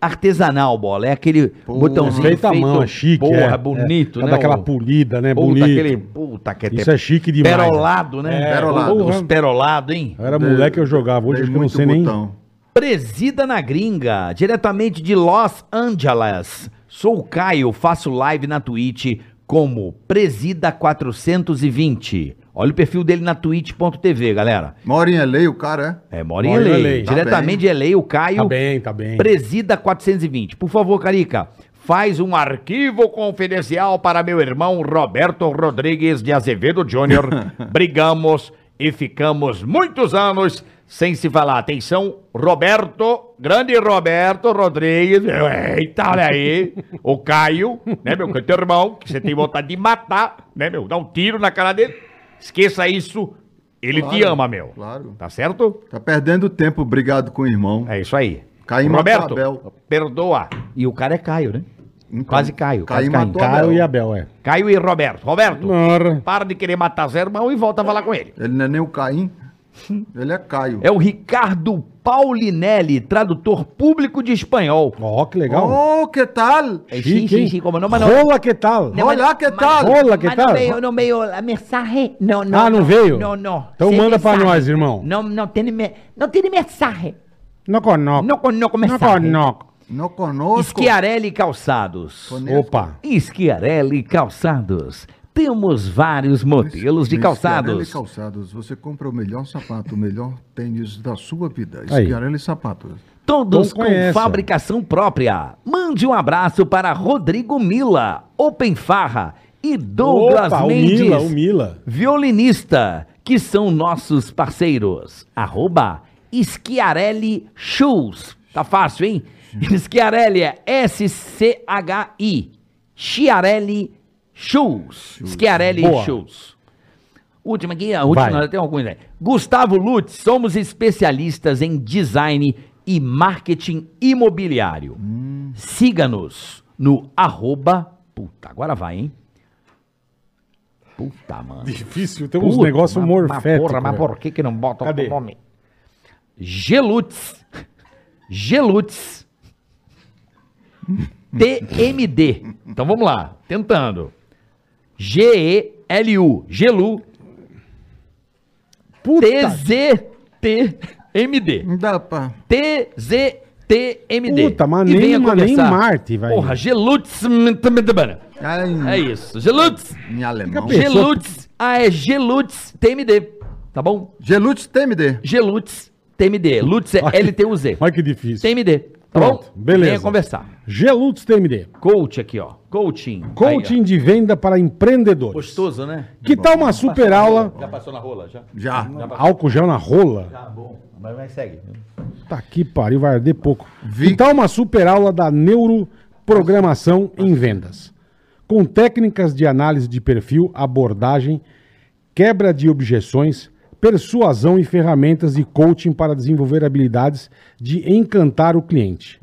Speaker 10: artesanal, bola. É aquele botãozinho
Speaker 3: Feita à mão, é chique.
Speaker 10: Porra,
Speaker 3: é,
Speaker 10: bonito,
Speaker 3: é,
Speaker 10: né?
Speaker 3: Dá aquela
Speaker 10: o-
Speaker 3: polida, né?
Speaker 10: Puta,
Speaker 3: Bonito.
Speaker 10: aquele. Puta, que
Speaker 3: Isso é chique demais. É.
Speaker 10: Perolado, né?
Speaker 5: É, perolado.
Speaker 10: Os perolado, hein?
Speaker 3: Eu era moleque, eu jogava. Hoje acho
Speaker 5: Tem
Speaker 3: que eu não
Speaker 5: muito
Speaker 3: sei nem.
Speaker 5: botão.
Speaker 10: Presida na gringa, diretamente de Los Angeles. Sou o Caio, faço live na Twitch como Presida420. Olha o perfil dele na twitch.tv, galera.
Speaker 5: Mora em LA, o cara é.
Speaker 10: É, mora em
Speaker 3: Mora em
Speaker 10: LA.
Speaker 3: LA.
Speaker 5: Tá
Speaker 10: Diretamente de LA, o Caio.
Speaker 3: Tá bem, tá bem.
Speaker 10: Presida 420. Por favor, Carica, faz um arquivo confidencial para meu irmão Roberto Rodrigues de Azevedo
Speaker 5: *laughs*
Speaker 10: Júnior. Brigamos e ficamos muitos anos sem se falar. Atenção, Roberto, grande Roberto Rodrigues. Eita, olha aí. O Caio, né, meu, que é teu irmão, que você tem vontade de matar, né, meu, dá um tiro na cara dele. Esqueça isso. Ele te
Speaker 5: Claro,
Speaker 10: ama, meu.
Speaker 5: claro.
Speaker 10: Tá certo?
Speaker 5: Tá perdendo tempo, brigado com o irmão.
Speaker 10: É isso aí.
Speaker 5: Caim matou
Speaker 10: Roberto,
Speaker 5: Abel.
Speaker 10: perdoa. E o cara é Caio, né?
Speaker 5: Então,
Speaker 10: quase Caio,
Speaker 5: Caim
Speaker 10: quase Caim.
Speaker 5: matou
Speaker 3: Caio
Speaker 5: Abel.
Speaker 3: e Abel, é.
Speaker 10: Caio e Roberto. Roberto,
Speaker 3: Ora.
Speaker 10: para de querer matar seu irmão e volta a falar com ele.
Speaker 5: Ele não é nem o
Speaker 3: *laughs*
Speaker 5: Caim, ele é Caio.
Speaker 10: É o Ricardo Paulinelli, tradutor público de espanhol.
Speaker 3: Ó, que legal.
Speaker 5: Oh, que tal?
Speaker 10: É
Speaker 3: Chique, hein?
Speaker 10: como não, mas não.
Speaker 3: Rola, que tal?
Speaker 5: Olá, que tal?
Speaker 3: Rola, que
Speaker 23: Mas não
Speaker 3: tal?
Speaker 23: veio, não veio a mensagem. Não, não.
Speaker 3: Ah, não veio?
Speaker 23: Não, não.
Speaker 3: Então
Speaker 23: Sem
Speaker 3: manda pra
Speaker 23: mensagem.
Speaker 3: nós, irmão.
Speaker 23: Não, não tem, me- não tem mensagem.
Speaker 3: Não conoco.
Speaker 23: Não, con- não
Speaker 3: Não
Speaker 23: começar.
Speaker 3: conoco.
Speaker 5: Não conosco.
Speaker 10: Schiarelli Calçados.
Speaker 3: Opa.
Speaker 10: Schiarelli Calçados. Temos vários modelos de
Speaker 5: Esquiarelli
Speaker 10: calçados.
Speaker 5: Calçados, você compra o melhor sapato, o melhor tênis da sua vida.
Speaker 3: Aí.
Speaker 5: Esquiarelli Sapatos.
Speaker 10: Todos
Speaker 3: Não
Speaker 10: com
Speaker 3: conheço.
Speaker 10: fabricação própria. Mande um abraço para Rodrigo Mila, Open Farra e Douglas
Speaker 3: Opa, o
Speaker 10: Mendes,
Speaker 3: Mila, o Mila.
Speaker 10: violinista, que são nossos parceiros. Arroba Schiarelli Shoes. Tá fácil, hein? Schiarelli é S-C-H-I. Schiarelli Shoes. Schiarelli
Speaker 3: Boa.
Speaker 10: Shoes. Última aqui, a última,
Speaker 3: Vai.
Speaker 10: não, tem alguns aí. Gustavo Lutz, somos especialistas em design e marketing imobiliário.
Speaker 3: Hum.
Speaker 10: Siga-nos no arroba. Puta, agora vai, hein? Puta, mano.
Speaker 3: Difícil, tem uns negócios morféticos.
Speaker 10: Porra, mas
Speaker 3: velho.
Speaker 10: por que, que não botam
Speaker 3: Cadê?
Speaker 10: o nome? Gelutz. *laughs* Gelutz. TMD. Então vamos lá, tentando. G-E-L-U. Gelu. T-Z-T-M-D.
Speaker 5: Não dá pra...
Speaker 10: T-Z-T-M-D.
Speaker 3: Puta, mas
Speaker 10: E
Speaker 3: nem-
Speaker 10: venha
Speaker 3: mas nem
Speaker 10: conversar.
Speaker 3: Marte, vai.
Speaker 10: Porra, Gelutz.
Speaker 5: Ai,
Speaker 10: É isso. Gelutz.
Speaker 5: Em alemão.
Speaker 3: Pessoa-
Speaker 10: Gelutz. Ah, é Gelutz TMD. Tá bom?
Speaker 5: Gelutz TMD.
Speaker 10: Gelutz TMD. Lutz é L-T-U-Z.
Speaker 3: Olha que difícil.
Speaker 10: TMD. Tá
Speaker 3: Pronto,
Speaker 10: bom?
Speaker 3: beleza.
Speaker 10: Venha conversar.
Speaker 3: Gelutz TMD.
Speaker 10: Coach aqui, ó. Coaching. Aí,
Speaker 3: Coaching de venda para
Speaker 10: ó.
Speaker 3: empreendedores.
Speaker 10: Gostoso, né?
Speaker 3: Que tal uma super aula?
Speaker 10: Já passou na rola, já?
Speaker 5: Já.
Speaker 3: Álcool gel na rola?
Speaker 10: Tá bom. Mas, mas segue.
Speaker 3: Tá que pariu, vai arder pouco.
Speaker 5: Vi-
Speaker 3: Que tal uma super aula da neuroprogramação em vendas? Com técnicas de análise de perfil, abordagem, quebra de objeções, persuasão e ferramentas de coaching para desenvolver habilidades de encantar o cliente.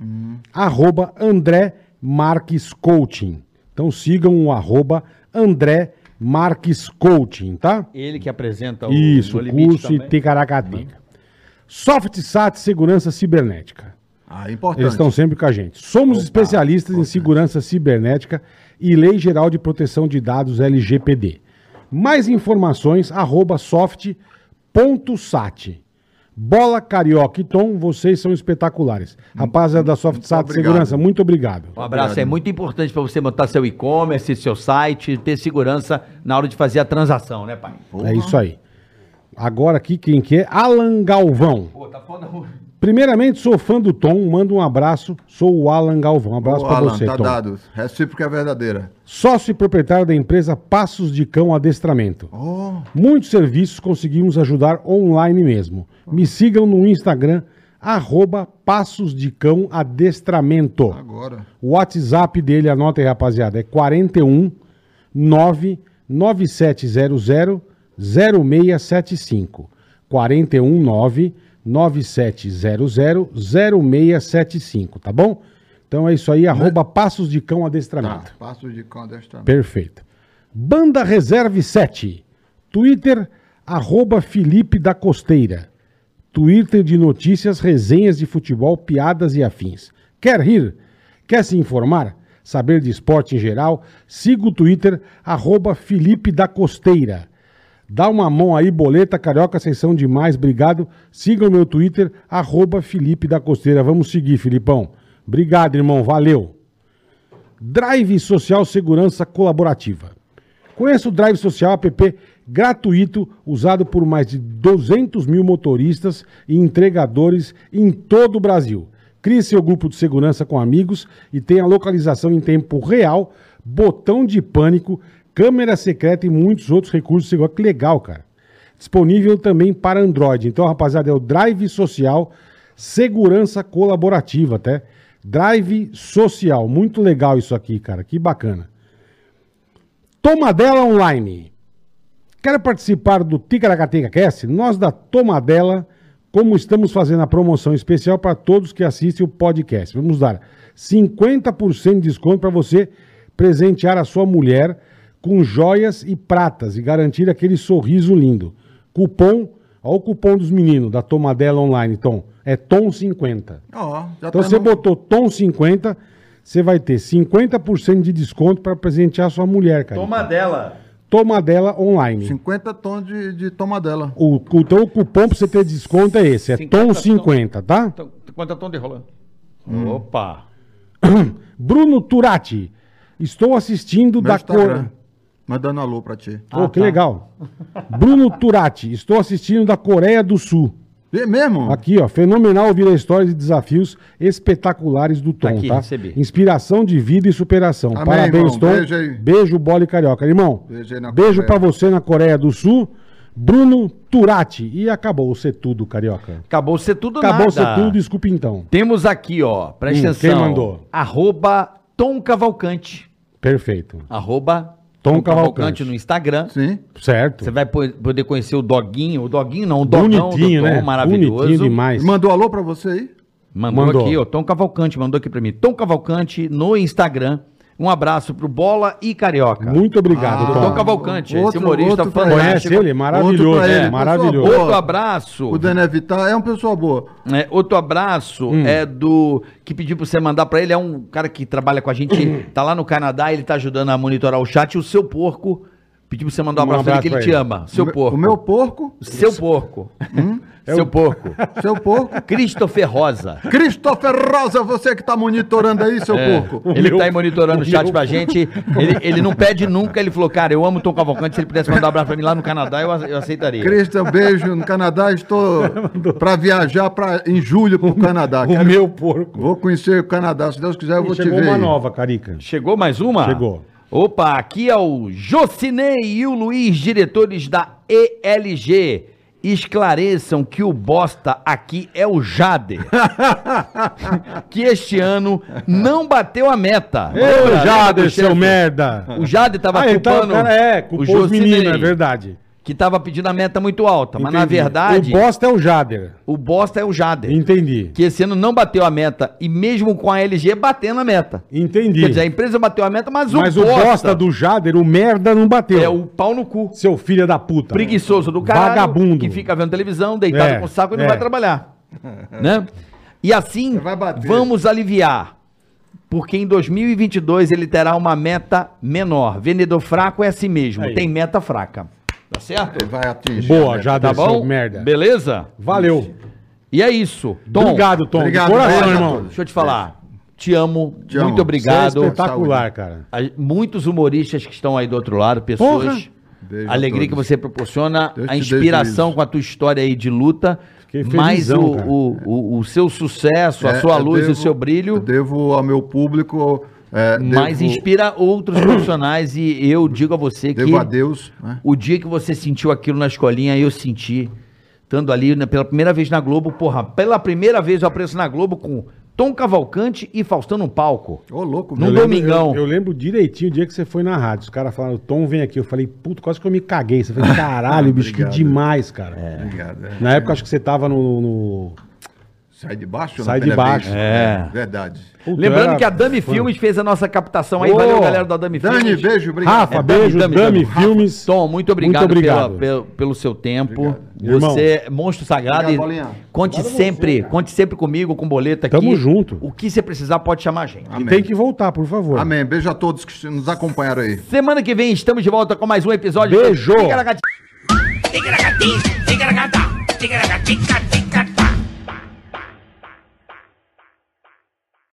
Speaker 3: Arroba André Marques Coaching. Então sigam o arroba André Marques Coaching, tá?
Speaker 10: Ele que apresenta
Speaker 3: Isso,
Speaker 10: No Limite
Speaker 3: curso e
Speaker 10: também. Uhum.
Speaker 3: ticaracateca. SoftSat Segurança Cibernética.
Speaker 5: Ah, importante.
Speaker 3: Eles estão sempre com a gente. Somos especialistas em segurança cibernética e Lei Geral de Proteção de Dados LGPD. Mais informações, arroba soft.sat. Bola, Carioca e Tom, vocês são espetaculares. Rapaziada da SoftSat
Speaker 5: obrigado.
Speaker 3: Segurança, muito obrigado.
Speaker 10: Um abraço. É muito importante para você montar seu e-commerce, seu site, ter segurança na hora de fazer a transação, né, pai?
Speaker 3: É isso aí. Agora aqui, quem que é? Alan Galvão.
Speaker 10: Pô, tá foda.
Speaker 3: Primeiramente, sou fã do Tom, manda um abraço. Sou o Alan Galvão. Um abraço
Speaker 5: Ô,
Speaker 3: pra
Speaker 5: Alan,
Speaker 3: você,
Speaker 5: tá
Speaker 3: Tom.
Speaker 5: dado. Recíproca é verdadeira.
Speaker 3: Sócio e proprietário da empresa Passos de Cão Adestramento. Muitos serviços conseguimos ajudar online mesmo. Me sigam no Instagram, arroba Passos de Cão Adestramento.
Speaker 5: Agora.
Speaker 3: O WhatsApp dele, anota aí, rapaziada, é 41 99700 0675. 41 99700 0675, tá bom? Então é isso aí, arroba Passos de Cão Adestramento.
Speaker 5: Passo de condestamento.
Speaker 3: Perfeito. Banda Reserve 7. Twitter, arroba Felipe da Costeira. Twitter de notícias, resenhas de futebol, piadas e afins. Quer rir? Quer se informar? Saber de esporte em geral? Siga o Twitter, arroba Felipe da Costeira. Dá uma mão aí, boleta, carioca, vocês são demais, obrigado. Siga o meu Twitter, arroba Felipe da Costeira. Vamos seguir, Filipão. Obrigado, irmão, valeu. Drive Social Segurança Colaborativa. Conheça o Drive Social app gratuito, usado por mais de 200 mil motoristas e entregadores em todo o Brasil. Crie seu grupo de segurança com amigos e tenha localização em tempo real, botão de pânico, câmera secreta e muitos outros recursos de segurança. Que legal, cara. Disponível também para Android. Então, rapaziada, é o Drive Social Segurança Colaborativa, até. Drive Social. Muito legal isso aqui, cara. Que bacana. Tomadela Online. Quer participar do Ticaracateca Cast? Nós da Tomadela, como estamos fazendo a promoção especial para todos que assistem o podcast. Vamos dar 50% de desconto para você presentear a sua mulher com joias e pratas e garantir aquele sorriso lindo. Cupom, olha o cupom dos meninos da Tomadela Online, Tom. É TOM50.
Speaker 5: Ó, já
Speaker 3: Então
Speaker 5: tá
Speaker 3: você
Speaker 5: no-
Speaker 3: botou Tom 50, você vai ter 50% de desconto para presentear sua mulher, cara.
Speaker 10: Toma dela.
Speaker 3: Tomadela online.
Speaker 5: 50 tons de, de tomadela.
Speaker 3: O, cu- então o cupom para você ter desconto é esse, é
Speaker 18: 50
Speaker 3: Tom 50, tá?
Speaker 18: Então, Quanto é tom de rolando?
Speaker 10: Hum.
Speaker 18: Opa!
Speaker 3: Bruno Turati, estou assistindo
Speaker 5: Meu
Speaker 3: da
Speaker 5: Instagram.
Speaker 3: cor...
Speaker 5: Mandando alô pra ti.
Speaker 3: Pô,
Speaker 18: Ah, tá. *laughs*
Speaker 3: que legal. Bruno Turati, estou assistindo da Coreia do Sul.
Speaker 5: É mesmo?
Speaker 3: Aqui, ó, fenomenal ouvir a história de desafios espetaculares do Tom,
Speaker 18: Aqui,
Speaker 3: tá?
Speaker 18: recebi.
Speaker 3: Inspiração de vida e superação.
Speaker 5: Amém,
Speaker 3: Parabéns,
Speaker 5: irmão.
Speaker 3: Tom.
Speaker 5: Beijo aí.
Speaker 3: Beijo, bola e carioca. Irmão,
Speaker 5: Beijo aí na
Speaker 3: beijo
Speaker 5: Coreia.
Speaker 3: pra você na Coreia do Sul. Bruno Turati. E acabou ser tudo, carioca.
Speaker 10: Acabou ser tudo
Speaker 3: Acabou
Speaker 10: nada.
Speaker 3: ser tudo, desculpa então.
Speaker 10: Temos aqui, ó, presta
Speaker 3: Hum, quem
Speaker 10: atenção.
Speaker 3: mandou?
Speaker 10: Arroba Tom Cavalcante.
Speaker 3: Perfeito.
Speaker 10: Arroba
Speaker 3: Tom Cavalcante.
Speaker 10: no Instagram.
Speaker 5: Sim.
Speaker 3: Certo.
Speaker 10: Você vai po- poder conhecer o Doguinho. O Doguinho não, o Dogão
Speaker 3: Bonitinho,
Speaker 10: do Tom,
Speaker 3: né?
Speaker 10: maravilhoso.
Speaker 3: Bonitinho demais.
Speaker 5: Mandou alô pra você aí?
Speaker 10: Mandou,
Speaker 3: Mandou.
Speaker 10: aqui, ó. Tom Cavalcante mandou aqui pra mim. Tom Cavalcante no Instagram. Um abraço pro Bola e Carioca.
Speaker 3: Muito obrigado,
Speaker 10: Ah,
Speaker 3: Tom.
Speaker 10: Tom Cavalcante, esse
Speaker 5: Outro-
Speaker 10: humorista
Speaker 5: outro pra
Speaker 3: Conhece
Speaker 10: fantástico.
Speaker 3: ele? Maravilhoso,
Speaker 5: Outro pra
Speaker 3: é,
Speaker 5: ele,
Speaker 3: maravilhoso.
Speaker 5: por favor.
Speaker 10: Outro abraço.
Speaker 5: O Daniel Vittar é uma pessoa boa.
Speaker 10: É, outro abraço é do que pediu pra você mandar pra ele. É um cara que trabalha com a gente, tá lá no Canadá, ele tá ajudando a monitorar o chat. E o seu porco pediu pra você mandar um
Speaker 3: Um
Speaker 10: abraço pra ele que ele
Speaker 3: abraço
Speaker 10: te
Speaker 3: pra ele.
Speaker 10: ama. Seu
Speaker 5: o, me-
Speaker 10: porco.
Speaker 5: O meu porco,
Speaker 10: Seu porco. *laughs* Seu porco.
Speaker 5: seu
Speaker 10: *laughs*
Speaker 5: porco.
Speaker 10: Christopher Rosa.
Speaker 5: Christopher Rosa, você que tá monitorando aí, seu porco.
Speaker 10: Ele
Speaker 3: meu-
Speaker 10: tá aí monitorando
Speaker 3: o
Speaker 10: o chat
Speaker 3: meu-
Speaker 10: pra gente. Ele, ele não pede nunca. Ele falou, cara, eu amo o Tom Cavalcante. Se ele pudesse mandar um abraço pra mim lá no Canadá, eu, a- eu aceitaria.
Speaker 5: Christian, um beijo no Canadá. Estou pra viajar pra, em julho
Speaker 10: Um
Speaker 5: pro Canadá.
Speaker 3: O
Speaker 5: Quero-
Speaker 3: meu porco.
Speaker 5: Vou conhecer o Canadá, se Deus quiser, eu
Speaker 10: é
Speaker 5: vou te
Speaker 3: Chegou
Speaker 5: ver.
Speaker 3: uma
Speaker 5: aí.
Speaker 3: nova, Carica.
Speaker 10: Chegou mais uma?
Speaker 3: Chegou.
Speaker 10: Opa, aqui é o Jocinei e o Luiz, diretores da ELG. Esclareçam que o bosta aqui é
Speaker 3: *laughs*
Speaker 10: o Jader. que este ano não bateu a meta.
Speaker 3: Ô, Jader,
Speaker 10: Lembra,
Speaker 3: seu
Speaker 10: chefe?
Speaker 3: merda.
Speaker 10: O Jader tava
Speaker 3: Ah, então
Speaker 10: culpando
Speaker 3: o cara é, culpou os
Speaker 10: Jocinei,
Speaker 3: meninos, é verdade.
Speaker 10: Que tava pedindo a meta muito alta, Tá, mas na
Speaker 3: Entendi.
Speaker 10: verdade,
Speaker 3: O bosta é o Jader.
Speaker 10: o bosta é o Jader.
Speaker 3: Entendi.
Speaker 10: Que esse ano não bateu a meta, e mesmo com a LG batendo a meta.
Speaker 3: Entendi.
Speaker 10: Quer dizer, a empresa bateu a meta, mas o
Speaker 3: Mas o bosta, do Jader, o merda, não bateu.
Speaker 10: é o pau no cu.
Speaker 3: Seu filho da puta.
Speaker 10: Preguiçoso do caralho.
Speaker 3: Vagabundo.
Speaker 10: Que fica vendo televisão, deitado
Speaker 3: É,
Speaker 10: com o saco e não
Speaker 3: é.
Speaker 10: vai trabalhar.
Speaker 5: *laughs*
Speaker 10: né? E assim,
Speaker 5: Vai bater.
Speaker 10: vamos aliviar. Porque em 2022 ele terá uma meta menor. Vendedor fraco é assim mesmo.
Speaker 3: Aí.
Speaker 10: Tem meta fraca. Tá certo?
Speaker 5: Vai atingir.
Speaker 3: Boa,
Speaker 5: né?
Speaker 3: Jader,
Speaker 10: Tá bom?
Speaker 3: seu merda.
Speaker 10: Beleza?
Speaker 3: Valeu.
Speaker 10: E é isso. Tom,
Speaker 3: Obrigado, Tom.
Speaker 5: Obrigado,
Speaker 3: de coração,
Speaker 5: obrigado a
Speaker 3: irmão.
Speaker 5: todos.
Speaker 10: deixa eu te falar. Te amo.
Speaker 5: Te amo.
Speaker 10: Muito
Speaker 3: Você
Speaker 10: obrigado.
Speaker 3: é espetacular, cara.
Speaker 10: A- muitos humoristas que estão aí do outro lado, pessoas.
Speaker 3: Porra!
Speaker 5: Beijo
Speaker 10: a
Speaker 5: a
Speaker 10: alegria que
Speaker 5: todos.
Speaker 10: você proporciona,
Speaker 5: Deus
Speaker 10: a
Speaker 5: te dê
Speaker 10: inspiração
Speaker 5: juízo.
Speaker 10: com a tua história aí de luta.
Speaker 3: Fiquei
Speaker 10: mas o,
Speaker 3: felizão, cara.
Speaker 10: o, o, o seu sucesso,
Speaker 5: É,
Speaker 10: a sua
Speaker 5: eu
Speaker 10: luz e o
Speaker 5: devo-
Speaker 10: seu brilho,
Speaker 5: Eu devo ao meu público. É,
Speaker 10: mas
Speaker 5: devo,
Speaker 10: inspira outros profissionais. E eu digo a você que
Speaker 5: devo a Deus. né?
Speaker 10: o dia que você sentiu aquilo na escolinha, eu senti. Estando ali na- pela primeira vez na Globo, porra, pela primeira vez eu apareço na Globo com Tom Cavalcante e Faustão no palco.
Speaker 5: Ô, louco,
Speaker 10: Num
Speaker 5: meu.
Speaker 3: lembro-
Speaker 10: domingão.
Speaker 3: eu, eu lembro direitinho o dia que você foi na rádio. Os caras falaram, Tom, vem aqui. Eu falei, puto, quase que eu me caguei. Você falou, caralho, bicho, que
Speaker 5: Obrigado.
Speaker 3: demais, cara.
Speaker 5: Obrigado. é.
Speaker 3: Na época, acho que você tava no. no-
Speaker 5: Sai de baixo?
Speaker 3: Sai
Speaker 5: na
Speaker 3: de
Speaker 5: Telebase?
Speaker 3: baixo.
Speaker 10: É.
Speaker 5: Verdade.
Speaker 3: Puta, eu
Speaker 10: Lembrando
Speaker 3: era
Speaker 10: que a Dami
Speaker 3: fã.
Speaker 10: Filmes fez a nossa captação aí.
Speaker 3: Ô,
Speaker 10: Valeu, galera da Dami Filmes.
Speaker 5: Dani, beijo, obrigado.
Speaker 3: Rafa,
Speaker 10: É, Dami,
Speaker 3: beijos,
Speaker 10: Dami,
Speaker 3: Dami,
Speaker 10: Dami.
Speaker 3: Rafa, Filmes.
Speaker 10: Tom, muito obrigado,
Speaker 3: Muito obrigado.
Speaker 10: Pela, pelo, pelo seu tempo.
Speaker 3: Irmão.
Speaker 10: Você é monstro sagrado.
Speaker 5: Obrigado,
Speaker 10: e
Speaker 5: Bolinha.
Speaker 10: conte sempre, conte sempre comigo, com boleta aqui.
Speaker 3: Tamo junto.
Speaker 10: O que você precisar, pode chamar a gente.
Speaker 3: E tem que voltar, por favor.
Speaker 5: Amém. Beijo a todos que nos acompanharam aí.
Speaker 10: Semana que vem estamos de volta com mais um episódio.
Speaker 3: Beijo.
Speaker 10: Fica na gatinha.
Speaker 24: Ticaracatim, ticaracatim, ticaracatim, ticaracatim.